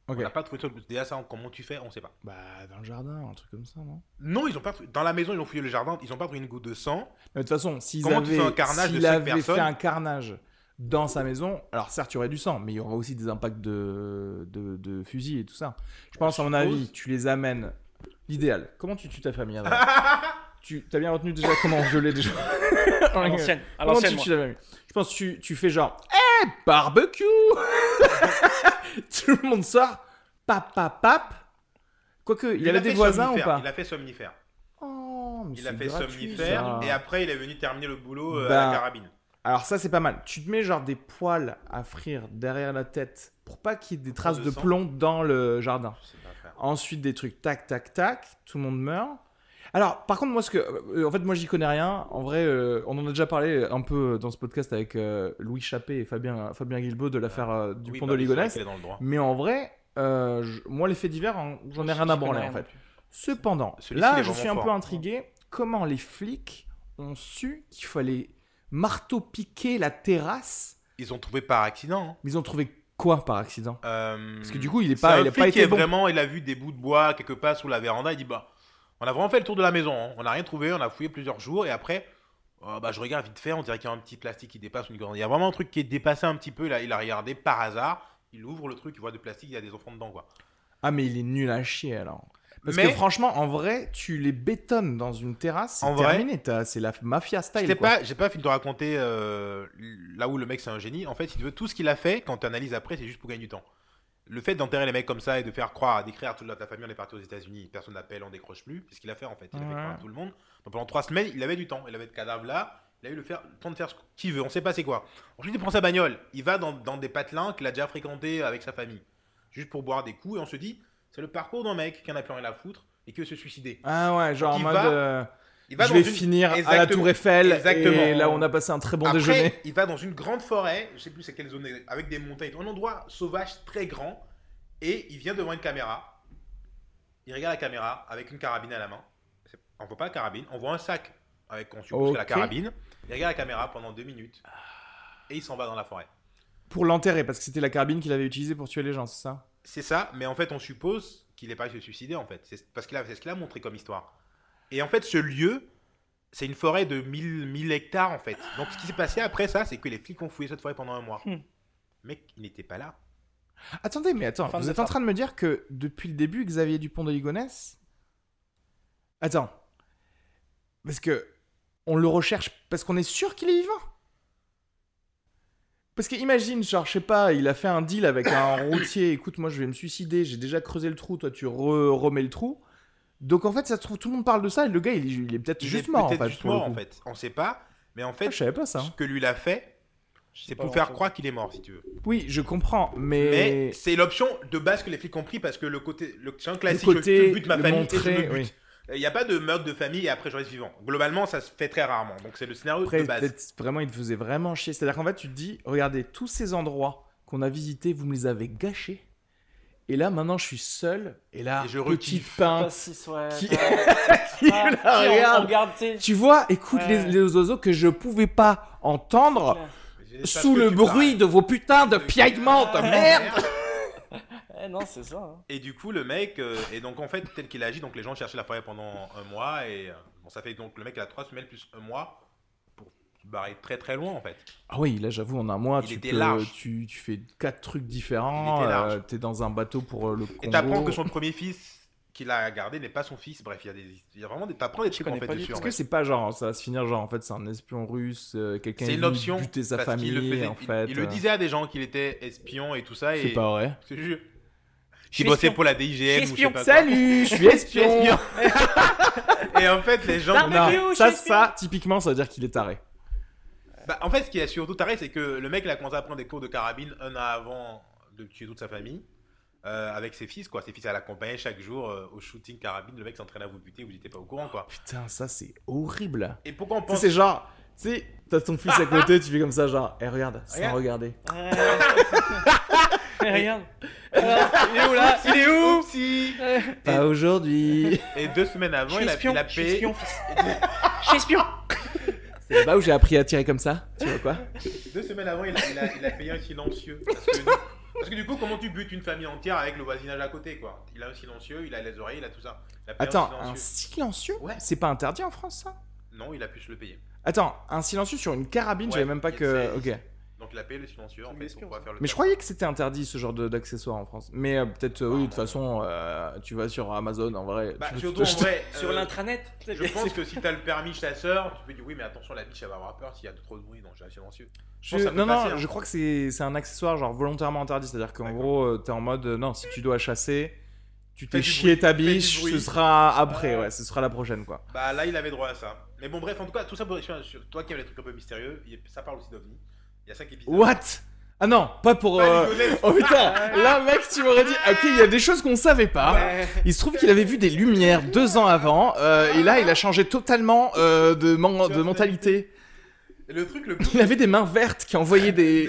Speaker 3: Ok.
Speaker 1: On n'a pas trouvé une seule goutte. Déjà, ça, on- comment tu fais, on sait pas.
Speaker 3: Bah dans le jardin, un truc comme ça, non
Speaker 1: Non, ils ont pas trouvé- Dans la maison, ils ont fouillé le jardin, ils n'ont pas trouvé une goutte de sang.
Speaker 3: Mais de toute façon, s'ils
Speaker 1: Comment tu
Speaker 3: avaient,
Speaker 1: fais un carnage de
Speaker 3: s'il
Speaker 1: cinq
Speaker 3: avait fait
Speaker 1: personnes
Speaker 3: un carnage dans sa maison, alors certes, il y aurait du sang, mais il y aura aussi des impacts de, de, de fusil et tout ça. Je pense, à mon
Speaker 1: suppose.
Speaker 3: avis, tu les amènes. L'idéal. Comment tu tues ta famille Adrien Tu as bien retenu déjà comment on violait déjà.
Speaker 2: À l'ancienne, à
Speaker 3: Comment
Speaker 2: l'ancienne,
Speaker 3: tu
Speaker 2: moi.
Speaker 3: tues ta famille Je pense que tu, tu fais genre Eh, barbecue Tout le monde sort. Pap, pap, pap. Quoique, il y avait
Speaker 1: a
Speaker 3: des
Speaker 1: fait
Speaker 3: voisins ou
Speaker 1: somnifère,
Speaker 3: pas
Speaker 1: Il a fait somnifère.
Speaker 3: Oh, mais
Speaker 1: Il a
Speaker 3: c'est
Speaker 1: fait
Speaker 3: gratuit,
Speaker 1: somnifère
Speaker 3: ça.
Speaker 1: et après il est venu terminer le boulot euh, à
Speaker 3: Bah,
Speaker 1: la carabine.
Speaker 3: Alors ça c'est pas mal. Tu te mets genre des poils à frire derrière la tête pour pas qu'il y ait des traces
Speaker 1: de
Speaker 3: de
Speaker 1: sang.
Speaker 3: plomb dans le jardin.
Speaker 1: Je sais pas faire.
Speaker 3: Ensuite, des trucs tac, tac, tac, tout le monde meurt. Alors, par contre, moi, ce que, euh, en fait, moi, j'y connais rien. En vrai, euh, on en a déjà parlé un peu dans ce podcast avec euh, Louis Chappé et Fabien, Fabien Guilbeault de l'affaire euh, du
Speaker 1: Oui,
Speaker 3: pont
Speaker 1: bah
Speaker 3: de
Speaker 1: oui, c'est vrai
Speaker 3: Ligonnès.
Speaker 1: qu'il est dans le droit.
Speaker 3: Mais en vrai, euh, je- moi, les faits divers, hein, j'en ai rien à branler, en fait. Cependant,
Speaker 1: Celui-ci, il
Speaker 3: là,
Speaker 1: est
Speaker 3: je suis un
Speaker 1: vraiment
Speaker 3: peu
Speaker 1: fort.
Speaker 3: intrigué. Comment les flics ont su qu'il fallait marteau-piquer la terrasse
Speaker 1: Ils ont trouvé par accident. hein.
Speaker 3: Mais ils ont trouvé quoi par accident
Speaker 1: Euh,
Speaker 3: Parce que du coup, il est
Speaker 1: c'est
Speaker 3: pas,
Speaker 1: un
Speaker 3: il a
Speaker 1: flic
Speaker 3: pas
Speaker 1: qui est
Speaker 3: été bon.
Speaker 1: vraiment, il a vu des bouts de bois quelque part sous la véranda. Il dit bah, on a vraiment fait le tour de la maison. hein. On n'a rien trouvé. On a fouillé plusieurs jours et après, euh, bah je regarde vite fait. On dirait qu'il y a un petit plastique qui dépasse une grande. Il y a vraiment un truc qui est dépassé un petit peu. Là, il a regardé par hasard. Il ouvre le truc, il voit du plastique, il y a des enfants dedans quoi.
Speaker 3: Ah, mais il est nul à chier alors. Parce
Speaker 1: Mais-
Speaker 3: que franchement, en vrai, tu les bétonnes dans une terrasse,
Speaker 1: En
Speaker 3: c'est
Speaker 1: vrai-
Speaker 3: terminé. t'as- C'est la mafia
Speaker 1: Je
Speaker 3: style.
Speaker 1: t'ai
Speaker 3: quoi.
Speaker 1: pas, j'ai pas fini de te raconter euh, là où le mec c'est un génie. En fait, il veut tout ce qu'il a fait. Quand tu analyses après, c'est juste pour gagner du temps. Le fait d'enterrer les mecs comme ça et de faire croire, d'écrire à toute la- ta famille, on est parti aux États-Unis, personne n'appelle, on décroche plus. C'est ce qu'il a fait en fait. Il a fait
Speaker 3: Ouais.
Speaker 1: croire à tout le monde. Donc pendant trois semaines, il avait du temps. Il avait de cadavre là. Il a eu le, faire, le temps de faire ce qu'il veut. On sait pas c'est quoi. Ensuite, il prend sa bagnole. Il va dans, dans des patelins qu'il a déjà fréquentés avec sa famille. Juste pour boire des coups. Et on se dit, c'est le parcours d'un mec qui en a plus rien à foutre et qui veut se suicider.
Speaker 3: Ah ouais, genre en
Speaker 1: il
Speaker 3: mode.
Speaker 1: va-
Speaker 3: euh,
Speaker 1: Il va
Speaker 3: je
Speaker 1: dans
Speaker 3: vais
Speaker 1: une-
Speaker 3: finir à la
Speaker 1: Exactement.
Speaker 3: Tour Eiffel. Et
Speaker 1: Exactement.
Speaker 3: là, on a passé un très bon
Speaker 1: Après,
Speaker 3: déjeuner.
Speaker 1: il va dans une grande forêt, je sais plus c'est quelle zone, avec des montagnes, un endroit sauvage très grand, et il vient devant une caméra. Il regarde la caméra avec une carabine à la main. C'est- On voit pas la carabine, on voit un sac avec qu'on suppose que la
Speaker 3: Ok.
Speaker 1: carabine. Il regarde la caméra pendant deux minutes et il s'en va dans la forêt.
Speaker 3: Pour l'enterrer, parce que c'était la carabine qu'il avait utilisée pour tuer les gens, c'est ça
Speaker 1: C'est ça, mais en fait on suppose qu'il est pas se suicider en fait, c'est parce qu'il a c'est ce qu'il a montré comme histoire. Et en fait ce lieu, c'est une forêt de 1000 1000 hectares en fait. Donc ce qui s'est passé après ça, c'est que les flics ont fouillé cette forêt pendant un mois.
Speaker 2: Hmm.
Speaker 1: Mec, il n'était pas là.
Speaker 3: Attendez, mais attends,
Speaker 2: Fin de
Speaker 3: vous êtes en
Speaker 2: départ.
Speaker 3: train de me dire que depuis le début, Xavier Dupont de Ligonnès. Attends. Parce que. On le recherche parce qu'on est sûr qu'il est vivant. Parce que imagine, genre, je sais pas, il a fait un deal avec un routier. Écoute, moi, je vais me suicider. J'ai déjà creusé le trou. Toi, tu re- remets le trou. Donc, en fait, ça se trouve, tout le monde parle de ça. Et le gars, il est, il est peut-être
Speaker 1: Il
Speaker 3: juste
Speaker 1: est
Speaker 3: mort, en
Speaker 1: peut-être
Speaker 3: fait.
Speaker 1: juste
Speaker 3: pour le
Speaker 1: mort, en
Speaker 3: coup.
Speaker 1: fait. On sait pas, mais en
Speaker 3: Ah,
Speaker 1: fait
Speaker 3: je savais pas ça.
Speaker 1: ce que lui l'a fait, c'est pour faire croire qu'il est mort si tu veux.
Speaker 3: Oui, je comprends,
Speaker 1: Mais
Speaker 3: mais.
Speaker 1: c'est l'option de base que les flics ont pris parce que le côté le c'est un
Speaker 3: le
Speaker 1: classique
Speaker 3: côté.
Speaker 1: je bute ma
Speaker 3: le
Speaker 1: famille et je
Speaker 3: montrer,
Speaker 1: me bute.
Speaker 3: oui.
Speaker 1: Il n'y a pas de meurtre de famille et après je reste vivant. Globalement, ça se fait très rarement. Donc c'est le scénario
Speaker 3: Après,
Speaker 1: de base.
Speaker 3: peut-être vraiment, il te faisait vraiment chier. C'est-à-dire qu'en fait, tu te dis, regardez, tous ces endroits qu'on a visités, vous me les avez gâchés. Et là, maintenant, je suis seul. Et là,
Speaker 1: Et je
Speaker 3: petite
Speaker 1: requitte.
Speaker 3: peinte. Qui-
Speaker 2: Qui
Speaker 3: Il la regarde.
Speaker 2: Ah, regarde, tu sais.
Speaker 3: Tu vois, écoute
Speaker 2: Ouais.
Speaker 3: les, les oiseaux que je pouvais pas entendre
Speaker 1: J'ai- parce
Speaker 3: sous
Speaker 1: que
Speaker 3: le
Speaker 1: tu
Speaker 3: bruit
Speaker 1: parles.
Speaker 3: de vos putains de
Speaker 1: De-
Speaker 3: piaillements de
Speaker 2: Ah,
Speaker 3: merde.
Speaker 2: Eh non, c'est ça. hein.
Speaker 1: Et du coup, le mec, euh, et donc en fait, tel qu'il agit, donc les gens cherchaient la forêt pendant un mois, et euh, bon, ça fait donc le mec il a trois semaines plus un mois pour se barrer très très loin en fait.
Speaker 3: Ah oui, là, j'avoue, en un mois,
Speaker 1: Il
Speaker 3: tu,
Speaker 1: était
Speaker 3: peux-
Speaker 1: large.
Speaker 3: tu, tu fais quatre trucs différents.
Speaker 1: Il était
Speaker 3: euh,
Speaker 1: large.
Speaker 3: T'es dans un bateau pour euh, le Congo.
Speaker 1: Et t'apprends que son premier fils qu'il a gardé n'est pas son fils, bref, il y a des. Il y a vraiment des. T'apprends des trucs en
Speaker 2: connais
Speaker 1: fait
Speaker 2: pas du
Speaker 1: dessus.
Speaker 2: tout
Speaker 1: en
Speaker 3: Est-ce que
Speaker 1: vrai.
Speaker 3: c'est pas genre, ça va se finir genre, en fait, c'est un espion russe, euh, quelqu'un
Speaker 1: C'est
Speaker 3: qui
Speaker 1: une
Speaker 3: veut
Speaker 1: option.
Speaker 3: buter sa
Speaker 1: parce
Speaker 3: famille,
Speaker 1: qu'il le faisait-
Speaker 3: en
Speaker 1: il-
Speaker 3: fait.
Speaker 1: Il, le
Speaker 3: euh.
Speaker 1: disait à des gens qu'il était espion et tout ça, et.
Speaker 3: C'est pas vrai.
Speaker 1: Je te jure.
Speaker 2: suis
Speaker 1: Qui bossait
Speaker 2: espion.
Speaker 1: pour la DIGN ou je sais pas quoi.
Speaker 3: Salut, je suis espion.
Speaker 1: espion. Et en fait, les gens.
Speaker 2: Non, mais-
Speaker 3: Non,
Speaker 2: Barbecue,
Speaker 3: ça,
Speaker 2: je suis
Speaker 3: ça, typiquement, ça veut dire qu'il est taré.
Speaker 1: Bah, en fait, ce qui est surtout taré, c'est que le mec, il a commencé à prendre des cours de carabine un an avant de tuer toute sa famille, euh, avec ses fils, quoi. Ses fils, à l'accompagner chaque jour euh, au shooting carabine. Le mec s'entraînait à vous buter, vous n'étiez pas au courant, quoi.
Speaker 3: Putain, ça c'est horrible.
Speaker 1: Et pourquoi on
Speaker 3: Tu sais,
Speaker 1: pense.
Speaker 3: c'est genre, tu sais, t'as ton fils à côté, tu fais comme ça, genre, eh regarde, sans
Speaker 1: Regarde.
Speaker 3: regarder.
Speaker 2: Ouais. Eh, regarde. Il est où là Il est où
Speaker 1: Oupsie
Speaker 3: Pas aujourd'hui.
Speaker 1: Et deux semaines
Speaker 2: Je
Speaker 1: avant,
Speaker 2: suis
Speaker 1: il a,
Speaker 2: espion.
Speaker 1: il a
Speaker 2: Je suis
Speaker 1: payé.
Speaker 2: espion. Je suis espion.
Speaker 3: c'est là où j'ai appris à tirer comme ça. Tu vois quoi
Speaker 1: Deux semaines avant, il a, il a- il a payé un silencieux. Parce que, parce que du coup, comment tu butes une famille entière avec le voisinage à côté, quoi Il a un silencieux, il a les oreilles, il a tout ça. Il a payé
Speaker 3: Attends,
Speaker 1: un
Speaker 3: un
Speaker 1: silencieux.
Speaker 3: silencieux
Speaker 1: Ouais.
Speaker 3: C'est pas interdit en France ça
Speaker 1: Non, il a pu se le payer.
Speaker 3: Attends, un silencieux sur une carabine,
Speaker 1: Ouais,
Speaker 3: j'avais même pas
Speaker 1: il y a
Speaker 3: que.
Speaker 1: le
Speaker 3: Ok.
Speaker 1: Donc il a payé le silencieux, en
Speaker 2: Mais
Speaker 1: fait,
Speaker 2: espion,
Speaker 1: pour pouvoir faire le
Speaker 3: Mais je croyais que c'était interdit ce genre de- d'accessoires en France. Mais euh, peut-être, euh, oui, de toute façon, euh, tu vas sur Amazon en vrai.
Speaker 1: Bah,
Speaker 3: tu peux
Speaker 1: surtout
Speaker 3: tout
Speaker 1: en
Speaker 3: acheter.
Speaker 1: vrai,
Speaker 2: Sur
Speaker 1: euh,
Speaker 2: l'intranet.
Speaker 1: Je pense que si t'as le permis chez ta sœur, tu peux dire oui, mais attention, la biche elle va avoir peur s'il y a trop de bruit, donc j'ai un silencieux.
Speaker 3: Je-
Speaker 1: pense que ça peut
Speaker 3: non, non,
Speaker 1: passer, hein.
Speaker 3: je crois que c'est c'est un accessoire genre volontairement interdit. C'est-à-dire qu'en
Speaker 1: D'accord.
Speaker 3: gros, euh, t'es en mode euh, non, si tu dois chasser, tu
Speaker 1: Fais
Speaker 3: t'es
Speaker 1: du
Speaker 3: chié
Speaker 1: bruit,
Speaker 3: ta
Speaker 1: fais du
Speaker 3: biche, ce
Speaker 1: bruit.
Speaker 3: sera après,
Speaker 1: Ouais.
Speaker 3: ouais, ce sera la prochaine, quoi.
Speaker 1: Bah là, il avait droit à ça. Mais bon, bref, en tout cas, tout ça pour sur, sur toi qui aimes les trucs un peu mystérieux, il- ça parle aussi d'OVNI. Il y a 5 épisodes.
Speaker 3: What Ah non, pas pour.
Speaker 1: Bah, Pas
Speaker 3: euh,
Speaker 1: les connaître.
Speaker 3: Oh putain, là mec, tu m'aurais dit, ok, il y a des choses qu'on savait pas. Il se trouve qu'il avait vu des lumières deux ans avant, euh, et là il a changé totalement euh, de, man- de mentalité.
Speaker 1: Le truc le plus
Speaker 3: Il avait des mains vertes qui envoyaient des.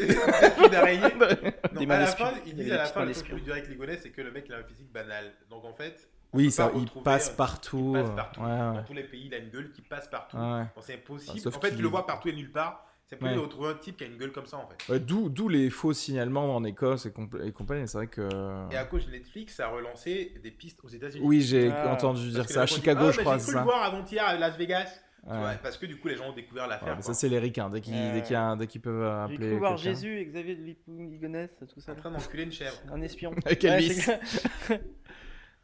Speaker 1: fou d'araignée.
Speaker 2: Des
Speaker 1: Non,
Speaker 2: mains
Speaker 1: à la
Speaker 2: d'espion.
Speaker 1: fin,
Speaker 2: Il y
Speaker 1: ils
Speaker 2: avait
Speaker 1: disent
Speaker 2: des
Speaker 1: à la
Speaker 2: petites
Speaker 1: fin le truc le
Speaker 2: mains d'espion.
Speaker 1: plus dur avec Ligonnet, c'est que le mec il a un physique banal. Donc en fait, on
Speaker 3: Oui,
Speaker 1: peut
Speaker 3: ça,
Speaker 1: pas
Speaker 3: il
Speaker 1: retrouver,
Speaker 3: passe
Speaker 1: euh,
Speaker 3: partout.
Speaker 1: il passe partout.
Speaker 3: Ouais,
Speaker 1: Dans
Speaker 3: ouais.
Speaker 1: tous les pays, il a une gueule qui passe partout.
Speaker 3: ouais.
Speaker 1: Bon, c'est impossible.
Speaker 3: Ah, sauf
Speaker 1: en fait,
Speaker 3: qu'il-
Speaker 1: tu le vois partout et nulle part. C'est impossible
Speaker 3: Ouais.
Speaker 1: de retrouver un type qui a une gueule comme ça en fait.
Speaker 3: Ouais, D'où d'où les faux signalements en Écosse et, compl- et compagnie, c'est vrai que.
Speaker 1: Et à cause de Netflix, ça a relancé des pistes aux États-Unis.
Speaker 3: Oui, j'ai
Speaker 2: Ah,
Speaker 3: entendu dire
Speaker 1: Parce que
Speaker 3: ça
Speaker 1: les
Speaker 3: à
Speaker 1: gens ont dit,
Speaker 3: Chicago,
Speaker 1: Ah,
Speaker 3: je
Speaker 1: mais
Speaker 3: crois,
Speaker 1: J'ai
Speaker 3: c'est
Speaker 1: cru
Speaker 3: ça.
Speaker 1: le voir avant-hier à Las Vegas. Tu
Speaker 3: Ouais.
Speaker 1: vois, parce que du coup, les gens ont découvert
Speaker 3: Ouais,
Speaker 1: l'affaire.
Speaker 3: mais
Speaker 1: quoi.
Speaker 3: ça c'est les ricains, dès qu'ils
Speaker 2: Ouais.
Speaker 3: dès qu'il y a un- dès qu'ils peuvent euh,
Speaker 2: J'ai
Speaker 3: appeler.
Speaker 2: cru voir
Speaker 3: quelqu'un.
Speaker 2: Jésus, Xavier de Lipou- Ligonès, tout
Speaker 1: C'est
Speaker 2: ça.
Speaker 1: en
Speaker 2: là.
Speaker 1: train d'enculer une chèvre.
Speaker 2: Un espion.
Speaker 3: Avec
Speaker 2: Ouais,
Speaker 3: Elvis.
Speaker 2: c'est clair.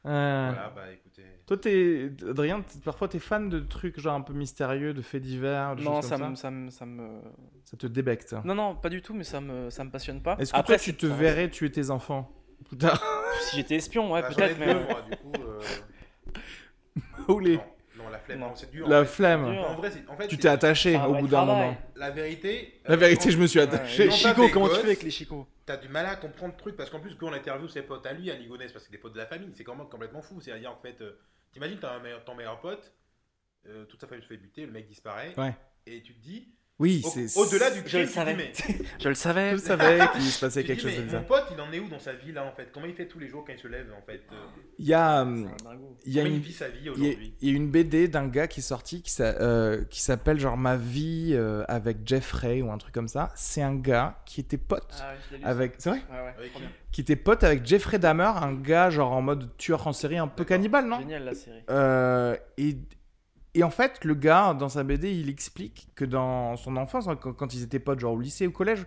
Speaker 3: Ouais.
Speaker 1: Voilà, bah écoutez.
Speaker 3: Toi, t'es, Adrien, t- parfois t'es fan de trucs genre un peu mystérieux, de faits divers, de
Speaker 2: Non,
Speaker 3: choses
Speaker 2: ça
Speaker 3: comme
Speaker 2: me,
Speaker 3: ça.
Speaker 2: ça, me, ça me.
Speaker 3: Ça te débecte.
Speaker 2: Non, non, pas du tout, mais ça me, ça me passionne pas.
Speaker 3: Est-ce que
Speaker 2: Après,
Speaker 3: toi, tu
Speaker 2: c'est-
Speaker 3: te verrais tuer tes enfants plus tard
Speaker 2: Si j'étais espion, ouais,
Speaker 1: Bah, j'en ai
Speaker 2: peut-être,
Speaker 1: deux,
Speaker 2: mais.
Speaker 1: moi, du coup. euh,
Speaker 3: Ou les-
Speaker 1: Non, non, la flemme,
Speaker 2: Non.
Speaker 1: non, c'est dur.
Speaker 3: La
Speaker 1: en fait.
Speaker 3: flemme.
Speaker 1: En vrai, c'est- en fait,
Speaker 3: Tu
Speaker 1: c'est-
Speaker 3: t'es attaché
Speaker 2: C'est un
Speaker 3: au
Speaker 2: vrai
Speaker 3: bout d'un
Speaker 2: travail.
Speaker 3: moment.
Speaker 1: La vérité.
Speaker 3: La
Speaker 1: euh,
Speaker 3: vérité,
Speaker 1: quand-
Speaker 3: je me suis
Speaker 2: Ouais, Ah,
Speaker 3: attaché.
Speaker 1: Ils ont pas
Speaker 2: Chico,
Speaker 1: des
Speaker 2: comment tu
Speaker 1: gosses.
Speaker 2: fais avec les Chico
Speaker 1: T'as du mal à comprendre le truc parce qu'en plus, quand on interview ses potes à lui, à Ligonès, parce que c'est des potes de la famille, c'est quand même complètement fou. C'est-à-dire, en fait, euh, t'imagines, t'as un meilleur- ton meilleur pote, euh, toute sa famille se fait buter, le mec disparaît.
Speaker 3: Ouais.
Speaker 1: Et tu te dis,
Speaker 3: Oui,
Speaker 1: au-
Speaker 3: c'est.
Speaker 1: au-delà du
Speaker 2: Je
Speaker 1: crime,
Speaker 2: le
Speaker 1: tu te
Speaker 2: savais.
Speaker 1: dis, mais-
Speaker 2: Je le savais.
Speaker 3: Je savais qu'il se passait
Speaker 1: tu te
Speaker 3: quelque
Speaker 1: dis,
Speaker 3: chose
Speaker 1: mais
Speaker 3: de
Speaker 1: mon
Speaker 3: bizarre.
Speaker 1: pote, il en est où dans sa vie là en fait Comment il fait tous les jours quand il se lève en fait euh,
Speaker 3: Il y
Speaker 2: C'est
Speaker 3: a, hum,
Speaker 2: un dingo.
Speaker 3: Ah. il y a
Speaker 1: Comment il
Speaker 3: une
Speaker 1: vit sa vie
Speaker 3: Il y a-
Speaker 1: aujourd'hui
Speaker 3: il y a une BD d'un gars qui est sorti qui s'a- euh, qui s'appelle genre Ma vie euh, avec Jeffrey ou un truc comme ça. C'est un gars qui était pote
Speaker 2: Ah ouais, je l'ai lu, ça.
Speaker 3: avec. C'est vrai
Speaker 2: Ouais, ouais,
Speaker 1: Avec
Speaker 2: trop bien.
Speaker 3: Qui était pote avec Jeffrey Dahmer, un gars genre en mode tueur en série un peu
Speaker 1: D'accord.
Speaker 3: cannibale, non
Speaker 2: Génial la série.
Speaker 3: Euh, et, et en fait, le gars, dans sa BD, il explique que dans son enfance, hein, quand, quand ils étaient potes, genre au lycée, au collège,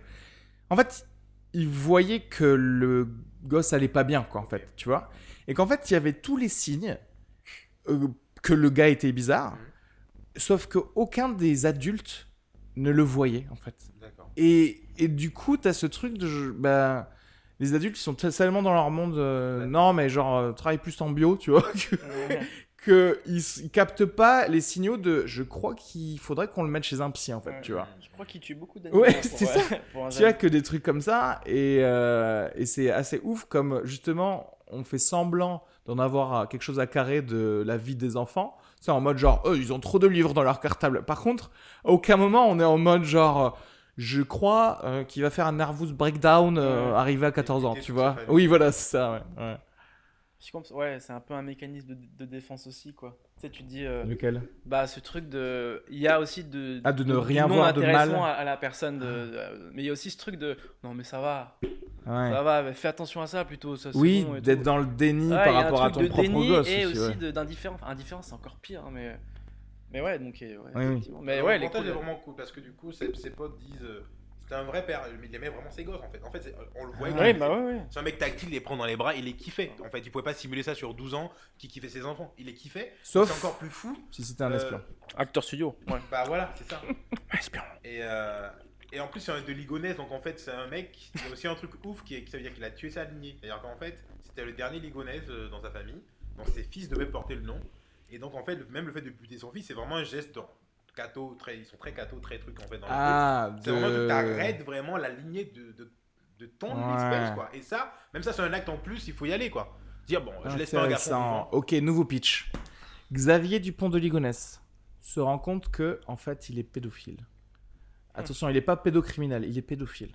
Speaker 3: en fait, il voyait que le gosse allait pas bien, quoi, en fait, tu vois. Et qu'en fait, il y avait tous les signes euh, que le gars était bizarre,
Speaker 1: Mhm.
Speaker 3: sauf que aucun des adultes ne le voyait, en fait.
Speaker 1: D'accord.
Speaker 3: Et, et du coup, t'as ce truc de. je- Bah, les adultes, ils sont t- tellement dans leur monde. euh,
Speaker 1: Ouais.
Speaker 3: Non, mais genre, euh, travaille plus en bio, tu vois, que
Speaker 2: Ouais.
Speaker 3: que ils s- ils captent pas les signaux de je crois qu'il faudrait qu'on le mette chez un psy en fait
Speaker 2: Ouais.
Speaker 3: tu vois
Speaker 1: Hmm.
Speaker 2: Je crois qu'il tue beaucoup d'animaux.
Speaker 3: Ouais,
Speaker 2: pour- euh,
Speaker 3: c'est
Speaker 2: pour un
Speaker 3: tu as
Speaker 2: jeune.
Speaker 3: que des trucs comme ça et, euh, et c'est assez ouf comme justement on fait semblant d'en avoir euh, quelque chose à carrer de la vie des enfants c'est en mode genre eux ils ont trop de livres dans leur cartable par contre à aucun moment on est en mode genre euh, je crois euh, qu'il va faire un nervous breakdown euh,
Speaker 2: Ouais.
Speaker 3: arrivé à 14 ans
Speaker 1: Et- et
Speaker 3: tu
Speaker 1: toute sa
Speaker 3: vois
Speaker 1: famille.
Speaker 3: oui voilà c'est ça ouais, ouais.
Speaker 2: Je comprends- Ouais, c'est un peu un mécanisme de, de défense aussi, quoi. Tu sais, tu te dis, euh,
Speaker 3: lequel
Speaker 2: bah, ce truc de. Il y a aussi de.
Speaker 3: Ah, de ne
Speaker 2: du
Speaker 3: rien voir de mal. Ah.
Speaker 2: non-intéressement À, à la personne. de- de- Mais il y a aussi ce truc de. Non, mais ça va.
Speaker 3: Ouais.
Speaker 2: Ça va, mais fais attention à ça plutôt. Ça, c'est
Speaker 3: oui
Speaker 2: bon et
Speaker 3: d'être
Speaker 2: tout.
Speaker 3: dans le déni
Speaker 2: Ouais, il
Speaker 3: par
Speaker 2: y a un
Speaker 3: rapport à
Speaker 2: truc
Speaker 3: ton
Speaker 2: de
Speaker 3: propre
Speaker 2: déni
Speaker 3: gosse
Speaker 2: Et
Speaker 3: aussi,
Speaker 2: aussi
Speaker 3: ouais.
Speaker 2: de- d'indifférence. Enfin, indifférence, c'est encore pire, hein, mais. Mais ouais, donc. et- ouais,
Speaker 3: Oui, oui.
Speaker 2: effectivement. Mais
Speaker 1: Alors,
Speaker 2: ouais,
Speaker 1: Ah, le
Speaker 2: les
Speaker 1: reportage
Speaker 2: couilles,
Speaker 1: est vraiment cool parce que du coup, ses, ses potes disent euh, c'était un vrai père, mais il aimait vraiment ses gosses en fait. En fait, c'est- euh, on le
Speaker 3: Ah
Speaker 1: voyait.
Speaker 2: Ouais, bah ouais, ouais.
Speaker 1: C'est un mec tactile, il les prend dans les bras, il les kiffait. En fait, il pouvait pas simuler ça sur 12 ans qui kiffait ses enfants. Il les kiffait.
Speaker 3: Sauf-
Speaker 1: C'est encore plus fou.
Speaker 3: si c'était un
Speaker 1: Euh,
Speaker 3: espion
Speaker 2: Acteur studio. Ouais.
Speaker 1: Bah voilà, c'est ça.
Speaker 2: Espion.
Speaker 1: Et, euh, et en plus, c'est un de Ligonès, donc en fait, c'est un mec. Il y a aussi un truc ouf qui est- ça veut dire qu'il a tué sa lignée. C'est-à-dire qu'en fait, c'était le dernier Ligonès euh, dans sa famille. Donc ses fils devaient porter le nom. Et donc, en fait, le- même le fait de buter son fils, c'est vraiment un geste dans- catho, très, ils sont très catho, très truc en fait. Dans le groupe.
Speaker 3: Ah,
Speaker 1: C'est vraiment que t'arrêtes vraiment la lignée de, de, de ton
Speaker 3: Ouais.
Speaker 1: espèce, quoi. Et ça, même ça, c'est un acte en plus, il faut y aller, quoi. Dire, bon, je laisse pas un garçon
Speaker 3: Intéressant.
Speaker 1: vivant.
Speaker 3: Ok, nouveau pitch. Xavier Dupont de Ligonnès se rend compte que, en fait, il est pédophile.
Speaker 1: Ah.
Speaker 3: Attention, il n'est pas pédocriminel, il est pédophile.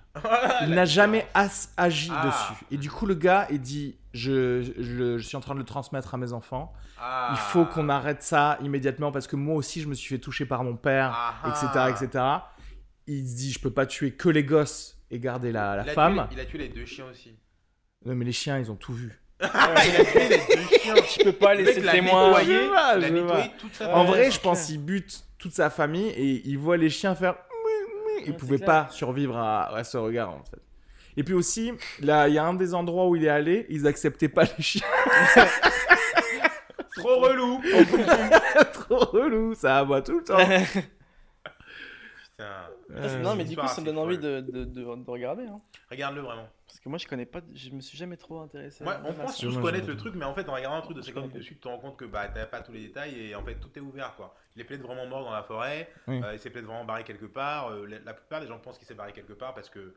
Speaker 3: Il n'a jamais as- agi
Speaker 1: Ah.
Speaker 3: dessus. Et du coup, le gars, il dit je, je- je- je suis en train de le transmettre à mes enfants.
Speaker 1: Ah.
Speaker 3: Il faut qu'on arrête ça immédiatement parce que moi aussi, je me suis fait toucher par mon père,
Speaker 1: Ah ah.
Speaker 3: etc., etc. Il se dit Je peux pas tuer que les gosses et garder la, la
Speaker 1: Il a
Speaker 3: femme.
Speaker 1: tué- il a tué les deux chiens aussi.
Speaker 3: Non, mais les chiens, ils ont tout vu.
Speaker 1: Ah, il a tué les deux chiens.
Speaker 2: Je peux pas
Speaker 1: Le
Speaker 2: laisser
Speaker 1: mec
Speaker 2: le
Speaker 1: l'a
Speaker 2: témoin.
Speaker 1: nettoyé,
Speaker 3: Je vois,
Speaker 1: il a
Speaker 3: Ah, je
Speaker 1: nettoyé
Speaker 3: vois.
Speaker 1: toute sa
Speaker 3: En
Speaker 2: Ouais,
Speaker 3: vrai,
Speaker 2: c'est
Speaker 3: je pense
Speaker 2: clair.
Speaker 3: qu'il bute toute sa famille et il voit les chiens faire. Il
Speaker 2: Ouais,
Speaker 3: pouvait
Speaker 2: c'est clair.
Speaker 3: pas survivre à, à ce regard en fait. Et puis aussi, là, il y a un des endroits où il est allé, ils acceptaient pas les chiens.
Speaker 1: Trop relou. hein.
Speaker 3: Trop relou, ça aboie tout le temps.
Speaker 1: Putain.
Speaker 2: Ah,
Speaker 3: Euh,
Speaker 2: c'est- non, mais du coup, ça
Speaker 1: c'est
Speaker 2: me donne envie
Speaker 1: cool.
Speaker 2: de, de, de- de regarder. hein.
Speaker 1: Regarde-le vraiment.
Speaker 2: Parce que moi, je connais pas, je me suis jamais trop intéressé.
Speaker 1: Ouais,
Speaker 2: à la
Speaker 1: on pense
Speaker 2: masse.
Speaker 3: sûr,
Speaker 1: tous
Speaker 3: moi,
Speaker 1: connaître
Speaker 3: j'en ai
Speaker 1: le truc, mais en fait, en regardant un truc de 50 minutes
Speaker 2: connais.
Speaker 1: dessus, tu te rends compte que bah, t'as pas tous les détails et en fait, tout est ouvert quoi. Il est peut-être vraiment mort dans la forêt,
Speaker 3: Oui.
Speaker 1: euh, il s'est peut-être vraiment barré quelque part. euh, la, la plupart des gens pensent qu'il s'est barré quelque part parce que.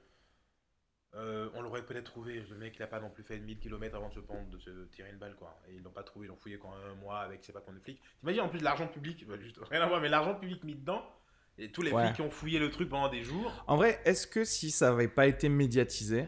Speaker 1: euh, on l'aurait peut-être trouvé, le mec il a pas non plus fait 1000 km avant de se pendre, de se tirer une balle quoi. Et ils l'ont pas trouvé, ils l'ont fouillé quand un mois avec c'est pas combien de flics. T'imagines en plus l'argent public, bah, juste, rien à voir, mais l'argent public mis dedans, et tous les
Speaker 3: Ouais.
Speaker 1: flics qui ont fouillé le truc pendant des jours.
Speaker 3: En vrai, est-ce que si ça avait pas été médiatisé,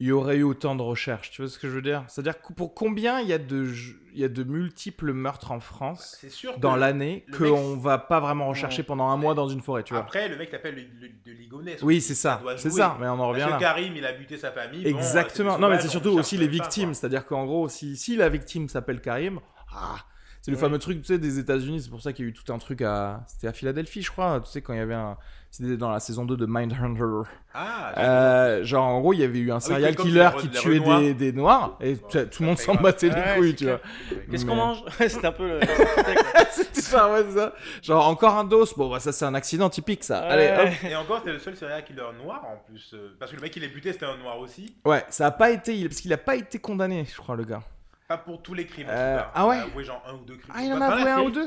Speaker 3: il y aurait eu autant de recherches Tu vois ce que je veux dire C'est-à-dire que pour combien il y, a de, ju- il y a de multiples meurtres en France
Speaker 1: C'est sûr
Speaker 3: dans
Speaker 1: que-
Speaker 3: l'année
Speaker 1: le mec-
Speaker 3: qu'on va pas vraiment rechercher pendant un mois dans une forêt, tu vois
Speaker 1: Après, le mec l'appelle le- le- de Ligonès.
Speaker 3: Oui, c'est ça,
Speaker 1: doit
Speaker 3: c'est
Speaker 1: jouer.
Speaker 3: ça, mais on en
Speaker 1: Parce
Speaker 3: revient
Speaker 1: que
Speaker 3: là.
Speaker 1: Karim, il a buté sa famille. bon, euh,
Speaker 3: Exactement.
Speaker 1: des
Speaker 3: non, mais
Speaker 1: sauvages,
Speaker 3: c'est
Speaker 1: on
Speaker 3: surtout
Speaker 1: cherche
Speaker 3: aussi les
Speaker 1: pas, quoi.
Speaker 3: victimes. C'est-à-dire qu'en gros, si, si la victime s'appelle Karim, ah, c'est le
Speaker 2: Oui.
Speaker 3: fameux truc tu sais, des États-Unis. C'est pour ça qu'il y a eu tout un truc à. C'était à Philadelphie, je crois. Tu sais, quand il y avait un. C'était dans la saison 2 de Mindhunter.
Speaker 1: Ah,
Speaker 3: Euh, genre, en gros, il y avait eu un serial
Speaker 1: c'est comme
Speaker 3: killer
Speaker 1: les re-
Speaker 3: qui
Speaker 1: les
Speaker 3: tuait
Speaker 1: Renois.
Speaker 3: des, des Noirs et
Speaker 1: Bon,
Speaker 3: tu sais,
Speaker 1: ça
Speaker 3: tout le monde
Speaker 1: fait
Speaker 3: s'en
Speaker 1: grave.
Speaker 3: battait les
Speaker 2: Ouais,
Speaker 3: couilles,
Speaker 2: c'est
Speaker 3: tu vois.
Speaker 2: Qu'est-ce qu'on
Speaker 3: Mais-
Speaker 2: mange C'était un peu le.
Speaker 3: C'était ça, ouais, ça. Genre, encore un dos. Bon, bah, ça, c'est un accident typique, ça. Allez, hop.
Speaker 2: Ouais.
Speaker 1: et encore, c'est le seul serial killer noir en plus. euh, Parce que le mec, il est buté, c'était un noir aussi.
Speaker 3: Ouais, ça a pas été. il- Parce qu'il a pas été condamné, je crois, le gars.
Speaker 1: Pas pour tous les crimes. en
Speaker 3: Euh,
Speaker 1: tout cas.
Speaker 3: ah
Speaker 1: Il a
Speaker 3: ouais
Speaker 1: avoué genre un ou deux crimes.
Speaker 3: Ah, il en
Speaker 1: Dans
Speaker 3: a
Speaker 1: la
Speaker 3: avoué un
Speaker 1: série-
Speaker 3: ou deux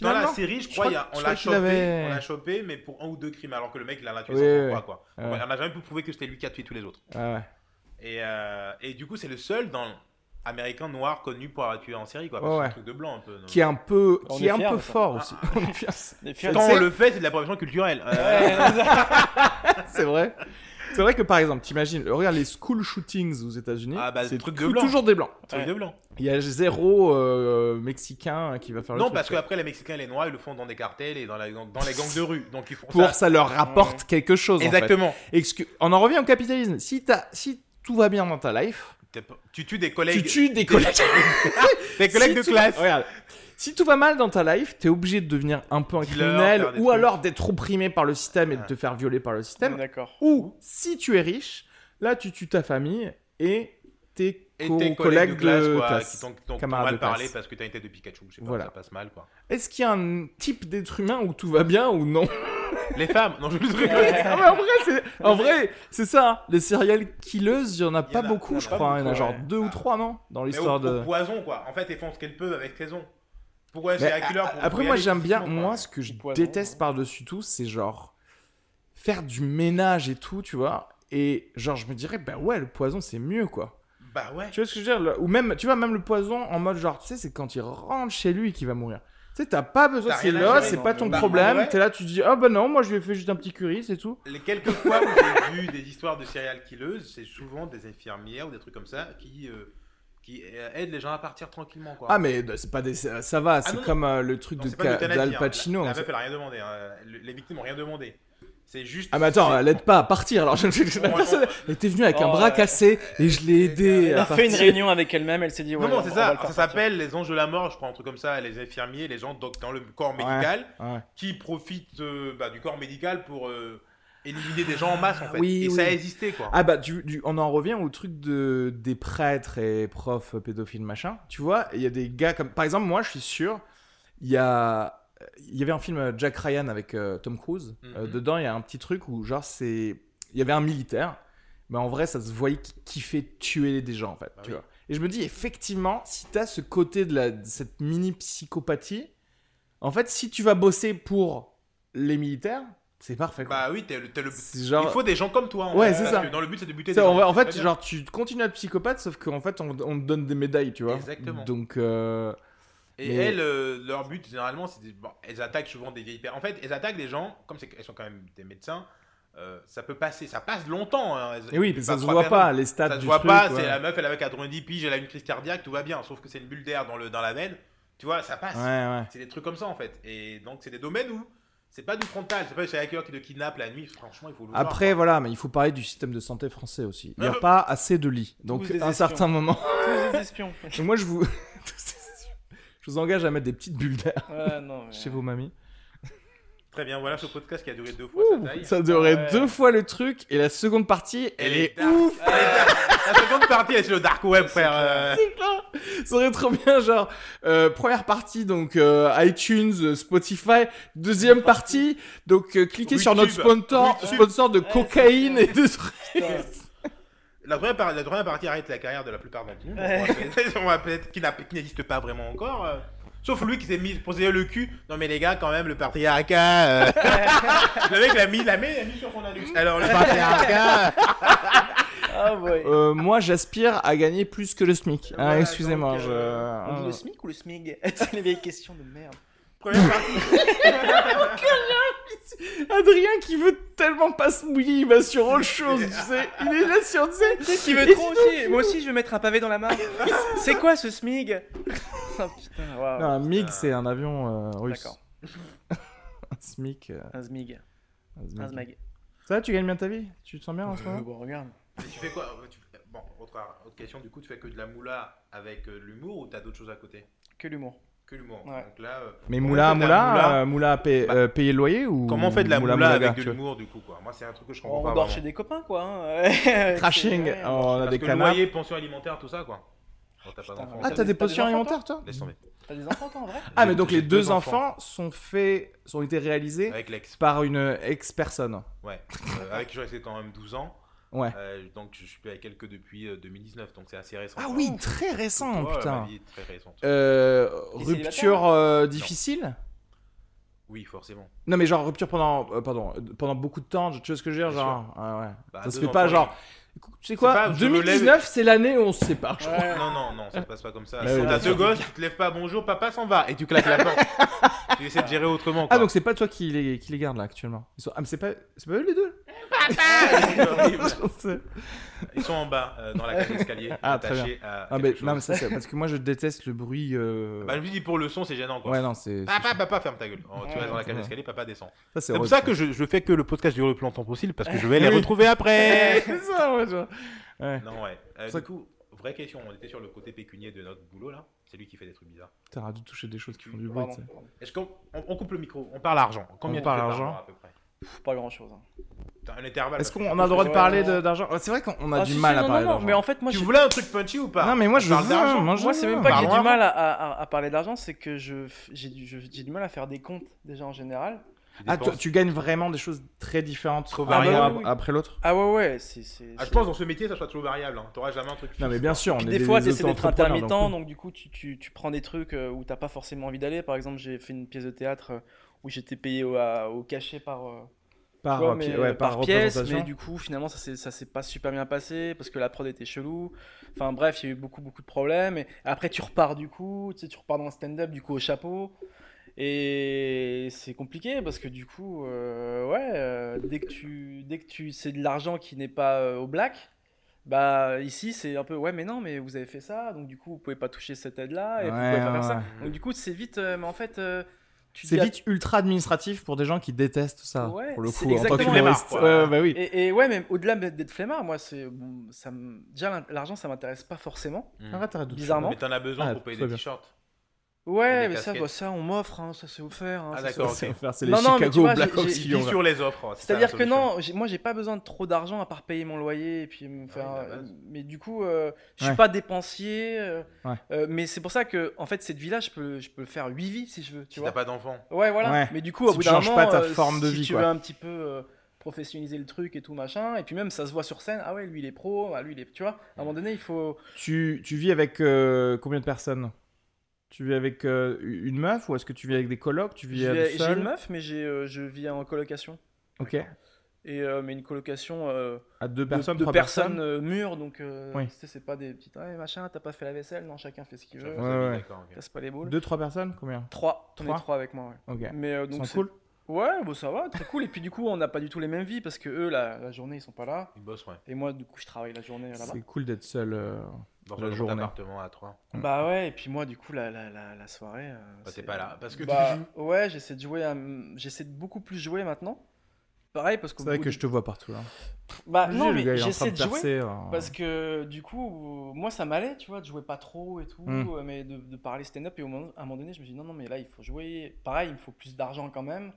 Speaker 1: Dans la
Speaker 3: finalement
Speaker 1: série, je
Speaker 3: Je
Speaker 1: crois,
Speaker 3: crois
Speaker 1: il y a-
Speaker 3: que-
Speaker 1: on
Speaker 3: je
Speaker 1: l'a
Speaker 3: crois qu'il
Speaker 1: chopé,
Speaker 3: avait-
Speaker 1: on l'a chopé, mais pour un ou deux crimes, alors que le mec, il en a tué
Speaker 3: Oui,
Speaker 1: sans
Speaker 3: oui,
Speaker 1: pourquoi,
Speaker 3: oui.
Speaker 1: quoi.
Speaker 3: Ouais.
Speaker 1: On n'a jamais pu prouver que c'était lui qui a tué tous les autres.
Speaker 3: Ah ouais.
Speaker 1: Et, euh, et du coup, c'est le seul dans américain noir connu pour avoir tué en série, quoi. Parce que
Speaker 3: Ouais,
Speaker 1: c'est
Speaker 3: ouais.
Speaker 1: un truc de blanc un peu. non
Speaker 3: qui est un peu,
Speaker 2: On
Speaker 3: qui
Speaker 2: est
Speaker 3: est un
Speaker 2: fiers
Speaker 3: peu
Speaker 2: de ça.
Speaker 3: fort aussi. On est fiers.
Speaker 2: Les filles,
Speaker 1: Quand
Speaker 3: C'est-
Speaker 1: on le fait, c'est de la production culturelle. Euh,
Speaker 2: Ouais,
Speaker 3: c'est vrai. C'est vrai que par exemple, t'imagines, regarde les school shootings aux États-Unis.
Speaker 1: Ah bah,
Speaker 3: c'est
Speaker 1: truc de
Speaker 3: tout-
Speaker 1: blanc.
Speaker 3: toujours des blancs.
Speaker 1: truc
Speaker 2: Ouais.
Speaker 1: de blanc.
Speaker 3: Il y a zéro euh, mexicain qui va faire le
Speaker 1: Non,
Speaker 3: truc,
Speaker 1: parce
Speaker 3: quoi.
Speaker 1: qu'après, les Mexicains et les Noirs, ils le font dans des cartels et dans, la- dans les gangs de rue. Donc, ils font
Speaker 3: pour ça,
Speaker 1: ça.
Speaker 3: leur rapporte quelque chose. en fait.
Speaker 1: Exactement.
Speaker 3: Excu- On en revient au capitalisme. Si t'as- si tout va bien dans ta life,
Speaker 1: T'es pas- Tu tues des collègues,
Speaker 3: tu tues des collègues,
Speaker 1: des collègues
Speaker 3: Si
Speaker 1: de
Speaker 3: tout-
Speaker 1: classe.
Speaker 3: regarde. Si tout va mal dans ta life, t'es obligé de devenir un peu un
Speaker 1: Dealer,
Speaker 3: criminel
Speaker 1: faire des
Speaker 3: ou
Speaker 1: trucs.
Speaker 3: alors d'être opprimé par le système et de
Speaker 1: Ouais.
Speaker 3: te faire violer par le système.
Speaker 2: ouais. D'accord.
Speaker 3: Ou si tu es riche, là tu tues ta famille et tes,
Speaker 1: Et
Speaker 3: co-
Speaker 1: tes collègues de
Speaker 3: collègues
Speaker 1: classe,
Speaker 3: de
Speaker 1: quoi,
Speaker 3: classe.
Speaker 1: qui t'ont- t'ont t'ont
Speaker 3: camarades
Speaker 1: mal
Speaker 3: de classe.
Speaker 1: parlé parce que t'as une tête de Pikachu. Je sais pas,
Speaker 3: Voilà.
Speaker 1: ça passe mal, quoi.
Speaker 3: Est-ce qu'il y a un type d'être humain où tout va bien ou non
Speaker 1: Les femmes, non, je me rigole.
Speaker 3: Ah ouais, En vrai, c'est, en vrai, c'est ça. hein. Les serial killers, il y en a
Speaker 1: Il y
Speaker 3: pas
Speaker 1: en a-
Speaker 3: beaucoup,
Speaker 1: il y en a
Speaker 3: je
Speaker 1: pas
Speaker 3: crois. hein. Il y en a
Speaker 2: beaucoup,
Speaker 3: genre
Speaker 2: ouais.
Speaker 3: deux ou
Speaker 1: Ah.
Speaker 3: trois, non
Speaker 1: Mais
Speaker 3: Dans
Speaker 1: au-
Speaker 3: l'histoire
Speaker 1: au
Speaker 3: de.
Speaker 1: poison, quoi. En fait, ils font ce qu'elles peuvent avec raison. Pourquoi
Speaker 3: Mais
Speaker 1: c'est un killer
Speaker 3: a-
Speaker 1: pour- pour
Speaker 3: après,
Speaker 1: y
Speaker 3: moi,
Speaker 1: aller
Speaker 3: j'aime bien.
Speaker 1: physiquement,
Speaker 3: Moi,
Speaker 1: quoi. hein.
Speaker 3: ce que je
Speaker 2: Du poison,
Speaker 3: déteste
Speaker 2: ouais.
Speaker 3: par-dessus tout, c'est genre faire du ménage et tout, tu vois. Et genre, je me dirais, bah ouais, le poison, c'est mieux, quoi.
Speaker 1: Bah ouais.
Speaker 3: Tu vois ce que je veux dire le- Ou même, tu vois, même le poison en mode genre, tu sais, c'est quand il rentre chez lui qu'il va mourir. Tu sais, t'as pas besoin,
Speaker 1: T'as
Speaker 3: c'est
Speaker 1: rien à
Speaker 3: là,
Speaker 1: gérer,
Speaker 3: c'est
Speaker 2: non,
Speaker 3: pas
Speaker 2: mais-
Speaker 3: ton
Speaker 1: bah,
Speaker 3: problème.
Speaker 1: ouais.
Speaker 3: T'es là, tu te dis, ah bah non, moi je lui ai fait juste un petit curry, c'est tout.
Speaker 1: Les quelques fois où j'ai vu des histoires de serial killers, c'est souvent des infirmières ou des trucs comme ça qui, euh, qui euh, aident les gens à partir tranquillement. Quoi.
Speaker 3: Ah, mais euh, c'est pas des. Ça ça va, c'est
Speaker 1: Bah. Ah, non,
Speaker 3: comme euh, le truc
Speaker 1: Non,
Speaker 3: de
Speaker 1: c'est pas
Speaker 3: Ca-
Speaker 1: l'euthanasie,
Speaker 3: d'Al
Speaker 1: hein.
Speaker 3: Pacino.
Speaker 1: La, la meuf, elle a rien demandé. hein. Le- Les victimes ont rien demandé. C'est juste.
Speaker 3: ah, mais attends,
Speaker 1: c'est-
Speaker 3: elle aide pas à partir. Alors, je- je- la
Speaker 1: on-
Speaker 3: personne, elle était venue avec un
Speaker 2: Oh,
Speaker 3: bras
Speaker 2: ouais.
Speaker 3: cassé et je l'ai aidée.
Speaker 2: Elle
Speaker 3: à
Speaker 2: a fait une
Speaker 3: partir.
Speaker 2: réunion avec elle-même, elle s'est dit.
Speaker 1: Non,
Speaker 2: ouais,
Speaker 1: non,
Speaker 2: on-
Speaker 1: c'est
Speaker 2: on va
Speaker 1: ça.
Speaker 2: le faire
Speaker 1: Ça
Speaker 2: partir.
Speaker 1: s'appelle les anges de la mort, je crois, un truc comme ça. Les infirmiers, les gens doc- dans le corps médical
Speaker 3: Ouais.
Speaker 1: qui profitent euh, bah, du corps médical pour euh, éliminer des gens en masse, en fait.
Speaker 3: oui,
Speaker 1: Et
Speaker 3: oui.
Speaker 1: ça a existé, quoi.
Speaker 3: Ah bah du, du- on en revient au truc de des prêtres et profs pédophiles machin. Tu vois, il y a des gars comme par exemple moi, je suis sûr, il y a il y avait un film euh, Jack Ryan avec euh, Tom Cruise. Euh,
Speaker 1: Mhm.
Speaker 3: dedans, il y a un petit truc où genre c'est il y avait un militaire, mais en vrai ça se voyait qui kiffait tuer des gens en fait,
Speaker 1: Bah
Speaker 3: tu
Speaker 1: oui.
Speaker 3: vois. Et je me dis effectivement, si t'as ce côté de la de cette mini psychopathie, en fait si tu vas bosser pour les militaires, c'est parfait quoi.
Speaker 1: Bah oui, t'es le, t'es le-
Speaker 3: C'est genre-
Speaker 1: il faut des gens comme toi. en
Speaker 3: Ouais,
Speaker 1: fait,
Speaker 3: c'est
Speaker 1: parce
Speaker 3: ça.
Speaker 1: que Dans le but, c'est de buter
Speaker 3: Ça,
Speaker 1: des gens.
Speaker 3: on va- en
Speaker 1: C'est
Speaker 3: fait,
Speaker 1: très bien.
Speaker 3: genre, tu continues à être psychopathe, sauf qu'en fait, on, on te donne des médailles, tu vois.
Speaker 1: Exactement.
Speaker 3: Donc, euh,
Speaker 1: Et
Speaker 3: Mais-
Speaker 1: elles, euh, leur but généralement, c'est des- bon, elles attaquent souvent des vieilles personnes. En fait, elles attaquent des gens, comme c'est- elles sont quand même des médecins, euh, ça peut passer, ça passe longtemps. hein. Elles-
Speaker 3: et oui,
Speaker 1: elles
Speaker 3: ça
Speaker 1: passent
Speaker 3: se
Speaker 1: trois
Speaker 3: voit pas,
Speaker 1: personnes.
Speaker 3: les stades
Speaker 1: Ça se
Speaker 3: du
Speaker 1: voit
Speaker 3: truc,
Speaker 1: pas,
Speaker 3: ouais.
Speaker 1: c'est la meuf, elle avait 90 piges, elle a une crise cardiaque, tout va bien. Sauf que c'est une bulle d'air dans, le, dans la veine, tu vois, ça passe.
Speaker 3: Ouais, ouais.
Speaker 1: C'est des trucs comme ça en fait. Et donc, c'est des domaines où c'est pas du frontal, c'est pas le hacker qui te kidnappe la nuit, franchement, il faut le voir,
Speaker 3: Après,
Speaker 1: quoi.
Speaker 3: voilà, mais il faut parler du système de santé français aussi. Il n'y a
Speaker 1: Euh,
Speaker 3: pas assez de lits. Donc,
Speaker 2: tous des
Speaker 3: à un certain moment.
Speaker 2: Tous des espions.
Speaker 3: Et moi, je vous. je vous engage à mettre des petites bulles d'air
Speaker 2: Ouais, non. mais-
Speaker 3: chez vos mamies.
Speaker 1: Très bien, voilà ce podcast qui a duré deux fois sa taille.
Speaker 3: Ça durait
Speaker 2: Ouais.
Speaker 3: deux fois le truc et la seconde partie, elle est
Speaker 1: dark.
Speaker 3: ouf.
Speaker 1: Elle est dark. La seconde partie, elle est sur le dark web, frère. euh.
Speaker 3: C'est clair. Ça aurait trop bien, genre, euh, première partie, donc euh, iTunes, euh, Spotify. Deuxième partie, donc euh, cliquez sur notre
Speaker 1: YouTube.
Speaker 3: sponsor,
Speaker 1: YouTube.
Speaker 3: sponsor de
Speaker 2: Ouais,
Speaker 3: cocaïne
Speaker 2: c'est
Speaker 3: et de trucs.
Speaker 1: La première, par- la première partie arrête la carrière de la plupart d'entre nous.
Speaker 2: Ouais.
Speaker 1: On va peut-être qu'il n'a- qu'il n'existe pas vraiment encore. euh. Sauf lui qui s'est mis posé le cul. Non mais les gars, quand même, le patriarcat. euh. le mec l'a mis, l'a mis, l'a mis sur son anus. Alors le patriarcat.
Speaker 2: Ah ouais.
Speaker 3: Euh, moi, j'aspire à gagner plus que le SMIC. hein,
Speaker 1: Voilà,
Speaker 3: Excusez-moi.
Speaker 1: donc,
Speaker 3: je- euh,
Speaker 2: On dit le SMIC ou le SMIG C'est les vieilles questions de merde.
Speaker 1: Première partie.
Speaker 3: Adrien qui veut tellement pas se mouiller, il va sur autre chose, tu sais. Il est là sur, tu sais.
Speaker 2: Tu sais qui veut
Speaker 3: Et
Speaker 2: trop aussi Moi aussi, je vais mettre un pavé dans la mare. C'est quoi ce SMIG Oh putain, waouh.
Speaker 3: Non, un MiG,
Speaker 1: putain.
Speaker 3: c'est un avion euh, russe.
Speaker 2: D'accord.
Speaker 3: un SMIC. euh,
Speaker 2: Un SMIG.
Speaker 3: un SMIC.
Speaker 2: Un SMAG.
Speaker 3: Ça va, tu gagnes bien ta vie Tu te sens bien en ce
Speaker 2: Euh,
Speaker 3: moment
Speaker 2: Bon, regarde.
Speaker 1: Mais tu fais quoi euh, Tu- Bon, autre, autre question. Du coup, tu fais que de la moula avec euh, l'humour ou t'as d'autres choses à côté
Speaker 2: Que l'humour.
Speaker 1: Que l'humour.
Speaker 2: Ouais.
Speaker 1: Donc là. euh,
Speaker 3: Mais
Speaker 1: comment
Speaker 3: moula,
Speaker 1: on fait de la
Speaker 3: moula, euh, moula, à paye-
Speaker 1: Bah,
Speaker 3: euh, payer le loyer ou
Speaker 1: Comment on fait de la moula,
Speaker 3: gars,
Speaker 1: avec
Speaker 3: tu
Speaker 1: de
Speaker 3: vois
Speaker 1: l'humour du coup quoi Moi, c'est un truc que je comprends
Speaker 2: On
Speaker 1: pas.
Speaker 2: dort
Speaker 1: vraiment.
Speaker 2: chez des copains, quoi. hein. C'est-
Speaker 3: Crashing,
Speaker 2: ouais.
Speaker 3: oh, on a
Speaker 1: Parce
Speaker 3: des
Speaker 1: que
Speaker 3: canards.
Speaker 1: loyer, pension alimentaire, tout ça quoi. Bon, t'as pas d'enfant.
Speaker 3: Ah, t'as des potions
Speaker 2: enfants,
Speaker 3: alimentaires, toi
Speaker 1: Laisse tomber.
Speaker 2: T'as des enfants, toi, en vrai
Speaker 3: Ah,
Speaker 1: J'ai-
Speaker 3: mais donc
Speaker 1: j'ai
Speaker 3: les deux enfants sont faits, sont été réalisés
Speaker 1: Avec l'ex.
Speaker 3: par une ex-personne.
Speaker 1: Ouais. Euh, avec qui je suis resté quand même 12 ans.
Speaker 3: Ouais.
Speaker 1: Euh, donc je suis avec elle que depuis euh, 2019, donc c'est assez récent.
Speaker 3: Ah
Speaker 1: quoi.
Speaker 3: oui, très récent,
Speaker 1: Toi, euh, Ma
Speaker 3: putain.
Speaker 1: vie est très récente.
Speaker 3: Euh,
Speaker 2: Il est célibataire
Speaker 3: rupture euh, difficile
Speaker 1: Oui, forcément.
Speaker 3: Non, mais genre rupture pendant, euh, pardon, euh, pendant beaucoup de temps, tu vois ce que je veux dire
Speaker 1: Bien
Speaker 3: Genre, Ah, ouais, ouais.
Speaker 1: Bah,
Speaker 3: ça se
Speaker 1: deux
Speaker 3: fait pas,
Speaker 1: enfants,
Speaker 3: genre. Tu sais
Speaker 1: C'est pas,
Speaker 3: quoi
Speaker 1: je me lève-
Speaker 3: 2019, c'est l'année où on se sépare, je crois.
Speaker 2: Ouais.
Speaker 1: Non, non, non, ça se passe pas comme ça.
Speaker 3: Bah oui,
Speaker 1: T'as
Speaker 3: oui.
Speaker 1: deux gosses, tu te lèves pas, bonjour, papa s'en va, et tu claques la porte. tu essaies de gérer autrement. Quoi.
Speaker 3: Ah, donc c'est pas toi qui les, qui les garde là actuellement Ils sont- Ah, mais c'est pas, c'est pas eux les deux
Speaker 1: c'est horrible.
Speaker 3: C'est-
Speaker 1: Ils sont en bas, euh, dans la cage d'escalier,
Speaker 3: Ah, très
Speaker 1: attachés à.
Speaker 3: Ah, mais,
Speaker 1: quelque
Speaker 3: non, mais
Speaker 1: chose.
Speaker 3: ça, c'est parce que moi je déteste le bruit. euh,
Speaker 2: Ah
Speaker 1: Bah, je me dis, pour le son, c'est gênant quoi.
Speaker 3: Ouais, non, c'est. c'est
Speaker 1: Papa,
Speaker 3: chiant.
Speaker 1: papa, ferme ta gueule. Oh, tu
Speaker 2: Ouais,
Speaker 1: vas dans la
Speaker 3: c'est
Speaker 1: cage
Speaker 3: vrai.
Speaker 1: d'escalier, papa descend.
Speaker 3: Ça, c'est
Speaker 1: C'est pour
Speaker 3: horrible,
Speaker 1: ça que je, je fais que le podcast dure le plus longtemps possible parce que je vais les
Speaker 3: Oui.
Speaker 1: retrouver après.
Speaker 3: C'est ça, ouais, genre. Ouais.
Speaker 1: non, ouais. Euh,
Speaker 3: Ça-
Speaker 1: du coup, vraie question, on était sur le côté pécunier de notre boulot là. C'est lui qui fait des trucs bizarres.
Speaker 3: T'as raté de toucher des choses qui font du bruit,
Speaker 2: Pardon.
Speaker 3: tu sais.
Speaker 1: Est-ce qu'on on, on coupe le micro On parle argent. Combien
Speaker 3: On
Speaker 1: tu
Speaker 3: parle
Speaker 1: fais par
Speaker 3: argent.
Speaker 1: mois, à peu près
Speaker 2: Pff, Pas hein. grand chose.
Speaker 1: T'as un intervalle. parce
Speaker 3: Est-ce qu'on
Speaker 1: que-
Speaker 3: on a le droit de
Speaker 2: Ouais,
Speaker 3: parler de-
Speaker 2: non.
Speaker 3: d'argent Ouais, C'est vrai qu'on a
Speaker 2: bah, Ah,
Speaker 3: du
Speaker 2: si,
Speaker 3: mal
Speaker 2: si,
Speaker 3: à
Speaker 2: non,
Speaker 3: parler
Speaker 2: non,
Speaker 3: d'argent.
Speaker 2: non, mais en fait, moi,
Speaker 1: Tu
Speaker 2: j'ai-
Speaker 1: voulais un truc punchy ou pas
Speaker 3: Non, mais moi
Speaker 1: On
Speaker 3: je
Speaker 1: parle
Speaker 3: veux.
Speaker 1: d'argent. Bah,
Speaker 3: Moi, je
Speaker 2: Moi, c'est
Speaker 3: veux.
Speaker 2: même pas que j'ai
Speaker 1: Parlons
Speaker 2: du mal à, à- à parler d'argent, c'est que je f- j'ai du, je- j'ai du mal à faire des comptes déjà en général.
Speaker 1: Tu
Speaker 3: Ah,
Speaker 1: dépenses.
Speaker 3: toi, tu gagnes vraiment des choses très différentes
Speaker 1: Trop
Speaker 3: un
Speaker 1: variables.
Speaker 3: mois
Speaker 2: Ah, bah oui, oui.
Speaker 3: après l'autre
Speaker 2: Ah ouais ouais, c'est c'est.
Speaker 1: Ah, je
Speaker 2: c'est-
Speaker 1: pense que dans ce métier, ça sera toujours variable. hein. T'auras jamais un truc.
Speaker 3: Non, mais
Speaker 1: fixe,
Speaker 3: bien
Speaker 1: quoi.
Speaker 3: sûr, on
Speaker 2: Puis
Speaker 3: est
Speaker 2: des fois, t'essaies d'être
Speaker 3: auto-entrepreneurs,
Speaker 2: intermittent,
Speaker 3: donc euh,
Speaker 2: donc, du coup, tu, tu, tu prends des trucs euh, où t'as pas forcément envie d'aller. Par exemple, j'ai fait une pièce de théâtre euh, où j'étais payé au, à- au cachet par, euh,
Speaker 3: Par,
Speaker 2: tu vois,
Speaker 3: euh, pi-
Speaker 2: mais,
Speaker 3: ouais,
Speaker 2: euh,
Speaker 3: par
Speaker 2: par pièce,
Speaker 3: représentation.
Speaker 2: mais du coup, finalement, ça s'est- ça s'est pas super bien passé parce que la prod était chelou. Enfin, bref, il y a eu beaucoup, beaucoup de problèmes. Et après, tu repars du coup, tu sais, tu repars dans le stand-up, du coup, au chapeau. Et c'est compliqué parce que du coup, euh, ouais, euh, dès que tu, dès que tu, c'est de l'argent qui n'est pas euh, au black, bah ici, c'est un peu, ouais, mais non, mais vous avez fait ça, donc du coup, vous pouvez pas toucher cette aide-là, et vous
Speaker 3: Ouais,
Speaker 2: pouvez pas
Speaker 3: ouais,
Speaker 2: faire ça.
Speaker 1: Mm.
Speaker 3: ouais.
Speaker 2: Donc du coup, c'est vite, euh, mais en fait, euh, tu te
Speaker 3: C'est
Speaker 2: gâtes-
Speaker 3: vite ultra administratif pour des gens qui détestent ça.
Speaker 2: Ouais,
Speaker 3: pour le
Speaker 2: c'est
Speaker 3: coup, hein. en tant que
Speaker 2: exactement-
Speaker 3: humoriste.
Speaker 1: Flemmard,
Speaker 3: Ouais,
Speaker 1: quoi.
Speaker 3: ouais, bah oui.
Speaker 2: Et, et ouais, même au-delà d'être flemmard, moi, c'est bon, ça me- déjà l'in- l'argent, ça m'intéresse pas forcément.
Speaker 1: Mm.
Speaker 3: Arrête, arrête. Ah, de toucher.
Speaker 2: Bizarrement.
Speaker 1: Mais t'en as besoin
Speaker 3: Ah,
Speaker 1: pour payer
Speaker 3: très
Speaker 1: des
Speaker 3: bien.
Speaker 1: t-shirts.
Speaker 2: Ouais,
Speaker 1: Des
Speaker 2: mais ça,
Speaker 1: casquettes.
Speaker 2: bah, ça, on m'offre, hein, ça c'est offert. hein,
Speaker 1: Ah,
Speaker 2: ça,
Speaker 1: d'accord.
Speaker 2: c'est-
Speaker 1: Ok.
Speaker 3: C'est faire, c'est les
Speaker 2: Non, non, mais tu
Speaker 3: Chicago
Speaker 2: vois,
Speaker 3: Black
Speaker 2: j'ai-
Speaker 3: Hawks
Speaker 2: j'ai-
Speaker 3: qui
Speaker 1: Vis
Speaker 3: ont-
Speaker 1: sur les offres. hein, c'est ça la
Speaker 2: C'est-à-dire que
Speaker 1: solution.
Speaker 2: non, j'ai- moi j'ai pas besoin de trop d'argent à part payer mon loyer et puis me
Speaker 1: Ah
Speaker 2: faire.
Speaker 1: oui, la
Speaker 2: euh,
Speaker 1: base.
Speaker 2: mais du coup, euh, je suis
Speaker 3: Ouais.
Speaker 2: pas dépensier. euh,
Speaker 3: Ouais.
Speaker 2: euh, mais c'est pour ça que, en fait, cette vie-là, je peux, je peux faire 8 vies si je veux, tu
Speaker 1: Si
Speaker 2: vois.
Speaker 1: t'as pas d'enfant.
Speaker 2: Ouais, voilà.
Speaker 3: Ouais.
Speaker 2: Mais du coup, au
Speaker 3: Si
Speaker 2: bout
Speaker 3: tu
Speaker 2: d'un
Speaker 3: changes
Speaker 2: moment,
Speaker 3: pas ta
Speaker 2: euh,
Speaker 3: forme de
Speaker 2: si
Speaker 3: vie,
Speaker 2: tu
Speaker 3: quoi.
Speaker 2: veux un petit peu euh, professionnaliser le truc et tout machin, et puis même ça se voit sur scène. Ah ouais, lui il est pro, ah, lui il est, tu vois.
Speaker 1: Mm.
Speaker 2: À un moment donné, il faut.
Speaker 3: Tu, tu vis avec euh, combien de personnes Tu vis avec euh, une meuf ou est-ce que tu vis avec des colocs Tu vis
Speaker 2: Je vais-
Speaker 3: avec
Speaker 2: J'ai
Speaker 3: seul
Speaker 2: une meuf, mais j'ai, euh, je vis en colocation.
Speaker 3: Ok.
Speaker 2: Et euh, mais une colocation euh,
Speaker 3: À deux
Speaker 2: de-
Speaker 3: personnes,
Speaker 2: de,
Speaker 3: trois
Speaker 2: personnes euh, mûres, donc euh,
Speaker 3: Oui.
Speaker 2: tu sais, c'est pas des petites ouais, machin, t'as pas fait la vaisselle, non, chacun fait ce qu'il veut,
Speaker 1: Chacun
Speaker 3: Ouais,
Speaker 1: sa vie,
Speaker 3: ouais.
Speaker 1: d'accord, ok.
Speaker 2: casse pas les boules.
Speaker 3: Deux, trois personnes Combien
Speaker 2: Trois, on
Speaker 3: Trois.
Speaker 2: est trois avec moi. Ouais.
Speaker 3: Ok.
Speaker 2: Mais euh,
Speaker 3: Ils
Speaker 2: donc
Speaker 3: sont
Speaker 2: c'est-
Speaker 3: cool
Speaker 2: ouais, bon ça va, très cool. Et puis du coup, on n'a pas du tout les mêmes vies parce que eux la, la journée ils sont pas là,
Speaker 1: Ils bossent, ouais.
Speaker 2: et moi du coup je travaille la journée là-bas.
Speaker 3: C'est cool d'être seul. euh.
Speaker 1: Dans
Speaker 3: La
Speaker 1: un grand
Speaker 3: journée.
Speaker 1: appartement à 3.
Speaker 2: Bah ouais, et puis moi du coup la, la, la, la soirée. euh,
Speaker 1: Bah,
Speaker 2: c'est-
Speaker 1: t'es pas là. Parce que
Speaker 2: Bah,
Speaker 1: tu joues.
Speaker 2: Ouais, j'essaie de jouer, à... j'essaie de beaucoup plus jouer maintenant. Pareil parce que.
Speaker 3: C'est vrai que je te vois partout là.
Speaker 2: Bah
Speaker 3: J'ai
Speaker 2: non
Speaker 3: le
Speaker 2: mais
Speaker 3: gars, il est en train
Speaker 2: j'essaie de jouer.
Speaker 3: percer,
Speaker 1: Ah
Speaker 3: euh.
Speaker 2: Parce que du coup, euh, moi ça m'allait, tu vois, de jouer pas trop et tout,
Speaker 1: Hmm.
Speaker 3: Mm.
Speaker 2: euh, mais de, de parler stand-up. Et au moment, à un moment donné, je me suis dit non, non, mais là il faut jouer. Pareil, il me faut plus d'argent quand même.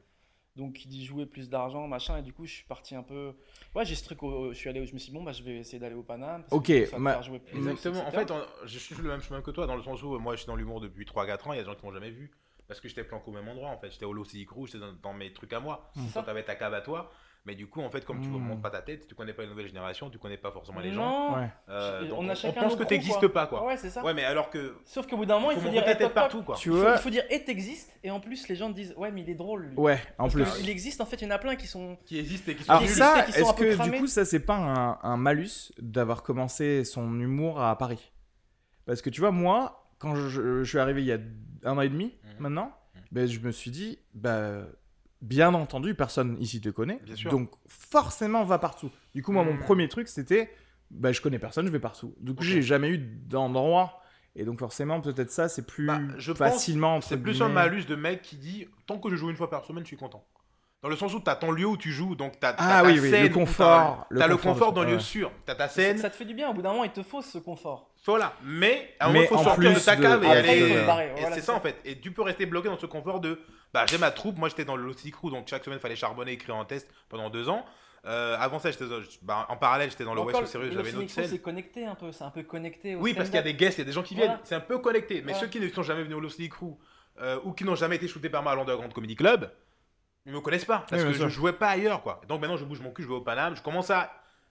Speaker 2: Donc, qui dit jouer plus d'argent, machin. Et du coup, je suis parti un peu. Ouais, j'ai ce truc. au- Je suis allé. Je me suis dit, bon, bah, je vais essayer d'aller au Paname. parce que
Speaker 3: Ok,
Speaker 2: ça va
Speaker 3: ma-
Speaker 2: faire jouer plus,
Speaker 1: Exactement. En
Speaker 2: etc.
Speaker 1: fait, on- je suis sur le même chemin que toi, dans le sens où euh, moi, je suis dans l'humour depuis 3-4 ans, il y a des gens qui m'ont jamais vu. Parce que j'étais planqué au même endroit, en fait. J'étais au Lossy Crew, j'étais dans, dans mes trucs à moi.
Speaker 2: C'est
Speaker 1: Quand
Speaker 2: ça. Hmm.
Speaker 1: t'avais ta cave à toi. Mais du coup, en fait, comme tu ne
Speaker 3: Mm.
Speaker 1: montes pas ta tête, tu connais pas les nouvelles générations, tu connais pas forcément les gens.
Speaker 2: Non.
Speaker 3: Ouais.
Speaker 1: euh,
Speaker 2: Je-
Speaker 1: donc
Speaker 2: on a
Speaker 1: on, on
Speaker 2: chacun
Speaker 1: pense
Speaker 2: nos
Speaker 1: que
Speaker 2: crews,
Speaker 1: t'existes
Speaker 2: quoi.
Speaker 1: pas, quoi.
Speaker 2: Ouais, c'est ça.
Speaker 1: Ouais, mais alors que.
Speaker 2: Sauf qu'au bout d'un moment, il
Speaker 1: faut
Speaker 2: faut
Speaker 1: montrer
Speaker 2: dire.
Speaker 1: ta
Speaker 2: eh,
Speaker 1: tête
Speaker 2: top, top.
Speaker 1: partout, quoi.
Speaker 3: Tu
Speaker 2: Il faut-
Speaker 3: vois
Speaker 2: il faut dire, et t'existes. Et en plus, les gens disent, ouais, mais il est drôle. lui.
Speaker 3: Ouais, en plus.
Speaker 1: Ah oui.
Speaker 2: Il existe en fait, il y en a plein qui sont.
Speaker 1: Qui existent et qui sont
Speaker 3: Alors
Speaker 2: nuls,
Speaker 1: nuls.
Speaker 3: Ah, ça,
Speaker 2: c'est qu'ils sont
Speaker 3: est-ce
Speaker 2: un peu
Speaker 3: que du
Speaker 2: cramés.
Speaker 3: coup ça c'est pas un, un malus d'avoir commencé son humour à Paris Parce que tu vois moi quand je, je suis arrivé il y a un an et demi
Speaker 1: Mhm.
Speaker 3: maintenant,
Speaker 1: Mhm.
Speaker 3: ben, je me suis dit bah bien entendu personne ici te connaît,
Speaker 1: Bien sûr.
Speaker 3: donc forcément va partout. Du coup moi mon
Speaker 1: Mhm.
Speaker 3: premier truc c'était bah je connais personne je vais partout. Du coup
Speaker 1: Ok.
Speaker 3: j'ai jamais eu d'endroit et donc forcément peut-être ça c'est plus
Speaker 1: Bah, je pense
Speaker 3: facilement entre
Speaker 1: C'est plus un
Speaker 3: guillemets.
Speaker 1: malus de mec qui dit tant que je joue une fois par semaine, je suis content. Dans le sens où t'as ton lieu où tu joues, donc t'as
Speaker 3: Ah
Speaker 1: t'as ta
Speaker 3: oui, oui,
Speaker 1: scène,
Speaker 3: le confort.
Speaker 1: T'as le confort
Speaker 3: de-
Speaker 1: d'un lieu
Speaker 3: ouais.
Speaker 1: sûr, t'as ta
Speaker 2: Ça,
Speaker 1: scène,
Speaker 2: ça te fait du bien. Au bout d'un moment, il te faut ce confort.
Speaker 1: voilà. Mais à un
Speaker 3: Mais
Speaker 1: moment, il faut
Speaker 3: en
Speaker 1: sortir de
Speaker 3: plus
Speaker 1: ta
Speaker 3: de-
Speaker 1: cave et
Speaker 3: Après,
Speaker 1: aller. euh,
Speaker 3: il faut se
Speaker 2: barrer,
Speaker 1: et
Speaker 2: voilà,
Speaker 1: c'est ça
Speaker 2: c'est ça.
Speaker 1: en fait. Et tu peux rester bloqué dans ce confort de bah j'ai ma troupe. Moi j'étais dans le Lossy Crew, donc chaque semaine fallait charbonner, écrire en test pendant deux ans. Euh, avant ça, j'étais dans- bah, en parallèle, j'étais dans le
Speaker 2: Encore,
Speaker 1: West Sérieux,
Speaker 2: le
Speaker 1: j'avais une autre
Speaker 2: Cynico,
Speaker 1: scène.
Speaker 2: C'est connecté un peu. C'est un peu connecté. Au
Speaker 1: Oui, parce qu'il y a
Speaker 2: stand-up.
Speaker 1: des guests, il y a des gens qui viennent.
Speaker 2: Voilà.
Speaker 1: C'est un peu connecté. Mais
Speaker 2: Voilà.
Speaker 1: ceux qui ne sont jamais venus au Lost League Crew euh, ou qui n'ont jamais été shootés par moi à l'Underground Comedy Club, ils me connaissent pas. Parce
Speaker 3: Oui, bien
Speaker 1: que
Speaker 3: sûr.
Speaker 1: je jouais pas ailleurs, quoi. Donc maintenant, je bouge mon cul, je vais au Paname. Je commence à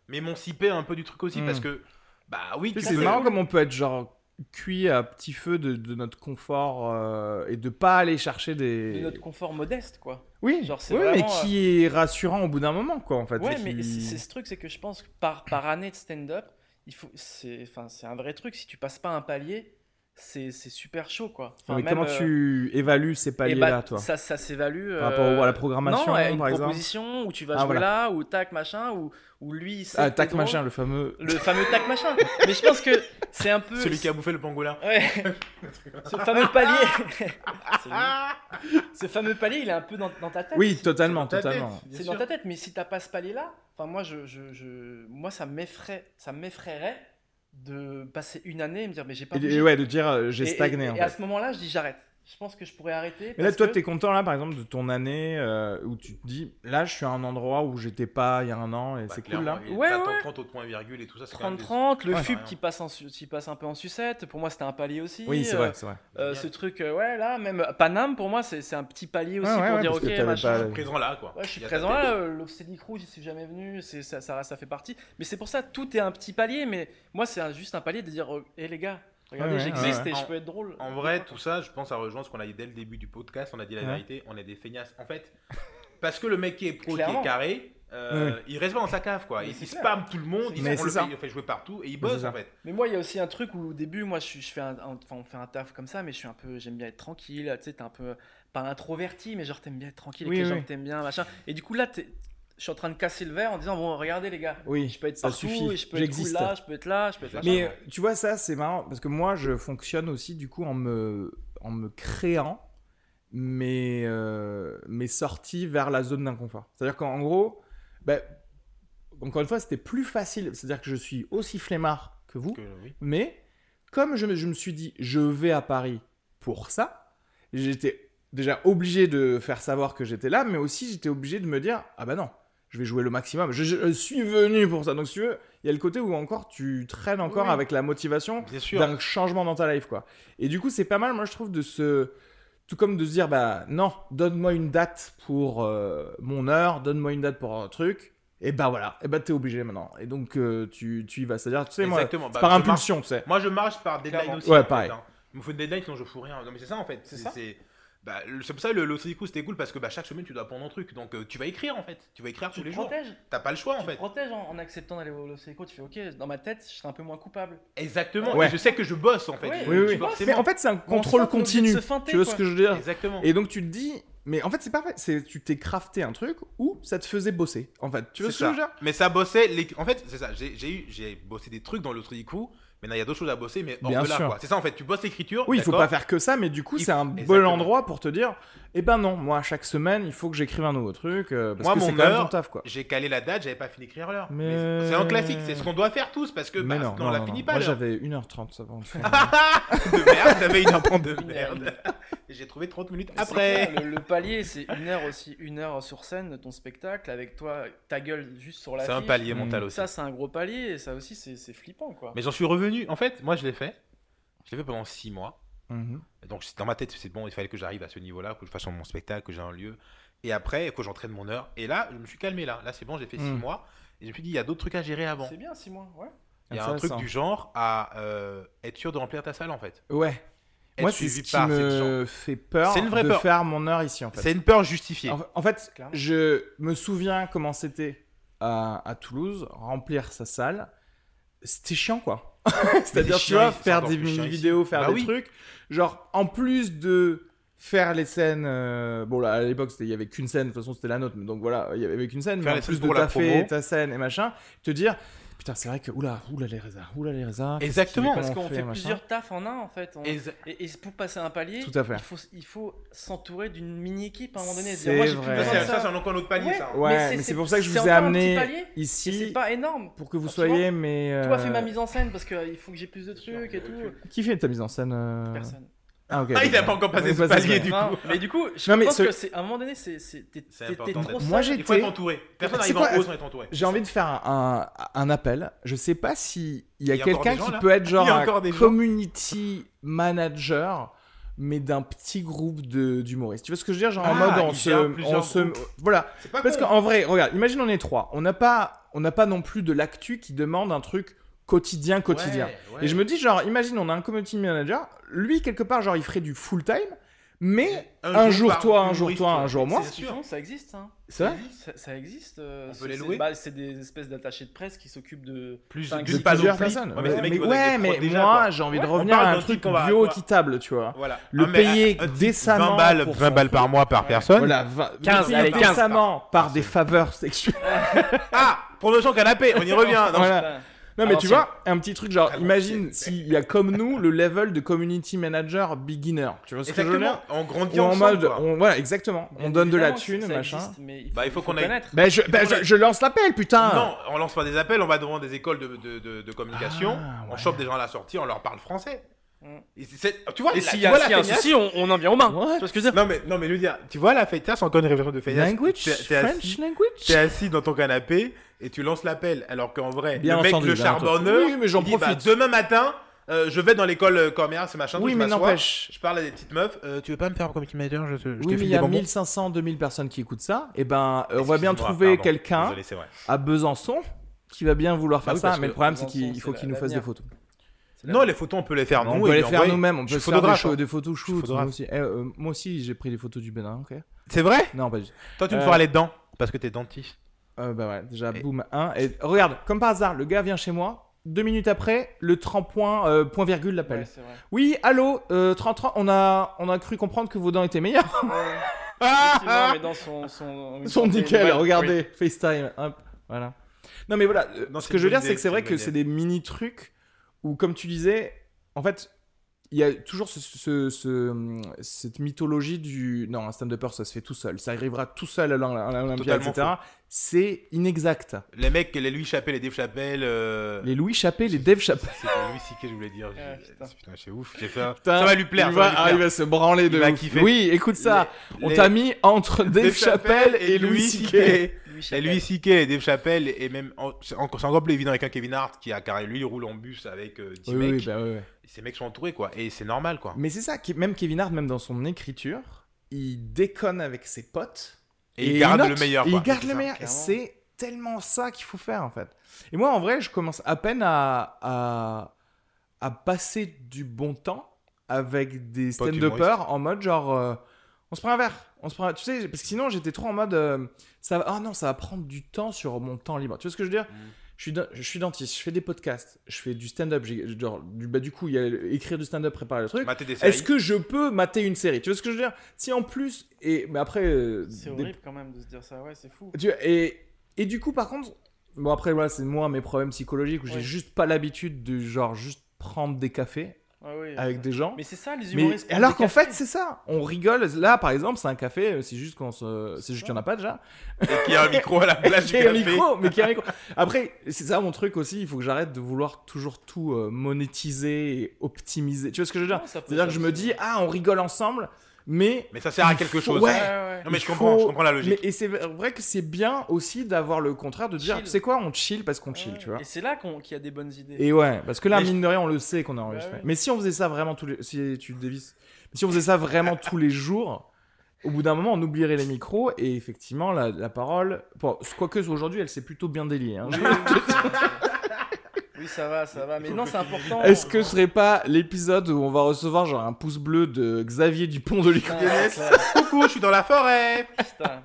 Speaker 1: m'émanciper un peu du truc aussi.
Speaker 3: Mm.
Speaker 1: Parce que, bah oui, tu
Speaker 3: C'est
Speaker 1: peux-
Speaker 3: marrant comme on peut être genre cuit à petit feu de, de notre confort euh, et de pas aller chercher des.
Speaker 2: de notre confort modeste, quoi.
Speaker 3: Oui,
Speaker 2: genre, c'est
Speaker 3: oui,
Speaker 2: vraiment, euh,
Speaker 3: mais qui est rassurant au bout d'un moment quoi en fait.
Speaker 2: Ouais,
Speaker 3: qui-
Speaker 2: mais c'est c'est ce truc, c'est que je pense que par, par année de stand-up, il faut, c'est, enfin, c'est un vrai truc. Si tu passes pas un palier, c'est, c'est super chaud, quoi. Enfin,
Speaker 3: Non, mais
Speaker 2: même,
Speaker 3: comment
Speaker 2: euh,
Speaker 3: tu évalues ces
Speaker 2: eh
Speaker 3: paliers
Speaker 2: bah,
Speaker 3: là toi
Speaker 2: Ça, ça s'évalue.
Speaker 3: Par rapport au- à la
Speaker 2: euh,
Speaker 3: programmation
Speaker 2: non, à une
Speaker 3: par exemple.
Speaker 2: proposition où tu vas
Speaker 3: Ah,
Speaker 2: jouer
Speaker 3: voilà.
Speaker 2: là, ou tac machin, ou ou lui. il sait
Speaker 3: Ah,
Speaker 2: que t'es
Speaker 3: tac
Speaker 2: drôle.
Speaker 3: machin, le fameux.
Speaker 2: Le fameux tac machin. mais je pense que c'est un peu
Speaker 1: Celui qui a bouffé le pangolin.
Speaker 2: Ouais. ce fameux palier. C'est lui. ce fameux palier, il est un peu dans, dans ta tête.
Speaker 3: Oui, totalement,
Speaker 1: C'est dans ta tête,
Speaker 3: totalement.
Speaker 1: bien
Speaker 2: C'est
Speaker 1: sûr.
Speaker 2: dans ta tête, mais si t'as pas ce palier-là, enfin moi, je, je, je- moi ça m'effraie, ça m'effraierait de passer une année et me dire mais j'ai pas.
Speaker 3: Et,
Speaker 2: bougé.
Speaker 3: et ouais, de dire euh, j'ai
Speaker 2: Et- et-
Speaker 3: stagné
Speaker 2: Et,
Speaker 3: en
Speaker 2: à
Speaker 3: fait.
Speaker 2: ce moment-là, je dis j'arrête. Je pense que je pourrais arrêter.
Speaker 3: Mais là,
Speaker 2: parce
Speaker 3: toi,
Speaker 2: que-
Speaker 3: t'es content là, par exemple, de ton année euh, où tu te dis, là, je suis à un endroit où j'étais pas il y a un an et
Speaker 1: Bah,
Speaker 3: c'est cool hein.
Speaker 1: clairement,
Speaker 3: là.
Speaker 1: et
Speaker 2: Ouais,
Speaker 1: t'as ton
Speaker 2: ouais.
Speaker 1: 30 au point virgule et tout ça. c'est quand même des-
Speaker 2: 30-30, le
Speaker 1: Ouais.
Speaker 2: FUB qui passe, en, su- qui passe un peu en sucette, pour moi c'était un palier aussi.
Speaker 3: Oui, c'est
Speaker 2: Euh,
Speaker 3: vrai, c'est vrai.
Speaker 2: euh, ce truc, euh, ouais, là, même Paname pour moi c'est c'est un petit palier aussi
Speaker 3: Ouais, ouais,
Speaker 2: pour
Speaker 3: ouais,
Speaker 2: dire
Speaker 3: parce que
Speaker 2: ok,
Speaker 3: t'avais
Speaker 2: machin.
Speaker 3: pas-
Speaker 1: Présent là, quoi.
Speaker 2: Ouais, je suis
Speaker 1: Il y a ta
Speaker 2: présent
Speaker 1: tête.
Speaker 2: là, euh, l'Obstédic Rouge, j'y suis jamais venu, c'est- ça, ça, ça fait partie. Mais c'est pour ça, tout est un petit palier, mais moi c'est un- juste un palier de dire, hé les gars, regardez,
Speaker 3: Ouais, ouais,
Speaker 2: j'existe
Speaker 1: ouais.
Speaker 2: et
Speaker 1: En-
Speaker 2: je peux être drôle.
Speaker 1: En vrai, tout ça, je pense à rejoindre ce qu'on a dit dès le début du podcast. On a dit la
Speaker 3: Ouais.
Speaker 1: vérité, on est des feignasses. En fait, parce que le mec qui est pro, qui
Speaker 2: Clairement.
Speaker 1: est carré, euh, il reste pas dans sa cave, quoi.
Speaker 2: Mais
Speaker 1: Il,
Speaker 2: c'est
Speaker 1: il
Speaker 2: clair.
Speaker 1: spamme tout le monde, il,
Speaker 3: Mais
Speaker 1: on
Speaker 3: c'est
Speaker 1: le
Speaker 3: ça.
Speaker 1: fait, il le fait jouer partout et il
Speaker 3: Mais c'est
Speaker 1: bosse,
Speaker 3: ça.
Speaker 1: en fait.
Speaker 2: Mais moi, il y a aussi un truc où au début, moi, je, suis- je fais un, un- enfin, on fait un taf comme ça, mais je suis un peu, j'aime bien être tranquille. Tu sais, t'es un peu pas introverti, mais genre t'aimes bien être tranquille
Speaker 3: Oui,
Speaker 2: avec les
Speaker 3: oui.
Speaker 2: gens que t'aimes bien, machin. Et du coup là, t'es- je suis en train de casser le verre en disant bon, regardez les gars,
Speaker 3: Oui,
Speaker 2: je peux être
Speaker 3: ça
Speaker 2: partout,
Speaker 3: suffit,
Speaker 2: et je peux être cool
Speaker 3: j'existe.
Speaker 2: là, je peux être là, je peux être là.
Speaker 3: Mais euh, tu vois, ça, c'est marrant parce que moi, je fonctionne aussi du coup en me, en me créant mes, euh, mes sorties vers la zone d'inconfort. C'est-à-dire qu'en gros, bah, encore une fois, c'était plus facile. C'est-à-dire que je suis aussi flemmard que vous,
Speaker 1: Que, oui.
Speaker 3: mais comme je, me- je me suis dit, je vais à Paris pour ça, j'étais déjà obligé de faire savoir que j'étais là, mais aussi j'étais obligé de me dire, ah bah non. Je vais jouer le maximum. Je, je suis venu pour ça. Donc, si tu veux, il y a le côté où encore tu traînes encore
Speaker 1: Oui.
Speaker 3: avec la motivation
Speaker 1: Bien sûr.
Speaker 3: d'un changement dans ta life quoi. Et du coup, c'est pas mal moi je trouve de se tout comme de se dire bah non, donne-moi une date pour euh, mon heure, donne-moi une date pour un truc et bah voilà, et bah t'es obligé maintenant. Et donc euh, tu, tu y vas, c'est-à-dire tu sais moi
Speaker 1: Exactement.
Speaker 3: c'est
Speaker 1: Bah,
Speaker 3: par
Speaker 1: je marche-
Speaker 3: impulsion, tu sais.
Speaker 1: Moi, je marche par deadline
Speaker 2: Clairement.
Speaker 1: aussi.
Speaker 3: Ouais,
Speaker 1: en fait,
Speaker 3: pareil.
Speaker 1: hein. Il me faut une deadline, sinon je fous rien. Non, mais c'est ça, en fait. C'est
Speaker 2: ça.
Speaker 1: c'est- bah, le- c'est pour ça que le loterie coup c'était cool parce que bah, chaque semaine tu dois prendre un truc donc euh, tu vas écrire en fait tu vas écrire
Speaker 2: tu
Speaker 1: tous les
Speaker 2: te
Speaker 1: jours
Speaker 2: protèges,
Speaker 1: t'as pas le choix en
Speaker 2: tu te
Speaker 1: fait
Speaker 2: protèges en, en acceptant d'aller au Loseco. Tu fais ok, dans ma tête, je serai un peu moins coupable.
Speaker 1: exactement
Speaker 3: Ouais.
Speaker 1: et je sais que je bosse en fait
Speaker 2: Ouais.
Speaker 1: Je-
Speaker 3: Oui
Speaker 1: je-
Speaker 3: oui. oui.
Speaker 1: forcément.
Speaker 3: Mais en fait, c'est un
Speaker 2: Mais on
Speaker 3: contrôle
Speaker 2: sort, on est obligé
Speaker 3: continu.
Speaker 2: de se feinter,
Speaker 3: tu vois
Speaker 2: quoi.
Speaker 3: ce que je veux dire
Speaker 1: exactement
Speaker 3: Et donc tu te dis mais en fait, c'est pas vrai, c'est tu t'es crafté un truc où ça te faisait bosser. En fait, tu vois
Speaker 1: C'est
Speaker 3: ce que je veux
Speaker 1: ça.
Speaker 3: dire
Speaker 1: Mais ça bossait. les- En fait, c'est ça. J'ai j'ai eu, j'ai bossé des trucs dans l'autre coup. Maintenant, il y a d'autres choses à bosser, mais hors
Speaker 3: Bien
Speaker 1: de là,
Speaker 3: sûr.
Speaker 1: quoi. C'est ça, en fait. Tu bosses l'écriture.
Speaker 3: Oui, il faut
Speaker 1: d'accord,
Speaker 3: pas faire que ça, mais du coup,
Speaker 1: Il-
Speaker 3: c'est un bon
Speaker 1: Exactement.
Speaker 3: endroit pour te dire, eh ben non, moi, chaque semaine, il faut que j'écrive un nouveau truc, euh, parce
Speaker 1: Moi,
Speaker 3: que c'est
Speaker 1: mon
Speaker 3: quand même
Speaker 1: heure,
Speaker 3: ton taf, quoi.
Speaker 1: J'ai calé la date, j'avais pas fini d'écrire l'heure.
Speaker 3: Mais-
Speaker 1: Mais C'est un classique. C'est ce qu'on doit faire tous parce que bah,
Speaker 3: Mais non,
Speaker 1: sinon,
Speaker 3: non,
Speaker 1: on la
Speaker 3: non,
Speaker 1: finit
Speaker 3: non.
Speaker 1: pas.
Speaker 3: Moi,
Speaker 1: l'heure.
Speaker 3: j'avais 1h30 avant de faire.
Speaker 1: de merde, t'avais une heure de
Speaker 2: Une heure.
Speaker 1: merde. et j'ai trouvé 30 minutes
Speaker 2: C'est
Speaker 1: après.
Speaker 2: clair, le, le palier, c'est une heure aussi, une heure sur scène de ton spectacle avec toi, ta gueule juste sur la.
Speaker 1: C'est un
Speaker 2: fiche.
Speaker 1: palier mental
Speaker 3: Mm.
Speaker 1: aussi.
Speaker 2: Ça, c'est un gros palier et ça aussi, c'est c'est flippant quoi.
Speaker 1: Mais j'en suis revenu. En fait, moi, je l'ai fait. Je l'ai fait pendant 6 mois.
Speaker 3: Mhm.
Speaker 1: Et Donc, c'est- dans ma tête, c'est bon, il fallait que j'arrive à ce niveau-là, que je fasse mon spectacle, que j'ai un lieu. Et après, que j'entraîne mon heure. Et là, je me suis calmé là. Là, c'est bon, j'ai fait 6
Speaker 3: Mm.
Speaker 1: mois. Et je me suis dit, il y a d'autres trucs à gérer avant.
Speaker 2: C'est bien, six mois, ouais.
Speaker 1: Il y a un truc
Speaker 3: Intéressant.
Speaker 1: du genre à euh, être sûr de remplir ta salle en fait.
Speaker 3: Ouais.
Speaker 1: Être
Speaker 3: Moi, c'est ce
Speaker 1: suivi
Speaker 3: qui
Speaker 1: par ces gens.
Speaker 3: me fait peur
Speaker 1: C'est une vraie
Speaker 3: de
Speaker 1: peur.
Speaker 3: faire mon heure ici, en fait.
Speaker 1: C'est une peur justifiée.
Speaker 3: En, en fait,
Speaker 2: Clairement.
Speaker 3: je me souviens comment c'était à, à Toulouse, remplir sa salle. C'était chiant, quoi. C'est-à-dire,
Speaker 1: c'est
Speaker 3: tu
Speaker 1: chiant,
Speaker 3: vois,
Speaker 1: c'est
Speaker 3: faire
Speaker 1: encore
Speaker 3: des
Speaker 1: plus chiant ici.
Speaker 3: mini-vidéos, faire
Speaker 1: Bah
Speaker 3: des
Speaker 1: oui.
Speaker 3: trucs. Genre, en plus de faire les scènes... euh, bon, là, à l'époque, c'était- il y avait qu'une scène. De toute façon, c'était la nôtre. mais Donc, voilà, il y avait qu'une scène.
Speaker 1: Faire
Speaker 3: mais
Speaker 1: les
Speaker 3: en plus
Speaker 1: scènes
Speaker 3: de
Speaker 1: pour la
Speaker 3: taffer
Speaker 1: promo.
Speaker 3: ta scène et machin, te dire... Putain, c'est vrai que... Oula, oula les raisins, oula les raisins.
Speaker 1: Exactement.
Speaker 3: Comment
Speaker 2: Parce
Speaker 3: on
Speaker 2: qu'on
Speaker 3: fait,
Speaker 2: fait,
Speaker 3: machin
Speaker 2: plusieurs tafs en un en fait. On-
Speaker 1: Exa-
Speaker 2: Et, et pour passer un palier,
Speaker 3: Tout à fait.
Speaker 2: il faut, il faut s'entourer d'une mini équipe à un moment donné. et se
Speaker 3: C'est
Speaker 2: Dire, moi, j'ai plus
Speaker 3: vrai.
Speaker 1: Ça,
Speaker 2: besoin
Speaker 1: c'est
Speaker 2: de
Speaker 1: ça,
Speaker 2: ça.
Speaker 1: c'est encore un autre palier,
Speaker 2: Ouais.
Speaker 1: ça.
Speaker 3: Ouais,
Speaker 2: Mais c'est-
Speaker 3: mais, c'est
Speaker 2: c'est-
Speaker 3: pour ça que je
Speaker 2: c'est
Speaker 3: vous ai
Speaker 2: encore un petit
Speaker 3: amené
Speaker 2: palier, Et
Speaker 3: ici
Speaker 2: c'est pas énorme.
Speaker 3: pour que vous
Speaker 1: Ah,
Speaker 2: Alors, tu vois,
Speaker 3: soyez mais
Speaker 2: Toi, fais ma
Speaker 3: euh,
Speaker 2: mise en scène parce qu'il faut que j'ai plus de trucs et tout.
Speaker 3: Qui fait ta mise en scène euh,
Speaker 2: Personne.
Speaker 3: Ah, ok.
Speaker 1: Ah, il n'a pas encore passé
Speaker 3: Ouais,
Speaker 1: ce
Speaker 3: bah, c'est
Speaker 1: palier
Speaker 3: vrai.
Speaker 1: du
Speaker 2: Non,
Speaker 1: coup.
Speaker 2: mais du coup, je
Speaker 3: Non, mais
Speaker 2: pense
Speaker 3: ce-
Speaker 2: que c'est à un moment donné, c'est c'est- t'es
Speaker 1: C'est
Speaker 2: t'es-
Speaker 1: important
Speaker 2: t'es trop
Speaker 1: d'être-
Speaker 3: Moi,
Speaker 2: seul.
Speaker 3: j'ai-
Speaker 1: Il faut être
Speaker 3: T'es-
Speaker 1: entouré. Personne n'arrive
Speaker 3: C'est quoi euh,
Speaker 1: en haut sans être entouré.
Speaker 3: J'ai envie de faire un, un- un appel. Je sais pas si il y a,
Speaker 1: Il y a encore
Speaker 3: quelqu'un
Speaker 1: des gens,
Speaker 3: qui
Speaker 1: là
Speaker 3: peut être genre
Speaker 1: Il y a
Speaker 3: un
Speaker 1: encore des gens.
Speaker 3: community manager mais d'un petit groupe de d'humoristes. Tu vois ce que je veux dire genre en
Speaker 1: Ah,
Speaker 3: mode on
Speaker 1: il
Speaker 3: se
Speaker 1: gère plusieurs
Speaker 3: on se-
Speaker 1: groupes. Ah
Speaker 3: voilà,
Speaker 1: C'est pas
Speaker 3: parce
Speaker 1: con.
Speaker 3: qu'en vrai, regarde, imagine on est trois. On n'a pas on n'a pas non plus de l'actu qui demande un truc quotidien quotidien.
Speaker 1: Ouais, ouais.
Speaker 3: Et je me dis, genre, imagine, on a un community manager, lui, quelque part, genre, il ferait du full time, mais un, jour,
Speaker 1: par
Speaker 3: toi, un jour,
Speaker 1: humoriste,
Speaker 3: toi, un
Speaker 1: ouais.
Speaker 3: jour, moi.
Speaker 2: C'est
Speaker 1: C'est sûr.
Speaker 2: sûr, ça existe. Hein.
Speaker 3: C'est vrai
Speaker 2: ça, ça existe. euh,
Speaker 1: On
Speaker 2: c'est-
Speaker 1: peut les
Speaker 2: c'est-
Speaker 1: louer
Speaker 2: bah, C'est des espèces d'attachés de presse qui s'occupent de.
Speaker 1: Plus
Speaker 2: Cinq,
Speaker 1: d'une
Speaker 2: six,
Speaker 3: De
Speaker 1: panoplie.
Speaker 3: plusieurs personnes.
Speaker 1: Ouais, mais c'est des mecs qui
Speaker 3: mais
Speaker 1: vont avec
Speaker 3: ouais,
Speaker 1: des
Speaker 3: mais
Speaker 1: prods déjà,
Speaker 3: moi,
Speaker 1: quoi.
Speaker 3: j'ai envie de
Speaker 1: Ouais, on
Speaker 3: revenir
Speaker 1: parle
Speaker 3: à un
Speaker 1: d'un
Speaker 3: truc
Speaker 1: type qu'on va-
Speaker 3: bio-équitable, tu vois.
Speaker 1: Voilà.
Speaker 3: Le
Speaker 1: Ah, mais
Speaker 3: payer
Speaker 1: un- un type,
Speaker 3: décemment
Speaker 1: 20 balles,
Speaker 3: pour
Speaker 1: 20 balles
Speaker 3: son
Speaker 1: par mois par personne.
Speaker 3: Voilà, 20,
Speaker 2: 15, allez, 15,
Speaker 3: Décemment, par des faveurs sexuelles.
Speaker 1: Ah, promotion canapé, on y revient. Non,
Speaker 3: Voilà.
Speaker 2: Putain.
Speaker 3: Non, mais
Speaker 2: Alors,
Speaker 3: tu
Speaker 2: si-
Speaker 3: vois, un petit truc, genre,
Speaker 1: Alors,
Speaker 3: imagine s'il y a comme nous le level de community manager beginner. Tu vois ce que je veux
Speaker 1: Exactement.
Speaker 3: dire
Speaker 1: On grandit
Speaker 3: Ou en
Speaker 1: ensemble.
Speaker 3: mode,
Speaker 1: quoi.
Speaker 3: on- voilà, exactement.
Speaker 2: Bien
Speaker 3: On donne de la
Speaker 2: évidemment,
Speaker 3: thune,
Speaker 2: ça
Speaker 3: machin.
Speaker 2: existe, mais il faut,
Speaker 1: Bah, il faut qu'on aille-
Speaker 2: connaître.
Speaker 3: Ben je, ben, je, je lance l'appel, putain
Speaker 1: Non, on lance pas des appels, on va devant des écoles de, de- de- de communication,
Speaker 3: Ah,
Speaker 1: on
Speaker 3: ouais.
Speaker 1: chope des gens à la sortie, on leur parle français.
Speaker 2: Mm.
Speaker 1: Et c'est- c'est- tu vois,
Speaker 2: Et
Speaker 1: la-
Speaker 2: s'il
Speaker 1: tu
Speaker 2: y a,
Speaker 1: vois la
Speaker 2: s'il y a un
Speaker 1: feignasse-
Speaker 2: souci, on, on en vient aux mains.
Speaker 3: What
Speaker 2: Tu vois ce que je veux dire
Speaker 1: Non mais, non mais je veux dire, tu vois la fête, c'est encore une réflexion de fainéance.
Speaker 3: Language
Speaker 1: T'es- t'es assis-
Speaker 3: French language
Speaker 1: T'es assis dans ton canapé et tu lances l'appel, alors qu'en vrai,
Speaker 3: Bien
Speaker 1: le mec,
Speaker 3: entendu,
Speaker 1: le
Speaker 3: bien
Speaker 1: charbonneur,
Speaker 3: entendu. Oui, mais j'en
Speaker 1: il dit,
Speaker 3: profite.
Speaker 1: bah, demain matin, euh, je vais dans l'école euh, commerce, machin,
Speaker 3: Oui,
Speaker 1: truc,
Speaker 3: mais
Speaker 1: je m'assois,
Speaker 3: n'empêche.
Speaker 1: Je parle à des petites meufs, euh, tu veux pas me faire comme manager, je te, je te
Speaker 3: Oui, mais
Speaker 1: file
Speaker 3: il
Speaker 1: des
Speaker 3: y a
Speaker 1: bonbons
Speaker 3: 1500, 2000 personnes qui écoutent ça. Et ben, euh, on va
Speaker 1: Excuse-moi,
Speaker 3: bien trouver
Speaker 1: pardon.
Speaker 3: quelqu'un
Speaker 1: Désolé, c'est vrai.
Speaker 3: à Besançon qui va bien vouloir
Speaker 1: Ah
Speaker 3: faire
Speaker 1: oui,
Speaker 3: ça.
Speaker 1: parce
Speaker 3: Mais
Speaker 1: que
Speaker 3: le problème, c'est
Speaker 2: Besançon,
Speaker 3: qu'il il faut
Speaker 2: c'est
Speaker 3: qu'il
Speaker 2: la-
Speaker 3: nous fasse des
Speaker 2: l'avenir.
Speaker 3: photos.
Speaker 1: Non, les photos, on peut les faire nous.
Speaker 3: on
Speaker 1: et
Speaker 3: peut les
Speaker 1: lui
Speaker 3: faire
Speaker 1: envoyer.
Speaker 3: nous-mêmes. On
Speaker 1: Je
Speaker 3: peut
Speaker 1: suis
Speaker 3: faire des,
Speaker 1: photographe,
Speaker 3: shows-
Speaker 1: hein.
Speaker 3: des photoshoots.
Speaker 1: photographe.
Speaker 3: nous aussi. Eh, euh, moi aussi, j'ai pris des photos du Bénin. ok
Speaker 1: C'est vrai
Speaker 3: Non, pas du tout.
Speaker 1: Toi, tu me
Speaker 3: Euh,
Speaker 1: feras les dents parce que t'es dentiste.
Speaker 3: Euh, bah ouais, déjà,
Speaker 1: Et-
Speaker 3: boum, 1. Et regarde, comme par hasard, le gars vient chez moi. Deux minutes après, le 30 point, euh, point virgule l'appelle.
Speaker 2: Ouais, c'est vrai.
Speaker 3: Oui, allô, euh, 30, 30, on a, on a cru comprendre que vos dents étaient meilleures.
Speaker 1: Ah
Speaker 2: Effectivement, mais dans son. Son,
Speaker 3: Ils sont
Speaker 2: des
Speaker 3: nickel,
Speaker 2: nouvelles-
Speaker 3: regardez, FaceTime, hop, voilà. Non mais voilà, euh,
Speaker 1: Non,
Speaker 3: ce
Speaker 1: c'est
Speaker 3: que
Speaker 1: une
Speaker 3: je veux dire,
Speaker 1: bonne
Speaker 3: c'est que c'est
Speaker 1: idée,
Speaker 3: vrai
Speaker 1: c'est une
Speaker 3: que
Speaker 1: bonne
Speaker 3: c'est des mini trucs où, comme tu disais, en fait, il y a toujours ce, ce- ce- hum, cette mythologie du non, un stand upper ça se fait tout seul, ça arrivera tout seul à l'Ol- à l'Olympia,
Speaker 1: Totalement
Speaker 3: etc. C'est inexact.
Speaker 1: Les mecs, les Louis Chappelle, les Dave Chappelle. euh,
Speaker 3: Les Louis Chappé, les Dave Chappé.
Speaker 1: C'était Louis C.K. je voulais dire.
Speaker 2: Ah,
Speaker 1: Je-
Speaker 2: putain.
Speaker 1: Putain, c'est ouf. j'ai fait un-
Speaker 3: Putain,
Speaker 1: Ça va lui plaire.
Speaker 3: il,
Speaker 1: ça va
Speaker 3: va,
Speaker 1: lui
Speaker 3: ah,
Speaker 1: plaire.
Speaker 3: il va se branler de
Speaker 1: Il va
Speaker 3: ouf.
Speaker 1: kiffer.
Speaker 3: Oui, écoute ça. On
Speaker 1: les-
Speaker 3: t'a mis entre Dave, Chappelle et, Louis C.K.
Speaker 2: Louis
Speaker 1: Et
Speaker 2: Chappelle.
Speaker 1: Louis C.K. et Dave Chappelle, et même. en- C'est encore c'est encore plus évident avec un Kevin Hart qui a carré. Lui, il roule en bus avec euh, 10
Speaker 3: Oui,
Speaker 1: mecs.
Speaker 3: oui, bah oui, oui.
Speaker 1: Ces mecs sont entourés, quoi. Et c'est normal, quoi.
Speaker 3: Mais c'est ça, qui- même Kevin Hart, même dans son écriture, il déconne avec ses potes.
Speaker 1: Et, il garde
Speaker 3: note,
Speaker 1: le meilleur,
Speaker 3: et
Speaker 1: quoi.
Speaker 3: il garde
Speaker 1: C'est
Speaker 3: le
Speaker 1: ça.
Speaker 3: meilleur. Et
Speaker 2: clairement.
Speaker 3: c'est tellement ça qu'il faut faire, en fait. Et moi, en vrai, je commence à peine à, à, à passer du bon temps avec des
Speaker 1: Potes
Speaker 3: stand-uppers en mode genre. euh, on se prend un verre. On se prend, un- tu sais, parce que sinon j'étais trop en mode, euh, ça, va- ah non, ça va prendre du temps sur mon temps libre. Tu vois ce que je veux dire
Speaker 1: Mm.
Speaker 3: je, suis, dent- je suis dentiste, je fais des podcasts, je fais du stand-up, j'ai- genre, du, bah, du coup, il y a le- écrire du stand-up, préparer le truc.
Speaker 1: Mater des séries.
Speaker 3: Est-ce que je peux mater une série Tu vois ce que je veux dire Si en plus et mais après euh,
Speaker 2: C'est
Speaker 3: des-
Speaker 2: horrible quand même de se dire ça, ouais, c'est fou.
Speaker 3: tu vois, et et du coup par contre bon après voilà c'est moi mes problèmes psychologiques où j'ai
Speaker 2: Ouais.
Speaker 3: juste pas l'habitude de genre juste prendre des cafés
Speaker 2: Ouais, ouais,
Speaker 3: avec des gens.
Speaker 2: Mais c'est ça, les
Speaker 3: Mais-
Speaker 2: humoristes. prennent
Speaker 3: alors
Speaker 2: des
Speaker 3: qu'en
Speaker 2: cafés.
Speaker 3: fait c'est ça, on rigole. Là par exemple c'est un café, euh, c'est juste qu'on se, c'est juste qu'il y en a pas déjà.
Speaker 1: Et qu'il y a un micro à la place du
Speaker 3: Qui a un
Speaker 1: café.
Speaker 3: micro, mais qui a un micro. Après c'est ça mon truc aussi, il faut que j'arrête de vouloir toujours tout euh, monétiser et optimiser. Tu vois ce que je veux dire
Speaker 2: Non, ça peut-
Speaker 3: c'est-à-dire
Speaker 2: ça
Speaker 3: que je
Speaker 2: peut-
Speaker 3: me dis, ah, on rigole ensemble, mais
Speaker 1: Mais ça sert à
Speaker 3: Il
Speaker 1: quelque
Speaker 3: faut-
Speaker 1: chose.
Speaker 3: ouais.
Speaker 1: Non, mais
Speaker 3: ah, il
Speaker 1: je comprends,
Speaker 3: faut-
Speaker 1: je comprends la logique.
Speaker 3: Mais, et c'est vrai que c'est bien aussi d'avoir le contraire, de dire,
Speaker 2: Chill.
Speaker 3: tu sais quoi, on chill parce qu'on chill, tu vois.
Speaker 2: Et c'est là qu'on- qu'il y a des bonnes idées.
Speaker 3: Et ouais, parce que là,
Speaker 1: Mais je-
Speaker 3: mine de rien, on le sait qu'on a enregistré.
Speaker 2: Bah ouais.
Speaker 3: Mais si on faisait ça vraiment tous les... Si tu dévisses... Mais si on faisait ça vraiment tous les jours, au bout d'un moment, on oublierait les micros et effectivement, la, la parole... Bon, quoique aujourd'hui, elle s'est plutôt bien déliée. hein.
Speaker 2: Oui, ça va, ça va. Mais non, c'est important.
Speaker 3: Est-ce que ce serait pas l'épisode où on va recevoir genre un pouce bleu de Xavier Dupont de
Speaker 2: Putain,
Speaker 3: Ligonnès
Speaker 2: ça,
Speaker 1: Coucou, je suis dans la forêt.
Speaker 2: putain.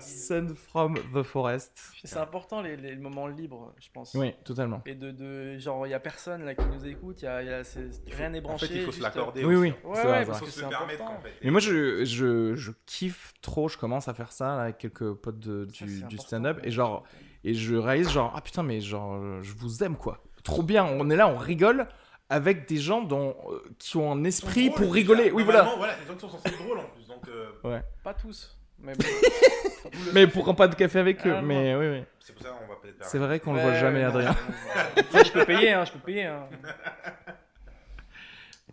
Speaker 3: Sun from the forest.
Speaker 2: C'est important les, les moments libres, je pense.
Speaker 3: Oui, totalement.
Speaker 2: Et de, de genre, il y a personne là qui nous écoute, y a, y a- c'est- rien n'est
Speaker 1: En
Speaker 2: branché.
Speaker 1: fait, il faut se
Speaker 2: juste-
Speaker 1: l'accorder.
Speaker 3: Oui,
Speaker 1: aussi. hein.
Speaker 3: oui.
Speaker 2: Ouais,
Speaker 3: c'est
Speaker 2: ouais,
Speaker 3: vrai, c'est
Speaker 2: parce
Speaker 3: vrai.
Speaker 1: Faut
Speaker 2: que
Speaker 1: se
Speaker 2: c'est
Speaker 1: permettre,
Speaker 2: important.
Speaker 1: en fait.
Speaker 3: Mais moi, je, je, je kiffe trop. Je commence à faire ça là, avec quelques potes de-
Speaker 2: euh, Ça,
Speaker 3: du,
Speaker 2: c'est
Speaker 3: du
Speaker 2: important.
Speaker 3: stand-up et genre, et je réalise genre, ah putain, mais genre, euh, je vous aime quoi. Trop bien. On est là, on rigole avec des gens dont, euh, qui ont un
Speaker 1: Ils sont
Speaker 3: esprit
Speaker 1: drôles,
Speaker 3: pour rigoler.
Speaker 1: déjà.
Speaker 3: Oui, voilà.
Speaker 1: Normalement, voilà, les gens qui sont censés être drôles en plus. Donc, euh,
Speaker 2: Pas tous. Mais bon.
Speaker 3: Mais pour un pas de café avec
Speaker 2: Ah,
Speaker 3: eux.
Speaker 2: non.
Speaker 3: mais oui, oui.
Speaker 1: c'est pour ça qu'on va peut-être
Speaker 3: C'est
Speaker 1: faire.
Speaker 3: vrai qu'on le
Speaker 2: Ouais,
Speaker 3: voit jamais,
Speaker 2: ouais,
Speaker 3: Adrien.
Speaker 2: non. Après, je peux payer, hein, je peux payer. Hein.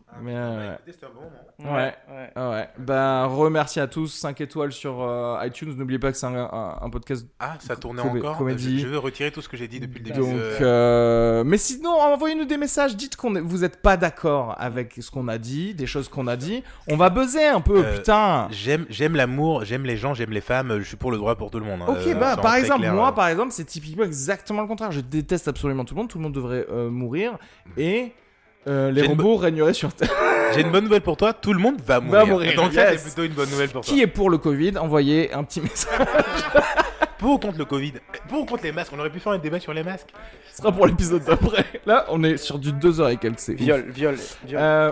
Speaker 1: Ah,
Speaker 3: Mais,
Speaker 1: putain,
Speaker 3: euh,
Speaker 1: bah, écoutez, c'était un bon moment.
Speaker 3: Ouais.
Speaker 2: ouais.
Speaker 3: Ah ouais. Ben, remercie à tous. 5 étoiles sur euh, iTunes. N'oubliez pas que c'est un, un- un podcast.
Speaker 1: Ah, ça tournait
Speaker 3: Comé-
Speaker 1: encore.
Speaker 3: comédie.
Speaker 1: Je, je veux retirer tout ce que j'ai dit depuis le début.
Speaker 3: Donc,
Speaker 1: Euh,
Speaker 3: euh, mais sinon, envoyez-nous des messages. Dites qu'on est- vous n'êtes pas d'accord avec ce qu'on a dit, des choses qu'on a dit. On va buzzer un peu,
Speaker 1: Euh,
Speaker 3: putain.
Speaker 1: J'aime, j'aime l'amour, j'aime les gens, j'aime les femmes. Je suis pour le droit pour tout le monde. hein.
Speaker 3: Ok,
Speaker 1: Euh,
Speaker 3: bah
Speaker 1: sans
Speaker 3: par
Speaker 1: très
Speaker 3: exemple,
Speaker 1: clair,
Speaker 3: moi,
Speaker 1: euh,
Speaker 3: par exemple, c'est typiquement exactement le contraire. Je déteste absolument tout le monde. Tout le monde devrait euh, mourir et euh, les
Speaker 1: J'ai une bo-
Speaker 3: robots régneraient sur Terre.
Speaker 1: j'ai une bonne nouvelle pour toi. Tout le monde va mourir.
Speaker 3: mourir,
Speaker 1: Donc ça,
Speaker 3: yes.
Speaker 1: c'est plutôt une bonne nouvelle pour toi.
Speaker 3: Qui est pour le Covid Envoyez un petit message.
Speaker 1: Pour ou contre le Covid Pour ou contre les masques On aurait pu faire un débat sur les masques.
Speaker 3: Ce sera pour l'épisode d'après. Là, on est sur du 2 heures et quelques. C'est ouf.
Speaker 2: Viol, viol, viol.
Speaker 3: Euh,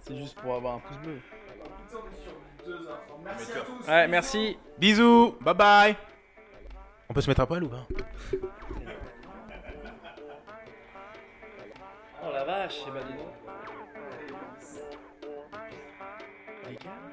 Speaker 2: C'est juste pour avoir un pouce bleu. Ouais, merci.
Speaker 1: Bisous, bye bye. On peut se mettre à poil ou pas
Speaker 2: Oh la vache, eh ben dis donc. Les gars.